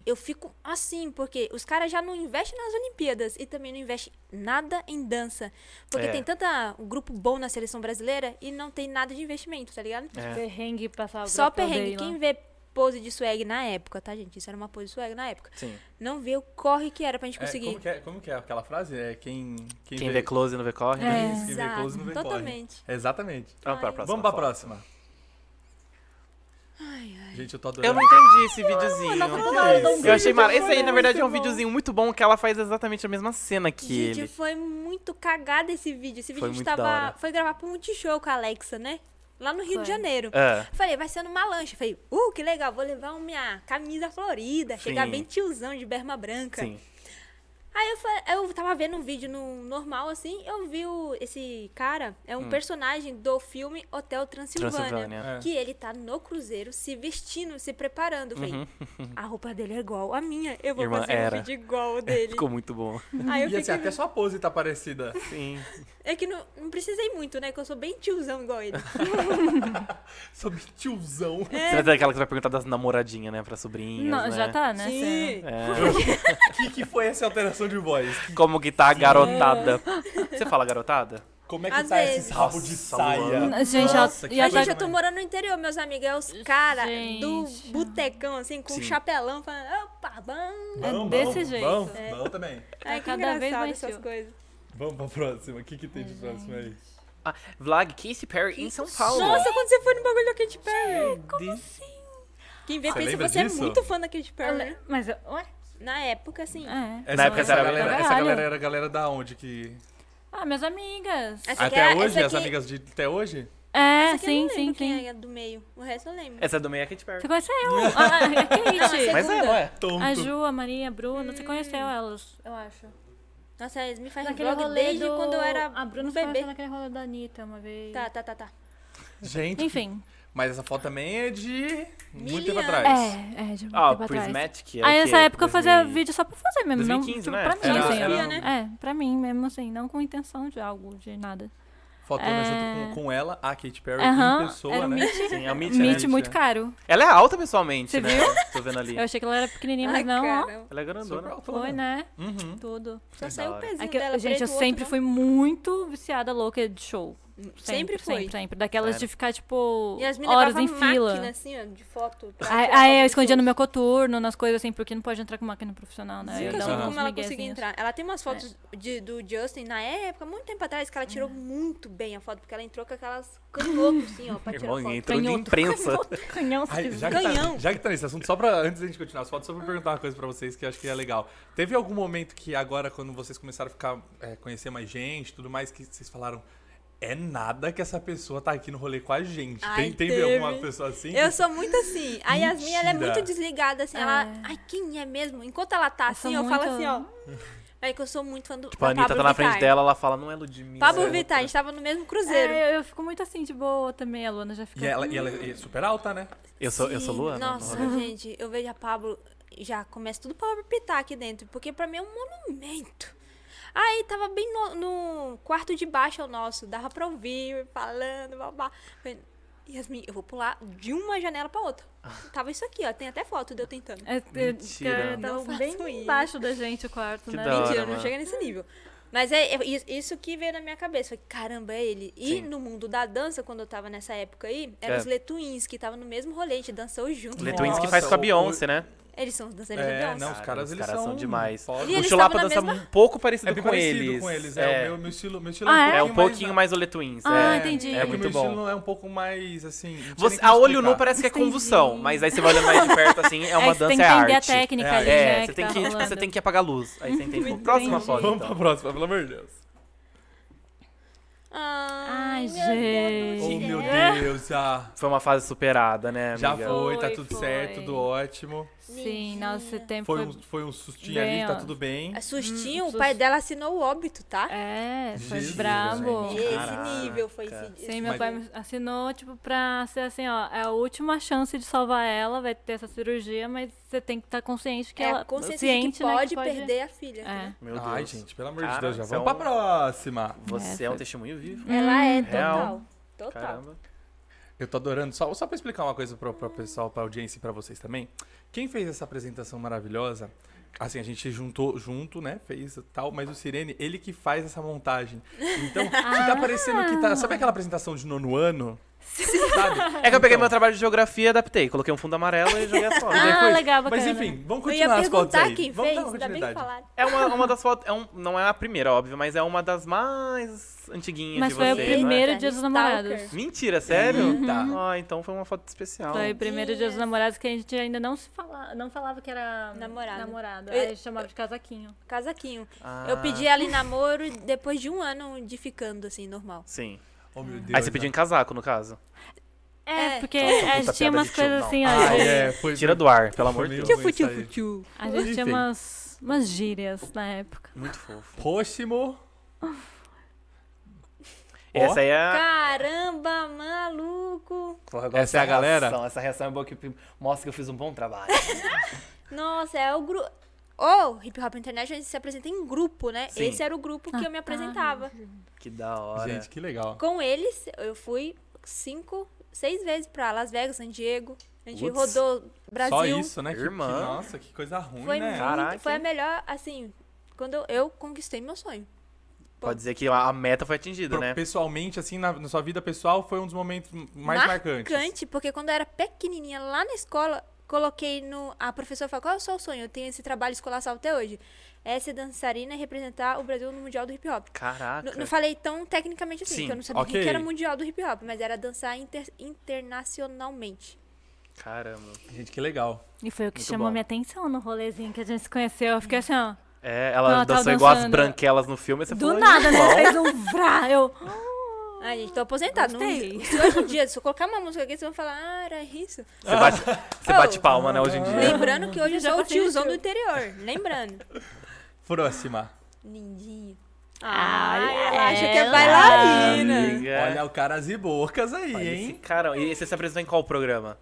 [SPEAKER 4] eu fico assim, porque os caras já não investem nas Olimpíadas e também não investem nada em dança. Porque
[SPEAKER 2] É.
[SPEAKER 4] tem tanta um grupo bom na seleção brasileira e não tem nada de investimento, tá ligado?
[SPEAKER 2] É.
[SPEAKER 5] Perrengue passava.
[SPEAKER 4] Só perrengue. Quem vê pose de swag na época, tá, gente? Isso era uma pose de swag na época.
[SPEAKER 2] Sim.
[SPEAKER 4] Não vê o corre que era pra gente
[SPEAKER 3] É,
[SPEAKER 4] conseguir.
[SPEAKER 3] como, que é, como que é aquela frase? É quem, quem,
[SPEAKER 2] Quem vê close não vê corre. né?
[SPEAKER 5] É.
[SPEAKER 3] Isso, quem vê
[SPEAKER 4] Exato,
[SPEAKER 3] close não vê corre.
[SPEAKER 4] totalmente.
[SPEAKER 3] Exatamente.
[SPEAKER 2] Vamos pra próxima.
[SPEAKER 3] Vamos pra
[SPEAKER 2] foto.
[SPEAKER 3] próxima. Gente, eu tô adorando.
[SPEAKER 2] Eu não entendi esse videozinho.
[SPEAKER 3] Não,
[SPEAKER 2] Eu achei mal. Esse aí, na verdade, é um videozinho muito bom que ela faz exatamente a mesma cena que
[SPEAKER 4] Gente,
[SPEAKER 2] ele.
[SPEAKER 4] foi muito cagado esse vídeo. Esse vídeo
[SPEAKER 2] Foi
[SPEAKER 4] a gente
[SPEAKER 2] muito da
[SPEAKER 4] tava.
[SPEAKER 2] hora.
[SPEAKER 4] Foi gravar pro Multishow com a Alexa, né? Lá no Rio
[SPEAKER 5] Foi.
[SPEAKER 4] de Janeiro.
[SPEAKER 2] Ah,
[SPEAKER 4] Falei, vai ser numa lancha. Falei, uh, que legal, vou levar minha camisa florida, chegar
[SPEAKER 2] Sim.
[SPEAKER 4] bem tiozão de berma branca.
[SPEAKER 2] sim.
[SPEAKER 4] Aí eu, fa- eu tava vendo um vídeo no normal, assim, eu vi o- esse cara, é um personagem do filme Hotel Transilvânia,
[SPEAKER 2] Hum. Transilvânia.
[SPEAKER 3] É.
[SPEAKER 4] Que ele tá no cruzeiro se vestindo, se preparando. Eu Falei, a roupa dele é igual a minha, eu vou
[SPEAKER 2] Uhum. Irmã,
[SPEAKER 4] fazer
[SPEAKER 2] era. É,
[SPEAKER 4] um vídeo igual ao dele.
[SPEAKER 2] Ficou muito bom.
[SPEAKER 4] Aí eu
[SPEAKER 3] E assim,
[SPEAKER 4] fiquei...
[SPEAKER 3] até sua pose tá parecida.
[SPEAKER 2] Sim.
[SPEAKER 4] É que não, não precisei muito, né? Que eu sou bem tiozão igual ele.
[SPEAKER 3] Sou bem tiozão.
[SPEAKER 2] Você vai aquela que vai perguntar das namoradinhas, né? Pra sobrinhas,
[SPEAKER 5] Não,
[SPEAKER 2] né?
[SPEAKER 5] já tá, né?
[SPEAKER 4] Sim.
[SPEAKER 2] É,
[SPEAKER 3] que, que foi essa alteração de voz?
[SPEAKER 2] como que tá a garotada? Você fala garotada?
[SPEAKER 3] Como é que
[SPEAKER 4] Às
[SPEAKER 3] tá
[SPEAKER 4] vezes.
[SPEAKER 3] esse rabo de
[SPEAKER 2] Nossa,
[SPEAKER 3] saia?
[SPEAKER 2] Luana.
[SPEAKER 5] cena. Gente,
[SPEAKER 3] Nossa,
[SPEAKER 5] já,
[SPEAKER 3] que
[SPEAKER 5] já
[SPEAKER 4] Mas,
[SPEAKER 5] tá...
[SPEAKER 4] gente, eu tô morando no interior, meus amigos. É os caras do
[SPEAKER 5] Gente.
[SPEAKER 4] botecão, assim, com
[SPEAKER 2] Sim.
[SPEAKER 4] um chapelão, falando, opa, bom.
[SPEAKER 5] É
[SPEAKER 3] Vamos,
[SPEAKER 5] desse
[SPEAKER 3] vamos,
[SPEAKER 5] jeito.
[SPEAKER 3] Vamos, vamos também.
[SPEAKER 4] Ai, que
[SPEAKER 5] Tá cada
[SPEAKER 4] engraçado
[SPEAKER 5] vez mais
[SPEAKER 4] essas
[SPEAKER 5] tio.
[SPEAKER 4] coisas.
[SPEAKER 3] Vamos pra próxima. O que, que tem de próximo aí?
[SPEAKER 2] Ah, vlog Casey Perry em São Paulo.
[SPEAKER 4] Nossa, quando você foi no bagulho da Katy Perry.
[SPEAKER 2] Como
[SPEAKER 5] assim?
[SPEAKER 4] Quem vê
[SPEAKER 3] Você
[SPEAKER 4] pensa que
[SPEAKER 3] lembra
[SPEAKER 4] você
[SPEAKER 3] disso?
[SPEAKER 4] é muito fã da Katy Perry. né?
[SPEAKER 5] Mas, eu- ué?
[SPEAKER 4] Na época, assim.
[SPEAKER 5] É.
[SPEAKER 3] Essa,
[SPEAKER 2] época
[SPEAKER 3] essa,
[SPEAKER 2] era bem
[SPEAKER 3] galera,
[SPEAKER 5] pra
[SPEAKER 3] essa
[SPEAKER 5] caralho.
[SPEAKER 3] galera era a galera da onde que.
[SPEAKER 5] Ah, minhas amigas.
[SPEAKER 4] Essa aqui
[SPEAKER 3] até
[SPEAKER 4] era-
[SPEAKER 3] hoje?
[SPEAKER 4] essa
[SPEAKER 3] As
[SPEAKER 4] aqui-
[SPEAKER 3] amigas de até hoje?
[SPEAKER 5] É,
[SPEAKER 4] essa aqui eu
[SPEAKER 5] sim,
[SPEAKER 4] não
[SPEAKER 5] sim,
[SPEAKER 4] lembro
[SPEAKER 5] sim.
[SPEAKER 4] quem é do meio. O resto eu lembro.
[SPEAKER 2] Essa do meio é Katy
[SPEAKER 5] Você
[SPEAKER 2] Perry.
[SPEAKER 5] conheceu? Ah, a Kate.
[SPEAKER 2] Mas é,
[SPEAKER 4] segunda.
[SPEAKER 2] ué.
[SPEAKER 3] Tonto.
[SPEAKER 5] A Ju, a Maria, a Bruna. Você conheceu
[SPEAKER 4] Hum.
[SPEAKER 5] elas, eu acho.
[SPEAKER 4] Nossa, eles me fazem
[SPEAKER 5] Naquele
[SPEAKER 4] vlog
[SPEAKER 5] rolê
[SPEAKER 4] desde
[SPEAKER 5] do-
[SPEAKER 4] quando eu era um
[SPEAKER 5] A Bruna foi
[SPEAKER 4] bebê.
[SPEAKER 5] naquele rolê da Anitta uma vez.
[SPEAKER 4] Tá, tá, tá, tá.
[SPEAKER 3] Gente,
[SPEAKER 5] Enfim.
[SPEAKER 3] mas essa foto também é de muito tempo
[SPEAKER 4] Mil anos.
[SPEAKER 3] atrás.
[SPEAKER 5] É, é, de um
[SPEAKER 2] Ó,
[SPEAKER 5] tempo atrás.
[SPEAKER 2] Ah, Prismatic. era
[SPEAKER 5] Aí
[SPEAKER 2] o
[SPEAKER 5] Ah, nessa
[SPEAKER 2] quê?
[SPEAKER 5] época eu fazia
[SPEAKER 2] 2000
[SPEAKER 5] vídeo só pra fazer mesmo.
[SPEAKER 2] 2015,
[SPEAKER 5] não,
[SPEAKER 2] né?
[SPEAKER 5] tipo, Pra mim,
[SPEAKER 3] Era-
[SPEAKER 5] assim.
[SPEAKER 3] era-
[SPEAKER 5] É, pra mim mesmo, assim. Não com intenção de algo, de nada.
[SPEAKER 3] Fotona
[SPEAKER 5] É.
[SPEAKER 3] junto com, com ela, a Katy Perry
[SPEAKER 5] Aham,
[SPEAKER 3] em pessoa,
[SPEAKER 5] era um
[SPEAKER 3] né?
[SPEAKER 5] meet-
[SPEAKER 2] Sim, é o Mitch,
[SPEAKER 5] Meet
[SPEAKER 2] né?
[SPEAKER 5] muito caro.
[SPEAKER 2] Ela é alta pessoalmente,
[SPEAKER 5] Você
[SPEAKER 2] né?
[SPEAKER 5] viu?
[SPEAKER 2] Tô vendo ali.
[SPEAKER 5] Eu achei que ela era pequenininha,
[SPEAKER 4] Ai,
[SPEAKER 5] mas não, ó.
[SPEAKER 4] cara,
[SPEAKER 2] Ela é
[SPEAKER 3] Super
[SPEAKER 2] grandona.
[SPEAKER 3] altona.
[SPEAKER 5] Foi, né?
[SPEAKER 3] Uhum.
[SPEAKER 5] Tudo.
[SPEAKER 4] Só
[SPEAKER 2] Que
[SPEAKER 4] saiu
[SPEAKER 2] da
[SPEAKER 4] o
[SPEAKER 2] hora.
[SPEAKER 4] pezinho
[SPEAKER 5] É que eu-
[SPEAKER 4] dela.
[SPEAKER 5] gente, eu
[SPEAKER 4] preto, o outro
[SPEAKER 5] sempre
[SPEAKER 4] né?
[SPEAKER 5] fui muito viciada louca de show.
[SPEAKER 4] não. Sempre foi.
[SPEAKER 5] Sempre, sempre. Daquelas
[SPEAKER 2] Sério.
[SPEAKER 5] de ficar, tipo,
[SPEAKER 4] E as meninas
[SPEAKER 5] horas em
[SPEAKER 4] levavam
[SPEAKER 5] fila.
[SPEAKER 4] máquina, assim, ó, de foto. pra
[SPEAKER 5] Aí,
[SPEAKER 4] tirar
[SPEAKER 5] aí eu
[SPEAKER 4] foto dos
[SPEAKER 5] escondia no meu coturno, nas coisas assim, porque não pode entrar com máquina profissional, né?
[SPEAKER 4] Nunca
[SPEAKER 5] eu
[SPEAKER 4] soube
[SPEAKER 5] dava uns
[SPEAKER 4] como ela
[SPEAKER 5] miguezinhos.
[SPEAKER 4] conseguiu entrar. Ela tem umas fotos
[SPEAKER 5] É.
[SPEAKER 4] de- do Justin na época, muito tempo atrás, que ela tirou
[SPEAKER 5] Uhum.
[SPEAKER 4] muito bem a foto, porque ela entrou com aquelas canhotas, assim, ó, pra tirar
[SPEAKER 2] Irmão, tá
[SPEAKER 4] foto.
[SPEAKER 2] entrou de
[SPEAKER 5] Canhoto.
[SPEAKER 2] imprensa.
[SPEAKER 5] Canhão, se
[SPEAKER 3] Aí,
[SPEAKER 5] quiser.
[SPEAKER 3] já, que tá,
[SPEAKER 4] Canhão.
[SPEAKER 3] já que tá nesse assunto, só pra, antes da gente continuar as fotos, só pra perguntar uma coisa pra vocês que eu acho que é legal. Teve algum momento que agora, quando vocês começaram a ficar, é, conhecer mais gente e tudo mais, que vocês falaram, é nada que essa pessoa tá aqui no rolê com a gente.
[SPEAKER 4] Ai,
[SPEAKER 3] tem, teve,
[SPEAKER 4] teve.
[SPEAKER 3] alguma pessoa assim?
[SPEAKER 4] Eu sou muito assim. A Yasmin, ela é
[SPEAKER 3] Mentira.
[SPEAKER 4] muito desligada, assim. Ela,
[SPEAKER 5] É.
[SPEAKER 4] ai, quem é mesmo? Enquanto ela tá assim,
[SPEAKER 5] sou
[SPEAKER 4] eu falo assim,
[SPEAKER 5] muito-
[SPEAKER 4] ó. É que eu sou muito fã do
[SPEAKER 2] Tipo, a Anitta tá na frente dela, ela fala, não é Ludmilla.
[SPEAKER 4] Pablo
[SPEAKER 2] é
[SPEAKER 4] Vittar, a gente tava no mesmo cruzeiro.
[SPEAKER 5] É, eu, eu fico muito assim, de boa também. A Luana já fica.
[SPEAKER 3] E ela, e ela é super alta, né?
[SPEAKER 2] Eu sou, eu sou
[SPEAKER 4] Sim.
[SPEAKER 2] Luana?
[SPEAKER 4] Nossa, gente, eu vejo a Pablo já começa tudo pra pitar aqui dentro, porque pra mim é um monumento. Aí tava bem no, no quarto de baixo o nosso, dava pra ouvir falando, babá. Falei, Yasmin, eu vou pular de uma janela pra outra. Tava isso aqui, ó, tem até foto de eu tentando.
[SPEAKER 5] É, é,
[SPEAKER 2] Mentira.
[SPEAKER 5] cara,
[SPEAKER 4] Não
[SPEAKER 5] tava
[SPEAKER 4] faço
[SPEAKER 5] bem
[SPEAKER 4] isso.
[SPEAKER 5] embaixo da gente o quarto,
[SPEAKER 2] Que
[SPEAKER 5] né?
[SPEAKER 2] da hora.
[SPEAKER 4] Mentira, não
[SPEAKER 2] mano.
[SPEAKER 4] chega nesse nível. Mas é, é is- isso que veio na minha cabeça. Falei, caramba, é ele. E
[SPEAKER 2] Sim.
[SPEAKER 4] no mundo da dança, quando eu tava nessa época aí, eram
[SPEAKER 2] É.
[SPEAKER 4] os Letuins, que estavam no mesmo rolê, a gente dançou junto.
[SPEAKER 2] Letuins que
[SPEAKER 3] Nossa,
[SPEAKER 2] faz com a
[SPEAKER 3] o-
[SPEAKER 2] Beyoncé, né?
[SPEAKER 4] Eles são os dançarinos da
[SPEAKER 3] É,
[SPEAKER 4] Beyoncé.
[SPEAKER 3] não, os
[SPEAKER 2] Cara,
[SPEAKER 3] caras,
[SPEAKER 2] os
[SPEAKER 3] eles
[SPEAKER 2] caras
[SPEAKER 3] são,
[SPEAKER 2] são demais. é
[SPEAKER 3] foda.
[SPEAKER 4] E
[SPEAKER 2] O
[SPEAKER 4] eles
[SPEAKER 2] Chulapa
[SPEAKER 4] estavam na
[SPEAKER 2] dança
[SPEAKER 4] mesma-
[SPEAKER 2] um pouco parecido
[SPEAKER 3] É bem
[SPEAKER 2] com
[SPEAKER 3] parecido
[SPEAKER 2] eles.
[SPEAKER 3] com eles. É,
[SPEAKER 2] é,
[SPEAKER 3] o meu, meu estilo, meu estilo é um
[SPEAKER 5] Ah, é?
[SPEAKER 2] é
[SPEAKER 3] pouquinho
[SPEAKER 2] um pouquinho
[SPEAKER 3] mais...
[SPEAKER 2] mais o Letuins.
[SPEAKER 5] Ah,
[SPEAKER 2] é,
[SPEAKER 5] entendi.
[SPEAKER 2] É
[SPEAKER 3] que
[SPEAKER 2] muito
[SPEAKER 3] meu
[SPEAKER 2] bom.
[SPEAKER 3] estilo é um pouco mais, assim... não sei
[SPEAKER 2] Você,
[SPEAKER 3] nem como
[SPEAKER 2] a olho nu
[SPEAKER 3] explicar.
[SPEAKER 2] parece que é
[SPEAKER 5] Entendi.
[SPEAKER 2] convulsão, mas aí você vai olhando mais de perto, assim, é uma
[SPEAKER 5] você
[SPEAKER 2] dança,
[SPEAKER 5] tem que
[SPEAKER 2] é
[SPEAKER 5] entender a
[SPEAKER 2] arte.
[SPEAKER 5] técnica
[SPEAKER 3] É
[SPEAKER 5] ali,
[SPEAKER 2] é,
[SPEAKER 5] né?
[SPEAKER 2] você,
[SPEAKER 5] que
[SPEAKER 2] tem
[SPEAKER 5] tá
[SPEAKER 2] que,
[SPEAKER 5] rolando.
[SPEAKER 2] você tem que apagar a luz. Aí você entende. Próxima foto.
[SPEAKER 3] Vamos
[SPEAKER 2] então.
[SPEAKER 3] pra próxima, pelo amor de Deus.
[SPEAKER 4] Ai,
[SPEAKER 5] Ai,
[SPEAKER 4] meu Deus do
[SPEAKER 5] gente.
[SPEAKER 3] Oh,
[SPEAKER 4] céu.
[SPEAKER 3] meu Deus, já...
[SPEAKER 2] Foi uma fase superada, né, amiga?
[SPEAKER 3] Já foi, tá
[SPEAKER 5] Foi,
[SPEAKER 3] tudo
[SPEAKER 5] foi.
[SPEAKER 3] certo, tudo ótimo.
[SPEAKER 5] Sim, nossa, esse tempo
[SPEAKER 3] Foi
[SPEAKER 5] foi.
[SPEAKER 3] um, foi um sustinho
[SPEAKER 5] Bem,
[SPEAKER 3] ali, tá
[SPEAKER 5] ó.
[SPEAKER 3] tudo bem.
[SPEAKER 4] Assustinho,
[SPEAKER 5] Hum,
[SPEAKER 4] o pai dela assinou o óbito, tá?
[SPEAKER 5] É, foi
[SPEAKER 2] um
[SPEAKER 3] Jesus,
[SPEAKER 5] brabo.
[SPEAKER 3] gente.
[SPEAKER 4] Esse
[SPEAKER 2] Caraca.
[SPEAKER 4] nível foi esse. esse-
[SPEAKER 5] Sim, meu
[SPEAKER 3] Mas-
[SPEAKER 5] pai me assinou, tipo, pra ser assim, ó, é a última chance de salvar ela, vai ter essa cirurgia, mas você tem que estar consciente que
[SPEAKER 4] é
[SPEAKER 5] ela
[SPEAKER 4] a consciência
[SPEAKER 5] ciente,
[SPEAKER 4] de que
[SPEAKER 5] né,
[SPEAKER 4] pode,
[SPEAKER 5] que pode
[SPEAKER 4] perder a filha.
[SPEAKER 5] É.
[SPEAKER 2] Meu Deus.
[SPEAKER 3] Ai, gente, pelo amor
[SPEAKER 2] Cara,
[SPEAKER 3] de Deus, já
[SPEAKER 2] isso é
[SPEAKER 3] vamos pra
[SPEAKER 2] um-
[SPEAKER 3] próxima.
[SPEAKER 2] Você é um
[SPEAKER 5] Essa.
[SPEAKER 2] testemunho
[SPEAKER 5] Hum.
[SPEAKER 2] vivo.
[SPEAKER 4] entendeu? Ela é
[SPEAKER 2] Real.
[SPEAKER 4] total.
[SPEAKER 3] Então,
[SPEAKER 4] Total.
[SPEAKER 2] Caramba.
[SPEAKER 3] Eu tô adorando. Só, só pra explicar uma coisa pro, pro pessoal, pra audiência e pra vocês também. Quem fez essa apresentação maravilhosa? Assim, a gente juntou junto, né? Fez tal, mas o Sirene, ele que faz essa montagem. Então, se
[SPEAKER 4] Ah!
[SPEAKER 3] tá parecendo que tá. Sabe aquela apresentação de nono ano? Sabe?
[SPEAKER 2] É que eu peguei meu trabalho de geografia e adaptei. Coloquei um fundo amarelo e joguei as fotos.
[SPEAKER 5] então. Ah,
[SPEAKER 3] Depois-
[SPEAKER 5] legal, bacana.
[SPEAKER 3] Mas enfim, vamos
[SPEAKER 4] Eu ia
[SPEAKER 3] continuar as fotos
[SPEAKER 4] perguntar
[SPEAKER 3] aí.
[SPEAKER 4] quem
[SPEAKER 3] vamos
[SPEAKER 4] fez,
[SPEAKER 3] dar uma
[SPEAKER 4] ainda bem que
[SPEAKER 3] continuidade.
[SPEAKER 4] falaram.
[SPEAKER 2] É uma, uma das fotos. É um, não é a primeira, óbvio, mas é uma das mais antiguinhas
[SPEAKER 5] Mas
[SPEAKER 2] de
[SPEAKER 5] foi
[SPEAKER 2] vocês.
[SPEAKER 5] o
[SPEAKER 2] não é?
[SPEAKER 5] primeiro
[SPEAKER 4] né?
[SPEAKER 5] dia dos namorados.
[SPEAKER 2] Mentira, sério?
[SPEAKER 3] Uhum. Tá.
[SPEAKER 2] Ah, então foi uma foto especial.
[SPEAKER 5] Foi o primeiro dia dos namorados que a gente ainda não se falava, não falava que era
[SPEAKER 4] Namorado.
[SPEAKER 5] namorado.
[SPEAKER 4] Eu-
[SPEAKER 5] Aí a gente chamava de casaquinho.
[SPEAKER 4] Casaquinho.
[SPEAKER 2] Ah,
[SPEAKER 4] Eu pedi ela em namoro depois de um ano de ficando, assim, normal.
[SPEAKER 2] Sim.
[SPEAKER 3] Oh, meu Deus.
[SPEAKER 2] Aí você pediu um em casaco, no caso.
[SPEAKER 5] É,
[SPEAKER 4] É.
[SPEAKER 5] porque
[SPEAKER 2] Nossa,
[SPEAKER 5] a
[SPEAKER 2] puta
[SPEAKER 5] gente tinha
[SPEAKER 2] piada
[SPEAKER 5] umas
[SPEAKER 2] de
[SPEAKER 5] coisas
[SPEAKER 2] tio,
[SPEAKER 5] assim, ó.
[SPEAKER 2] não. Ah,
[SPEAKER 5] de-
[SPEAKER 3] é, foi,
[SPEAKER 2] Tira do ar, pelo amor
[SPEAKER 3] foi
[SPEAKER 2] de
[SPEAKER 3] meio
[SPEAKER 2] Deus.
[SPEAKER 3] ruim isso aí.
[SPEAKER 5] A gente tinha
[SPEAKER 3] Enfim.
[SPEAKER 5] umas, umas gírias na época.
[SPEAKER 2] Muito fofo.
[SPEAKER 3] Próximo.
[SPEAKER 2] Essa aí é.
[SPEAKER 4] Caramba, maluco!
[SPEAKER 3] Essa é a galera?
[SPEAKER 2] Reação. Essa reação é boa que mostra que eu fiz um bom trabalho.
[SPEAKER 4] Nossa, é o grupo. Oh, Hip Hop International se apresenta em grupo, né?
[SPEAKER 2] Sim.
[SPEAKER 4] Esse era o grupo que eu me apresentava.
[SPEAKER 2] que da hora.
[SPEAKER 3] Gente, que legal.
[SPEAKER 4] Com eles, eu fui cinco, seis vezes pra Las Vegas, San Diego. A gente
[SPEAKER 2] Putz.
[SPEAKER 4] rodou Brasil.
[SPEAKER 3] Só isso, né? Que-
[SPEAKER 2] Irmã.
[SPEAKER 3] que- nossa, que coisa ruim,
[SPEAKER 4] Foi,
[SPEAKER 3] né?
[SPEAKER 4] muito-
[SPEAKER 2] Caraca,
[SPEAKER 4] foi a
[SPEAKER 2] hein?
[SPEAKER 4] melhor, assim, quando eu, eu conquistei meu sonho.
[SPEAKER 2] Pode dizer que a a meta foi atingida,
[SPEAKER 3] Pro-
[SPEAKER 2] né?
[SPEAKER 3] Pessoalmente, assim, na, na sua vida pessoal, foi um dos momentos m- mais marcantes.
[SPEAKER 4] Marcante, porque quando eu era pequenininha lá na escola, coloquei no. A professora falou: qual é o seu sonho? Eu tenho esse trabalho escolar só até hoje. É ser dançarina e representar o Brasil no Mundial do Hip Hop.
[SPEAKER 2] Caraca.
[SPEAKER 4] N- Não falei tão tecnicamente assim,
[SPEAKER 2] Sim,
[SPEAKER 4] porque eu não sabia o que
[SPEAKER 3] ok.
[SPEAKER 4] que era mundial do hip hop, mas era dançar inter- internacionalmente.
[SPEAKER 2] Caramba.
[SPEAKER 3] Gente, que legal.
[SPEAKER 5] E foi o que
[SPEAKER 2] Muito
[SPEAKER 5] chamou
[SPEAKER 2] bom.
[SPEAKER 5] minha atenção no rolezinho que a gente se conheceu. Eu fiquei assim, ó.
[SPEAKER 2] É, ela
[SPEAKER 5] Não, ela tava
[SPEAKER 2] dançou igual as
[SPEAKER 5] dançando.
[SPEAKER 2] branquelas no filme. Você
[SPEAKER 5] do
[SPEAKER 2] falou,
[SPEAKER 5] nada, né?
[SPEAKER 2] "Igual?"
[SPEAKER 5] Fez um vrá. Eu.
[SPEAKER 4] Ai, gente, tô aposentada. Não,
[SPEAKER 5] Gostei.
[SPEAKER 4] se hoje em dia, se eu colocar uma música aqui, vocês vão falar, ah, era isso.
[SPEAKER 2] Você bate, você bate
[SPEAKER 4] Oh.
[SPEAKER 2] palma, né, hoje em dia.
[SPEAKER 4] Lembrando que hoje eu
[SPEAKER 5] Já
[SPEAKER 4] sou o
[SPEAKER 5] passei no
[SPEAKER 4] tiozão do
[SPEAKER 5] tio.
[SPEAKER 4] interior. Lembrando.
[SPEAKER 3] Próxima.
[SPEAKER 4] Lindinho.
[SPEAKER 5] Ah,
[SPEAKER 4] Ai, ela é acha que é
[SPEAKER 5] ela.
[SPEAKER 4] bailarina.
[SPEAKER 2] Amiga.
[SPEAKER 3] Olha o caras e bocas aí,
[SPEAKER 2] É. Olha esse
[SPEAKER 3] hein?
[SPEAKER 2] cara. E você se apresentou em qual programa?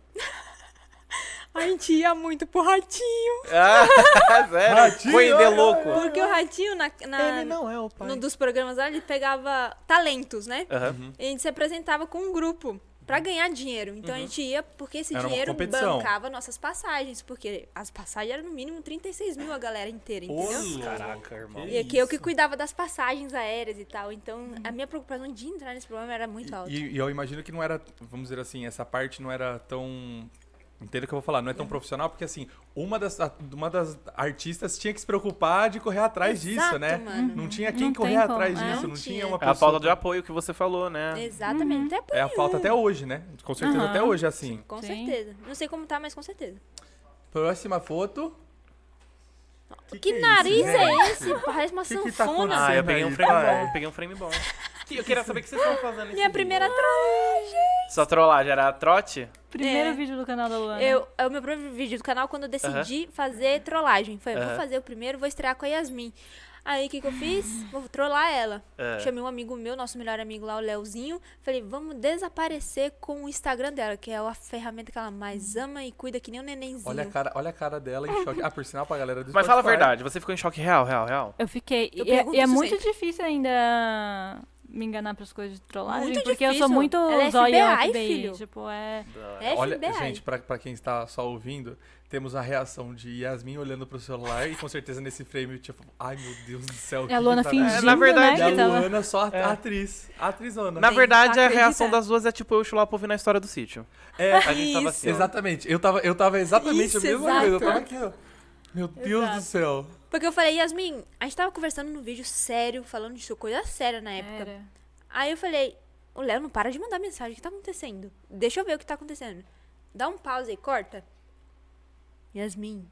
[SPEAKER 4] A gente ia muito pro ratinho.
[SPEAKER 2] Ah, sério?
[SPEAKER 3] Ratinho,
[SPEAKER 2] Foi de
[SPEAKER 3] olha,
[SPEAKER 2] louco.
[SPEAKER 4] Porque o ratinho, na, na-
[SPEAKER 2] é o
[SPEAKER 4] num dos programas lá, ele pegava talentos, né?
[SPEAKER 3] É.
[SPEAKER 2] Aham.
[SPEAKER 4] a gente se apresentava com um grupo pra ganhar dinheiro. Então a gente ia porque esse
[SPEAKER 3] Uhum. Era uma
[SPEAKER 4] dinheiro
[SPEAKER 3] competição.
[SPEAKER 4] bancava nossas passagens, porque as passagens eram no mínimo 36 mil a galera inteira, entendeu?
[SPEAKER 2] Uhum. Caraca, irmão. É
[SPEAKER 4] E aqui eu que cuidava das passagens aéreas e tal. Então a minha preocupação de entrar nesse programa era muito alta.
[SPEAKER 3] E, e eu imagino que não era, vamos dizer assim, essa parte não era tão. Entendo o que eu vou falar, não é tão profissional, porque assim, uma das, a- uma das artistas tinha que se preocupar de correr atrás
[SPEAKER 4] Exato,
[SPEAKER 3] disso, né?
[SPEAKER 4] mano.
[SPEAKER 3] Não tinha quem
[SPEAKER 5] Não tem
[SPEAKER 3] correr
[SPEAKER 5] como,
[SPEAKER 3] atrás
[SPEAKER 5] é.
[SPEAKER 3] disso, não,
[SPEAKER 4] Não
[SPEAKER 3] tinha
[SPEAKER 4] tinha.
[SPEAKER 2] É
[SPEAKER 3] uma
[SPEAKER 2] a
[SPEAKER 3] pessoa.
[SPEAKER 2] falta de apoio que você falou, né?
[SPEAKER 4] Exatamente. Até por
[SPEAKER 3] É a falta até hoje, né? Com certeza
[SPEAKER 5] Aham.
[SPEAKER 3] até hoje é assim.
[SPEAKER 4] Com
[SPEAKER 5] Sim.
[SPEAKER 4] certeza. Não sei como tá, mas com certeza.
[SPEAKER 3] Próxima foto.
[SPEAKER 4] Que,
[SPEAKER 3] é isso,
[SPEAKER 4] nariz
[SPEAKER 3] gente?
[SPEAKER 4] é esse? Parece uma
[SPEAKER 3] Que que tá
[SPEAKER 4] sanfona.
[SPEAKER 2] Ah, eu peguei um
[SPEAKER 3] Aí,
[SPEAKER 2] frame
[SPEAKER 3] vai.
[SPEAKER 2] bom. eu Peguei um frame bom. Que- Eu queria saber o que vocês estavam fazendo nesse
[SPEAKER 4] Minha
[SPEAKER 2] vídeo.
[SPEAKER 4] primeira trollagem.
[SPEAKER 2] Sua trollagem era a trote?
[SPEAKER 5] Primeiro
[SPEAKER 4] É.
[SPEAKER 5] vídeo do canal da Luana.
[SPEAKER 4] Eu, é o meu primeiro vídeo do canal quando eu decidi fazer trollagem. Foi, eu vou
[SPEAKER 2] Aham.
[SPEAKER 4] fazer o primeiro, vou estrear com a Yasmin. Aí o que, que eu fiz?
[SPEAKER 3] Ah.
[SPEAKER 4] Vou trollar ela.
[SPEAKER 2] É.
[SPEAKER 4] Chamei um amigo meu, nosso melhor amigo lá, o Leozinho. Falei, vamos desaparecer com o Instagram dela, que é a ferramenta que ela mais ama e cuida que nem um nenenzinho.
[SPEAKER 3] Olha a, cara, olha a cara dela em choque. Ah, por sinal, pra galera do
[SPEAKER 2] Mas fala a
[SPEAKER 3] Spotify.
[SPEAKER 2] verdade, você ficou em choque real, real, real?
[SPEAKER 5] Eu fiquei.
[SPEAKER 4] Eu
[SPEAKER 5] e é,
[SPEAKER 4] pergunto
[SPEAKER 5] e é
[SPEAKER 4] isso
[SPEAKER 5] muito
[SPEAKER 4] sempre.
[SPEAKER 5] difícil ainda me enganar pras coisas de trollagem.
[SPEAKER 4] Muito
[SPEAKER 5] porque eu
[SPEAKER 4] difícil.
[SPEAKER 5] sou muito
[SPEAKER 4] Ela é
[SPEAKER 5] zóia
[SPEAKER 4] FBI,
[SPEAKER 5] FBI,
[SPEAKER 4] filho.
[SPEAKER 5] Tipo, é.
[SPEAKER 4] É
[SPEAKER 3] Olha,
[SPEAKER 4] FBI.
[SPEAKER 3] gente, pra, pra quem está só ouvindo, temos a reação de Yasmin olhando pro celular e com certeza nesse frame, tipo, ai meu Deus do céu.
[SPEAKER 5] É a Luana fingindo.
[SPEAKER 2] na verdade,
[SPEAKER 3] tá E
[SPEAKER 5] né,
[SPEAKER 3] a
[SPEAKER 5] que tava-
[SPEAKER 3] Luana só at-
[SPEAKER 2] É.
[SPEAKER 3] atriz. Atrizona.
[SPEAKER 2] Na
[SPEAKER 4] Tem
[SPEAKER 2] verdade,
[SPEAKER 4] que
[SPEAKER 5] tá
[SPEAKER 2] a reação
[SPEAKER 4] acreditar.
[SPEAKER 2] das duas é tipo eu chular o povo na história do sítio.
[SPEAKER 3] É,
[SPEAKER 2] A gente tava assim. ó.
[SPEAKER 3] exatamente. Eu tava, eu tava exatamente a
[SPEAKER 4] Isso,
[SPEAKER 3] mesma
[SPEAKER 4] exato.
[SPEAKER 3] coisa. Eu tava aqui, ó. Meu Deus do céu.
[SPEAKER 4] Porque eu falei, Yasmin, a gente tava conversando no vídeo sério, falando de coisa séria na época.
[SPEAKER 5] Era.
[SPEAKER 4] Aí eu falei, o Léo não para de mandar mensagem, o que tá acontecendo? Deixa eu ver o que tá acontecendo. Dá um pause aí, corta. Yasmin.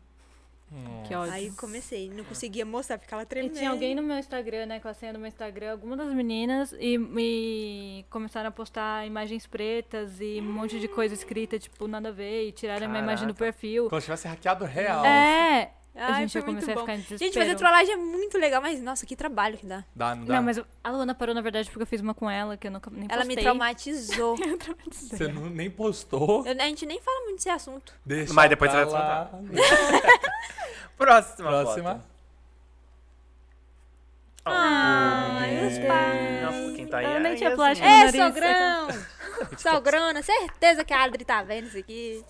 [SPEAKER 5] Que ódio.
[SPEAKER 4] Aí comecei, não conseguia mostrar, ficava
[SPEAKER 5] E
[SPEAKER 4] tremendo.
[SPEAKER 5] tinha alguém no meu Instagram, né, com a senha do meu Instagram, alguma das meninas, e, e começaram a postar imagens pretas e um monte de coisa escrita, tipo, nada a ver, e tiraram a minha imagem do perfil.
[SPEAKER 3] Como se tivesse hackeado real.
[SPEAKER 5] É! a
[SPEAKER 4] Ai,
[SPEAKER 5] gente,
[SPEAKER 4] foi
[SPEAKER 5] eu comecei
[SPEAKER 4] muito bom.
[SPEAKER 5] a ficar em
[SPEAKER 4] Gente,
[SPEAKER 5] desespero.
[SPEAKER 4] fazer trollagem é muito legal, mas nossa, que trabalho que dá.
[SPEAKER 3] Dá, não dá?
[SPEAKER 5] Não, mas eu- a Luana parou, na verdade, porque eu fiz uma com ela, que eu nunca nem
[SPEAKER 4] Ela me
[SPEAKER 5] postei.
[SPEAKER 4] traumatizou.
[SPEAKER 3] Você não- nem postou.
[SPEAKER 4] é. Eu- a gente nem fala muito desse assunto.
[SPEAKER 3] Deixa
[SPEAKER 2] Mas depois
[SPEAKER 3] pra
[SPEAKER 2] você vai
[SPEAKER 3] lá.
[SPEAKER 2] Próxima.
[SPEAKER 3] Próxima.
[SPEAKER 2] foto.
[SPEAKER 4] Ai, os pais.
[SPEAKER 8] Não, quem tá aí
[SPEAKER 5] Eu
[SPEAKER 8] é
[SPEAKER 5] nem tinha
[SPEAKER 8] Yasmin.
[SPEAKER 5] plástico.
[SPEAKER 4] É,
[SPEAKER 5] Nariz, é
[SPEAKER 4] sogrão! Sogrona, certeza que a Adri tá vendo isso aqui.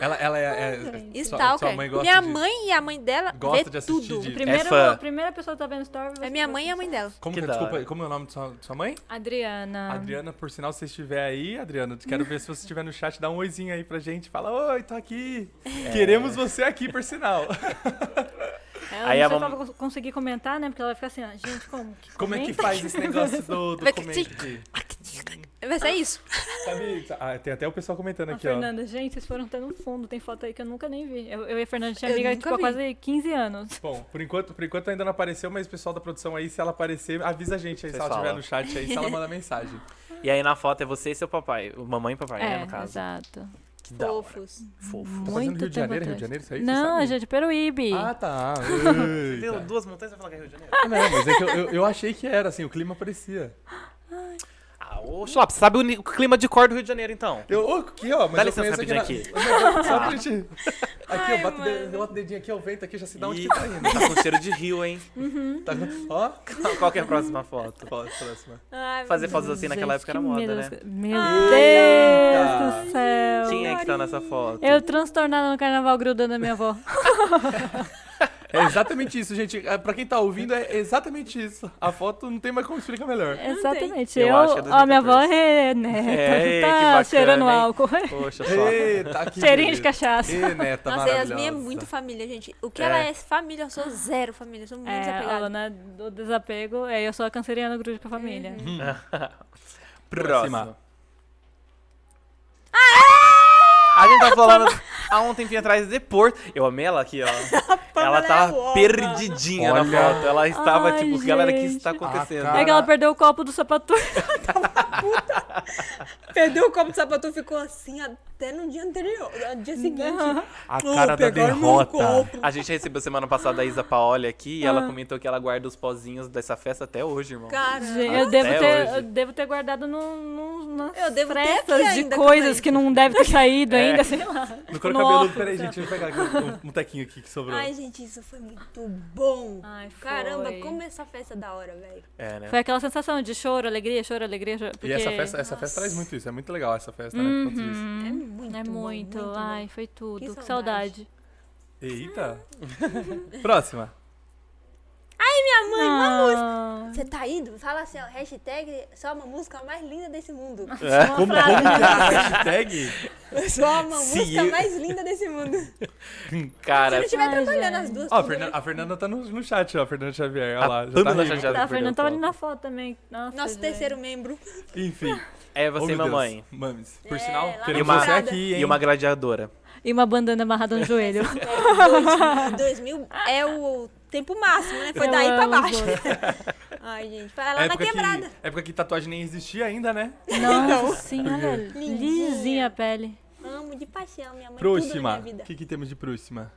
[SPEAKER 3] Ela, ela é. é sua-
[SPEAKER 4] Stalker.
[SPEAKER 3] Sua mãe gosta
[SPEAKER 4] minha
[SPEAKER 3] de-
[SPEAKER 4] mãe e a mãe dela
[SPEAKER 3] gosta
[SPEAKER 4] vê
[SPEAKER 3] de assistir
[SPEAKER 4] tudo.
[SPEAKER 3] de-
[SPEAKER 5] Primeiro,
[SPEAKER 2] fã.
[SPEAKER 5] a primeira pessoa que tá vendo story.
[SPEAKER 4] É
[SPEAKER 5] você
[SPEAKER 4] minha
[SPEAKER 5] vai
[SPEAKER 4] mãe e a
[SPEAKER 5] assistir.
[SPEAKER 4] mãe dela.
[SPEAKER 3] Como
[SPEAKER 2] Que
[SPEAKER 3] que,
[SPEAKER 2] da
[SPEAKER 3] desculpa,
[SPEAKER 2] hora.
[SPEAKER 3] como é o nome de sua, sua mãe?
[SPEAKER 4] Ah.
[SPEAKER 5] Adriana.
[SPEAKER 3] Adriana, por sinal, se você estiver aí, Adriana, quero ver se você estiver no chat, dá um oizinho aí pra gente. Fala, oi, tô aqui.
[SPEAKER 4] É.
[SPEAKER 3] Queremos você aqui, por sinal.
[SPEAKER 5] Eu
[SPEAKER 2] Aí
[SPEAKER 5] não
[SPEAKER 2] a
[SPEAKER 5] sei se
[SPEAKER 2] mam-
[SPEAKER 5] ela vai cons- conseguir comentar, né? Porque ela vai ficar assim, ah, gente, como que
[SPEAKER 3] Como é que
[SPEAKER 5] comenta?
[SPEAKER 3] faz esse negócio do, do
[SPEAKER 4] tá Vai que
[SPEAKER 3] comente?
[SPEAKER 4] Vai ser é isso.
[SPEAKER 3] Sabe, ah, tem até o pessoal comentando
[SPEAKER 5] A
[SPEAKER 3] aqui, ó.
[SPEAKER 5] Fernanda, gente, vocês foram até no fundo. Tem foto aí que eu nunca nem vi. Eu, eu e a Fernanda tinha
[SPEAKER 4] Eu
[SPEAKER 5] amiga
[SPEAKER 4] nunca
[SPEAKER 5] tipo, há
[SPEAKER 4] vi.
[SPEAKER 5] quase 15 anos.
[SPEAKER 3] Bom, por enquanto, por enquanto ainda não apareceu, mas o pessoal da produção aí, se ela aparecer, avisa a gente aí
[SPEAKER 2] Vocês
[SPEAKER 3] se ela estiver
[SPEAKER 2] falam.
[SPEAKER 3] no chat aí, se ela manda mensagem.
[SPEAKER 2] E aí na foto é você e seu papai. o Mamãe e papai, né, no caso.
[SPEAKER 5] É, exato.
[SPEAKER 2] Que da hora.
[SPEAKER 4] Fofos.
[SPEAKER 2] Fofo.
[SPEAKER 3] Tá
[SPEAKER 5] Muito
[SPEAKER 3] fazendo Rio de
[SPEAKER 5] tempo
[SPEAKER 3] Janeiro, Rio
[SPEAKER 5] atrás.
[SPEAKER 3] de Janeiro, isso aí? Você
[SPEAKER 5] Não,
[SPEAKER 3] sabe?
[SPEAKER 5] a gente é Peruíbe.
[SPEAKER 3] Ah, tá.
[SPEAKER 2] Deu
[SPEAKER 3] Eita.
[SPEAKER 2] duas montanhas e falar que é Rio de Janeiro.
[SPEAKER 3] Não, mas é que eu, eu, eu achei que era, assim, o clima parecia.
[SPEAKER 2] Ah, ô, Chulapa, você sabe o ni- o clima de cor do Rio de Janeiro, então?
[SPEAKER 3] Eu, ô, aqui, ó, mas
[SPEAKER 2] Dá
[SPEAKER 3] eu
[SPEAKER 2] licença
[SPEAKER 3] conheço
[SPEAKER 2] rapidinho
[SPEAKER 3] aqui.
[SPEAKER 2] aqui. Ah.
[SPEAKER 3] na- Só pra gente. Aqui, ó, bota o dedo- bota o dedinho aqui, ó, o vento aqui, já se dá onde
[SPEAKER 2] Ih,
[SPEAKER 3] que tá indo.
[SPEAKER 2] tá com cheiro de rio, hein?
[SPEAKER 3] Tá, ó,
[SPEAKER 2] Qual que é a próxima foto?
[SPEAKER 3] ó, próxima.
[SPEAKER 4] Ai, meu
[SPEAKER 2] Fazer fotos assim naquela
[SPEAKER 5] Gente,
[SPEAKER 2] época era
[SPEAKER 5] que
[SPEAKER 2] moda,
[SPEAKER 5] medo
[SPEAKER 2] né?
[SPEAKER 5] das- Meu
[SPEAKER 3] Eita.
[SPEAKER 5] Deus do céu.
[SPEAKER 2] Tinha que estar nessa foto.
[SPEAKER 5] Eu transtornada no carnaval grudando a minha avó.
[SPEAKER 3] É exatamente isso, gente. É, Pra quem tá ouvindo, é exatamente isso. A foto não tem mais como explicar melhor.
[SPEAKER 5] Exatamente.
[SPEAKER 2] Ah, Eu
[SPEAKER 5] Eu,
[SPEAKER 2] acho que é
[SPEAKER 5] ó, minha avó
[SPEAKER 2] 2014.
[SPEAKER 5] é, né,
[SPEAKER 2] É,
[SPEAKER 5] tá
[SPEAKER 2] que bacana,
[SPEAKER 5] cheirando
[SPEAKER 2] hein?
[SPEAKER 5] álcool.
[SPEAKER 2] Poxa, só.
[SPEAKER 3] Eita, aqui.
[SPEAKER 5] Cheirinho
[SPEAKER 3] beleza.
[SPEAKER 5] de cachaça.
[SPEAKER 3] Ê, neta
[SPEAKER 4] Nossa,
[SPEAKER 3] maravilhosa.
[SPEAKER 4] Yasmin é muito família, gente. O que
[SPEAKER 2] É.
[SPEAKER 4] ela é família, eu sou zero família. Eu sou muito
[SPEAKER 5] É, a
[SPEAKER 4] desapegada.
[SPEAKER 5] Lana do desapego, é, eu sou a canceriana grude com a família.
[SPEAKER 4] Uhum.
[SPEAKER 2] Próxima.
[SPEAKER 3] Próxima.
[SPEAKER 2] A gente tava falando há um tempinho atrás de Porto. Eu amei ela aqui, ó. ela
[SPEAKER 4] é
[SPEAKER 2] tava perdidinha na
[SPEAKER 3] Olha.
[SPEAKER 2] foto. Ela estava
[SPEAKER 5] Ai,
[SPEAKER 2] tipo, galera, o que
[SPEAKER 5] gente.
[SPEAKER 2] está acontecendo?
[SPEAKER 3] A
[SPEAKER 5] É
[SPEAKER 3] cara-
[SPEAKER 5] que ela perdeu o copo do sapatinho.
[SPEAKER 4] Perdeu o copo de sapatu, ficou assim até no dia anterior, no dia seguinte.
[SPEAKER 3] A cara da derrota.
[SPEAKER 2] A gente recebeu semana passada a Isa Paoli aqui e ela comentou que ela guarda os pozinhos dessa festa até hoje, irmão.
[SPEAKER 4] Ah. Cara,
[SPEAKER 5] Eu devo, ter,
[SPEAKER 2] hoje.
[SPEAKER 5] eu devo ter guardado num, num, nas
[SPEAKER 4] Eu devo ter aqui
[SPEAKER 5] frestas de
[SPEAKER 4] ainda,
[SPEAKER 5] coisas
[SPEAKER 4] calma aí.
[SPEAKER 5] que não deve ter saído
[SPEAKER 2] É.
[SPEAKER 5] ainda, sei lá.
[SPEAKER 3] No couro
[SPEAKER 5] No
[SPEAKER 3] cabeludo.
[SPEAKER 5] óculos,
[SPEAKER 3] Peraí, gente, deixa eu pegar aqui um, um tequinho aqui que sobrou.
[SPEAKER 4] Ai, gente, isso foi muito bom.
[SPEAKER 5] Ai, foi.
[SPEAKER 4] Caramba, como essa festa é da hora, velho.
[SPEAKER 2] É, né?
[SPEAKER 5] Foi aquela sensação de choro, alegria, choro, alegria, choro. Porque
[SPEAKER 3] E essa festa, essa festa traz muito isso. É muito legal essa festa, né? por conta disso.
[SPEAKER 4] É muito
[SPEAKER 5] é
[SPEAKER 4] bom,
[SPEAKER 5] muito,
[SPEAKER 4] bom.
[SPEAKER 5] ai, foi tudo.
[SPEAKER 4] Que
[SPEAKER 5] Que saudade.
[SPEAKER 3] Eita. Próxima.
[SPEAKER 4] Minha mãe, uma música.
[SPEAKER 5] Ah,
[SPEAKER 4] Você tá indo? Fala assim, ó, hashtag só uma música mais linda desse mundo.
[SPEAKER 3] Como, como que é a hashtag?
[SPEAKER 4] Só uma
[SPEAKER 2] Se
[SPEAKER 4] música
[SPEAKER 2] eu-
[SPEAKER 4] mais linda desse mundo. Se
[SPEAKER 2] Cara,
[SPEAKER 4] não estiver atrapalhando as duas.
[SPEAKER 3] Ó, a
[SPEAKER 4] tudo
[SPEAKER 3] Fernanda,
[SPEAKER 4] bem.
[SPEAKER 3] a Fernanda tá no, no chat, ó. A Fernanda Xavier. Ó
[SPEAKER 2] A
[SPEAKER 3] lá, já tá
[SPEAKER 2] Pamela
[SPEAKER 3] rindo.
[SPEAKER 2] Xavier.
[SPEAKER 5] a Fernanda tava ali
[SPEAKER 2] foto.
[SPEAKER 5] na foto também. Nossa,
[SPEAKER 4] Nosso
[SPEAKER 5] gente.
[SPEAKER 4] terceiro membro.
[SPEAKER 3] Enfim.
[SPEAKER 2] é
[SPEAKER 3] Ô,
[SPEAKER 2] você e
[SPEAKER 3] Oh, meu Deus.
[SPEAKER 2] mamãe.
[SPEAKER 3] Mames. Por
[SPEAKER 4] É,
[SPEAKER 3] sinal,
[SPEAKER 4] lá
[SPEAKER 3] queremos
[SPEAKER 2] na
[SPEAKER 3] você
[SPEAKER 4] parada.
[SPEAKER 3] aqui, hein?
[SPEAKER 2] E uma gladiadora.
[SPEAKER 5] E uma bandana amarrada no joelho.
[SPEAKER 4] É, 2000, 2000 é o tempo máximo, né? Foi
[SPEAKER 5] Eu
[SPEAKER 4] daí pra
[SPEAKER 5] amo os
[SPEAKER 4] baixo. Ai, gente, vai
[SPEAKER 2] É
[SPEAKER 4] lá na
[SPEAKER 3] época,
[SPEAKER 4] quebrada.
[SPEAKER 3] que, época que tatuagem nem existia ainda, né?
[SPEAKER 5] Nossa senhora, lisinha a pele.
[SPEAKER 4] Amo de paixão, minha mãe tudo na
[SPEAKER 3] Próxima.
[SPEAKER 4] minha vida.
[SPEAKER 3] O que, que temos de próxima?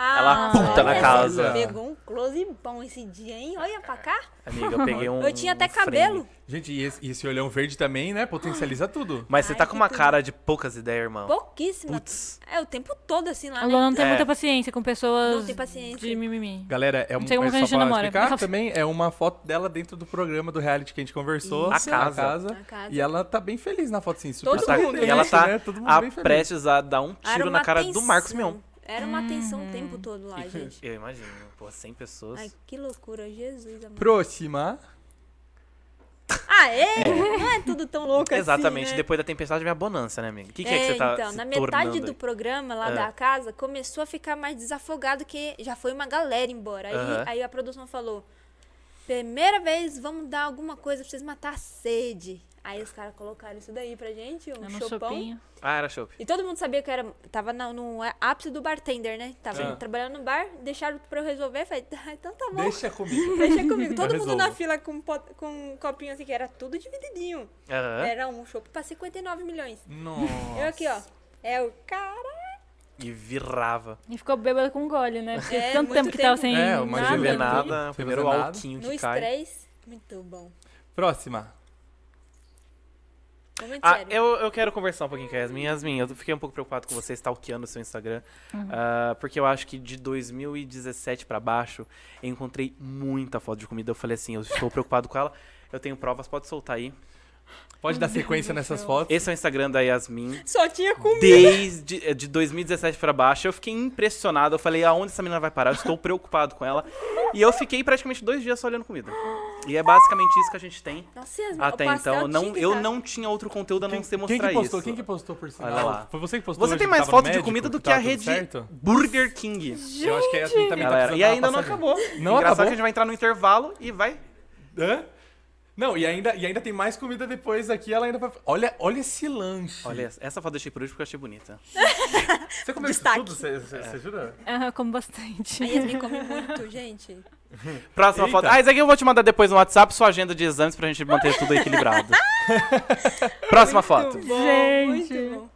[SPEAKER 4] Ah,
[SPEAKER 2] Ela puta Tá na
[SPEAKER 4] olha,
[SPEAKER 2] casa.
[SPEAKER 4] Pegou um close bom esse dia, hein? Olha pra cá.
[SPEAKER 2] Amiga, eu peguei um.
[SPEAKER 4] Eu tinha até
[SPEAKER 2] um frame.
[SPEAKER 4] cabelo.
[SPEAKER 3] Gente, e esse, e esse olhão verde também, né? Potencializa tudo.
[SPEAKER 2] Mas você
[SPEAKER 4] Ai,
[SPEAKER 2] tá com uma
[SPEAKER 4] que
[SPEAKER 2] cara de poucas ideias, irmão.
[SPEAKER 4] Pouquíssima.
[SPEAKER 2] Putz.
[SPEAKER 4] É o tempo todo assim lá,
[SPEAKER 5] A
[SPEAKER 4] né?
[SPEAKER 5] Lona não tem
[SPEAKER 2] É.
[SPEAKER 5] muita paciência com pessoas
[SPEAKER 4] Não tem paciência.
[SPEAKER 5] de mimimi.
[SPEAKER 3] Galera, é um,
[SPEAKER 5] sei como
[SPEAKER 3] mas
[SPEAKER 5] que a gente
[SPEAKER 3] só pra
[SPEAKER 5] namora.
[SPEAKER 3] explicar também, é uma foto dela dentro do programa do reality que a gente conversou.
[SPEAKER 2] Isso. A casa.
[SPEAKER 4] A casa.
[SPEAKER 3] E ela tá bem feliz na foto, sim. super
[SPEAKER 4] Todo
[SPEAKER 2] Ela tá-
[SPEAKER 4] mundo,
[SPEAKER 3] sorridente,
[SPEAKER 2] e ela tá
[SPEAKER 3] né? Todo mundo
[SPEAKER 2] a
[SPEAKER 3] bem feliz.
[SPEAKER 2] prestes a dar um
[SPEAKER 4] Era
[SPEAKER 2] tiro
[SPEAKER 4] uma
[SPEAKER 2] na cara do
[SPEAKER 4] tensão.
[SPEAKER 2] Marcos Mion.
[SPEAKER 4] Era uma tensão o tempo todo lá, gente.
[SPEAKER 2] Eu imagino, pô, 100 pessoas.
[SPEAKER 4] Ai, que loucura, Jesus amado.
[SPEAKER 3] Próxima.
[SPEAKER 4] Ah, é? Não é tudo tão louco assim,
[SPEAKER 2] Exatamente,
[SPEAKER 4] né?
[SPEAKER 2] depois da tempestade vem a bonança, né, amigo? O que, que é, que você tá
[SPEAKER 4] então,
[SPEAKER 2] se
[SPEAKER 4] na metade
[SPEAKER 2] tornando
[SPEAKER 4] do
[SPEAKER 2] aí?
[SPEAKER 4] programa lá
[SPEAKER 2] Ah.
[SPEAKER 4] da casa, começou a ficar mais desafogado, que já foi uma galera embora. Aí,
[SPEAKER 2] Aham.
[SPEAKER 4] aí a produção falou, primeira vez, vamos dar alguma coisa pra vocês matar a sede. Aí os caras colocaram isso daí pra gente, um
[SPEAKER 5] É uma
[SPEAKER 4] chopão.
[SPEAKER 5] chopinha.
[SPEAKER 2] Ah, era chopp.
[SPEAKER 4] E todo mundo sabia que eu era, tava na- no ápice do bartender, né? Tava
[SPEAKER 3] Sim.
[SPEAKER 4] trabalhando no bar, deixaram pra eu resolver, falei, "Ah, então tá bom.
[SPEAKER 3] Deixa comigo.
[SPEAKER 4] Deixa comigo. Todo
[SPEAKER 3] Eu
[SPEAKER 4] mundo na
[SPEAKER 3] resolvo.
[SPEAKER 4] fila com, um pot- com um copinho assim, que era tudo divididinho.
[SPEAKER 2] Aham.
[SPEAKER 4] Era um chopp pra 59 milhões.
[SPEAKER 3] Nossa.
[SPEAKER 4] Eu aqui, ó. É o cara.
[SPEAKER 2] E virava.
[SPEAKER 5] E ficou bêbada com gole, né? Porque
[SPEAKER 4] É,
[SPEAKER 5] tanto
[SPEAKER 4] muito
[SPEAKER 5] tempo que tava
[SPEAKER 4] tempo.
[SPEAKER 5] sem
[SPEAKER 3] É, uma
[SPEAKER 2] Sem ver
[SPEAKER 3] Nada.
[SPEAKER 5] nada.
[SPEAKER 2] nada, o
[SPEAKER 3] Sem
[SPEAKER 2] primeiro
[SPEAKER 3] fazer nada.
[SPEAKER 2] alquinho
[SPEAKER 4] Ah, No
[SPEAKER 2] que cai.
[SPEAKER 4] estresse. Muito bom.
[SPEAKER 3] Próxima.
[SPEAKER 4] Muito
[SPEAKER 2] Ah,
[SPEAKER 4] sério.
[SPEAKER 2] eu, eu quero conversar um pouquinho com a Yasmin. Yasmin, eu fiquei um pouco preocupado com você stalkeando o seu Instagram.
[SPEAKER 4] Uhum.
[SPEAKER 2] ah, porque eu acho que de 2017 pra baixo, eu encontrei muita foto de comida. Eu falei assim, eu estou preocupado com ela. Eu tenho provas, pode soltar aí.
[SPEAKER 3] Pode dar sequência nessas fotos.
[SPEAKER 2] Esse é o Instagram da Yasmin.
[SPEAKER 4] Só tinha comida.
[SPEAKER 2] Desde eh, de 2017 pra baixo, eu fiquei impressionado. Eu falei, aonde essa menina vai parar? Eu estou preocupado com ela. E eu fiquei praticamente dois dias só olhando comida. E é basicamente isso que a gente tem.
[SPEAKER 4] Nossa, Yasmin,
[SPEAKER 2] Até
[SPEAKER 4] o pastel
[SPEAKER 2] então, não, eu
[SPEAKER 4] tic-tac.
[SPEAKER 2] não tinha outro conteúdo a não ser
[SPEAKER 3] Quem
[SPEAKER 2] mostrar
[SPEAKER 3] que postou?
[SPEAKER 2] isso.
[SPEAKER 3] Quem que postou por sinal?
[SPEAKER 2] Olha lá.
[SPEAKER 3] Foi você que postou.
[SPEAKER 2] Você
[SPEAKER 3] hoje
[SPEAKER 2] tem
[SPEAKER 3] que
[SPEAKER 2] mais
[SPEAKER 3] tava
[SPEAKER 2] foto
[SPEAKER 3] no
[SPEAKER 2] de
[SPEAKER 3] médico,
[SPEAKER 2] comida do que
[SPEAKER 3] tava
[SPEAKER 2] a
[SPEAKER 3] tudo
[SPEAKER 2] rede
[SPEAKER 3] certo?
[SPEAKER 2] Burger King,
[SPEAKER 3] Eu acho que a Yasmin também tá
[SPEAKER 2] galera.
[SPEAKER 3] precisando
[SPEAKER 2] E
[SPEAKER 3] dar uma
[SPEAKER 2] ainda não
[SPEAKER 3] passagem.
[SPEAKER 2] acabou.
[SPEAKER 3] Não
[SPEAKER 2] Engraçado
[SPEAKER 3] acabou?
[SPEAKER 2] que a gente vai entrar no intervalo e vai...
[SPEAKER 3] Hã? Não, e ainda, e ainda tem mais comida depois aqui, ela ainda vai. Olha, olha esse lanche.
[SPEAKER 2] Olha, essa foto eu deixei por último porque eu achei bonita.
[SPEAKER 3] Você comeu isso
[SPEAKER 4] Destaque.
[SPEAKER 3] tudo? Você,
[SPEAKER 2] É.
[SPEAKER 3] você, você jura?
[SPEAKER 5] Ah, como bastante.
[SPEAKER 4] A Yasmin come muito, gente.
[SPEAKER 2] Próxima
[SPEAKER 3] Eita.
[SPEAKER 2] foto. Ah, isso aqui eu vou te mandar depois no WhatsApp, sua agenda de exames pra gente manter tudo equilibrado. Próxima foto.
[SPEAKER 4] Muito bom,
[SPEAKER 5] Gente.
[SPEAKER 4] Muito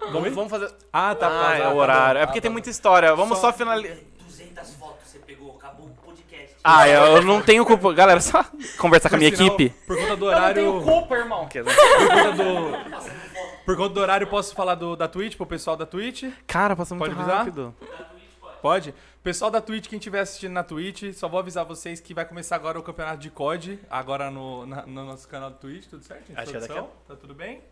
[SPEAKER 4] bom.
[SPEAKER 2] Vamos, vamos fazer...
[SPEAKER 3] Ah, tá.
[SPEAKER 2] Ah,
[SPEAKER 3] pausado,
[SPEAKER 2] é
[SPEAKER 3] tá
[SPEAKER 2] o
[SPEAKER 3] bom.
[SPEAKER 2] horário. É
[SPEAKER 3] Ah,
[SPEAKER 2] porque
[SPEAKER 3] tá
[SPEAKER 2] tem
[SPEAKER 3] bom.
[SPEAKER 2] muita história. Vamos só, finalizar.
[SPEAKER 6] 200 fotos você pegou, acabou o podcast.
[SPEAKER 2] Ah, eu eu não tenho culpa. Galera, só conversar com a minha
[SPEAKER 3] Por sinal,
[SPEAKER 2] equipe.
[SPEAKER 3] Por conta do horário.
[SPEAKER 2] culpa, irmão.
[SPEAKER 3] Por conta do. Por conta do horário, posso falar do, da Twitch pro pessoal da Twitch?
[SPEAKER 2] Cara, passou muito
[SPEAKER 3] Pode avisar?
[SPEAKER 2] rápido.
[SPEAKER 3] Pode? Pessoal da Twitch, quem estiver assistindo na Twitch, só vou avisar vocês que vai começar agora o campeonato de COD, agora no, na- no nosso canal do Twitch, tudo certo?
[SPEAKER 2] Acho que é daqui a
[SPEAKER 3] Introdução? Tá tudo bem?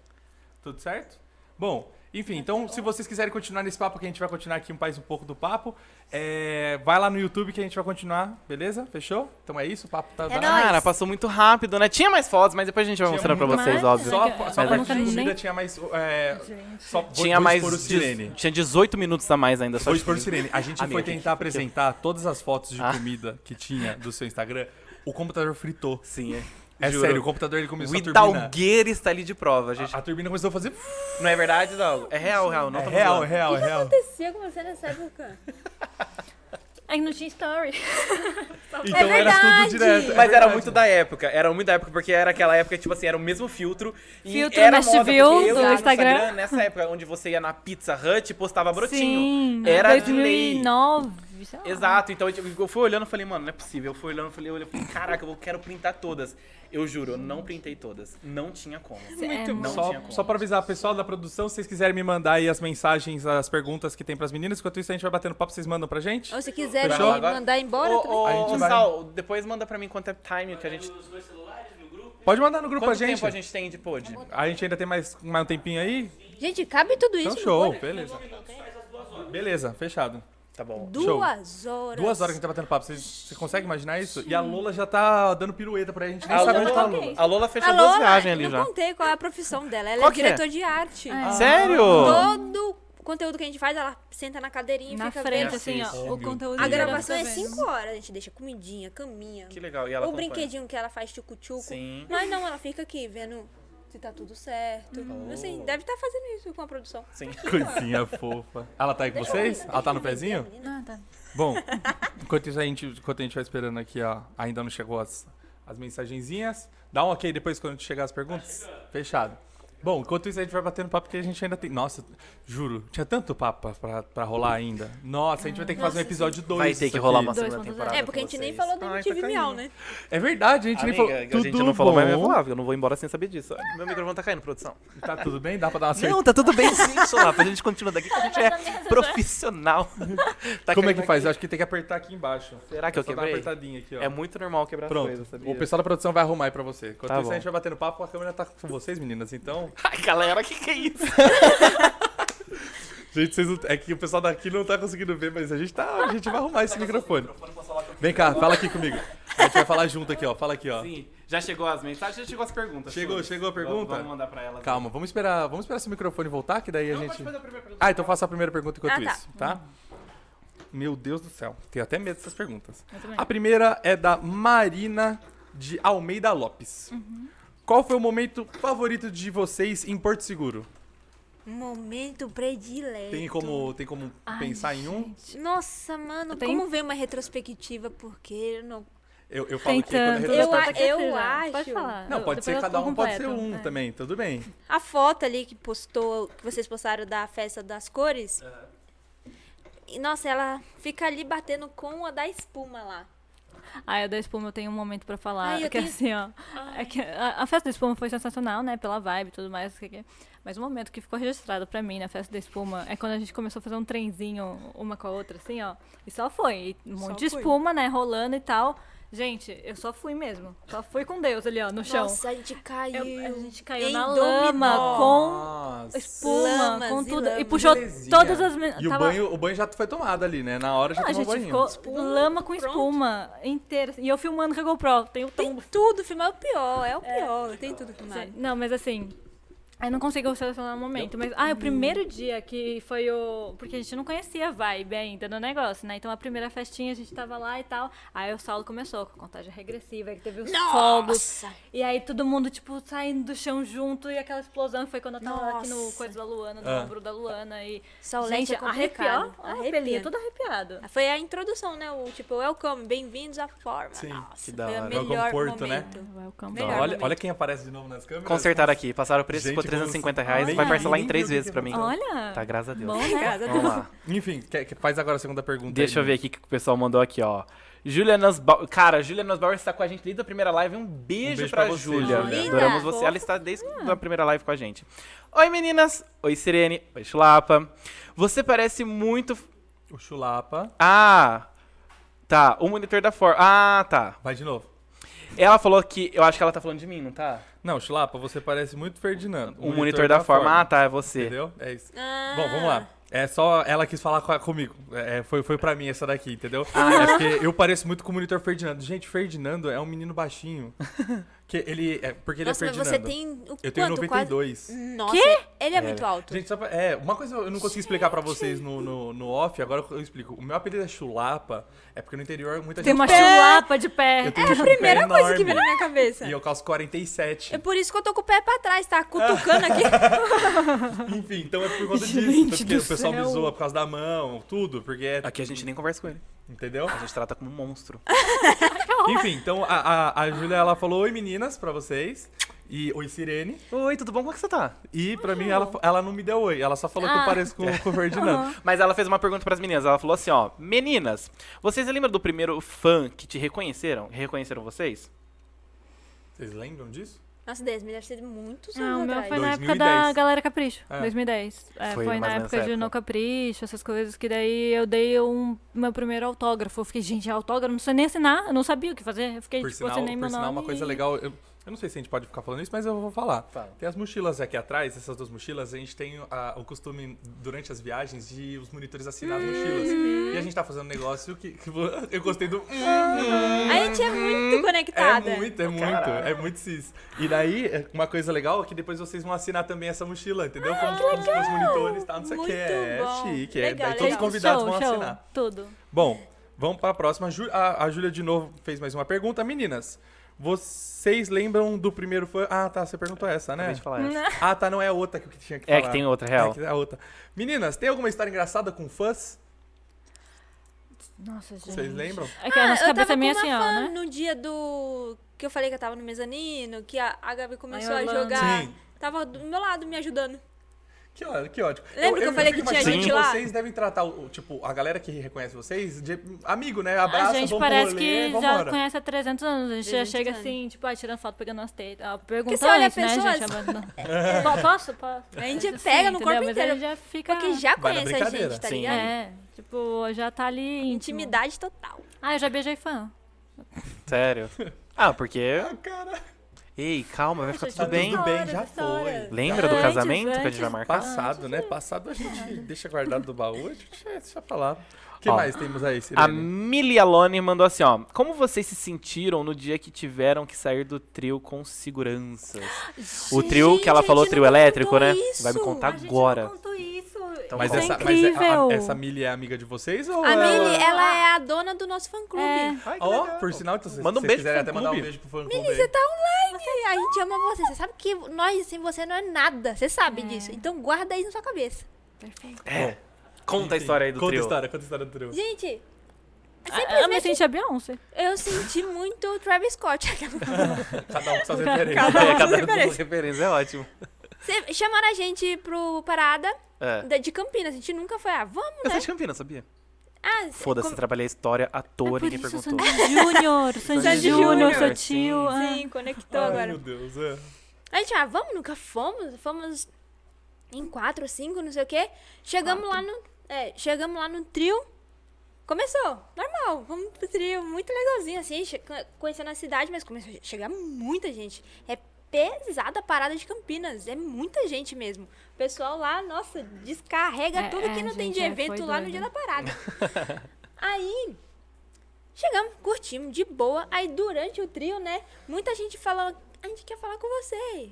[SPEAKER 3] Tudo certo? Bom, enfim, então se vocês quiserem continuar nesse papo, que a gente vai continuar aqui mais um pouco do papo, é, vai lá no YouTube que a gente vai continuar, beleza? Fechou? Então é isso, o papo tá
[SPEAKER 4] É
[SPEAKER 3] dado.
[SPEAKER 2] Cara,
[SPEAKER 4] nóis.
[SPEAKER 2] passou muito rápido, né? Tinha mais fotos, mas depois a gente vai
[SPEAKER 3] Tinha
[SPEAKER 2] mostrar pra
[SPEAKER 3] muito
[SPEAKER 2] vocês,
[SPEAKER 5] mais.
[SPEAKER 2] óbvio.
[SPEAKER 3] é Só,
[SPEAKER 5] Mas
[SPEAKER 3] só a
[SPEAKER 2] eu
[SPEAKER 3] parte de
[SPEAKER 5] nunca
[SPEAKER 3] comida
[SPEAKER 5] nem-
[SPEAKER 3] tinha mais. é, só- vou-
[SPEAKER 2] Tinha
[SPEAKER 3] vou
[SPEAKER 2] mais.
[SPEAKER 3] expor o
[SPEAKER 2] de-
[SPEAKER 3] Sirene.
[SPEAKER 2] Tinha 18 minutos a mais ainda só.
[SPEAKER 3] Vou
[SPEAKER 2] de
[SPEAKER 3] expor o
[SPEAKER 2] comida.
[SPEAKER 3] Sirene. A gente
[SPEAKER 2] Amigo,
[SPEAKER 3] foi
[SPEAKER 2] que-
[SPEAKER 3] tentar apresentar todas as fotos de comida que tinha do seu Instagram. O computador fritou.
[SPEAKER 2] Sim, é.
[SPEAKER 3] É
[SPEAKER 2] Juro.
[SPEAKER 3] sério, o computador ele
[SPEAKER 2] O
[SPEAKER 3] começou a turbinar.
[SPEAKER 2] Italgueira está ali de prova, gente.
[SPEAKER 3] A turbina começou a fazer.
[SPEAKER 2] Não é verdade, Dalgo? É real, real. Não
[SPEAKER 3] É
[SPEAKER 2] tô
[SPEAKER 3] real, é
[SPEAKER 2] zoando.
[SPEAKER 3] real, é real.
[SPEAKER 4] acontecia com você nessa época?
[SPEAKER 5] Aí não tinha story.
[SPEAKER 3] Então era tudo
[SPEAKER 4] verdade.
[SPEAKER 3] direto.
[SPEAKER 2] Mas
[SPEAKER 3] É
[SPEAKER 2] era
[SPEAKER 3] verdade.
[SPEAKER 2] muito da época, era muito da época, porque era aquela época, tipo assim, era o mesmo filtro. E
[SPEAKER 5] Filtro
[SPEAKER 2] era
[SPEAKER 5] Nest
[SPEAKER 2] moda, porque
[SPEAKER 5] View
[SPEAKER 2] eu ia
[SPEAKER 5] do
[SPEAKER 2] no
[SPEAKER 5] Instagram.
[SPEAKER 2] Nessa época, onde você ia na Pizza Hut e postava brotinho.
[SPEAKER 5] Sim.
[SPEAKER 2] Era de lei.
[SPEAKER 5] 2009, sei lá.
[SPEAKER 2] Exato, então eu eu fui olhando e falei, mano, não é possível. Eu fui olhando e falei, olha, caraca, eu quero printar todas. Eu juro, eu não printei todas. Não tinha como.
[SPEAKER 5] Muito
[SPEAKER 2] não tinha
[SPEAKER 3] Só,
[SPEAKER 2] como.
[SPEAKER 3] só pra avisar, pessoal da produção, se vocês quiserem me mandar aí as mensagens, as perguntas que tem pras meninas, enquanto isso a gente vai batendo papo, vocês mandam pra gente?
[SPEAKER 4] Ou Então, se quiser
[SPEAKER 3] Fechou?
[SPEAKER 4] me mandar embora,
[SPEAKER 2] Ô,
[SPEAKER 4] também.
[SPEAKER 2] ô,
[SPEAKER 3] A gente
[SPEAKER 2] ô,
[SPEAKER 3] vai-
[SPEAKER 2] Sal, depois manda pra mim quanto é time que a gente.
[SPEAKER 6] Os dois celulares no grupo?
[SPEAKER 3] Pode mandar no grupo
[SPEAKER 2] Quanto
[SPEAKER 3] a gente.
[SPEAKER 2] tempo a gente tem de pod?
[SPEAKER 5] Tá
[SPEAKER 3] A gente ainda tem mais, mais um tempinho aí?
[SPEAKER 4] Gente, cabe tudo isso
[SPEAKER 3] Então
[SPEAKER 4] no
[SPEAKER 3] show,
[SPEAKER 4] bolha?
[SPEAKER 3] beleza. Beleza, fechado.
[SPEAKER 2] Tá bom.
[SPEAKER 4] Duas horas.
[SPEAKER 3] Duas horas que a gente tá batendo papo, você, você consegue imaginar isso? E a Lola já tá dando pirueta pra gente, nem
[SPEAKER 2] A
[SPEAKER 3] sabe
[SPEAKER 2] Lola,
[SPEAKER 3] onde tá a Lola.
[SPEAKER 2] a Lola fechou
[SPEAKER 4] A
[SPEAKER 2] duas
[SPEAKER 4] Lola,
[SPEAKER 2] viagens ali
[SPEAKER 4] não
[SPEAKER 2] já.
[SPEAKER 4] contei qual é a profissão dela. Ela
[SPEAKER 2] Qual
[SPEAKER 4] é
[SPEAKER 2] que é?
[SPEAKER 4] diretora de arte.
[SPEAKER 2] Sério?
[SPEAKER 4] Todo o conteúdo que a gente faz, ela senta na cadeirinha e
[SPEAKER 5] Na
[SPEAKER 4] fica
[SPEAKER 5] frente,
[SPEAKER 4] vendo.
[SPEAKER 5] assim,
[SPEAKER 3] É,
[SPEAKER 5] ó. Tá O conteúdo
[SPEAKER 4] A
[SPEAKER 5] inteiro
[SPEAKER 4] gravação é
[SPEAKER 5] fica vendo.
[SPEAKER 4] cinco horas. A gente deixa comidinha, caminha.
[SPEAKER 2] Que legal. E ela
[SPEAKER 4] o
[SPEAKER 2] acompanha.
[SPEAKER 4] brinquedinho assim. que ela faz tchucu-tchucu.
[SPEAKER 2] Sim.
[SPEAKER 4] Mas não, ela fica aqui vendo se tá tudo certo.
[SPEAKER 2] Hum.
[SPEAKER 4] Assim, deve estar fazendo isso com a produção.
[SPEAKER 2] Sim.
[SPEAKER 3] Coisinha fofa. Ela tá aí com vocês? Ela tá no pezinho?
[SPEAKER 5] Ah, tá.
[SPEAKER 3] Bom, enquanto isso a gente, enquanto a gente vai esperando aqui, ó, ainda não chegou as, as mensagenzinhas. Dá um ok depois quando chegar as perguntas? Fechado. Bom, enquanto isso a gente vai batendo papo porque a gente ainda tem. Nossa, juro, tinha tanto papo pra- pra, pra rolar ainda. Nossa, a gente vai ter que fazer um episódio 2.
[SPEAKER 2] Vai ter que rolar uma
[SPEAKER 5] Dois
[SPEAKER 2] segunda
[SPEAKER 5] pontos
[SPEAKER 2] temporada.
[SPEAKER 5] zero.
[SPEAKER 4] É, porque a gente nem
[SPEAKER 2] com vocês.
[SPEAKER 4] falou
[SPEAKER 2] Ai,
[SPEAKER 4] da MTV
[SPEAKER 2] tá
[SPEAKER 4] Miau,
[SPEAKER 2] caindo.
[SPEAKER 4] né?
[SPEAKER 3] É verdade, a gente
[SPEAKER 2] Amiga,
[SPEAKER 3] nem falou.
[SPEAKER 2] a gente
[SPEAKER 3] Tudo
[SPEAKER 2] não falou, mas eu
[SPEAKER 3] bom?
[SPEAKER 2] falava. Eu não vou embora sem saber disso. Meu microfone tá caindo, produção.
[SPEAKER 3] Tá tudo bem? Dá pra dar uma certeza?
[SPEAKER 2] Não, tá tudo bem sim, Solapa. A gente continua daqui que a gente é profissional. Tá
[SPEAKER 3] Como é
[SPEAKER 2] caindo
[SPEAKER 3] que faz?
[SPEAKER 2] aqui.
[SPEAKER 3] Eu acho que tem que apertar aqui embaixo.
[SPEAKER 2] Será que eu
[SPEAKER 3] Só dá uma
[SPEAKER 2] quebrei?
[SPEAKER 3] apertadinha aqui, ó.
[SPEAKER 2] É muito normal quebrar as
[SPEAKER 3] Pronto.
[SPEAKER 2] coisas, sabia?
[SPEAKER 3] O pessoal da produção vai arrumar aí pra você. Enquanto
[SPEAKER 2] Tá
[SPEAKER 3] isso,
[SPEAKER 2] bom.
[SPEAKER 3] a gente vai batendo papo, a câmera tá com vocês, meninas. Então.
[SPEAKER 2] Ai, galera, que que é isso?
[SPEAKER 3] Gente, vocês não- É que o pessoal daqui não tá conseguindo ver, mas a gente tá. A gente vai arrumar esse microfone. Vem cá, fala aqui comigo. A gente vai falar junto aqui, ó. Fala aqui, ó.
[SPEAKER 2] Sim, já chegou as mensagens, já chegou as perguntas.
[SPEAKER 3] Chegou,
[SPEAKER 2] Foda-se.
[SPEAKER 3] chegou a pergunta?
[SPEAKER 2] Vamos mandar pra elas.
[SPEAKER 3] Calma, vamos esperar. Vamos esperar esse microfone voltar, que daí a
[SPEAKER 2] Não,
[SPEAKER 3] gente.
[SPEAKER 2] pode fazer a primeira pergunta.
[SPEAKER 3] Ah, então faça a primeira pergunta enquanto
[SPEAKER 4] Ah, tá.
[SPEAKER 3] isso, tá? Meu Deus do céu, tenho até medo dessas perguntas.
[SPEAKER 5] também.
[SPEAKER 3] A primeira é da Marina de Almeida Lopes. Qual foi o momento favorito de vocês em Porto Seguro?
[SPEAKER 4] Momento predileto.
[SPEAKER 3] Tem como, tem como
[SPEAKER 5] Ai,
[SPEAKER 3] pensar em um?
[SPEAKER 4] Nossa, mano,
[SPEAKER 5] Tem-
[SPEAKER 4] como ver uma retrospectiva? Porque eu não.
[SPEAKER 3] Eu, eu falo
[SPEAKER 5] Tem
[SPEAKER 3] que quando é
[SPEAKER 5] tanto.
[SPEAKER 3] retrospectiva-
[SPEAKER 4] Eu- eu acho-
[SPEAKER 5] Pode falar.
[SPEAKER 3] Não,
[SPEAKER 5] Eu-
[SPEAKER 3] pode ser
[SPEAKER 5] depois eu
[SPEAKER 3] cada um, pode ser
[SPEAKER 5] completo.
[SPEAKER 3] um
[SPEAKER 5] É.
[SPEAKER 3] também, tudo bem.
[SPEAKER 4] A foto ali que postou, que vocês postaram da festa das cores. E, nossa, ela fica ali batendo com a da espuma lá.
[SPEAKER 5] Ai, a da Espuma eu tenho um momento pra falar.
[SPEAKER 4] Ai, eu
[SPEAKER 5] que
[SPEAKER 4] tenho-
[SPEAKER 5] assim, ó. é que a, a festa da Espuma foi sensacional, né? Pela vibe e tudo mais. não sei o quê. Mas o momento que ficou registrado pra mim na festa da Espuma é quando a gente começou a fazer um trenzinho uma com a outra, assim, ó. E só foi. E um monte de
[SPEAKER 7] fui.
[SPEAKER 5] espuma, né? Rolando e tal. Gente, eu só fui mesmo. Só fui com Deus ali, ó, no chão.
[SPEAKER 7] Nossa, a gente caiu.
[SPEAKER 5] Eu- a gente caiu
[SPEAKER 7] Em
[SPEAKER 5] na
[SPEAKER 7] dominó.
[SPEAKER 5] lama Tá com
[SPEAKER 3] Nossa.
[SPEAKER 5] espuma,
[SPEAKER 4] Lamas
[SPEAKER 5] com
[SPEAKER 4] e
[SPEAKER 5] tudo. E,
[SPEAKER 4] lamas.
[SPEAKER 5] puxou
[SPEAKER 3] Belezinha.
[SPEAKER 5] todas as meninas.
[SPEAKER 3] E o banho, o banho já foi tomado ali, né? Na hora já
[SPEAKER 5] a
[SPEAKER 3] tomou
[SPEAKER 5] gente
[SPEAKER 3] banho.
[SPEAKER 5] ficou
[SPEAKER 7] Espuma,
[SPEAKER 5] lama com
[SPEAKER 7] pronto.
[SPEAKER 5] espuma inteira. assim, E eu filmando com a GoPro. Tem um o
[SPEAKER 4] Tem
[SPEAKER 5] tombo.
[SPEAKER 4] tudo filmado, é o pior, é o pior. Tem tudo filmado.
[SPEAKER 5] Não, mas assim. Eu não consigo selecionar o momento, mas. Ah, o primeiro dia que foi o. Porque a gente não conhecia a vibe ainda do negócio, né? Então a primeira festinha a gente tava lá e tal. Aí o Saulo começou com a contagem regressiva, aí teve os fogos.
[SPEAKER 7] Nossa!
[SPEAKER 5] E aí todo mundo, tipo, saindo do chão junto e aquela explosão que foi quando eu tava aqui no
[SPEAKER 4] Nossa.
[SPEAKER 5] coisa da Luana, no
[SPEAKER 3] Ah.
[SPEAKER 5] ombro da Luana. E.
[SPEAKER 4] Saulete
[SPEAKER 5] gente,
[SPEAKER 4] é complicado.
[SPEAKER 5] arrepiou. Arrepiou, é
[SPEAKER 4] Arrepia. Ah,
[SPEAKER 5] todo arrepiado.
[SPEAKER 4] Foi a introdução, né? O tipo, welcome, bem-vindos à forma.
[SPEAKER 3] Sim,
[SPEAKER 4] Nossa,
[SPEAKER 2] que da
[SPEAKER 4] foi
[SPEAKER 2] hora.
[SPEAKER 4] o
[SPEAKER 3] Welcome
[SPEAKER 4] melhor
[SPEAKER 3] Porto, né?
[SPEAKER 4] momento.
[SPEAKER 5] Welcome.
[SPEAKER 4] Melhor
[SPEAKER 3] Olha,
[SPEAKER 4] momento.
[SPEAKER 3] olha quem aparece de novo nas câmeras.
[SPEAKER 2] Consertaram aqui, passaram o preço,
[SPEAKER 3] Gente,
[SPEAKER 2] ficou 350 reais,
[SPEAKER 5] vamos-
[SPEAKER 2] vai parcelar em três
[SPEAKER 3] Olha.
[SPEAKER 2] vezes pra mim.
[SPEAKER 5] Olha.
[SPEAKER 2] Tá, graças a Deus.
[SPEAKER 5] Bom, né?
[SPEAKER 2] Vamos lá.
[SPEAKER 3] Enfim, quer- quer- faz agora a segunda pergunta.
[SPEAKER 2] Deixa
[SPEAKER 3] aí,
[SPEAKER 2] eu ver aqui o que o pessoal mandou aqui, ó. Julia Nussbauer. Cara, Julia Nussbauer está com a gente desde a primeira live. Um beijo,
[SPEAKER 3] Um beijo
[SPEAKER 2] pra,
[SPEAKER 3] pra você,
[SPEAKER 2] Julia.
[SPEAKER 3] Julia.
[SPEAKER 2] Adoramos você. Ela está desde a primeira live com a gente. Oi, meninas. Oi, Sirene. Oi, Chulapa. Você parece muito.
[SPEAKER 3] O Chulapa.
[SPEAKER 2] Ah! Tá, o monitor da For. Ah, tá.
[SPEAKER 3] Vai de novo.
[SPEAKER 2] Ela falou que. Eu acho que ela tá falando de mim, não tá?
[SPEAKER 3] Não, Chulapa, você parece muito Ferdinando.
[SPEAKER 2] O monitor, da, forma. Ah, tá, é você.
[SPEAKER 3] Entendeu? É isso.
[SPEAKER 4] Ah.
[SPEAKER 3] Bom, vamos lá. É só ela quis falar com a- comigo. É, é, foi, foi pra mim essa daqui, entendeu?
[SPEAKER 2] Ah,
[SPEAKER 3] É porque eu pareço muito com o monitor Ferdinando. Gente, Ferdinando é um menino baixinho. Que ele é, porque ele
[SPEAKER 4] Nossa,
[SPEAKER 3] é
[SPEAKER 4] mas
[SPEAKER 3] Ferdinando.
[SPEAKER 4] você tem o
[SPEAKER 3] Eu tenho
[SPEAKER 4] quanto?
[SPEAKER 3] 92.
[SPEAKER 4] Quase... Nossa, ele é, muito alto.
[SPEAKER 3] Gente, só pra, é, uma coisa eu não consegui explicar pra vocês no, no, no off, agora eu explico. O meu apelido é chulapa, é porque no interior muita
[SPEAKER 5] Tem
[SPEAKER 3] gente
[SPEAKER 5] uma
[SPEAKER 3] fala-
[SPEAKER 5] chulapa de pé.
[SPEAKER 3] Eu tenho um chulapa
[SPEAKER 4] É Primeira coisa que
[SPEAKER 3] enorme.
[SPEAKER 4] veio na minha cabeça.
[SPEAKER 3] E eu calço 47.
[SPEAKER 4] É por isso que eu tô com o pé pra trás, tá? Cutucando aqui.
[SPEAKER 3] Enfim, então é por conta disso.
[SPEAKER 5] Gente
[SPEAKER 3] Porque
[SPEAKER 5] do
[SPEAKER 3] o pessoal me
[SPEAKER 5] céu.
[SPEAKER 3] zoa por causa da mão, tudo, porque é.
[SPEAKER 2] Aqui a gente nem conversa com ele.
[SPEAKER 3] Entendeu?
[SPEAKER 2] A gente trata como um monstro.
[SPEAKER 3] Enfim, então a, a, a Júlia ela falou oi meninas pra vocês. E oi Sirene.
[SPEAKER 2] Oi, tudo bom? Como é que você tá?
[SPEAKER 3] E pra mim ela, ela não me deu oi, ela só falou que eu
[SPEAKER 5] Ah.
[SPEAKER 3] pareço com, com o Ferdinando.
[SPEAKER 2] Mas ela fez uma pergunta pras meninas. Ela falou assim, ó: "Meninas, vocês lembram do primeiro fã que te reconheceram? Reconheceram vocês?"
[SPEAKER 3] Vocês lembram disso?
[SPEAKER 4] Nossa, 10 deve ser muitos
[SPEAKER 5] Não, Ah, o
[SPEAKER 4] anos
[SPEAKER 5] meu
[SPEAKER 4] atrás.
[SPEAKER 5] foi na época
[SPEAKER 3] 2010.
[SPEAKER 5] da Galera Capricho,
[SPEAKER 3] É.
[SPEAKER 5] 2010. É,
[SPEAKER 2] Foi
[SPEAKER 5] foi
[SPEAKER 2] mais ou
[SPEAKER 5] na
[SPEAKER 2] menos
[SPEAKER 5] época de
[SPEAKER 2] essa
[SPEAKER 5] No
[SPEAKER 2] época.
[SPEAKER 5] Capricho, essas coisas, que daí eu dei um, meu primeiro autógrafo. Eu fiquei, gente, é autógrafo, não sei nem assinar, eu não sabia o que fazer. Eu fiquei,
[SPEAKER 3] Por
[SPEAKER 5] tipo,
[SPEAKER 3] sinal,
[SPEAKER 5] assinei
[SPEAKER 3] por
[SPEAKER 5] meu
[SPEAKER 3] sinal é
[SPEAKER 5] nome
[SPEAKER 3] uma coisa
[SPEAKER 5] e-
[SPEAKER 3] legal. Eu, eu não sei se a gente pode ficar falando isso, mas eu vou falar.
[SPEAKER 2] Fala.
[SPEAKER 3] Tem as mochilas aqui atrás, essas duas mochilas, a gente tem ah, o costume, durante as viagens, de os monitores
[SPEAKER 5] Hum.
[SPEAKER 3] assinar as mochilas. E a gente tá fazendo um negócio que, que vo- eu gostei do. hum,
[SPEAKER 4] A gente é
[SPEAKER 2] Uhum.
[SPEAKER 4] muito
[SPEAKER 3] É
[SPEAKER 4] conectada.
[SPEAKER 3] muito, é muito, é muito cis. E daí, é, uma coisa legal é que depois vocês vão assinar também essa mochila, entendeu? Como, como se fossem monitores e tal, não sei o que.
[SPEAKER 4] Ah, Muito
[SPEAKER 3] É
[SPEAKER 4] bom.
[SPEAKER 3] chique, é.
[SPEAKER 4] Legal,
[SPEAKER 3] daí todos os
[SPEAKER 4] legal.
[SPEAKER 3] convidados
[SPEAKER 5] um show,
[SPEAKER 3] vão
[SPEAKER 5] show,
[SPEAKER 3] assinar.
[SPEAKER 5] Tudo.
[SPEAKER 3] Bom, vamos para a próxima. Ju- A, a Júlia de novo fez mais uma pergunta. Meninas, vocês lembram do primeiro fã? Ah, tá, você perguntou essa, né?
[SPEAKER 2] Acabei de falar essa.
[SPEAKER 3] Ah, tá, não é a outra que eu tinha que
[SPEAKER 2] É
[SPEAKER 3] falar.
[SPEAKER 2] que tem outra real.
[SPEAKER 3] É que é a outra. Meninas, tem alguma história engraçada com fãs?
[SPEAKER 5] Nossa, gente.
[SPEAKER 3] Vocês lembram?
[SPEAKER 5] É que a nossa
[SPEAKER 4] Ah, eu tava
[SPEAKER 5] cabeça é
[SPEAKER 4] com
[SPEAKER 5] meio
[SPEAKER 4] uma
[SPEAKER 5] assim, ó,
[SPEAKER 4] fã
[SPEAKER 5] né?
[SPEAKER 4] no dia do... Que eu falei que eu tava no mezanino, que a, a Gabi começou a
[SPEAKER 5] Yolanda.
[SPEAKER 4] jogar.
[SPEAKER 3] Sim.
[SPEAKER 4] Tava do meu lado, me ajudando.
[SPEAKER 3] Que, ó- que ótimo.
[SPEAKER 4] Lembra que eu falei
[SPEAKER 3] fico
[SPEAKER 4] que tinha
[SPEAKER 3] imaginando
[SPEAKER 4] gente lá?
[SPEAKER 3] Vocês devem tratar, o, o- tipo, a galera que reconhece vocês de amigo, né? Abraça,
[SPEAKER 5] a
[SPEAKER 3] vamos
[SPEAKER 5] gente
[SPEAKER 3] pro
[SPEAKER 5] parece
[SPEAKER 3] rolê,
[SPEAKER 5] que já
[SPEAKER 3] vambora.
[SPEAKER 5] conhece há 300 anos. A gente já
[SPEAKER 4] 300
[SPEAKER 5] chega
[SPEAKER 4] anos.
[SPEAKER 5] assim, tipo, ah, tirando foto, pegando as tetas. Ah,
[SPEAKER 4] você olha
[SPEAKER 5] perguntando, né,
[SPEAKER 4] pessoas-
[SPEAKER 5] gente? Abandona- Po- Posso? Posso?
[SPEAKER 4] A gente
[SPEAKER 5] Assim,
[SPEAKER 4] pega no
[SPEAKER 5] entendeu?
[SPEAKER 4] corpo
[SPEAKER 5] Mas
[SPEAKER 4] inteiro.
[SPEAKER 5] aí já fica...
[SPEAKER 4] Porque já
[SPEAKER 3] Vai na
[SPEAKER 4] conhece a
[SPEAKER 3] brincadeira.
[SPEAKER 4] gente, tá
[SPEAKER 2] Sim.
[SPEAKER 4] ligado?
[SPEAKER 5] É, tipo, já tá ali íntimo.
[SPEAKER 4] Intimidade total.
[SPEAKER 5] Ah, eu já beijei fã.
[SPEAKER 2] Sério? Ah, porque
[SPEAKER 3] Ah, cara.
[SPEAKER 2] Ei, calma, vai ficar
[SPEAKER 5] Gente,
[SPEAKER 2] tudo bem.
[SPEAKER 3] Tudo bem, já
[SPEAKER 4] história.
[SPEAKER 3] foi.
[SPEAKER 2] Lembra do
[SPEAKER 5] Antes,
[SPEAKER 2] casamento que a gente
[SPEAKER 5] antes.
[SPEAKER 2] vai marcar?
[SPEAKER 3] Passado, né? Passado a gente deixa guardado do baú, a gente deixa, deixa pra lá. O que
[SPEAKER 2] Ó,
[SPEAKER 3] mais temos aí,
[SPEAKER 2] A
[SPEAKER 3] Sirene?
[SPEAKER 2] Milly Alone mandou assim, ó. Como vocês se sentiram no dia que tiveram que sair do trio com seguranças? o trio que ela
[SPEAKER 4] Gente,
[SPEAKER 2] falou,
[SPEAKER 4] a gente
[SPEAKER 2] trio
[SPEAKER 4] não
[SPEAKER 2] elétrico,
[SPEAKER 4] contou
[SPEAKER 2] né?
[SPEAKER 4] isso.
[SPEAKER 2] Vai me contar
[SPEAKER 5] gente
[SPEAKER 2] agora.
[SPEAKER 5] não contou isso.
[SPEAKER 2] Então
[SPEAKER 3] Mas
[SPEAKER 2] Isso é
[SPEAKER 3] essa, mas é- a-
[SPEAKER 5] incrível.
[SPEAKER 3] a- essa Millie é amiga de vocês ou
[SPEAKER 4] Tá A
[SPEAKER 3] ela...
[SPEAKER 4] Mili, ela é a dona do nosso fã-clube.
[SPEAKER 5] É.
[SPEAKER 2] Ai, que
[SPEAKER 3] Ó,
[SPEAKER 2] legal.
[SPEAKER 3] por sinal, então, se
[SPEAKER 2] Manda um beijo
[SPEAKER 3] vocês
[SPEAKER 2] pro
[SPEAKER 3] quiserem até mandar um
[SPEAKER 2] fã-clube.
[SPEAKER 3] beijo pro fã clube.
[SPEAKER 4] Mili,
[SPEAKER 3] aí.
[SPEAKER 4] você tá online. A gente ama você. Você sabe que nós sem você não é nada. Você sabe disso. Então guarda isso na sua cabeça.
[SPEAKER 2] Conta a história aí do
[SPEAKER 3] é. Conta a
[SPEAKER 2] trio.
[SPEAKER 3] história, conta a história do trio.
[SPEAKER 4] Gente, é Ah,
[SPEAKER 5] Eu me senti Ah, a é Beyoncé.
[SPEAKER 4] eu senti muito o Travis Scott.
[SPEAKER 3] Cada um com suas referências.
[SPEAKER 2] É, cada um com referência, é ótimo.
[SPEAKER 4] Cê- Chamaram a gente pro Parada
[SPEAKER 2] É.
[SPEAKER 4] da- de Campinas. A gente nunca foi, ah, vamos,
[SPEAKER 2] Eu
[SPEAKER 4] né?
[SPEAKER 2] sou de Campinas, sabia?
[SPEAKER 4] Ah,
[SPEAKER 2] Foda-se, trabalhei a história à
[SPEAKER 4] É
[SPEAKER 2] toa, ninguém perguntou.
[SPEAKER 5] É Sandy Júnior,
[SPEAKER 4] Sandy
[SPEAKER 5] Sandy Júnior,
[SPEAKER 4] Júnior,
[SPEAKER 5] seu tio. ah.
[SPEAKER 4] Sim, conectou agora.
[SPEAKER 7] Meu Deus, é.
[SPEAKER 4] A gente, ah, vamos, nunca fomos, fomos em quatro, cinco, não sei o quê. Chegamos lá no. é, chegamos lá no trio. Começou, normal, vamos pro trio, muito legalzinho assim, che- co- conhecendo a cidade, mas começou a chegar muita gente. É pesada a parada de Campinas, é muita gente mesmo. O pessoal lá, nossa, descarrega
[SPEAKER 5] É,
[SPEAKER 4] tudo
[SPEAKER 5] é,
[SPEAKER 4] que não tem
[SPEAKER 5] gente,
[SPEAKER 4] de
[SPEAKER 5] é,
[SPEAKER 4] evento
[SPEAKER 5] foi
[SPEAKER 4] lá no
[SPEAKER 5] doido.
[SPEAKER 4] dia da parada. Aí, chegamos, curtimos, de boa. Aí, durante o trio, né, muita gente falava, a gente quer falar com você.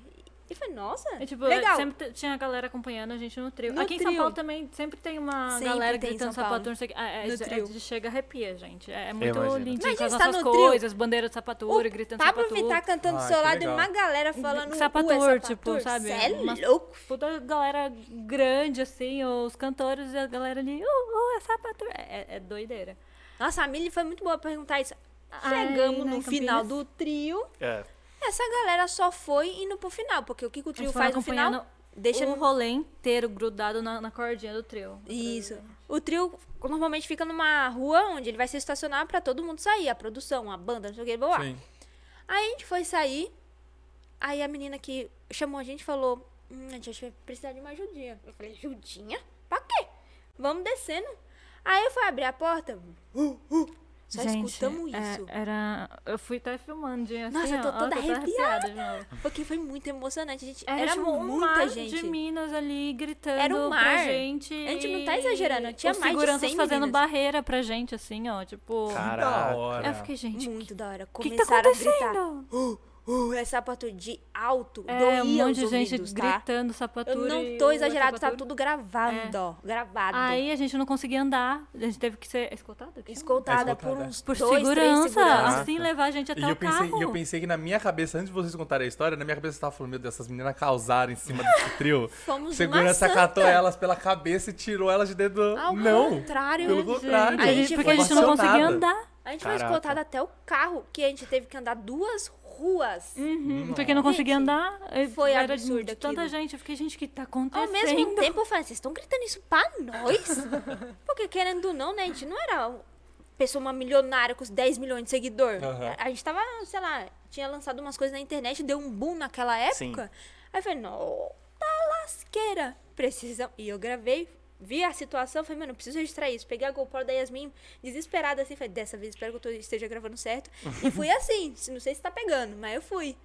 [SPEAKER 4] E foi, nossa,
[SPEAKER 5] É, tipo,
[SPEAKER 4] legal.
[SPEAKER 5] sempre t- tinha a galera acompanhando a gente no trio.
[SPEAKER 4] No
[SPEAKER 5] Aqui em São
[SPEAKER 4] trio.
[SPEAKER 5] Paulo também sempre tem uma
[SPEAKER 4] Sempre
[SPEAKER 5] galera
[SPEAKER 4] tem em
[SPEAKER 5] gritando
[SPEAKER 4] São Paulo.
[SPEAKER 5] sapatura, não sei o que. Ah, é,
[SPEAKER 4] No
[SPEAKER 5] isso- é,
[SPEAKER 4] trio.
[SPEAKER 5] de- chega arrepia, gente. É, é muito
[SPEAKER 2] imagino.
[SPEAKER 5] lindinho com
[SPEAKER 4] Imagina
[SPEAKER 5] as
[SPEAKER 4] você tá
[SPEAKER 5] nossas
[SPEAKER 4] no trio.
[SPEAKER 5] coisas, bandeira de sapatura, gritando
[SPEAKER 4] Pablo
[SPEAKER 5] sapatura.
[SPEAKER 4] Vittar cantando do
[SPEAKER 7] Ah,
[SPEAKER 4] seu
[SPEAKER 7] que
[SPEAKER 4] lado e
[SPEAKER 7] legal.
[SPEAKER 4] uma galera falando
[SPEAKER 5] Sapatur,
[SPEAKER 4] "Uh, é
[SPEAKER 5] Um tipo, sabe?
[SPEAKER 4] Cê é
[SPEAKER 5] Umas-
[SPEAKER 4] louco.
[SPEAKER 5] Toda a galera grande, assim, os cantores e a galera ali, uh, uh, é sapatura. É, é- é doideira.
[SPEAKER 4] Nossa, a Mili foi muito boa perguntar isso.
[SPEAKER 5] Ai,
[SPEAKER 4] Chegamos
[SPEAKER 5] né,
[SPEAKER 4] no
[SPEAKER 5] Campinas?
[SPEAKER 4] final do trio.
[SPEAKER 2] É.
[SPEAKER 4] Essa galera só foi indo pro final, porque o que que o trio
[SPEAKER 5] Eles foram
[SPEAKER 4] faz no final?
[SPEAKER 5] acompanhando
[SPEAKER 4] Deixa
[SPEAKER 5] o rolê inteiro grudado na, na cordinha do trio.
[SPEAKER 4] Isso. O trio normalmente fica numa rua onde ele vai se estacionar pra todo mundo sair, a produção, a banda, não sei o que, boa.
[SPEAKER 7] Sim.
[SPEAKER 4] Aí a gente foi sair. Aí a menina que chamou a gente falou: hum, a gente acho que vai precisar de uma ajudinha. Eu falei: ajudinha? Pra quê? Vamos descendo. Aí eu fui abrir a porta. Uh, uh, só
[SPEAKER 5] Gente,
[SPEAKER 4] escutamos
[SPEAKER 5] é,
[SPEAKER 4] isso.
[SPEAKER 5] era... Eu fui até filmando, gente, assim,
[SPEAKER 4] Nossa, eu tô
[SPEAKER 5] ó,
[SPEAKER 4] toda
[SPEAKER 5] tô arrepiada. de novo.
[SPEAKER 4] Porque foi muito emocionante. A gente,
[SPEAKER 5] é. Era,
[SPEAKER 4] era
[SPEAKER 5] tipo, um
[SPEAKER 4] muita
[SPEAKER 5] mar
[SPEAKER 4] gente.
[SPEAKER 5] de minas ali gritando
[SPEAKER 4] Era um mar.
[SPEAKER 5] pra gente.
[SPEAKER 4] A gente não
[SPEAKER 5] e
[SPEAKER 4] tá exagerando, tinha
[SPEAKER 5] os
[SPEAKER 4] mais de
[SPEAKER 5] seguranças
[SPEAKER 4] 100
[SPEAKER 5] fazendo
[SPEAKER 4] meninas.
[SPEAKER 5] barreira pra gente, assim, ó. Tipo,
[SPEAKER 4] Tá
[SPEAKER 2] Caraca.
[SPEAKER 7] Da hora.
[SPEAKER 4] É
[SPEAKER 5] eu fiquei, gente,
[SPEAKER 4] Muito da hora.
[SPEAKER 5] o que, que tá
[SPEAKER 4] Começaram a gritar.
[SPEAKER 5] acontecendo?
[SPEAKER 4] Uh, é sapato de alto.
[SPEAKER 5] É, um
[SPEAKER 4] doía
[SPEAKER 5] monte de
[SPEAKER 4] os
[SPEAKER 5] gente
[SPEAKER 4] ouvidos, tá?
[SPEAKER 5] gritando, sapatura.
[SPEAKER 4] Eu
[SPEAKER 5] e
[SPEAKER 4] não tô
[SPEAKER 5] o
[SPEAKER 4] exagerado, tá
[SPEAKER 5] sapatura.
[SPEAKER 4] tudo gravando,
[SPEAKER 5] É.
[SPEAKER 4] ó. Gravado.
[SPEAKER 5] Aí a gente não conseguia andar, a gente teve que ser escoltada? que chama?
[SPEAKER 4] escoltada
[SPEAKER 7] É
[SPEAKER 4] por
[SPEAKER 7] escoltada.
[SPEAKER 4] uns
[SPEAKER 5] Por
[SPEAKER 4] dois, três seguranças.
[SPEAKER 5] segurança, assim levar a gente até
[SPEAKER 7] E
[SPEAKER 5] o
[SPEAKER 7] eu, pensei,
[SPEAKER 5] carro.
[SPEAKER 7] e eu pensei que na minha cabeça, antes de vocês contarem a história, na minha cabeça eu tava falando, meu Deus, essas meninas causaram em cima desse trio.
[SPEAKER 4] Fomos
[SPEAKER 7] Segurança
[SPEAKER 4] uma
[SPEAKER 7] catou
[SPEAKER 4] santa.
[SPEAKER 7] elas pela cabeça e tirou elas de dentro do...
[SPEAKER 5] Ah,
[SPEAKER 4] Ao
[SPEAKER 7] não!
[SPEAKER 4] contrário,
[SPEAKER 7] Pelo contrário.
[SPEAKER 4] A gente
[SPEAKER 5] porque a
[SPEAKER 4] foi
[SPEAKER 5] gente não
[SPEAKER 7] ovacionada.
[SPEAKER 5] conseguia andar.
[SPEAKER 4] A gente foi
[SPEAKER 2] Caraca.
[SPEAKER 4] escoltada até o carro, que a gente teve que andar duas ruas.
[SPEAKER 5] Uhum, porque não conseguia
[SPEAKER 4] Gente,
[SPEAKER 5] andar. eh,
[SPEAKER 4] foi
[SPEAKER 5] era
[SPEAKER 4] absurdo
[SPEAKER 5] de tanta
[SPEAKER 4] aquilo.
[SPEAKER 5] gente. Eu fiquei, gente, o que tá
[SPEAKER 4] Ao
[SPEAKER 5] acontecendo?
[SPEAKER 4] mesmo tempo, eu falei, vocês estão gritando isso pra nós? Porque querendo ou não, né, a gente não era uma pessoa uma milionária com os 10 milhões de seguidor.
[SPEAKER 7] Aham.
[SPEAKER 4] A gente tava, sei lá, tinha lançado umas coisas na internet, deu um boom naquela
[SPEAKER 2] Sim.
[SPEAKER 4] época. Aí eu falei, não, tá lasqueira, precisa. E eu gravei, vi a situação, falei, mano, eu preciso registrar isso. Peguei a GoPro da Yasmin, desesperada assim, falei, dessa vez espero que eu tô- esteja gravando certo. E fui assim, não sei se tá pegando, mas eu fui.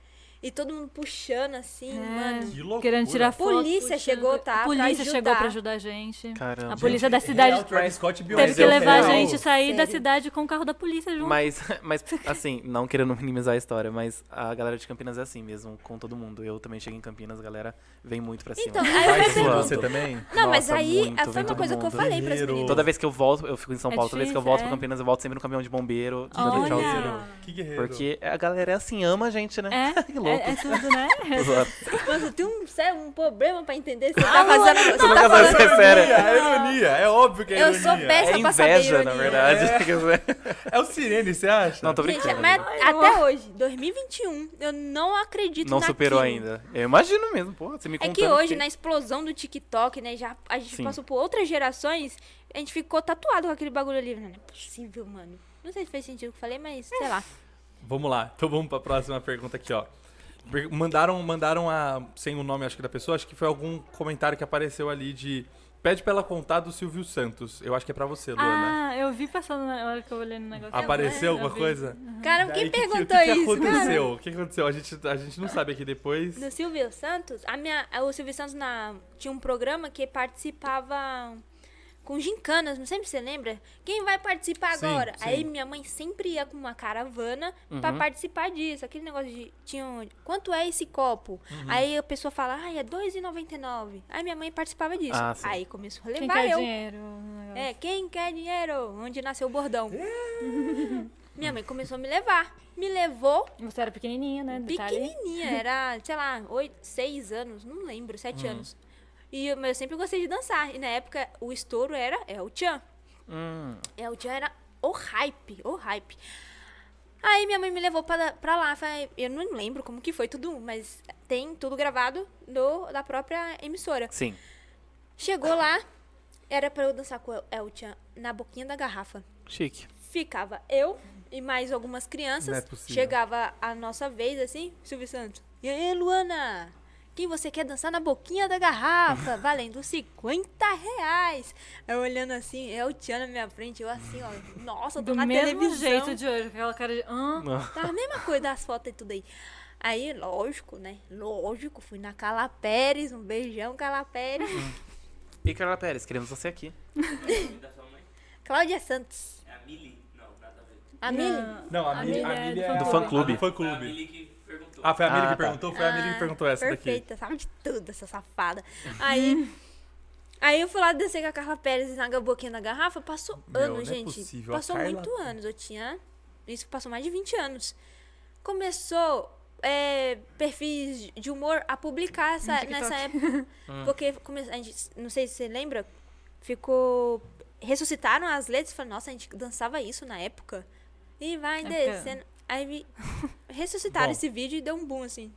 [SPEAKER 4] E todo mundo puxando assim, mano.
[SPEAKER 7] Que loucura.
[SPEAKER 5] É, Querendo tirar foto.
[SPEAKER 4] Polícia chegou, tá, pra
[SPEAKER 5] A polícia chegou
[SPEAKER 4] ajudar.
[SPEAKER 5] pra ajudar a gente.
[SPEAKER 2] Caramba.
[SPEAKER 5] A polícia
[SPEAKER 3] é
[SPEAKER 5] da cidade
[SPEAKER 7] Travis Scott é e
[SPEAKER 5] teve
[SPEAKER 7] Beyoncé,
[SPEAKER 5] que levar a
[SPEAKER 2] real.
[SPEAKER 5] gente sair da
[SPEAKER 4] Sério.
[SPEAKER 5] cidade com o carro da polícia junto.
[SPEAKER 2] Mas, mas, assim, não querendo minimizar a história, mas a galera de Campinas é assim mesmo, com todo mundo. Eu também cheguei em Campinas, a galera vem muito pra cima.
[SPEAKER 4] Então, aí eu
[SPEAKER 7] Vai
[SPEAKER 4] falei,
[SPEAKER 7] sim,
[SPEAKER 2] Zoando.
[SPEAKER 7] você também?
[SPEAKER 4] Não, mas
[SPEAKER 2] Nossa,
[SPEAKER 4] aí
[SPEAKER 2] muito,
[SPEAKER 4] foi
[SPEAKER 2] vem
[SPEAKER 4] uma
[SPEAKER 2] todo
[SPEAKER 4] coisa que eu
[SPEAKER 2] mundo.
[SPEAKER 4] falei pras
[SPEAKER 7] Guerreiro.
[SPEAKER 4] meninas.
[SPEAKER 2] Toda vez que eu volto, eu fico em São
[SPEAKER 5] É
[SPEAKER 2] Paulo, toda vez que eu volto
[SPEAKER 5] difícil,
[SPEAKER 2] pra
[SPEAKER 5] é.
[SPEAKER 2] Campinas, eu volto sempre no caminhão de bombeiro, de deixar os
[SPEAKER 5] Olha!
[SPEAKER 7] Que guerreiro.
[SPEAKER 2] Porque a galera é assim, ama a gente, né?
[SPEAKER 5] É,
[SPEAKER 2] que louco.
[SPEAKER 5] é, é tudo, né?
[SPEAKER 4] Mas eu tenho um, sério, um problema pra entender se
[SPEAKER 7] Ah,
[SPEAKER 4] tá fazendo. se
[SPEAKER 2] Você
[SPEAKER 4] tá
[SPEAKER 2] nunca sabe
[SPEAKER 4] falando-
[SPEAKER 2] se é
[SPEAKER 7] É
[SPEAKER 2] sério.
[SPEAKER 7] a ironia, é óbvio que é
[SPEAKER 4] Eu
[SPEAKER 7] ironia.
[SPEAKER 4] sou
[SPEAKER 2] É
[SPEAKER 4] péssima pra saber
[SPEAKER 2] inveja, na
[SPEAKER 4] ironia.
[SPEAKER 2] verdade.
[SPEAKER 7] É o Sirene, você acha?
[SPEAKER 2] Não, tô
[SPEAKER 4] Gente,
[SPEAKER 2] brincando.
[SPEAKER 4] mas
[SPEAKER 2] né?
[SPEAKER 4] até hoje, 2021, eu não acredito
[SPEAKER 2] Não
[SPEAKER 4] naquilo.
[SPEAKER 2] superou ainda. Eu imagino mesmo, pô, você me
[SPEAKER 4] É
[SPEAKER 2] contando.
[SPEAKER 4] que hoje,
[SPEAKER 2] fiquei-
[SPEAKER 4] na explosão do TikTok, né, já a gente
[SPEAKER 2] Sim.
[SPEAKER 4] passou por outras gerações, a gente ficou tatuado com aquele bagulho ali. Não é possível, mano. Não sei se fez sentido o que eu falei, mas sei lá.
[SPEAKER 7] Vamos lá, então vamos pra próxima pergunta aqui, ó. Per- Mandaram, mandaram a, sem o nome acho que da pessoa, acho que foi algum comentário que apareceu ali de pede pra ela contar do Silvio Santos. Eu acho que é pra você, Luana.
[SPEAKER 5] Ah, eu vi passando na hora que eu olhei no negócio.
[SPEAKER 7] Apareceu
[SPEAKER 5] Eu é, vi.
[SPEAKER 7] alguma coisa?
[SPEAKER 4] Cara,
[SPEAKER 7] Daí,
[SPEAKER 4] quem
[SPEAKER 7] que que-
[SPEAKER 4] perguntou
[SPEAKER 7] o que,
[SPEAKER 4] isso,
[SPEAKER 7] que
[SPEAKER 4] cara?
[SPEAKER 7] aconteceu? O que aconteceu? A gente, a gente não sabe aqui depois.
[SPEAKER 4] No Silvio Santos, a minha, o Silvio Santos na- tinha um programa que participava com gincanas, não sei se você lembra. Quem vai participar
[SPEAKER 7] Sim,
[SPEAKER 4] agora?
[SPEAKER 7] sim.
[SPEAKER 4] Aí minha mãe sempre ia com uma caravana pra participar disso. Aquele negócio de tinha um- quanto é esse copo? Aí a pessoa fala, ai, é R$2,99. Aí minha mãe participava disso.
[SPEAKER 2] Ah, sim.
[SPEAKER 4] Aí começou a
[SPEAKER 5] Quem
[SPEAKER 4] levar
[SPEAKER 5] quer
[SPEAKER 4] eu.
[SPEAKER 5] dinheiro? no negócio.
[SPEAKER 4] É, quem quer dinheiro? Onde nasceu o bordão. minha mãe começou a me levar. Me levou
[SPEAKER 5] Você era pequenininha, né? Detalhe.
[SPEAKER 4] Pequenininha, era, sei lá, oito, seis anos, não lembro, sete anos. E eu, mas eu sempre gostei de dançar. E na época o estouro era El Chan.
[SPEAKER 2] Hum,
[SPEAKER 4] El Chan era o hype, o hype. Aí minha mãe me levou pra, pra lá. falei- eu não lembro como que foi tudo, mas tem tudo gravado do, da própria emissora.
[SPEAKER 2] sim.
[SPEAKER 4] Chegou lá, Era pra eu dançar com o El Chan na boquinha da garrafa.
[SPEAKER 2] Chique.
[SPEAKER 4] Ficava eu e mais algumas
[SPEAKER 3] Não é
[SPEAKER 4] crianças.
[SPEAKER 3] possível.
[SPEAKER 4] Chegava a nossa vez, assim, Silvio Santos. E aí, Luana? Quem você quer dançar na boquinha da garrafa? Valendo 50 reais. Eu olhando assim, El Chan na minha frente, eu assim, ó. Nossa, eu tô
[SPEAKER 5] Do
[SPEAKER 4] na
[SPEAKER 5] mesmo
[SPEAKER 4] televisão.
[SPEAKER 5] jeito de hoje, com aquela cara de. Hã?
[SPEAKER 4] Tá a mesma coisa das fotos e tudo aí. Aí, lógico, né? Lógico, fui na Carla Pérez, um beijão, Carla Pérez.
[SPEAKER 3] Uhum.
[SPEAKER 2] E Carla Pérez, queremos você aqui.
[SPEAKER 6] nome da sua mãe?
[SPEAKER 4] Cláudia Santos.
[SPEAKER 6] É a Mili? Não, nada a ver.
[SPEAKER 4] A Mili.
[SPEAKER 5] Não.
[SPEAKER 3] Não, a,
[SPEAKER 5] A
[SPEAKER 3] Mili,
[SPEAKER 5] Mili
[SPEAKER 3] a
[SPEAKER 5] é
[SPEAKER 3] Mili
[SPEAKER 5] do
[SPEAKER 3] é
[SPEAKER 5] fã-clube.
[SPEAKER 2] Do fã-clube.
[SPEAKER 3] Fã
[SPEAKER 6] Foi a
[SPEAKER 3] clube.
[SPEAKER 6] Mili que perguntou.
[SPEAKER 3] Ah, foi a Mili
[SPEAKER 2] Ah,
[SPEAKER 3] que
[SPEAKER 2] tá.
[SPEAKER 3] perguntou, foi a Mili que perguntou essa daqui.
[SPEAKER 4] Perfeita, sabe de tudo essa safada. Aí. Aí eu fui lá descer com a Carla Pérez na boquinha da garrafa. Passou
[SPEAKER 3] Meu, não é
[SPEAKER 4] anos, gente.
[SPEAKER 3] possível, a
[SPEAKER 4] Passou
[SPEAKER 3] Carla-
[SPEAKER 4] muito anos. Eu tinha. Isso passou mais de 20 anos. Começou é, perfis de humor a publicar essa, nessa época.
[SPEAKER 3] Ah.
[SPEAKER 4] porque come- a gente, não sei se você lembra, ficou. Ressuscitaram as letras e falaram, nossa, a gente dançava isso na época. E vai
[SPEAKER 5] Época-
[SPEAKER 4] descendo. Aí me- ressuscitaram
[SPEAKER 3] Bom.
[SPEAKER 4] esse vídeo e deu um boom, assim.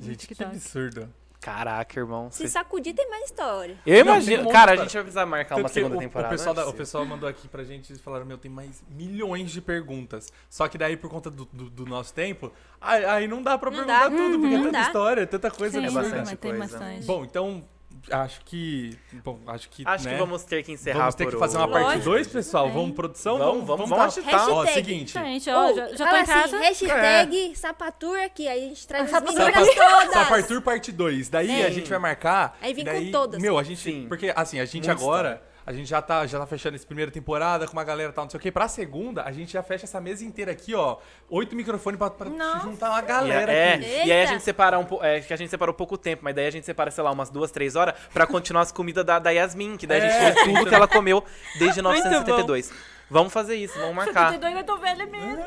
[SPEAKER 3] Gente, que
[SPEAKER 5] TikTok.
[SPEAKER 3] absurdo.
[SPEAKER 2] Caraca, irmão.
[SPEAKER 4] Se
[SPEAKER 2] Cês...
[SPEAKER 4] sacudir, tem mais história.
[SPEAKER 2] Eu
[SPEAKER 3] Não,
[SPEAKER 2] imagino.
[SPEAKER 3] tem um
[SPEAKER 2] cara, a
[SPEAKER 3] monte,
[SPEAKER 2] gente vai precisar marcar
[SPEAKER 3] Tanto
[SPEAKER 2] Tá uma
[SPEAKER 3] que
[SPEAKER 2] segunda
[SPEAKER 3] o-
[SPEAKER 2] temporada.
[SPEAKER 3] O pessoal,
[SPEAKER 2] não é
[SPEAKER 3] da- o
[SPEAKER 2] possível.
[SPEAKER 3] pessoal mandou aqui pra gente e falaram, meu, tem mais milhões de perguntas. Só que daí, por conta do, do- do nosso tempo, aí, aí não dá pra
[SPEAKER 4] Não
[SPEAKER 3] perguntar
[SPEAKER 4] dá.
[SPEAKER 3] tudo, porque é
[SPEAKER 4] Não
[SPEAKER 3] tanta
[SPEAKER 4] dá.
[SPEAKER 3] história, é tanta coisa.
[SPEAKER 5] Sim,
[SPEAKER 2] é
[SPEAKER 3] absurda.
[SPEAKER 2] bastante
[SPEAKER 5] mas tem
[SPEAKER 2] coisa.
[SPEAKER 5] bastante.
[SPEAKER 3] Bom, então, acho que... Bom, acho que,
[SPEAKER 2] Acho
[SPEAKER 3] né,
[SPEAKER 2] que vamos ter que encerrar
[SPEAKER 3] vamos ter
[SPEAKER 2] por
[SPEAKER 3] que fazer uma
[SPEAKER 2] hoje.
[SPEAKER 3] parte
[SPEAKER 4] Lógico,
[SPEAKER 3] 2, pessoal. Vamos, um produção?
[SPEAKER 2] Vamos, vamos, vamos
[SPEAKER 3] tal.
[SPEAKER 2] agitar.
[SPEAKER 3] Ó,
[SPEAKER 4] Hashtag.
[SPEAKER 3] seguinte.
[SPEAKER 5] Gente, ó,
[SPEAKER 4] Ou,
[SPEAKER 5] Então, já, já tô
[SPEAKER 4] fala
[SPEAKER 5] em casa.
[SPEAKER 4] assim, hashtag Sapatur aqui, aí a gente traz as
[SPEAKER 5] Sapatur.
[SPEAKER 4] meninas todas.
[SPEAKER 3] Sapartur É. parte 2. Daí a gente vai marcar.
[SPEAKER 4] Aí vem com
[SPEAKER 3] daí-
[SPEAKER 4] todas.
[SPEAKER 3] Meu, a gente.
[SPEAKER 2] Sim.
[SPEAKER 3] Porque assim, a gente
[SPEAKER 2] Muita
[SPEAKER 3] agora. A gente já tá, já tá fechando essa primeira temporada com uma galera e tal, não sei o quê. Pra segunda, a gente já fecha essa mesa inteira aqui, ó. Oito microfones pra, pra
[SPEAKER 5] Nossa.
[SPEAKER 3] juntar uma
[SPEAKER 2] E
[SPEAKER 3] galera
[SPEAKER 2] É,
[SPEAKER 3] aqui.
[SPEAKER 2] e aí a
[SPEAKER 4] Eita.
[SPEAKER 2] gente separa um pouco. É, que a gente separou pouco tempo, mas daí a gente separa, sei lá, umas duas, três horas pra continuar as comidas da, da Yasmin, que daí a
[SPEAKER 3] É.
[SPEAKER 2] gente come tudo que ela comeu desde 1972. Vamos fazer isso, vamos marcar.
[SPEAKER 5] 72 eu tô velha mesmo.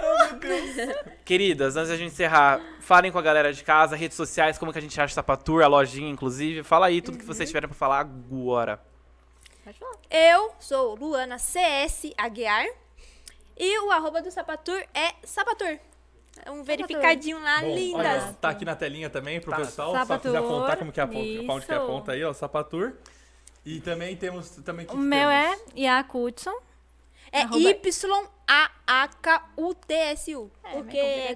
[SPEAKER 2] Queridas, antes da gente encerrar, falem com a galera de casa, redes sociais, como que a gente acha Sapatur, a lojinha, inclusive. Fala aí tudo que
[SPEAKER 4] Uhum.
[SPEAKER 2] vocês tiverem pra falar agora.
[SPEAKER 4] Eu sou Luana CS Aguiar e o arroba do Sapatur é Sapatur. É Um verificadinho lá,
[SPEAKER 3] Bom,
[SPEAKER 4] lindas.
[SPEAKER 3] olha, tá aqui na telinha também pro
[SPEAKER 2] Tá.
[SPEAKER 3] pessoal, só
[SPEAKER 5] Sapatur.
[SPEAKER 3] quiser apontar como que é aponta,
[SPEAKER 5] Isso.
[SPEAKER 3] pra onde que aponta aí, ó, Sapatur. E também temos, também que
[SPEAKER 5] O
[SPEAKER 3] que
[SPEAKER 5] meu é
[SPEAKER 3] temos?
[SPEAKER 5] Iaco Hudson.
[SPEAKER 4] é
[SPEAKER 5] arroba-
[SPEAKER 4] Y-A-A-K-U-T-S-u. porque é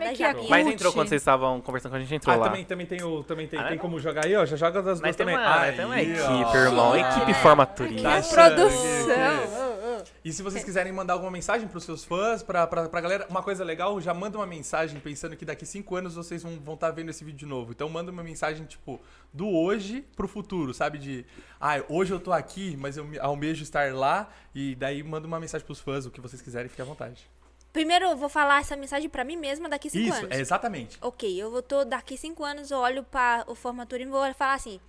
[SPEAKER 4] complicado,
[SPEAKER 5] né, meio
[SPEAKER 4] a
[SPEAKER 5] que
[SPEAKER 4] Jaguinha.
[SPEAKER 2] Mas
[SPEAKER 5] Curte.
[SPEAKER 2] entrou quando vocês estavam conversando com a gente, entrou
[SPEAKER 3] Ah,
[SPEAKER 2] lá.
[SPEAKER 3] também, também tem o, também tem,
[SPEAKER 2] Ah,
[SPEAKER 3] tem
[SPEAKER 2] não.
[SPEAKER 3] como jogar aí, ó, já joga das
[SPEAKER 2] Nós
[SPEAKER 3] duas
[SPEAKER 2] temos
[SPEAKER 3] também. Ah,
[SPEAKER 2] uma, nós temos uma
[SPEAKER 3] Aí, ó. Ah.
[SPEAKER 2] equipe, irmão. Equipe né? formaturinha.
[SPEAKER 3] Tá
[SPEAKER 4] a
[SPEAKER 3] achando
[SPEAKER 4] produção.
[SPEAKER 3] que- E se vocês quiserem mandar alguma mensagem pros seus fãs, pra, pra, pra galera, uma coisa legal, já manda uma mensagem pensando que daqui cinco anos vocês vão estar vendo esse vídeo de novo. Então manda uma mensagem, tipo, do hoje pro futuro, sabe? De, ah, hoje eu tô aqui, mas eu me- almejo estar lá. E daí manda uma mensagem pros fãs, o que vocês quiserem, fique à vontade.
[SPEAKER 4] Primeiro eu vou falar essa mensagem pra mim mesma daqui cinco
[SPEAKER 3] Isso,
[SPEAKER 4] anos.
[SPEAKER 3] é exatamente.
[SPEAKER 4] Ok, eu vou tô, daqui cinco anos, eu olho para o formatura e vou falar assim: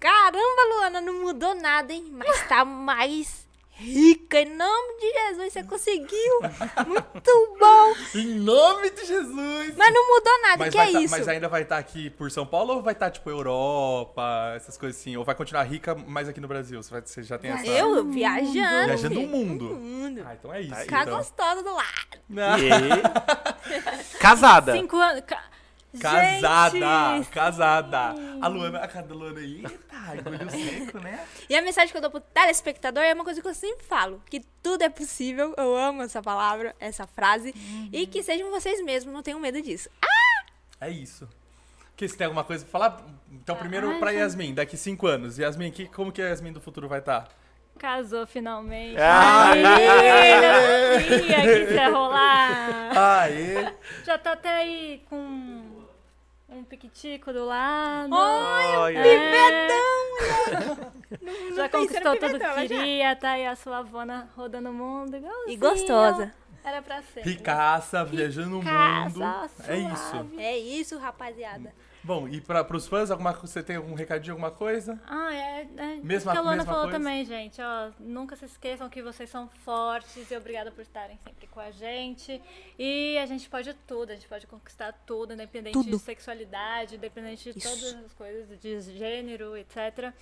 [SPEAKER 4] Caramba, Luana, não mudou nada, hein? Mas tá mais rica. Em nome de Jesus, você conseguiu! Muito bom!
[SPEAKER 3] Em nome de Jesus!
[SPEAKER 4] Mas não mudou nada,
[SPEAKER 3] Mas,
[SPEAKER 4] que
[SPEAKER 3] vai
[SPEAKER 4] é
[SPEAKER 3] tá-
[SPEAKER 4] isso?
[SPEAKER 3] mas ainda vai estar aqui por São Paulo ou vai estar, tipo, Europa, essas coisas assim? Ou vai continuar rica, mas aqui no Brasil? Você, vai- você já tem essa...
[SPEAKER 4] Eu Uhum. viajando.
[SPEAKER 3] Viajando o
[SPEAKER 4] filho.
[SPEAKER 3] mundo.
[SPEAKER 4] mundo.
[SPEAKER 3] Ah, então é isso.
[SPEAKER 4] Ficar
[SPEAKER 3] então.
[SPEAKER 4] gostosa do lado.
[SPEAKER 2] E aí? Casada.
[SPEAKER 5] Cinco anos. ca-
[SPEAKER 3] Casada!
[SPEAKER 5] Gente,
[SPEAKER 3] Casada! A Luana, a cada Luana aí, tá, engoliu seco, né?
[SPEAKER 4] E a mensagem que eu dou pro telespectador é uma coisa que eu sempre falo: que tudo é possível. Eu amo essa palavra, essa frase.
[SPEAKER 3] Uhum.
[SPEAKER 4] E que sejam vocês mesmos, não tenham medo disso.
[SPEAKER 3] É isso. Que se tem alguma coisa pra falar?
[SPEAKER 4] Ah,
[SPEAKER 3] Então, primeiro pra Yasmin, daqui cinco anos. Yasmin, que, como que a Yasmin do futuro vai tá? estar?
[SPEAKER 5] Casou finalmente.
[SPEAKER 2] Ah.
[SPEAKER 5] Aí, filha, que isso ia rolar.
[SPEAKER 3] Aê!
[SPEAKER 5] Já tá até aí com um piquitico do lado. É.
[SPEAKER 2] Olha.
[SPEAKER 4] pensei no
[SPEAKER 5] Já conquistou tudo
[SPEAKER 4] pimentão,
[SPEAKER 5] que
[SPEAKER 4] mas já.
[SPEAKER 5] queria, tá aí a sua avona rodando o mundo igual
[SPEAKER 4] E gostosa.
[SPEAKER 5] Era pra ser.
[SPEAKER 3] Ricaça, viajando o mundo.
[SPEAKER 5] Ricaça,
[SPEAKER 3] É isso.
[SPEAKER 4] É isso, rapaziada.
[SPEAKER 3] Bom, e pra, pros fãs, alguma, co- você tem algum recadinho, alguma coisa?
[SPEAKER 5] Ah, é. é
[SPEAKER 3] Mesma-
[SPEAKER 5] o que a Luana
[SPEAKER 3] mesma
[SPEAKER 5] falou
[SPEAKER 3] coisa?
[SPEAKER 5] também, gente. Ó, nunca se esqueçam que vocês são fortes e obrigada por estarem sempre com a gente. E a gente pode tudo, a gente pode conquistar tudo, independente de sexualidade, independente de todas as coisas, de gênero, etc.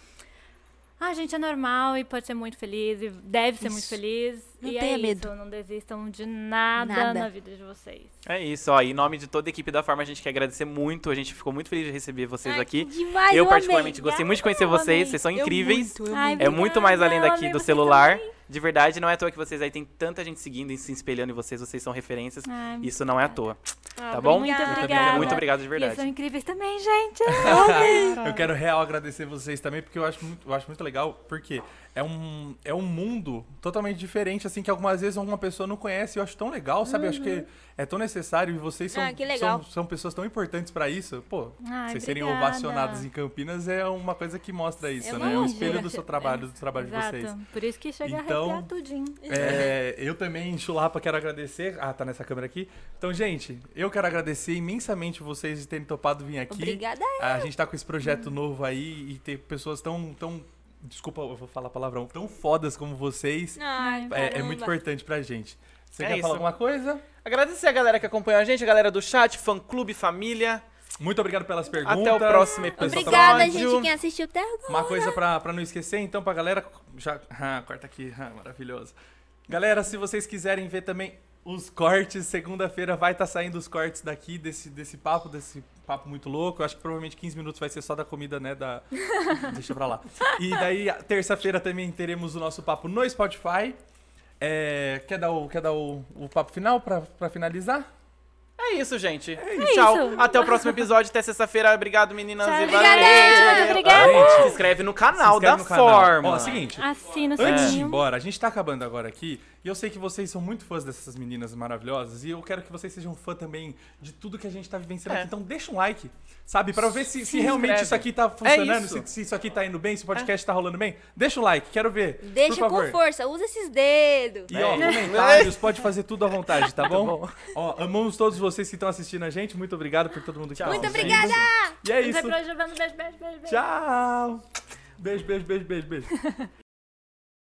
[SPEAKER 5] A gente é normal e pode ser muito feliz e deve ser muito feliz.
[SPEAKER 4] Não
[SPEAKER 5] e
[SPEAKER 4] tenha
[SPEAKER 5] é
[SPEAKER 4] medo.
[SPEAKER 5] Isso, não desistam de nada,
[SPEAKER 4] Nada.
[SPEAKER 5] na vida de vocês.
[SPEAKER 2] É isso, ó. Em nome de toda a equipe da Forma, a gente quer agradecer muito. A gente ficou muito feliz de receber vocês aqui.
[SPEAKER 4] Demais,
[SPEAKER 2] eu,
[SPEAKER 4] amei. Ah,
[SPEAKER 2] particularmente, gostei muito de conhecer
[SPEAKER 4] Eu
[SPEAKER 2] vocês.
[SPEAKER 4] amei.
[SPEAKER 2] Vocês são
[SPEAKER 4] Eu
[SPEAKER 2] incríveis.
[SPEAKER 4] muito, eu
[SPEAKER 5] Ai,
[SPEAKER 4] muito.
[SPEAKER 2] É muito mais além
[SPEAKER 5] Obrigada,
[SPEAKER 2] daqui
[SPEAKER 5] amei
[SPEAKER 2] do
[SPEAKER 5] vocês
[SPEAKER 2] celular.
[SPEAKER 5] também.
[SPEAKER 2] De verdade, não é à toa que vocês aí tem tanta gente seguindo e se espelhando em vocês. Vocês são referências.
[SPEAKER 5] Ai,
[SPEAKER 2] Isso não é à toa.
[SPEAKER 4] Ah,
[SPEAKER 2] Tá bom?
[SPEAKER 5] Muito
[SPEAKER 4] obrigada.
[SPEAKER 5] Ah, obrigada.
[SPEAKER 2] Muito obrigado
[SPEAKER 3] É
[SPEAKER 2] de
[SPEAKER 5] E eles são
[SPEAKER 2] verdade.
[SPEAKER 5] incríveis também, gente.
[SPEAKER 3] Eu quero real agradecer vocês também, porque eu acho muito, eu acho muito legal, porque é um, é um mundo totalmente diferente, assim, que algumas vezes alguma pessoa não conhece. Eu acho tão legal, sabe? Eu acho que é tão necessário e vocês são,
[SPEAKER 4] Uhum. Ah, que legal.
[SPEAKER 3] são, são pessoas tão importantes pra isso. Pô,
[SPEAKER 5] Ai,
[SPEAKER 3] vocês serem
[SPEAKER 5] obrigada.
[SPEAKER 3] ovacionados em Campinas é uma coisa que mostra isso,
[SPEAKER 4] É
[SPEAKER 3] né?
[SPEAKER 4] uma
[SPEAKER 3] É um
[SPEAKER 4] loucura.
[SPEAKER 3] espelho do seu trabalho, do trabalho
[SPEAKER 5] Exato.
[SPEAKER 3] de vocês.
[SPEAKER 5] Por isso que chega
[SPEAKER 3] Então-
[SPEAKER 5] a arrepiar tudinho.
[SPEAKER 3] É, eu também, Chulapa, quero agradecer. Ah, tá nessa câmera aqui. Então, gente, eu quero agradecer imensamente vocês de terem topado vir aqui.
[SPEAKER 4] Obrigada.
[SPEAKER 3] A gente tá com esse projeto novo aí e ter pessoas tão, tão. Desculpa, eu vou falar palavrão. Tão fodas como vocês.
[SPEAKER 4] Ai,
[SPEAKER 3] É, é
[SPEAKER 4] caramba.
[SPEAKER 3] muito importante pra gente. Você
[SPEAKER 2] É
[SPEAKER 3] quer
[SPEAKER 2] isso.
[SPEAKER 3] falar alguma coisa?
[SPEAKER 2] Agradecer a galera que acompanhou a gente, a galera do chat, fã clube, família.
[SPEAKER 3] Muito obrigado pelas perguntas.
[SPEAKER 2] Até o próximo episódio.
[SPEAKER 4] Obrigada, gente, quem assistiu até agora.
[SPEAKER 3] Uma coisa pra, pra não esquecer, então, pra galera. Já, ah, corta aqui, ah, maravilhoso. Galera, se vocês quiserem ver também os cortes, segunda-feira vai estar saindo os cortes daqui, desse, desse papo, desse papo muito louco. Eu acho que provavelmente 15 minutos vai ser só da comida, né? Da... Deixa pra lá. E daí, a- terça-feira também teremos o nosso papo no Spotify. É, quer dar, o, quer dar o, o papo final pra, pra finalizar?
[SPEAKER 2] É isso, gente. Tchau.
[SPEAKER 5] isso.
[SPEAKER 2] Até o próximo episódio. Até sexta-feira. Obrigado, meninas.
[SPEAKER 5] Tchau,
[SPEAKER 2] E
[SPEAKER 5] obrigada,
[SPEAKER 2] valeu.
[SPEAKER 5] gente. Muito obrigada.
[SPEAKER 2] Se inscreve no canal
[SPEAKER 3] Se inscreve
[SPEAKER 2] da
[SPEAKER 3] no canal.
[SPEAKER 2] Forma.
[SPEAKER 3] Ó, é seguinte.
[SPEAKER 5] Assina o
[SPEAKER 3] Antes de ir
[SPEAKER 5] sininho.
[SPEAKER 3] embora, a gente tá acabando agora aqui e eu sei que vocês são muito fãs dessas meninas maravilhosas e eu quero que vocês sejam fã também de tudo que a gente tá vivenciando
[SPEAKER 2] É.
[SPEAKER 3] aqui. Então deixa um like, sabe? Pra eu ver se, se realmente
[SPEAKER 2] inscreve.
[SPEAKER 3] isso aqui tá funcionando,
[SPEAKER 2] isso.
[SPEAKER 3] se, se isso aqui tá indo bem, se o podcast tá rolando bem. Deixa um like, quero ver. por
[SPEAKER 4] Deixa
[SPEAKER 3] favor.
[SPEAKER 4] com força, usa esses dedos.
[SPEAKER 3] E ó,
[SPEAKER 2] É.
[SPEAKER 3] comentários, pode fazer tudo à vontade, tá bom? Ó, amamos todos vocês que estão assistindo a gente. Muito obrigado por todo mundo que tá
[SPEAKER 2] Muito
[SPEAKER 3] assistindo.
[SPEAKER 4] obrigada!
[SPEAKER 3] E é
[SPEAKER 5] Vai
[SPEAKER 3] isso.
[SPEAKER 5] pra hoje, Giovana. Beijo, beijo, beijo. beijo.
[SPEAKER 3] Tchau! Beijo, beijo, beijo, beijo, beijo.